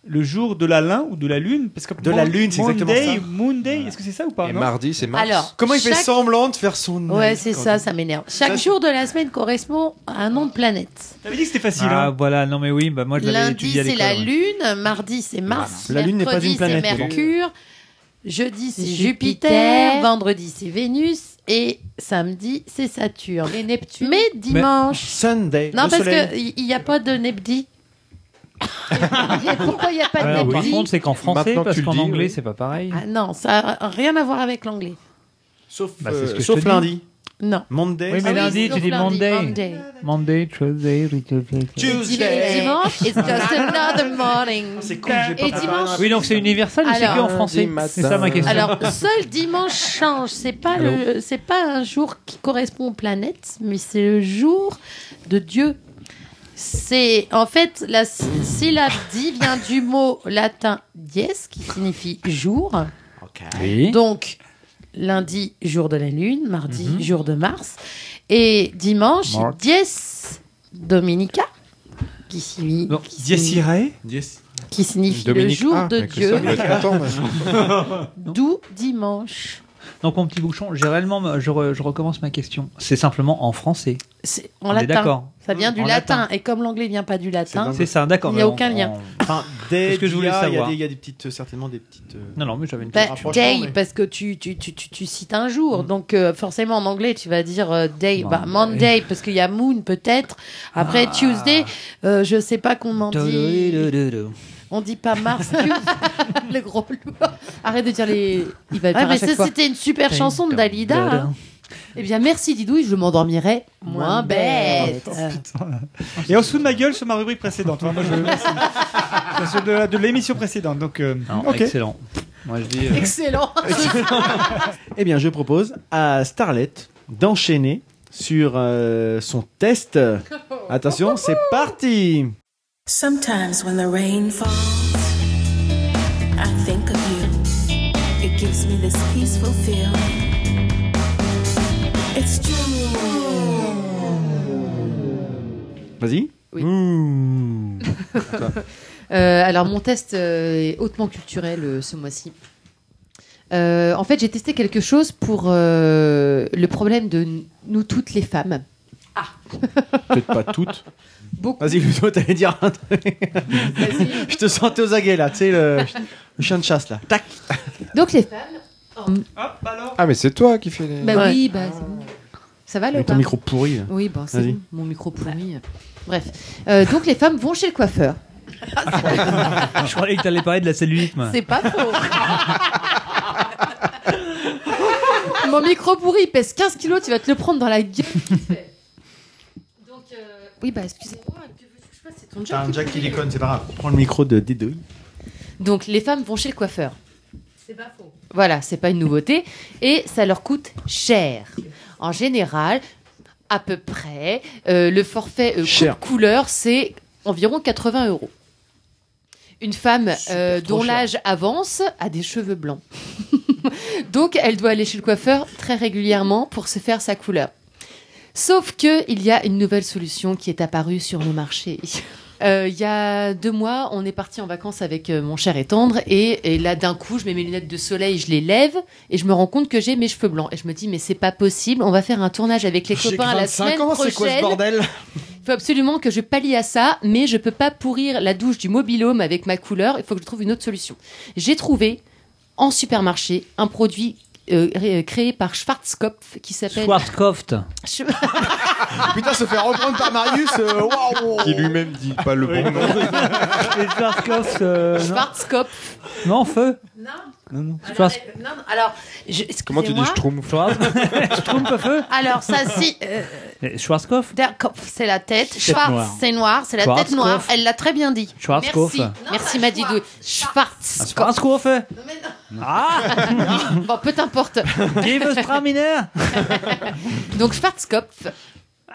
Speaker 2: le jour de la lune ou de la lune, parce que
Speaker 7: De la lune, c'est exactement
Speaker 2: Monday,
Speaker 7: ça.
Speaker 2: Monday, est-ce que c'est ça ou pas
Speaker 7: Et
Speaker 2: non
Speaker 7: mardi, c'est
Speaker 2: mardi.
Speaker 6: Alors,
Speaker 7: Comment il fait
Speaker 6: chaque-
Speaker 7: semblant de faire son.
Speaker 6: Ouais, c'est ça, ça m'énerve. Chaque
Speaker 7: Ça, c'est-
Speaker 6: jour de la semaine correspond à un nom de planète.
Speaker 2: T'avais dit que c'était facile.
Speaker 7: hein.
Speaker 1: Ah, voilà, non, mais oui, bah, moi, je l'avais
Speaker 6: Lundi,
Speaker 1: étudié à
Speaker 6: c'est
Speaker 1: l'école.
Speaker 6: la
Speaker 1: ouais.
Speaker 6: Lune, mardi, c'est Mars,
Speaker 1: La Lune n'est pas
Speaker 6: mercredi,
Speaker 1: une planète,
Speaker 6: c'est
Speaker 1: mais bon.
Speaker 6: Mercure, jeudi, c'est
Speaker 11: Jupiter.
Speaker 6: Jupiter, vendredi, c'est Vénus, et samedi, c'est Saturne. Et Neptune. Mais dimanche...
Speaker 7: Sunday.
Speaker 6: Non,
Speaker 7: le
Speaker 6: parce
Speaker 7: soleil.
Speaker 6: qu'il n'y a pas de Nebdi. Pourquoi il n'y a pas de
Speaker 1: Alors, Ah, Par
Speaker 6: Nebdi
Speaker 1: contre, c'est qu'en français,
Speaker 4: Maintenant que
Speaker 1: parce
Speaker 4: tu le
Speaker 1: qu'en
Speaker 4: dis,
Speaker 1: anglais,
Speaker 4: oui.
Speaker 1: c'est pas pareil.
Speaker 6: Ah non, ça n'a rien à voir avec l'anglais.
Speaker 7: Sauf,
Speaker 1: Bah, c'est ce que je
Speaker 7: sauf
Speaker 1: te dis.
Speaker 7: lundi.
Speaker 6: Non.
Speaker 7: Monday.
Speaker 1: Oui, mais
Speaker 6: Ah oui,
Speaker 1: lundi, tu
Speaker 6: sauf
Speaker 1: dis
Speaker 6: lundi,
Speaker 1: Monday.
Speaker 6: Monday.
Speaker 1: Monday, Tuesday, Tuesday.
Speaker 6: Et dimanche, it's just another morning. Et dimanche,
Speaker 1: Oui, donc c'est universel ou c'est
Speaker 6: Alors,
Speaker 1: que en français C'est ça ma question.
Speaker 6: Alors, seul dimanche change. C'est pas
Speaker 1: Allô
Speaker 6: le, c'est pas un jour qui correspond aux planètes, mais c'est le jour de Dieu. C'est en fait la sy- syllabe di vient du mot latin dies qui signifie jour.
Speaker 1: Oui.
Speaker 6: Donc lundi jour de la lune, mardi jour de Mars et dimanche
Speaker 1: Mars.
Speaker 6: dies dominica qui signifie
Speaker 2: Yes, Irae
Speaker 6: qui signifie
Speaker 1: Dominique
Speaker 6: le jour
Speaker 1: A,
Speaker 6: de
Speaker 1: mais que
Speaker 6: Dieu.
Speaker 1: ça doit être content, moi.
Speaker 6: D'où dimanche.
Speaker 1: Donc mon petit bouchon, j'ai réellement, je, re- je recommence ma question. C'est simplement en français.
Speaker 6: En
Speaker 1: On est
Speaker 6: latin.
Speaker 1: d'accord.
Speaker 6: Ça vient du
Speaker 1: En
Speaker 6: latin. Et comme l'anglais vient pas du latin,
Speaker 1: C'est ça, d'accord.
Speaker 6: Hein Il n'y a
Speaker 1: mais on-
Speaker 6: aucun lien.
Speaker 1: on-
Speaker 7: Enfin, day,
Speaker 1: C'est ce que je voulais
Speaker 7: dia, il y a
Speaker 1: savoir.
Speaker 7: des- Il y a des petites, euh, certainement des petites. euh,
Speaker 1: Non, non, mais j'avais une
Speaker 6: Bah,
Speaker 7: rapprochement,
Speaker 6: day,
Speaker 7: mais-
Speaker 6: parce que tu, tu, tu, tu, tu cites un jour. Donc, euh, forcément, en anglais, tu vas dire euh, day. Bah, Monday, parce qu'il y a moon, peut-être. Après, Tuesday, euh, je sais pas qu'on en dit. On dit pas Mars. le gros loup.
Speaker 11: Arrête de dire les. Il va le
Speaker 6: Ouais,
Speaker 11: faire à
Speaker 6: Ah, mais
Speaker 11: chaque
Speaker 6: ça,
Speaker 11: fois.
Speaker 6: c'était une super chanson de Dalida, hein.
Speaker 11: Eh bien, merci Didouille, je m'endormirai moins
Speaker 6: Moins
Speaker 11: bête.
Speaker 2: Et en dessous de ma gueule sur ma rubrique précédente. Enfin, moi, je- Enfin, sur de, la- de l'émission précédente. Donc, euh, ok.
Speaker 1: Excellent. Moi je dis. euh,
Speaker 11: Excellent.
Speaker 7: Eh bien, je propose à Starlet d'enchaîner sur euh, son test. Attention, c'est parti
Speaker 10: Sometimes when the rain falls, I think of you. It gives me this peaceful feel. It's June.
Speaker 7: Vas-y.
Speaker 11: Oui.
Speaker 7: Mmh.
Speaker 11: Euh, alors, mon test euh, est hautement culturel euh, ce mois-ci. Euh, en fait, j'ai testé quelque chose pour euh, le problème de n- nous toutes les femmes.
Speaker 7: Peut-être pas toutes.
Speaker 11: Beaucoup.
Speaker 7: Vas-y, Ludo, t'allais dire un truc. je te sentais aux aguets là, tu sais, le, le chien de chasse là. Tac
Speaker 11: Donc, les femmes.
Speaker 4: Ah, mais c'est toi qui fais les.
Speaker 11: Bah oui, bah, c'est bon. ça va le
Speaker 4: Mais ton
Speaker 11: pain
Speaker 4: micro pourri, là.
Speaker 11: Oui, bah, c'est
Speaker 4: Vas-y.
Speaker 11: bon, mon micro pourri. Bref, Euh, donc les femmes vont chez le coiffeur.
Speaker 1: je croyais que t'allais parler de la cellulite, moi.
Speaker 11: C'est pas faux. Mon micro pourri il pèse 15 kilos, tu vas te le prendre dans la gueule. Oui, bah excusez-moi, que veux-tu que je fasse C'est ton
Speaker 7: T'as un
Speaker 11: job.
Speaker 7: Jack qui déconne, c'est pas grave. Prends le micro de D2.
Speaker 11: Donc les femmes vont chez le coiffeur.
Speaker 6: C'est pas faux.
Speaker 11: Voilà, c'est pas une nouveauté. Et ça leur coûte cher. En général, à peu près, euh, le forfait euh,
Speaker 7: Cher.
Speaker 11: coupe couleur, c'est environ 80 euros. Une femme euh,
Speaker 7: trop
Speaker 11: dont
Speaker 7: cher.
Speaker 11: l'âge avance a des cheveux blancs. Donc, elle doit aller chez le coiffeur très régulièrement pour se faire sa couleur. Sauf que il y a une nouvelle solution qui est apparue sur le marché. Euh, Il y a deux mois, on est parti en vacances avec euh, mon cher et tendre, et, et là d'un coup, je mets mes lunettes de soleil, je les lève, et je me rends compte que j'ai mes cheveux blancs. Et je me dis, mais c'est pas possible, on va faire un tournage avec les
Speaker 7: J'ai
Speaker 11: copains la
Speaker 7: 25
Speaker 11: semaine
Speaker 7: ans,
Speaker 11: prochaine.
Speaker 7: c'est quoi ce bordel
Speaker 11: Il faut absolument que je pallie à ça, mais je peux pas pourrir la douche du mobilhome avec ma couleur. Il faut que je trouve une autre solution. J'ai trouvé en supermarché un produit euh, ré- créé par Schwarzkopf qui s'appelle.
Speaker 1: Schwarzkopf.
Speaker 7: Ah, Putain, se faire reprendre par Marius, euh, waouh
Speaker 4: Qui lui-même dit pas le bon nom.
Speaker 1: Les Schwarzkopf. euh, non.
Speaker 11: Schwarzkopf.
Speaker 1: Non, feu. Non, non. Schwarz-
Speaker 6: Non, non, alors, je-
Speaker 1: Comment tu dis
Speaker 6: excusez-moi.
Speaker 1: Schtroumpf Schtroumpf à feu
Speaker 6: Alors, ça, si. euh,
Speaker 1: Eh, Schwarzkopf
Speaker 6: Der Kopf, c'est la tête.
Speaker 1: Tête
Speaker 6: Schwarz,
Speaker 1: noire.
Speaker 6: c'est noir. C'est la
Speaker 1: Schwarzkopf.
Speaker 6: tête noire. Elle l'a très bien dit.
Speaker 1: Schwarzkopf.
Speaker 6: Merci. Merci, Madidou.
Speaker 1: Ah,
Speaker 6: Schwarz.
Speaker 1: Schwarzkopf
Speaker 11: Ah Bon, peu importe. Donc Schwarzkopf
Speaker 1: Ah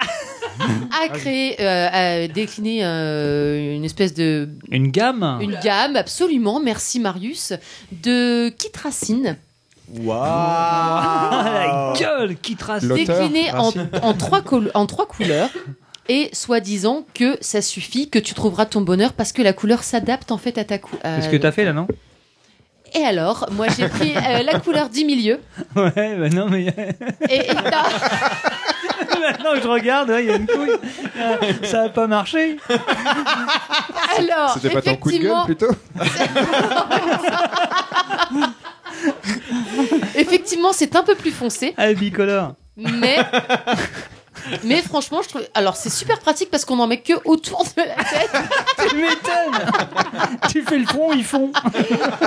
Speaker 11: a créé, euh, a décliné euh, une espèce de
Speaker 1: Une gamme
Speaker 11: Une gamme, absolument, merci Marius, de kit racine
Speaker 7: Waouh
Speaker 1: La gueule qui trace
Speaker 11: décliné en, en trois col- en trois couleurs. Et soi-disant que ça suffit, que tu trouveras ton bonheur parce que la couleur s'adapte en fait à ta couleur.
Speaker 1: C'est ce que t'as fait là, non
Speaker 11: Et alors, moi j'ai pris euh, la couleur du milieu.
Speaker 1: Ouais, bah non, mais.
Speaker 11: Et, et t'as-
Speaker 1: Maintenant que je regarde, ouais, il y a une couille. Euh, Ça a pas marché.
Speaker 11: alors,
Speaker 1: C'était pas ton coup de gueule,
Speaker 11: effectivement-
Speaker 1: plutôt
Speaker 11: Effectivement, c'est un peu plus foncé,
Speaker 1: Ah, bicolore.
Speaker 11: mais. Mais franchement, je trouve. Alors, c'est super pratique parce qu'on en met que autour de la tête.
Speaker 1: tu m'étonnes Tu fais le front, ils font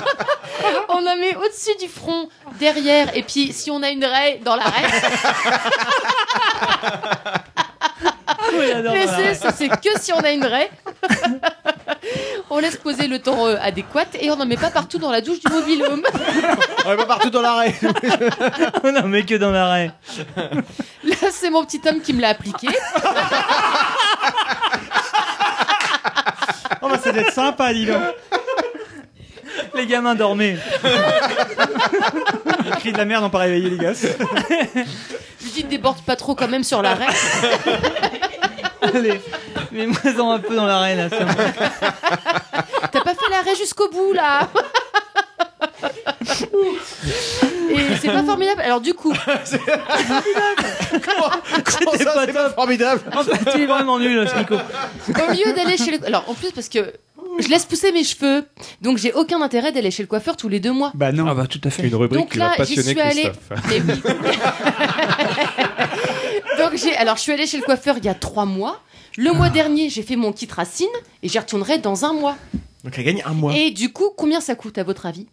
Speaker 11: On en met au-dessus du front, derrière, et puis si on a une raie, dans la raie. Mais c'est- ça, c'est que si on a une raie. on laisse poser le temps euh, adéquat et on n'en met pas partout dans la douche du mobile home.
Speaker 7: On est pas partout dans l'arrêt.
Speaker 1: On en met que dans l'arrêt.
Speaker 11: Là, c'est mon petit homme qui me l'a appliqué.
Speaker 2: Oh bah ça doit être sympa, dis donc.
Speaker 1: Les gamins dormaient.
Speaker 2: Le cri de la merde, on pas réveillé les gars.
Speaker 11: Je lui dis, déborde pas trop quand même sur la raie.
Speaker 1: Allez, mets-moi un peu dans l'arrêt là. ça me-
Speaker 11: T'as pas fait l'arrêt jusqu'au bout là Et c'est pas formidable. Alors du coup,
Speaker 1: C'était pas, top.
Speaker 7: formidable.
Speaker 1: En fait, il est vraiment nul, ce Nico.
Speaker 11: au lieu d'aller chez le alors en plus parce que je laisse pousser mes cheveux, donc j'ai aucun intérêt d'aller chez le coiffeur tous les deux mois.
Speaker 2: Bah non.
Speaker 1: Ah bah tout à fait.
Speaker 4: Une rubrique
Speaker 11: Donc
Speaker 4: qui
Speaker 11: là,
Speaker 4: va
Speaker 11: j'y
Speaker 4: passionner
Speaker 11: suis allée.
Speaker 4: Christophe.
Speaker 11: Mais oui. Donc j'ai alors je suis allée chez le coiffeur il y a trois mois. Le mois dernier, j'ai fait mon kit racine et j'y retournerai dans un mois.
Speaker 7: Donc elle gagne un mois.
Speaker 11: Et du coup, combien ça coûte à votre avis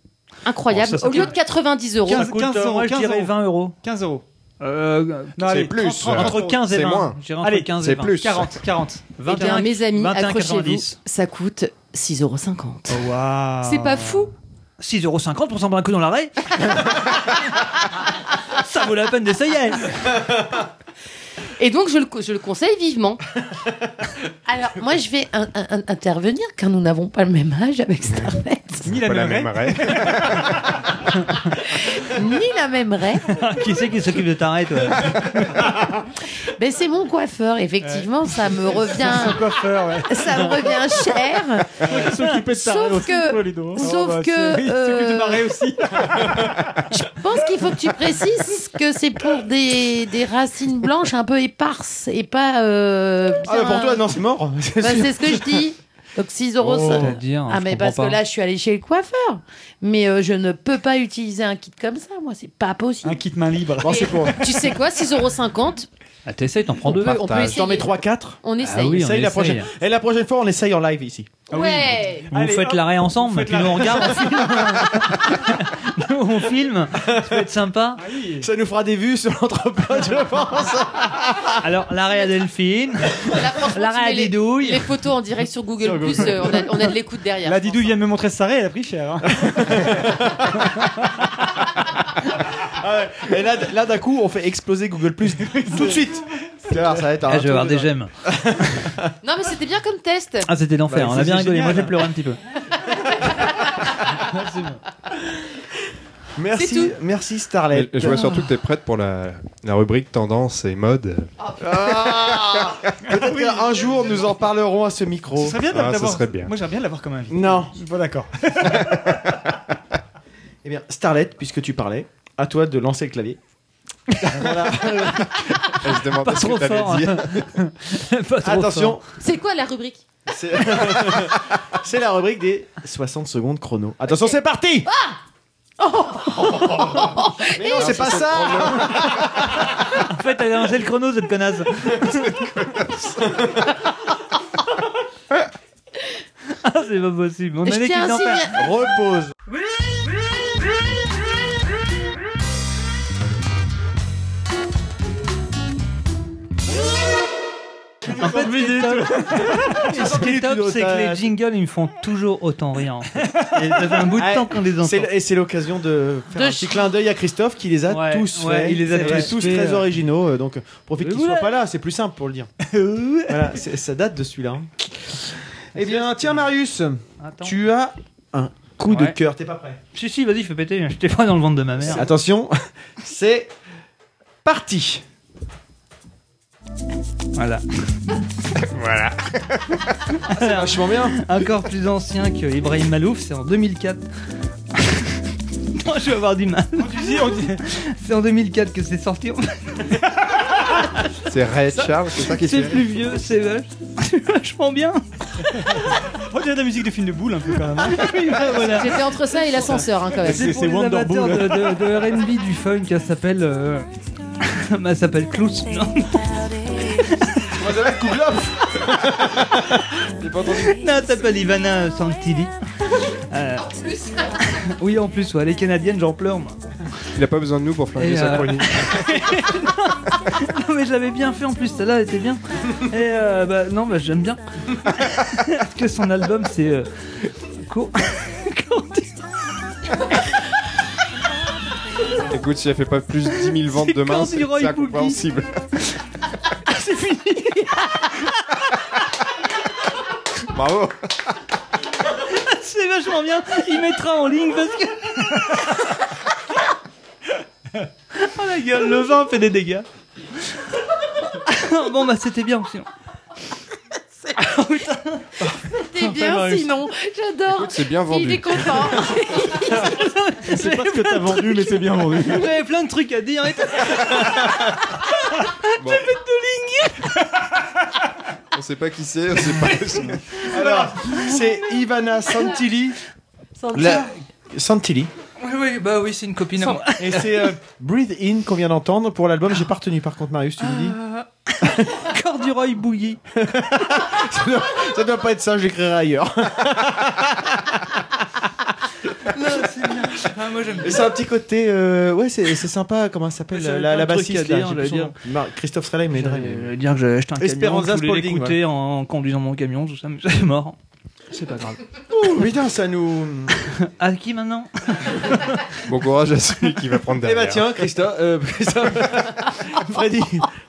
Speaker 11: Incroyable.
Speaker 2: Oh,
Speaker 7: Bon, ça, ça
Speaker 11: Au lieu
Speaker 7: coûte-
Speaker 11: de 90 euros.
Speaker 1: Ça coûte, euh, moi, je dirais 20 euros.
Speaker 2: 15 euros.
Speaker 1: Euh,
Speaker 2: Non, allez, 30, 30,
Speaker 1: Entre
Speaker 2: 30,
Speaker 1: 15 et
Speaker 2: c'est
Speaker 1: 20.
Speaker 2: moins.
Speaker 1: Je dirais entre
Speaker 2: Allez,
Speaker 1: 15
Speaker 2: c'est
Speaker 1: et 20.
Speaker 2: plus.
Speaker 1: 40, 40.
Speaker 11: Eh
Speaker 1: 21,
Speaker 11: bien, mes amis,
Speaker 1: 21,
Speaker 11: accrochez-vous.
Speaker 1: 90.
Speaker 11: Ça coûte 6,50 euros.
Speaker 1: Waouh.
Speaker 11: C'est
Speaker 1: Ah.
Speaker 11: pas fou
Speaker 1: 6,50€ pour sembler un coup dans l'arrêt Ça vaut la peine d'essayer
Speaker 11: Et donc, je le, co- je le conseille vivement.
Speaker 6: Alors, moi, je vais un- un- un- intervenir car nous n'avons pas le même âge avec Starlet.
Speaker 2: Ni la même raie.
Speaker 6: Ni la même raie.
Speaker 1: Qui c'est qui s'occupe de ta raie, toi
Speaker 6: Mais c'est mon coiffeur, effectivement, ça me revient.
Speaker 2: coiffeur, ouais.
Speaker 6: Ça me revient cher.
Speaker 2: S'occuper de ta raie
Speaker 6: Sauf
Speaker 2: aussi,
Speaker 6: que-
Speaker 2: toi,
Speaker 10: hein.
Speaker 2: Ludo.
Speaker 6: sauf
Speaker 10: Ah
Speaker 2: Oh, bah,
Speaker 6: que,
Speaker 2: c'est- il s'occupe de
Speaker 6: euh,
Speaker 2: ma raie aussi.
Speaker 6: Je pense qu'il faut que tu précises que c'est pour des, des racines blanches un peu éparses et pas. euh,
Speaker 7: Ah, bah,
Speaker 6: bien-
Speaker 7: pour toi, non, c'est mort.
Speaker 6: Bah, c'est ce que je dis. Donc 6 euros.
Speaker 7: Oh,
Speaker 6: ça-
Speaker 7: c'est-à-dire,
Speaker 6: ah,
Speaker 7: je
Speaker 6: mais
Speaker 7: comprends
Speaker 6: parce
Speaker 7: pas.
Speaker 6: que là, je suis allée chez le coiffeur. Mais euh, je ne peux pas utiliser un kit comme ça, moi. C'est pas possible.
Speaker 2: Un kit main libre.
Speaker 11: Tu sais quoi 6,50
Speaker 14: Ah, t'essayes, t'en prends
Speaker 11: On
Speaker 14: deux.
Speaker 11: peut- on peut
Speaker 14: Partage.
Speaker 11: essayer. J'en mets trois,
Speaker 7: quatre.
Speaker 1: Ah
Speaker 11: On essaye.
Speaker 14: oui, on
Speaker 7: la
Speaker 14: essaye.
Speaker 7: prochaine. Et la prochaine fois, on essaye en live ici.
Speaker 11: euros. Ouais
Speaker 1: Vous faites l'arrêt ensemble, et puis Bah, nous on regarde, on filme. nous on filme, ça peut être sympa.
Speaker 7: Ah Ça nous fera des vues sur l'entrepôt, je pense.
Speaker 1: Alors l'arrêt à Ah, Delphine, l'arrêt à
Speaker 11: tu mets les-
Speaker 1: Didouille.
Speaker 11: Les photos en direct sur Google,
Speaker 1: Sur
Speaker 11: Plus,
Speaker 1: Google.
Speaker 11: euh, on, a, on a de l'écoute derrière.
Speaker 2: La Didou vient me montrer sa raie, elle a pris cher. hein.
Speaker 7: Ah ouais. Et là, d- là d'un coup, on fait exploser Google Plus tout de suite. Tu vas voir, ça va être un
Speaker 1: Ah, je vais avoir
Speaker 7: truc
Speaker 1: des
Speaker 7: de-
Speaker 1: gemmes.
Speaker 11: Non, mais c'était bien comme test.
Speaker 1: Ah c'était l'enfer,
Speaker 7: Bah,
Speaker 1: on a bien
Speaker 7: c'est
Speaker 1: rigolé,
Speaker 7: génial.
Speaker 1: moi j'ai pleuré un petit peu.
Speaker 7: Merci, merci Starlet.
Speaker 4: Et Je vois surtout que t'es prête pour la, la rubrique tendance et mode.
Speaker 7: Ah Peut-être qu'un jour nous en parlerons à ce micro.
Speaker 2: Ce serait bien
Speaker 4: Ah,
Speaker 2: d'avoir.
Speaker 4: ce serait bien.
Speaker 2: Moi j'aimerais bien l'avoir comme invité.
Speaker 7: Non.
Speaker 2: Je suis pas d'accord.
Speaker 7: Eh bien, Starlet, puisque tu parlais, à toi de lancer le clavier.
Speaker 4: Elle se demandait
Speaker 1: Pas
Speaker 4: ce
Speaker 1: trop
Speaker 4: que t'allais
Speaker 1: fort.
Speaker 4: dire.
Speaker 1: Pas trop
Speaker 7: Attention,
Speaker 11: C'est quoi la rubrique
Speaker 7: c'est c'est la rubrique des 60 secondes chrono. Attention, c'est
Speaker 2: Ah
Speaker 7: parti Mais non, c'est pas ça
Speaker 1: En fait, elle a lancé le chrono, cette connasse. ah, c'est pas possible. On
Speaker 6: Je
Speaker 1: a l'équipe
Speaker 6: tiens à
Speaker 1: d'enfer.
Speaker 6: signaler-
Speaker 7: Repose.
Speaker 1: En fait, ce qui est top, ce qui est top, c'est que les jingles, ils me font toujours autant rire. en fait. Et ça fait un bout de temps qu'on les entend.
Speaker 7: C'est- Et c'est l'occasion de faire
Speaker 1: De
Speaker 7: un petit clin d'œil à Christophe qui les a
Speaker 1: Ouais,
Speaker 7: tous
Speaker 1: ouais,
Speaker 7: faits.
Speaker 1: il les a
Speaker 7: C'est
Speaker 1: tous
Speaker 7: tous
Speaker 1: faits,
Speaker 7: très
Speaker 1: euh.
Speaker 7: originaux, euh, donc profite qu'il
Speaker 1: Ouais.
Speaker 7: soit pas là, c'est plus simple pour le dire. voilà, c'est- ça date de celui-là. hein. Eh bien, tiens Marius, tu as un coup de
Speaker 1: Ouais.
Speaker 7: cœur. T'es pas prêt
Speaker 1: Si, si, vas-y, fais péter. J'étais pas dans le ventre de ma mère.
Speaker 7: Attention, c'est parti.
Speaker 1: Voilà.
Speaker 10: voilà.
Speaker 1: C'est vachement bien. Encore plus ancien que Ibrahim Malouf, c'est en 2004. non, je vais avoir du mal. C'est en 2004 que c'est sorti.
Speaker 4: C'est Ray Charles, c'est ça qui
Speaker 1: C'est
Speaker 4: fait-
Speaker 1: plus vieux, c'est vach- c'est vachement bien.
Speaker 2: On dirait de la musique de film de boule un peu quand même.
Speaker 1: Oui, bah, voilà.
Speaker 13: J'étais entre ça et l'ascenseur hein, quand
Speaker 11: Ah
Speaker 13: même.
Speaker 1: C'est pour les amateurs de, de- de R&B du funk, elle s'appelle... euh, elle s'appelle Clous. Non. Non, elle s'appelle Ivana Santilli. Euh, oui, en plus, ouais, elle est canadienne, j'en pleure, moi.
Speaker 4: Il a pas besoin de nous pour flinguer
Speaker 1: Et,
Speaker 4: sa
Speaker 1: euh,
Speaker 4: chronique.
Speaker 1: non mais je l'avais bien fait en plus, celle-là elle était bien. Et euh, bah non, bah j'aime bien. Parce que son album c'est... euh, court.
Speaker 4: Écoute, si elle fait pas plus de 10 000 ventes demain,
Speaker 1: Candy
Speaker 4: c'est
Speaker 1: Roy
Speaker 4: c'est incompréhensible.
Speaker 10: Ah,
Speaker 1: c'est fini
Speaker 4: Bravo
Speaker 1: C'est vachement bien, il mettra en ligne parce que... oh la gueule, le vin fait des dégâts. bon bah c'était bien sinon. Oh,
Speaker 6: T'es bien sinon, j'adore.
Speaker 4: C'est bien vendu.
Speaker 6: Il est content.
Speaker 2: C'est pas ce que t'as vendu, mais c'est bien vendu.
Speaker 1: J'avais plein de trucs à dire et tout. J'ai fait deux lignes
Speaker 4: On sait pas qui c'est, on sait pas.
Speaker 7: Alors, c'est Ivana Santilli. La- Santilli.
Speaker 1: Oui, oui, bah oui, c'est une copine à moi.
Speaker 7: Et c'est euh, Breathe In qu'on vient d'entendre pour l'album. J'ai pas retenu par contre, Marius, tu me dis
Speaker 1: Corduroy bouilli. Ah.
Speaker 7: ça, doit, ça doit pas être ça, j'écrirai ailleurs.
Speaker 1: Non, c'est bien. Ah, moi j'aime
Speaker 7: Et
Speaker 1: bien.
Speaker 7: c'est un petit côté. euh, ouais, c'est c'est sympa. Comment ça s'appelle
Speaker 1: J'avais
Speaker 7: la, la
Speaker 1: plein de trucs
Speaker 7: bassiste
Speaker 1: à
Speaker 7: là,
Speaker 1: dire,
Speaker 7: j'ai
Speaker 1: j'allais
Speaker 7: plus son
Speaker 1: dire.
Speaker 7: nom. Mar- Christophe Strelay, mais
Speaker 1: Je vais dire que j'avais acheté un
Speaker 7: Esperanza
Speaker 1: camion, je voulais
Speaker 7: Spalding,
Speaker 1: l'écouter en, en conduisant mon camion, tout ça, mais j'avais mort. C'est pas grave.
Speaker 7: Ouh, putain, ça nous.
Speaker 1: À qui maintenant
Speaker 4: Bon courage à celui qui va prendre
Speaker 7: Eh
Speaker 4: derrière.
Speaker 7: bah tiens, Christophe. euh, Christophe. Freddy.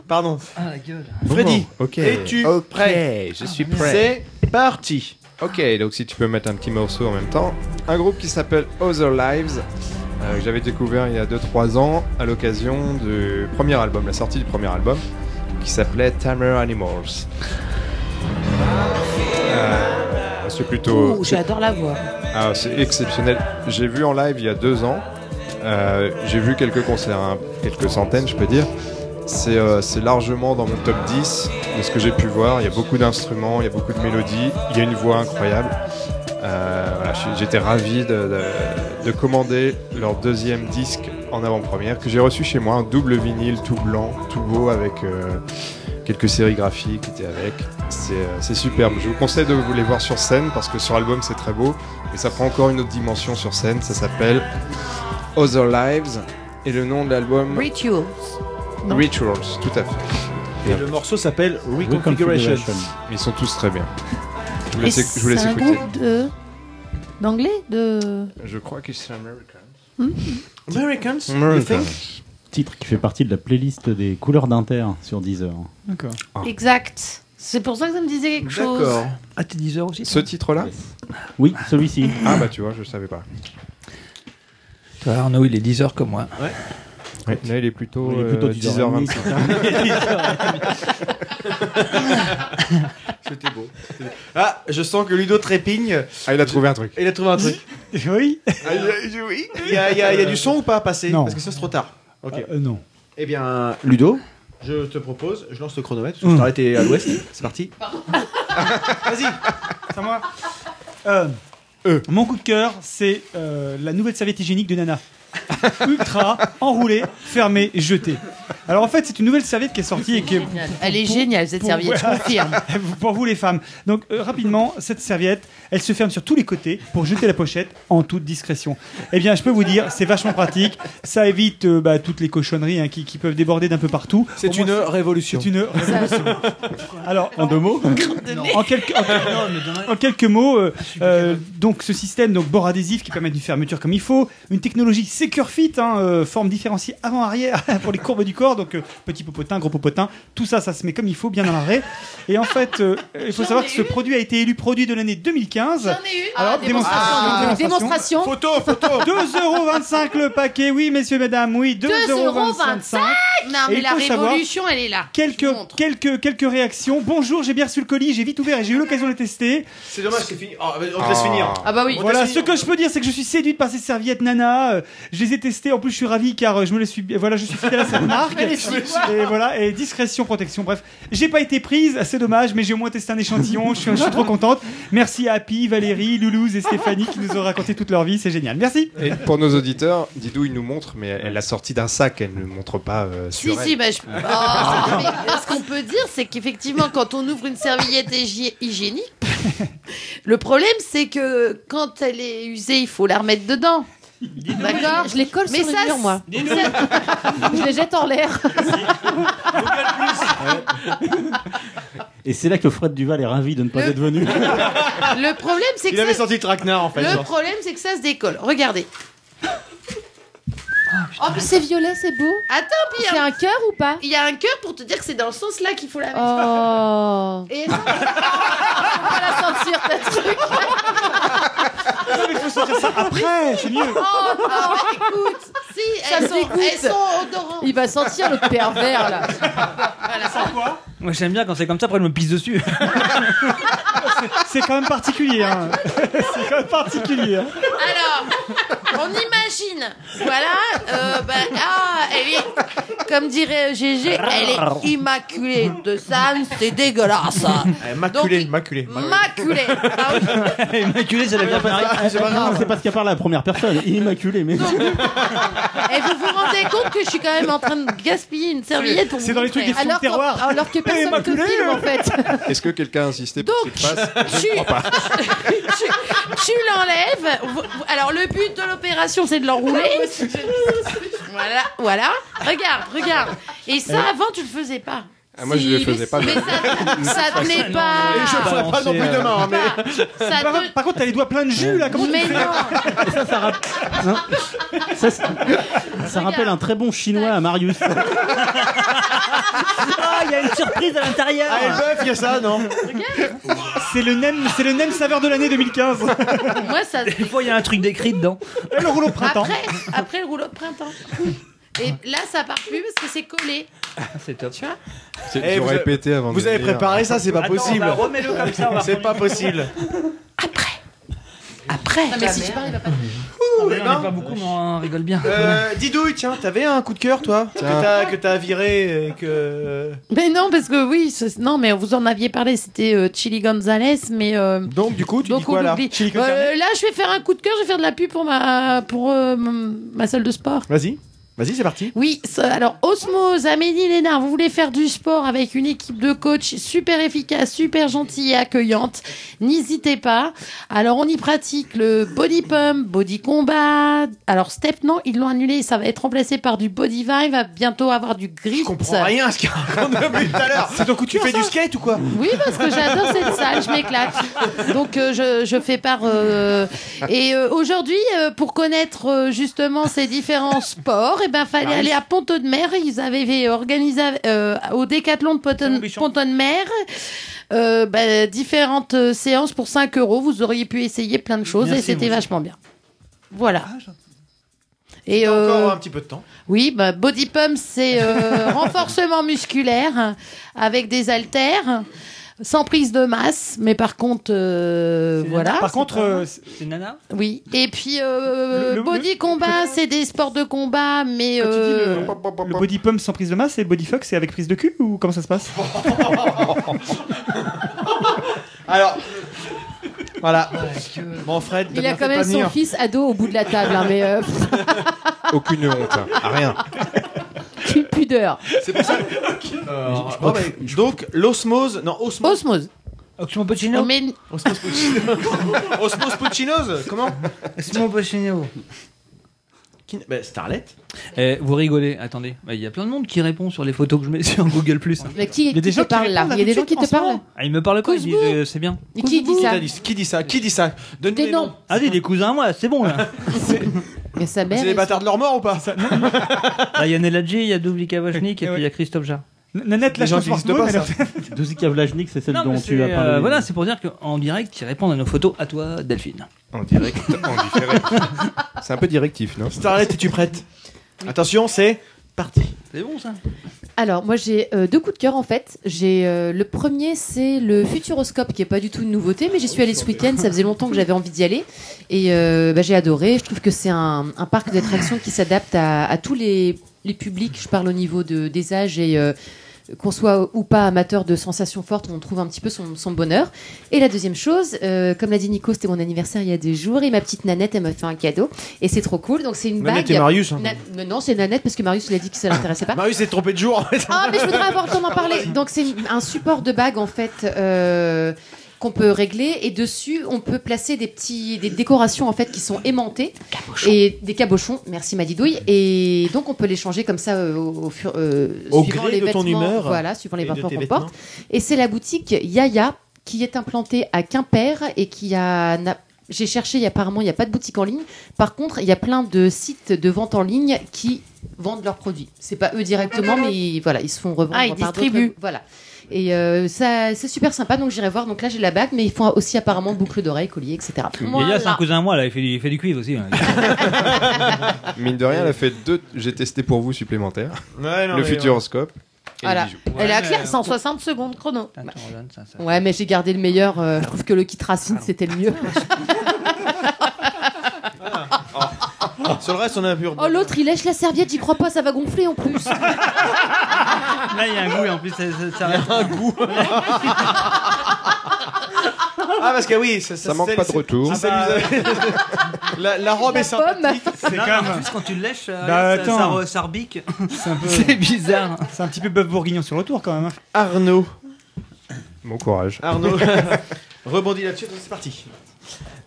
Speaker 7: Pardon.
Speaker 1: Ah la gueule.
Speaker 7: Freddy.
Speaker 4: Bon, ok.
Speaker 7: Es-tu
Speaker 4: Ok,
Speaker 7: prêt
Speaker 4: je suis
Speaker 7: C'est parti.
Speaker 4: Ok, donc si tu peux mettre un petit morceau en même temps. Un groupe qui s'appelle Other Lives, euh, que j'avais découvert il y a 2-3 ans à l'occasion du premier album, la sortie du premier album, qui s'appelait Tamer Animals. Euh, c'est plutôt.
Speaker 6: Ouh, Oh, J'adore la voix.
Speaker 4: Ah, c'est exceptionnel. J'ai vu en live il y a deux ans. Euh, j'ai vu quelques concerts, hein, quelques centaines, je peux dire. C'est euh, c'est largement dans mon top 10 de ce que j'ai pu voir. Il y a beaucoup d'instruments, il y a beaucoup de mélodies, il y a une voix incroyable. Euh, voilà, je- J'étais ravi de, de- de commander leur deuxième disque en avant-première que j'ai reçu chez moi, un double vinyle tout blanc, tout beau avec euh, quelques sérigraphies qui étaient avec. C'est euh, c'est superbe. Je vous conseille de vous les voir sur scène parce que sur album c'est très beau, mais ça prend encore une autre dimension sur scène. Ça s'appelle Other Lives et le nom de l'album
Speaker 6: Rituals. Non.
Speaker 4: Rituals, tout à fait.
Speaker 7: Et le morceau s'appelle Reconfiguration.
Speaker 4: Ils sont tous très bien. Je vous
Speaker 6: Et
Speaker 4: laisse, je vous laisse
Speaker 6: c'est un
Speaker 4: écouter.
Speaker 6: groupe de- d'anglais de... Hmm
Speaker 4: Je crois qu'ils sont américains.
Speaker 7: Americans.
Speaker 4: Americans.
Speaker 5: Titre qui fait partie de la playlist des couleurs d'Inter sur Deezer.
Speaker 2: D'accord.
Speaker 4: Ah.
Speaker 6: Exact. C'est pour ça que ça me disait quelque chose.
Speaker 1: Ah, t'es 10 heures aussi
Speaker 4: Ce titre-là
Speaker 5: Oui, celui-ci.
Speaker 4: Ah bah tu vois, je savais pas.
Speaker 1: Toi, Arnaud, il est 10 heures comme moi.
Speaker 7: Ouais.
Speaker 4: Là, il est plutôt,
Speaker 5: Il est plutôt
Speaker 4: euh,
Speaker 5: 10h30,
Speaker 4: 10h25.
Speaker 5: c'est ça.
Speaker 7: C'était beau. Ah, je sens que Ludo trépigne.
Speaker 4: Ah, il a trouvé un truc.
Speaker 7: Il a trouvé un truc.
Speaker 2: Oui.
Speaker 7: oui. Il y a, il y a- il y a du son ou pas à passer
Speaker 2: Non.
Speaker 7: Parce que ça, c'est trop tard. Ok.
Speaker 2: non.
Speaker 7: Eh bien, Ludo, je te propose, je lance le chronomètre. Parce que je t'aurais été à l'ouest. C'est parti. Vas-y,
Speaker 2: c'est à moi. Euh, Mon coup de cœur, c'est euh, la nouvelle serviette hygiénique de Nana. Ultra, enroulée, fermée, jetée. Alors en fait, c'est une nouvelle serviette qui est sortie et qui est
Speaker 6: Elle est géniale cette
Speaker 2: pour-
Speaker 6: serviette, je
Speaker 2: ouais.
Speaker 6: confirme.
Speaker 2: pour vous les femmes. Donc euh, rapidement, cette serviette, elle se ferme sur tous les côtés pour jeter la pochette en toute discrétion. Eh bien, je peux vous dire, c'est vachement pratique. Ça évite euh, bah, toutes les cochonneries hein, qui, qui peuvent déborder d'un peu partout. Au
Speaker 7: c'est
Speaker 2: moins,
Speaker 7: une révolution.
Speaker 2: C'est une révolution. Alors, en deux mots euh, en, quelques, en- en quelques
Speaker 11: Ah,
Speaker 2: mots, euh, euh, donc ce système donc bord adhésif qui permet une fermeture comme il faut, une technologie Secure fit, hein, euh, forme différenciée avant-arrière pour les courbes du corps. Donc euh, petit popotin, gros popotin, tout ça, ça se met comme il faut, bien dans l'arrêt. Et en fait, euh, il faut
Speaker 11: J'en
Speaker 2: savoir
Speaker 11: ai
Speaker 2: que ce
Speaker 11: une.
Speaker 2: produit a été élu produit de l'année 2015.
Speaker 11: Ah,
Speaker 2: Alors, démonstration,
Speaker 11: démonstration. Ah,
Speaker 2: démonstration.
Speaker 7: Photo, photo.
Speaker 2: 2,25€ le paquet, oui, messieurs, mesdames, oui, 2,25€.
Speaker 6: Non,
Speaker 2: Et
Speaker 6: mais
Speaker 2: il
Speaker 6: la
Speaker 2: faut savoir-
Speaker 6: révolution, elle est là.
Speaker 2: Quelques, quelques, quelques réactions. Bonjour, j'ai bien reçu le colis, j'ai vite ouvert et j'ai eu l'occasion de le tester.
Speaker 7: C'est dommage, c'est fini. Oh, on te laisse finir.
Speaker 2: Voilà, ce que je peux dire, c'est que je suis séduite par ces serviettes Nana. Euh, Je les ai testées. En plus, je suis ravi car euh, je me les suis. Voilà, je suis fidèle à cette marque.
Speaker 10: Elle est fidèle.
Speaker 2: et voilà, et discrétion, protection. Bref, j'ai pas été prise. C'est dommage, mais j'ai au moins testé un échantillon. Je suis, je suis trop contente. Merci à Happy, Valérie, Loulouse et Stéphanie qui nous ont raconté toute leur vie. C'est génial. Merci.
Speaker 4: Et pour nos auditeurs, Didou, il nous montre, mais elle l'a sorti d'un sac, elle ne le montre pas euh, sur
Speaker 6: Si,
Speaker 4: elle.
Speaker 6: si, bah, je- Oh, mais ce qu'on peut dire, c'est qu'effectivement, quand on ouvre une serviette hygi- hygiénique, le problème, c'est que quand elle est usée, il faut la remettre dedans. D'accord
Speaker 11: Je les colle
Speaker 6: Mais
Speaker 11: sur le
Speaker 6: ça,
Speaker 11: mur, moi.
Speaker 6: c'est-
Speaker 11: Je les jette en l'air.
Speaker 5: Et c'est là que Fred Duval est ravi de ne pas être venu.
Speaker 6: Le problème, c'est que
Speaker 5: Il avait
Speaker 6: ça-
Speaker 5: sorti le traquenard en fait.
Speaker 6: le
Speaker 5: genre.
Speaker 6: problème, c'est que ça se décolle. Regardez.
Speaker 11: Oh, mais c'est violet, c'est beau.
Speaker 6: Attends, puis il y a un cœur ou pas Il y a un cœur pour te dire que c'est dans le sens là qu'il faut la mettre.
Speaker 11: Oh.
Speaker 6: Et ça, on va la sentir, ta truc.
Speaker 10: Ah,
Speaker 2: mais il faut sortir ça après, c'est mieux.
Speaker 6: Oh, non, mais écoute, si,
Speaker 11: Ça
Speaker 6: elles
Speaker 11: se
Speaker 6: sont,
Speaker 11: dégoûte.
Speaker 6: elles sont odorantes.
Speaker 11: Il va sentir le pervers là.
Speaker 6: Voilà.
Speaker 1: Moi j'aime bien quand c'est comme ça, après je me pisse dessus.
Speaker 2: c'est quand même particulier. Hein. c'est quand même particulier. hein.
Speaker 6: Alors, on imagine. Voilà. euh, bah, ah, elle est, comme dirait Gégé, elle est immaculée de Sam. C'est dégueulasse.
Speaker 7: Eh, maculé, maculé, maculé.
Speaker 6: Immaculée. Ah oui.
Speaker 10: Eh,
Speaker 1: Immaculé, ça l'a
Speaker 5: Ah,
Speaker 1: bien
Speaker 5: parce-
Speaker 1: fait
Speaker 5: ah,
Speaker 1: marrer.
Speaker 5: non, C'est parce qu'elle parle à la première personne. Immaculé, mais.
Speaker 6: Et vous vous rendez compte que je suis quand même en train de gaspiller une serviette pour
Speaker 5: C'est
Speaker 6: vous
Speaker 5: dans les trucs
Speaker 6: montrer.
Speaker 5: des fonds de Alors qu'en- terroir.
Speaker 11: alors que personne te filme, en fait.
Speaker 4: Est-ce que quelqu'un a insisté pour qu'il fasse Je
Speaker 6: tu-
Speaker 4: crois pas.
Speaker 6: tu, tu l'enlèves. Vous- Alors le but de l'opération, c'est de l'enrouler. voilà, voilà. Regarde, regarde. Et ça,
Speaker 4: Ouais.
Speaker 6: avant, tu le faisais pas.
Speaker 4: Ah, moi, je le faisais pas.
Speaker 6: Mais
Speaker 4: mais-
Speaker 6: ça, ça
Speaker 4: Non,
Speaker 6: tenait
Speaker 4: non,
Speaker 6: pas.
Speaker 4: mais je le ferai euh, pas non plus demain, hein, mais-
Speaker 6: Ça
Speaker 2: par, par contre, t'as les doigts pleins de jus là. Comment tu
Speaker 6: Mais
Speaker 2: fais
Speaker 6: non.
Speaker 5: ça, ça, rap- hein Ça, ça- ça rappelle un très bon chinois à Marius.
Speaker 1: Ah, il y a une surprise à l'intérieur.
Speaker 7: Ah, et le bœuf, il y a ça, non
Speaker 2: C'est le même, c'est le même saveur de l'année 2015.
Speaker 6: Moi, ça.
Speaker 1: Des fois, il y a un truc décrit dedans.
Speaker 2: Et le rouleau
Speaker 1: printemps.
Speaker 6: Après, après le rouleau de printemps. Et là, ça part plus parce que c'est collé.
Speaker 1: Ah, C'est top.
Speaker 4: C'est-
Speaker 7: Eh,
Speaker 4: J'aurais
Speaker 7: vous-
Speaker 4: pété avant
Speaker 7: Vous
Speaker 4: de
Speaker 7: avez
Speaker 4: le dire.
Speaker 7: préparé ça, c'est pas
Speaker 4: Attends,
Speaker 7: possible.
Speaker 4: bah, remets-le comme ça, on va
Speaker 7: C'est
Speaker 4: remettre.
Speaker 7: pas possible.
Speaker 6: Après.
Speaker 11: Non, mais si tu parles, il va pas te-
Speaker 1: On
Speaker 7: eh
Speaker 1: est
Speaker 7: ben.
Speaker 1: pas beaucoup, mais on rigole bien.
Speaker 7: Euh, Didouille, tiens, t'avais un coup de cœur, toi Que
Speaker 1: Tiens.
Speaker 7: t'as- Que t'as viré et que. euh,
Speaker 6: Mais non, parce que oui, ce- non, mais vous en aviez parlé, c'était euh, Chili Gonzalez, mais.
Speaker 7: donc, du coup, tu
Speaker 6: donc,
Speaker 7: dis quoi,
Speaker 6: on
Speaker 7: là
Speaker 6: l'oublie.
Speaker 7: Chili con
Speaker 6: Euh,
Speaker 7: carne
Speaker 6: Là, je vais faire un coup de cœur, je vais faire de la pub pour ma, pour, euh, m- ma salle de sport.
Speaker 7: Vas-y, vas-y, c'est parti.
Speaker 6: Oui, ça- alors Osmose, Amélie Lénard, vous voulez faire du sport avec une équipe de coachs super efficace, super gentille et accueillante, n'hésitez pas. Alors on y pratique le body pump, body combat. Alors step non, ils l'ont annulé, ça va être remplacé par du body vibe, va bientôt avoir du grip. Je comprends
Speaker 7: rien à ce qu'on a vu tout à l'heure. C'est ton coup Tu fais du skate ou quoi
Speaker 6: Oui, parce que j'adore cette salle, je m'éclate. Donc euh, je, je fais part. euh, Et euh, aujourd'hui, euh, pour connaître euh, justement ces différents sports, et ben fallait
Speaker 11: Nice.
Speaker 6: aller à Ponton de Mer. Ils avaient organisé euh, au décathlon de Ponton, Ponton de Mer. euh, ben, différentes euh, séances pour 5 euros. Vous auriez pu essayer plein de choses
Speaker 7: Merci,
Speaker 6: et c'était
Speaker 7: monsieur.
Speaker 6: vachement bien. Voilà. Et euh,
Speaker 7: Encore Oh, un petit peu de temps.
Speaker 6: oui, bah, body pump, c'est euh, renforcement musculaire hein, avec des haltères, sans prise de masse, mais par contre, euh, voilà.
Speaker 2: Par
Speaker 6: c'est
Speaker 2: contre,
Speaker 6: pas mal.
Speaker 2: euh, c'est
Speaker 1: Nana
Speaker 6: oui. Et puis euh,
Speaker 2: Le- le-
Speaker 6: body combat, c'est des sports de combat, mais
Speaker 2: Quand tu dis
Speaker 6: euh,
Speaker 2: le, le body pump sans prise de masse et le body fuck, c'est avec prise de cul ou comment ça se passe
Speaker 7: Alors. Voilà.
Speaker 10: Ah,
Speaker 7: Bon, Fred,
Speaker 11: Il a quand même son fils ado au bout de la table, hein, mais euh, pff,
Speaker 4: Aucune honte, hein. Ah, rien.
Speaker 11: quelle pudeur.
Speaker 7: C'est pour ça. Euh, oh, donc, l'osmose. Non, osmose.
Speaker 6: Osmose.
Speaker 1: Osmose Puccino
Speaker 7: Osmose Puccino. osmose Puccino's Comment
Speaker 1: Osmose Puccino.
Speaker 7: Qui- bah, Starlet.
Speaker 1: Eh, vous rigolez, attendez. Bah, Il y a plein de monde qui répond sur les photos que je mets sur Google.
Speaker 11: Mais qui,
Speaker 1: Il y a des
Speaker 11: qui
Speaker 1: gens
Speaker 11: te
Speaker 1: qui
Speaker 11: parle là
Speaker 1: répondent à
Speaker 11: Il y a des
Speaker 1: tout
Speaker 11: gens
Speaker 1: de
Speaker 11: qui
Speaker 1: suite
Speaker 11: te
Speaker 1: en ce
Speaker 11: parlent
Speaker 1: moment. Ah, ils me parlent quoi Ils disent euh, c'est bien.
Speaker 11: Et qui dit ça
Speaker 7: Qui dit ça Qui dit ça Donne-nous
Speaker 11: Des
Speaker 7: des
Speaker 11: noms.
Speaker 7: noms.
Speaker 1: Ah, des, des cousins à moi, c'est bon là.
Speaker 11: Mais sa mère.
Speaker 7: C'est les
Speaker 11: elle-
Speaker 7: bâtards de leur mort ou pas
Speaker 1: Il y a Neladji, il y a Dovlik Kavachnik et puis il y a Christophe Jarre.
Speaker 2: Nanette
Speaker 14: Les gens qui existent pas, ça. Dozy Kavlajnik, c'est celle
Speaker 1: Non, mais
Speaker 14: dont tu
Speaker 1: c'est,
Speaker 14: as parlé.
Speaker 1: euh, voilà, c'est pour dire qu'en direct, ils répondent à nos photos. À toi, Delphine.
Speaker 4: En direct, en différé. C'est un peu directif, non
Speaker 7: Starlet, es-tu prête Attention, c'est parti.
Speaker 1: C'est bon ça
Speaker 11: Alors, moi, j'ai euh, deux coups de cœur en fait. J'ai euh, le premier, c'est le Futuroscope, qui est pas du tout une nouveauté, mais j'y suis allée ce week-end. Ça faisait longtemps que j'avais envie d'y aller, et euh, bah, j'ai adoré. Je trouve que c'est un, un parc d'attractions qui s'adapte à, à tous les, les publics. Je parle au niveau de, des âges et euh, qu'on soit ou pas amateur de sensations fortes, on trouve un petit peu son, son bonheur. Et la deuxième chose, euh, comme l'a dit Nico, c'était mon anniversaire il y a deux jours, et ma petite Nanette, elle m'a fait un cadeau, et c'est trop cool. Donc c'est une
Speaker 7: Nanette
Speaker 11: bague.
Speaker 7: et Marius, hein.
Speaker 11: Na- non, c'est Nanette parce que Marius il a dit que ça l'intéressait pas.
Speaker 7: Marius s'est trompé de jour.
Speaker 11: Ah, mais je voudrais avoir le temps d'en parler. Donc, c'est une- un support de bague, en fait. euh, qu'on peut régler et dessus on peut placer des petits des décorations en fait qui sont aimantées et des cabochons merci ma didouille et donc on peut les changer comme ça euh, au, fur euh,
Speaker 7: Au
Speaker 11: suivant
Speaker 7: gré
Speaker 11: les
Speaker 7: de ton
Speaker 11: vêtements,
Speaker 7: humeur
Speaker 11: voilà suivant les
Speaker 7: et de
Speaker 11: vêtements
Speaker 7: tes
Speaker 11: qu'on
Speaker 7: vêtements.
Speaker 11: porte et c'est la boutique Yaya qui est implantée à Quimper et qui a. n'a- J'ai cherché, il y a- apparemment, il n'y a pas de boutique en ligne. Par contre, il y a plein de sites de vente en ligne qui vendent leurs produits. C'est pas eux directement, mais ils- voilà, ils se font revendre.
Speaker 6: Ah, ils
Speaker 11: par d'autres-
Speaker 6: distribuent.
Speaker 11: Voilà. Et euh, ça, c'est super sympa, donc j'irai voir. Donc là, j'ai la bague, mais ils font aussi apparemment boucle d'oreille, collier, etc.
Speaker 1: Yaya, c'est un cousin à moi, là, il fait, du- il fait du cuivre aussi. hein.
Speaker 4: Mine de rien, elle a fait deux. J'ai testé pour vous supplémentaires.
Speaker 7: Ouais, non,
Speaker 4: le
Speaker 7: mais
Speaker 4: futuroscope. et
Speaker 11: Voilà.
Speaker 4: les bijoux.
Speaker 11: Elle a
Speaker 6: Ah, clair, 160 secondes chrono.
Speaker 11: Ouais, mais j'ai gardé le meilleur. euh, je trouve que le kit racine, c'était le mieux.
Speaker 7: Ah. Sur le reste, on a pur.
Speaker 11: Oh, l'autre, il lèche la serviette, j'y crois pas, ça va gonfler en plus.
Speaker 1: Ah, Là, il y a un goût, et en plus, ça, ça, ça reste-
Speaker 7: Ah, parce que oui, ça,
Speaker 4: Ça manque
Speaker 7: c'est-
Speaker 4: pas de
Speaker 7: c'est-
Speaker 4: retour.
Speaker 7: c'est
Speaker 1: Ah, bah,
Speaker 7: l'usage. la, la robe est sympathique.
Speaker 1: Non, mais En plus, quand tu le lèches, euh,
Speaker 2: Bah,
Speaker 1: ça,
Speaker 2: attends.
Speaker 1: ça re- ça rebique.
Speaker 2: C'est un peu-
Speaker 1: bizarre.
Speaker 2: C'est un petit peu bœuf bourguignon sur le tour quand même.
Speaker 7: Arnaud.
Speaker 4: Bon courage.
Speaker 6: Ah,
Speaker 7: Arnaud, rebondis là-dessus, c'est parti.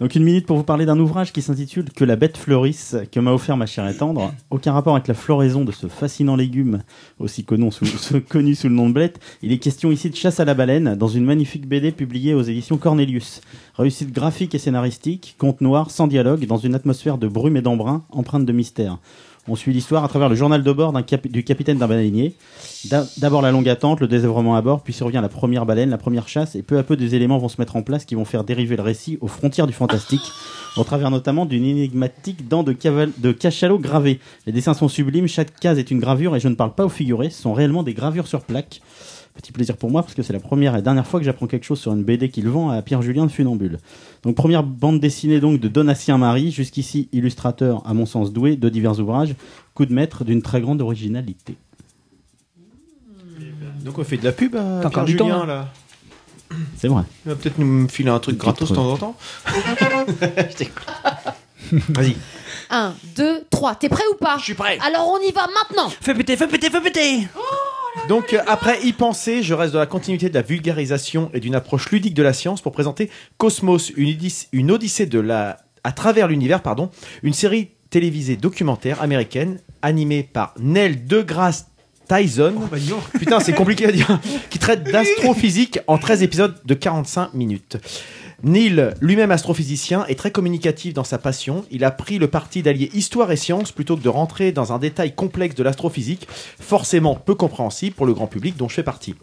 Speaker 14: Donc une minute pour vous parler d'un ouvrage qui s'intitule Que la bête fleurisse, que m'a offert ma chère et tendre. Aucun rapport avec la floraison de ce fascinant légume, aussi connu sous, sous- connu sous le nom de blette. Il est question ici de chasse à la baleine, dans une magnifique BD publiée aux éditions Cornelius. Réussite graphique et scénaristique, conte noir, sans dialogue, dans une atmosphère de brume et d'embrun, empreinte de mystère. On suit l'histoire à travers le journal de bord d'un cap- du capitaine d'un baleinier. D'a- D'abord la longue attente, le désœuvrement à bord, puis survient la première baleine, la première chasse, et peu à peu des éléments vont se mettre en place qui vont faire dériver le récit aux frontières du fantastique, au travers notamment d'une énigmatique dent de, caval- de cachalot gravée. Les dessins sont sublimes, chaque case est une gravure, et je ne parle pas au figuré, ce sont réellement des gravures sur plaque. Petit plaisir pour moi parce que c'est la première et dernière fois que j'apprends quelque chose sur une BD qu'il vend à Pierre Julien de Funambule. Donc première bande dessinée donc de Donatien Marie, jusqu'ici illustrateur à mon sens doué de divers ouvrages, coup de maître d'une très grande originalité.
Speaker 7: Donc on fait de la pub à
Speaker 14: T'as
Speaker 7: Pierre
Speaker 14: encore du temps,
Speaker 7: Julien
Speaker 14: hein.
Speaker 7: là.
Speaker 14: C'est vrai.
Speaker 7: Il va peut-être nous filer un truc gratos de temps en temps. Je t'écoute. Vas-y.
Speaker 11: 1, 2, 3. T'es prêt ou pas Je suis
Speaker 7: prêt.
Speaker 11: Alors on y va maintenant.
Speaker 1: Fais péter, fais péter, fais péter.
Speaker 7: Donc euh, après y penser, je reste dans la continuité de la vulgarisation et d'une approche ludique de la science pour présenter Cosmos, une, odysse- une odyssée de la à travers l'univers, pardon, une série télévisée documentaire américaine animée par Neil deGrasse Tyson. Putain, c'est compliqué à dire. Qui traite d'astrophysique en 13 épisodes de 45 minutes. Neil, lui-même astrophysicien, est très communicatif dans sa passion. Il a pris le parti d'allier histoire et science plutôt que de rentrer dans un détail complexe de l'astrophysique, forcément peu compréhensible pour le grand public dont je fais partie.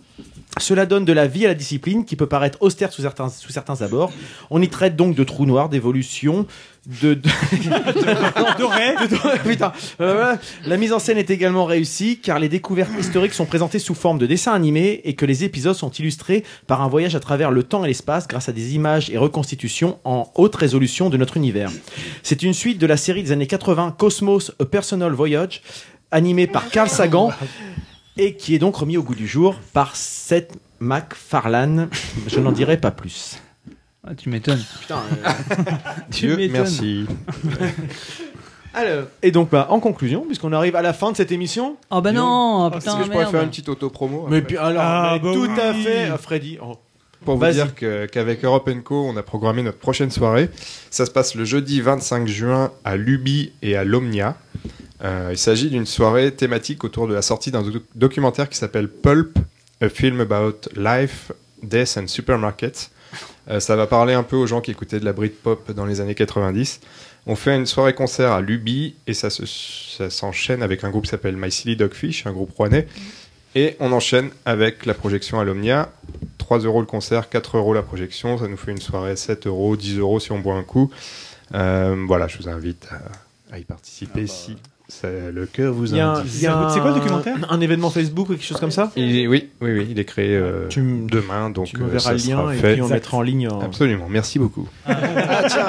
Speaker 7: Cela donne de la vie à la discipline qui peut paraître austère sous certains, sous certains abords. On y traite donc de trous noirs, d'évolution, de, de- de- Putain. Euh, voilà. La mise en scène est également réussie car les découvertes historiques sont présentées sous forme de dessins animés et que les épisodes sont illustrés par un voyage à travers le temps et l'espace grâce à des images et reconstitutions en haute résolution de notre univers. C'est une suite de la série des années 80 Cosmos A Personal Voyage animée par Carl Sagan et qui est donc remis au goût du jour par Seth MacFarlane. Je n'en dirai pas plus.
Speaker 1: Ah, tu m'étonnes.
Speaker 7: Putain, euh,
Speaker 1: Tu
Speaker 7: Dieu
Speaker 1: m'étonnes.
Speaker 7: merci. Alors, et donc, bah, en conclusion, puisqu'on arrive à la fin de cette émission.
Speaker 1: Oh bah
Speaker 7: Dis donc.
Speaker 1: non,
Speaker 7: Ah,
Speaker 1: putain,
Speaker 7: parce
Speaker 4: Est-ce que je pourrais
Speaker 1: merde.
Speaker 4: faire une petite auto-promo
Speaker 7: Mais
Speaker 4: après
Speaker 7: puis alors,
Speaker 4: Ah,
Speaker 7: mais
Speaker 4: bah
Speaker 7: tout à
Speaker 4: oui.
Speaker 7: fait, euh, Freddy. oh.
Speaker 4: Pour vous
Speaker 7: Vas-y.
Speaker 4: dire que- qu'avec Europe Co, on a programmé notre prochaine soirée. Ça se passe le jeudi 25 juin à l'Ubi et à l'Omnia. Euh, il s'agit d'une soirée thématique autour de la sortie d'un doc- documentaire qui s'appelle Pulp, a film about life, death and supermarkets. Euh, ça va parler un peu aux gens qui écoutaient de la Britpop dans les années 90. On fait une soirée concert à Luby et ça se- ça s'enchaîne avec un groupe qui s'appelle My Silly Dogfish, un groupe rouennais. Et on enchaîne avec la projection à l'Omnia. 3 euros le concert, 4 euros la projection. Ça nous fait une soirée 7 euros, 10 euros si on boit un coup. Euh, voilà, je vous invite à, à y participer si ça- le cœur vous
Speaker 7: Il y a un-
Speaker 4: invite.
Speaker 7: il y a un- Un événement Facebook ou quelque chose comme ça
Speaker 4: Il est- oui, oui, oui, il est créé euh, demain, donc
Speaker 7: tu me
Speaker 4: euh,
Speaker 7: verras
Speaker 4: ça
Speaker 7: le
Speaker 4: sera
Speaker 7: lien et
Speaker 4: fait.
Speaker 7: puis on mettra en ligne euh, en-
Speaker 4: Absolument, merci beaucoup. Ah, tiens,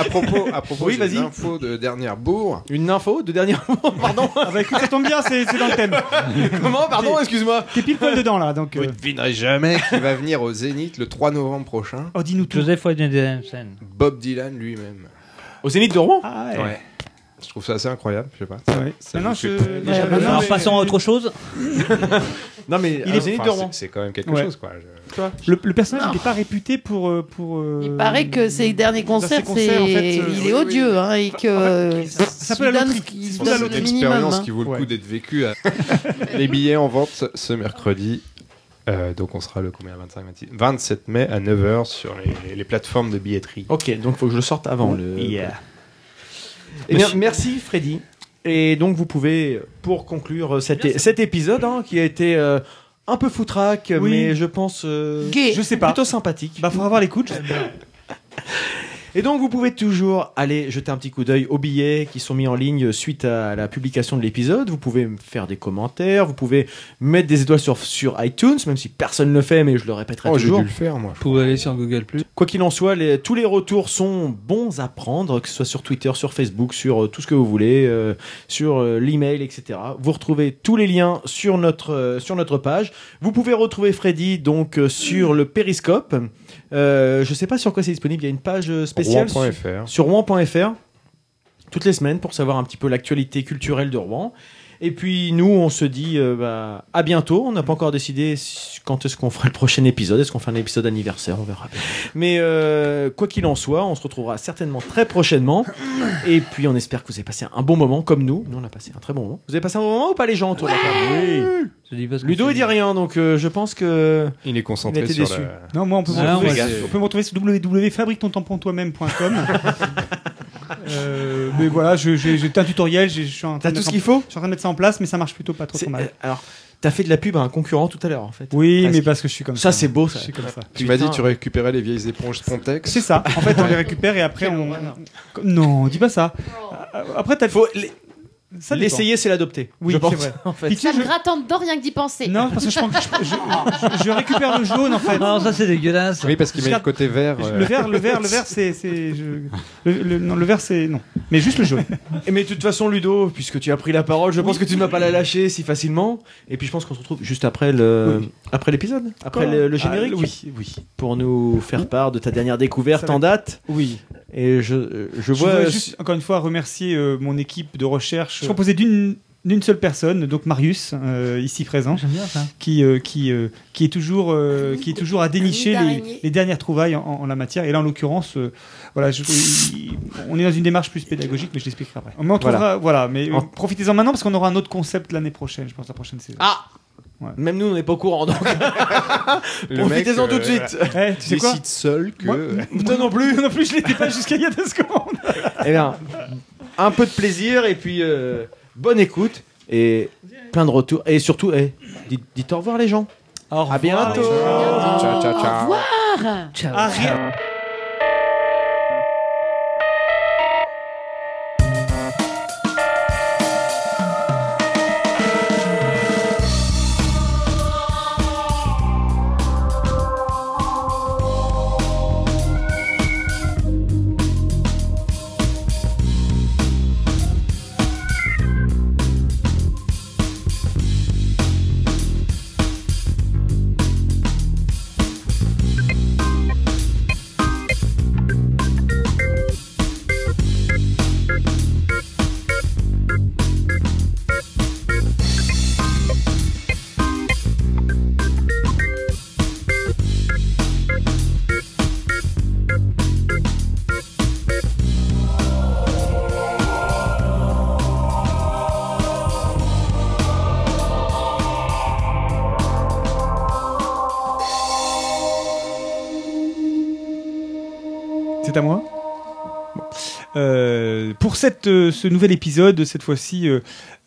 Speaker 4: à propos, à propos
Speaker 7: Oui,
Speaker 4: j'ai
Speaker 7: vas-y.
Speaker 4: une info de dernière bourre.
Speaker 7: Une info de dernière bourre, pardon.
Speaker 2: Ah bah écoute, ça tombe bien, c'est c'est dans le thème.
Speaker 7: Comment Pardon, excuse-moi.
Speaker 2: T'es pile poil dedans là, donc.
Speaker 4: Vous ne devinerez jamais qui va venir au Zénith le 3 novembre prochain.
Speaker 2: Oh, dis-nous tout.
Speaker 14: Joseph
Speaker 4: Bob Dylan lui-même.
Speaker 7: Au Zénith de Rouen
Speaker 4: ouais. Je trouve ça assez incroyable, je sais pas. Ça, ça
Speaker 2: Maintenant,
Speaker 4: vous fait
Speaker 2: je-
Speaker 4: très-
Speaker 2: Ouais, Alors, maintenant, mais- passons à autre chose.
Speaker 7: non mais
Speaker 4: Il
Speaker 7: au
Speaker 4: est-
Speaker 7: Zénith de
Speaker 4: enfin,
Speaker 7: Rouen.
Speaker 4: c'est- c'est quand même quelque
Speaker 2: Ouais.
Speaker 4: chose, quoi. Je-
Speaker 2: euh, Le, le personnage n'était pas réputé pour. euh, pour euh,
Speaker 6: Il paraît que ses derniers concerts,
Speaker 2: ses concerts,
Speaker 6: c'est-
Speaker 2: en fait, euh,
Speaker 6: il
Speaker 2: oui,
Speaker 6: est odieux hein, et que euh,
Speaker 2: ça s'appelle la
Speaker 6: il
Speaker 2: loterie.
Speaker 6: donne- il
Speaker 4: Je pense
Speaker 6: donne
Speaker 4: que
Speaker 6: le
Speaker 4: C'est une
Speaker 6: minimum,
Speaker 4: expérience
Speaker 6: hein.
Speaker 4: qui vaut le coup d'être vécue. à- Les billets en vente ce mercredi. Euh, donc on sera le combien 25, 26 27 mai à 9h sur les, les plateformes de billetterie.
Speaker 7: Ok, donc faut que je le sorte avant le.
Speaker 4: Yeah. Oh,
Speaker 7: Eh bien, merci Freddy. Et donc vous pouvez, pour conclure euh, cet, é- cet épisode hein, qui a été euh, un peu foutraque,
Speaker 2: Oui.
Speaker 7: mais je pense euh,
Speaker 2: Gay. Je sais pas.
Speaker 7: plutôt sympathique.
Speaker 2: Bah, faudra voir l'écoute.
Speaker 7: Et donc vous pouvez toujours aller jeter un petit coup d'œil aux billets qui sont mis en ligne suite à la publication de l'épisode. Vous pouvez me faire des commentaires, vous pouvez mettre des étoiles sur, sur iTunes, même si personne ne le fait, mais je le répéterai
Speaker 4: Oh, j'ai
Speaker 7: toujours.
Speaker 4: dû le faire, moi.
Speaker 7: Vous pouvez aller sur Google Quoi qu'il en soit, les- tous les retours sont bons à prendre, que ce soit sur Twitter, sur Facebook, sur euh, tout ce que vous voulez, euh, sur euh, l'email, etc. Vous retrouvez tous les liens sur notre euh, sur notre page. Vous pouvez retrouver Freddy donc euh, sur le Périscope. Euh, je sais pas sur quoi c'est disponible. Il y a une page euh, spéciale sur-
Speaker 4: Rouen.fr.
Speaker 7: sur rouen.fr toutes les semaines pour savoir un petit peu l'actualité culturelle de Rouen. Et puis nous, on se dit euh, bah, à bientôt. On n'a pas encore décidé si- quand est-ce qu'on fera le prochain épisode. Est-ce qu'on fait un épisode anniversaire On verra. Mais euh, quoi qu'il en soit, on se retrouvera certainement très prochainement. Et puis on espère que vous avez passé un bon moment comme nous. Nous, on a passé un très bon moment. Vous avez passé un bon moment ou pas les gens autour de la table Ludo, il dit rien, donc euh, je pense que...
Speaker 4: Il est concentré
Speaker 7: a été
Speaker 4: sur
Speaker 7: déçu.
Speaker 4: la-
Speaker 2: Non, moi, on peut, me
Speaker 7: Ah,
Speaker 2: retrouver,
Speaker 7: on va-
Speaker 2: on peut me retrouver sur www.fabriquetontampontoi-même.com. Euh, mais voilà, je- j'ai j'ai un tutoriel, j'ai- je suis en train
Speaker 7: T'as
Speaker 2: de
Speaker 7: tout
Speaker 2: mettre
Speaker 7: ce
Speaker 2: en-
Speaker 7: qu'il faut
Speaker 2: Je suis en train de mettre ça en place, mais ça marche plutôt pas trop, trop
Speaker 7: C'est-
Speaker 2: mal.
Speaker 7: euh, alors, t'as fait de la pub à un concurrent tout à l'heure, en fait.
Speaker 2: Oui,
Speaker 7: Presque.
Speaker 2: mais parce que je suis comme ça.
Speaker 7: Ça, c'est beau, ça.
Speaker 2: Je suis comme ça.
Speaker 4: Tu m'as dit
Speaker 7: Putain.
Speaker 4: tu récupérais les vieilles éponges Spontex.
Speaker 2: C'est ça. En fait, on les récupère et après on. Non, dis pas ça. Euh, Après, t'as.
Speaker 7: Faut
Speaker 2: Ça dépend.
Speaker 7: L'essayer, c'est l'adopter.
Speaker 2: Oui,
Speaker 7: je pense.
Speaker 2: c'est vrai.
Speaker 7: En fait.
Speaker 2: Puis tu
Speaker 13: Ça
Speaker 2: sais,
Speaker 13: me
Speaker 2: je-
Speaker 13: gratte en dedans rien que d'y penser.
Speaker 2: Non, parce que je pense que je, je- je récupère le jaune en fait.
Speaker 14: Non, ça c'est dégueulasse.
Speaker 4: Oui, parce qu'il
Speaker 2: Je
Speaker 4: met le
Speaker 2: garde-
Speaker 4: côté vert. euh,
Speaker 2: Le vert, le vert, le vert, c'est, c'est, je- le, le- non, le vert, c'est non. Mais juste le jaune.
Speaker 7: Et Mais de toute façon, Ludo, puisque tu as pris la parole, je pense que tu ne vas pas la lâcher si facilement. Et puis je pense qu'on se retrouve juste après le après l'épisode, après
Speaker 2: Encore
Speaker 7: le, le générique.
Speaker 2: Ah, oui,
Speaker 7: Pour nous faire part de ta dernière découverte
Speaker 2: Ça va
Speaker 7: en date.
Speaker 2: Oui.
Speaker 7: Et je euh, je
Speaker 2: Je voudrais
Speaker 7: vois.
Speaker 2: juste encore une fois remercier euh, mon équipe de recherche euh, composée d'une d'une seule personne, donc Marius, euh, ici présent,
Speaker 14: bien ça.
Speaker 2: qui euh, qui euh, qui est toujours euh, qui est toujours à dénicher les,
Speaker 14: d'araignée.
Speaker 2: les dernières trouvailles en, en la matière. Et là, en l'occurrence, euh, voilà, je- il- on est dans une démarche plus pédagogique, mais je l'expliquerai après. Mais on
Speaker 7: Voilà.
Speaker 2: trouvera, voilà, mais euh,
Speaker 7: En-
Speaker 2: profitez-en maintenant parce qu'on aura un autre concept l'année prochaine, je pense la prochaine saison.
Speaker 7: Ah. Même nous, on n'est pas au courant. Donc
Speaker 2: Ah,
Speaker 4: le mec,
Speaker 7: profitez-en tout de
Speaker 4: euh,
Speaker 7: suite.
Speaker 2: Eh, tu sais quoi
Speaker 4: Décide seul que.
Speaker 2: Moi-
Speaker 7: Toi non plus.
Speaker 2: non plus, je l'étais pas jusqu'à il y a deux secondes.
Speaker 7: Eh bien, un peu de plaisir et puis euh, bonne écoute et plein de retours. Et surtout, eh, dites, dites au revoir les gens. à bientôt.
Speaker 4: Ciao, ciao, ciao.
Speaker 2: Ah, C'est à moi Bon. Euh, Pour cette, euh, ce nouvel épisode, cette fois-ci, euh,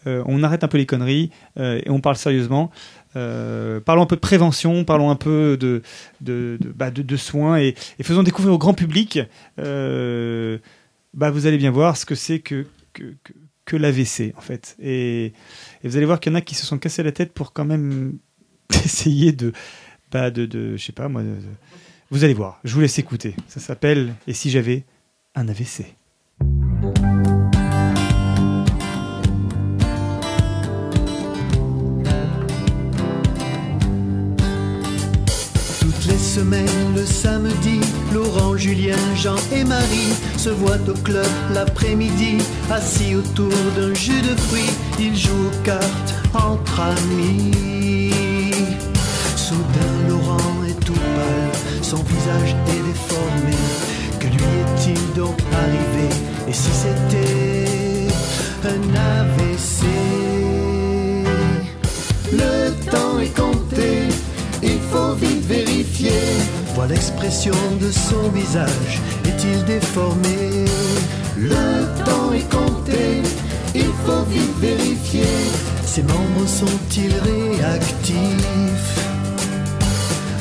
Speaker 2: euh, on arrête un peu les conneries euh, et on parle sérieusement. Euh, parlons un peu de prévention, parlons un peu de, de, de- bah, de- de soins et, et faisons découvrir au grand public. euh, bah, vous allez bien voir ce que c'est que, que, que- que l'AVC en fait. Et, et vous allez voir qu'il y en a qui se sont cassés la tête pour quand même essayer de, bah, de, de- je sais pas moi. de- de- Vous allez voir. Je vous laisse écouter. Ça s'appelle Et si j'avais un AVC.
Speaker 23: Toutes les semaines, le samedi, Laurent, Julien, Jean et Marie se voient au club l'après-midi, assis autour d'un jus de fruits. Ils jouent aux cartes entre amis. Soudain, Laurent est tout pâle, son visage est déformé. Que lui est-il donc arrivé Et si c'était un AVC le temps est compté, il faut vite vérifier. Vois l'expression de son visage, est-il déformé Le temps est compté, il faut vite vérifier. Ses membres sont-ils réactifs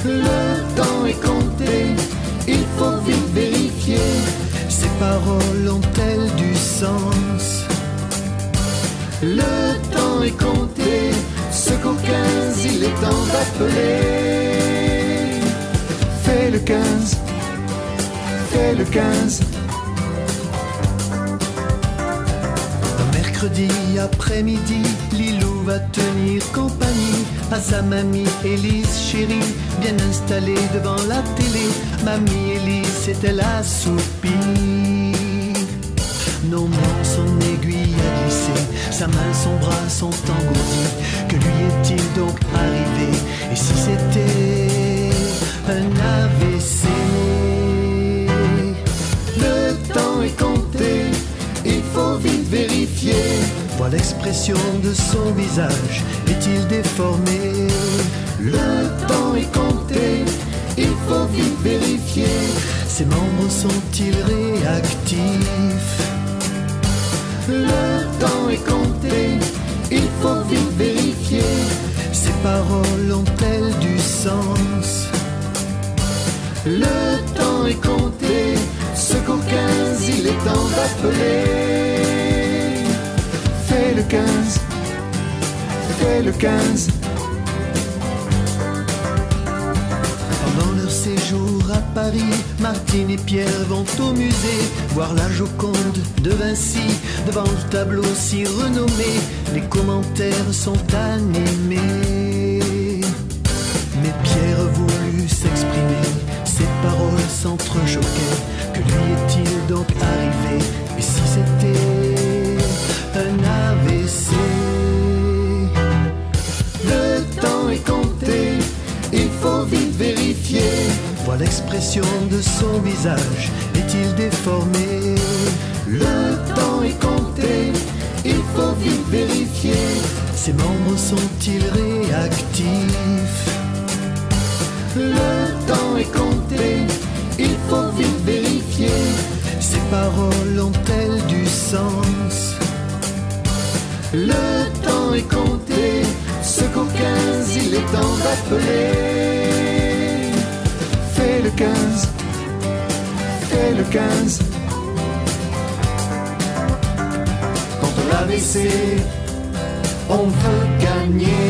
Speaker 23: Le temps est compté, il faut vite vérifier. Ses paroles ont-elles du sens le temps est compté, ce qu'au 15 il est temps d'appeler. Fais le 15, fais le 15. Un mercredi après-midi, Lilou va tenir compagnie à sa mamie Élise chérie, bien installée devant la télé. Mamie Élise est-elle assoupie Nos mains, son aiguille a glissé, sa main, son bras sont engourdis. Que lui est-il donc arrivé Et si c'était un AVC Le temps est compté, il faut vite vérifier. Vois l'expression de son visage, est-il déformé Le temps est compté, il faut vite vérifier. Ses membres sont-ils réactifs le temps est compté, il faut vite vérifier. Ces paroles ont-elles du sens Le temps est compté, ce qu'au 15 il est temps d'appeler. Fais le 15, fais le 15. Pendant leur séjour à Paris, Martine et Pierre vont au musée voir la Joconde de Vinci devant le tableau si renommé. Les commentaires sont animés. Mais Pierre voulut s'exprimer, ses paroles s'entrechoquaient. Que lui est-il donc arrivé Et si c'était un AVC le temps est compté, il faut vite vérifier. Vois l'expression de son visage, est-il déformé Le temps est compté, il faut vite vérifier. Ses membres sont-ils réactifs Le temps est compté, il faut vite vérifier. Ses paroles ont-elles du sens le temps est compté, ce qu'au 15 il est temps d'appeler. Fais le 15, fais le 15. Quand on l'a baissé, on veut gagner.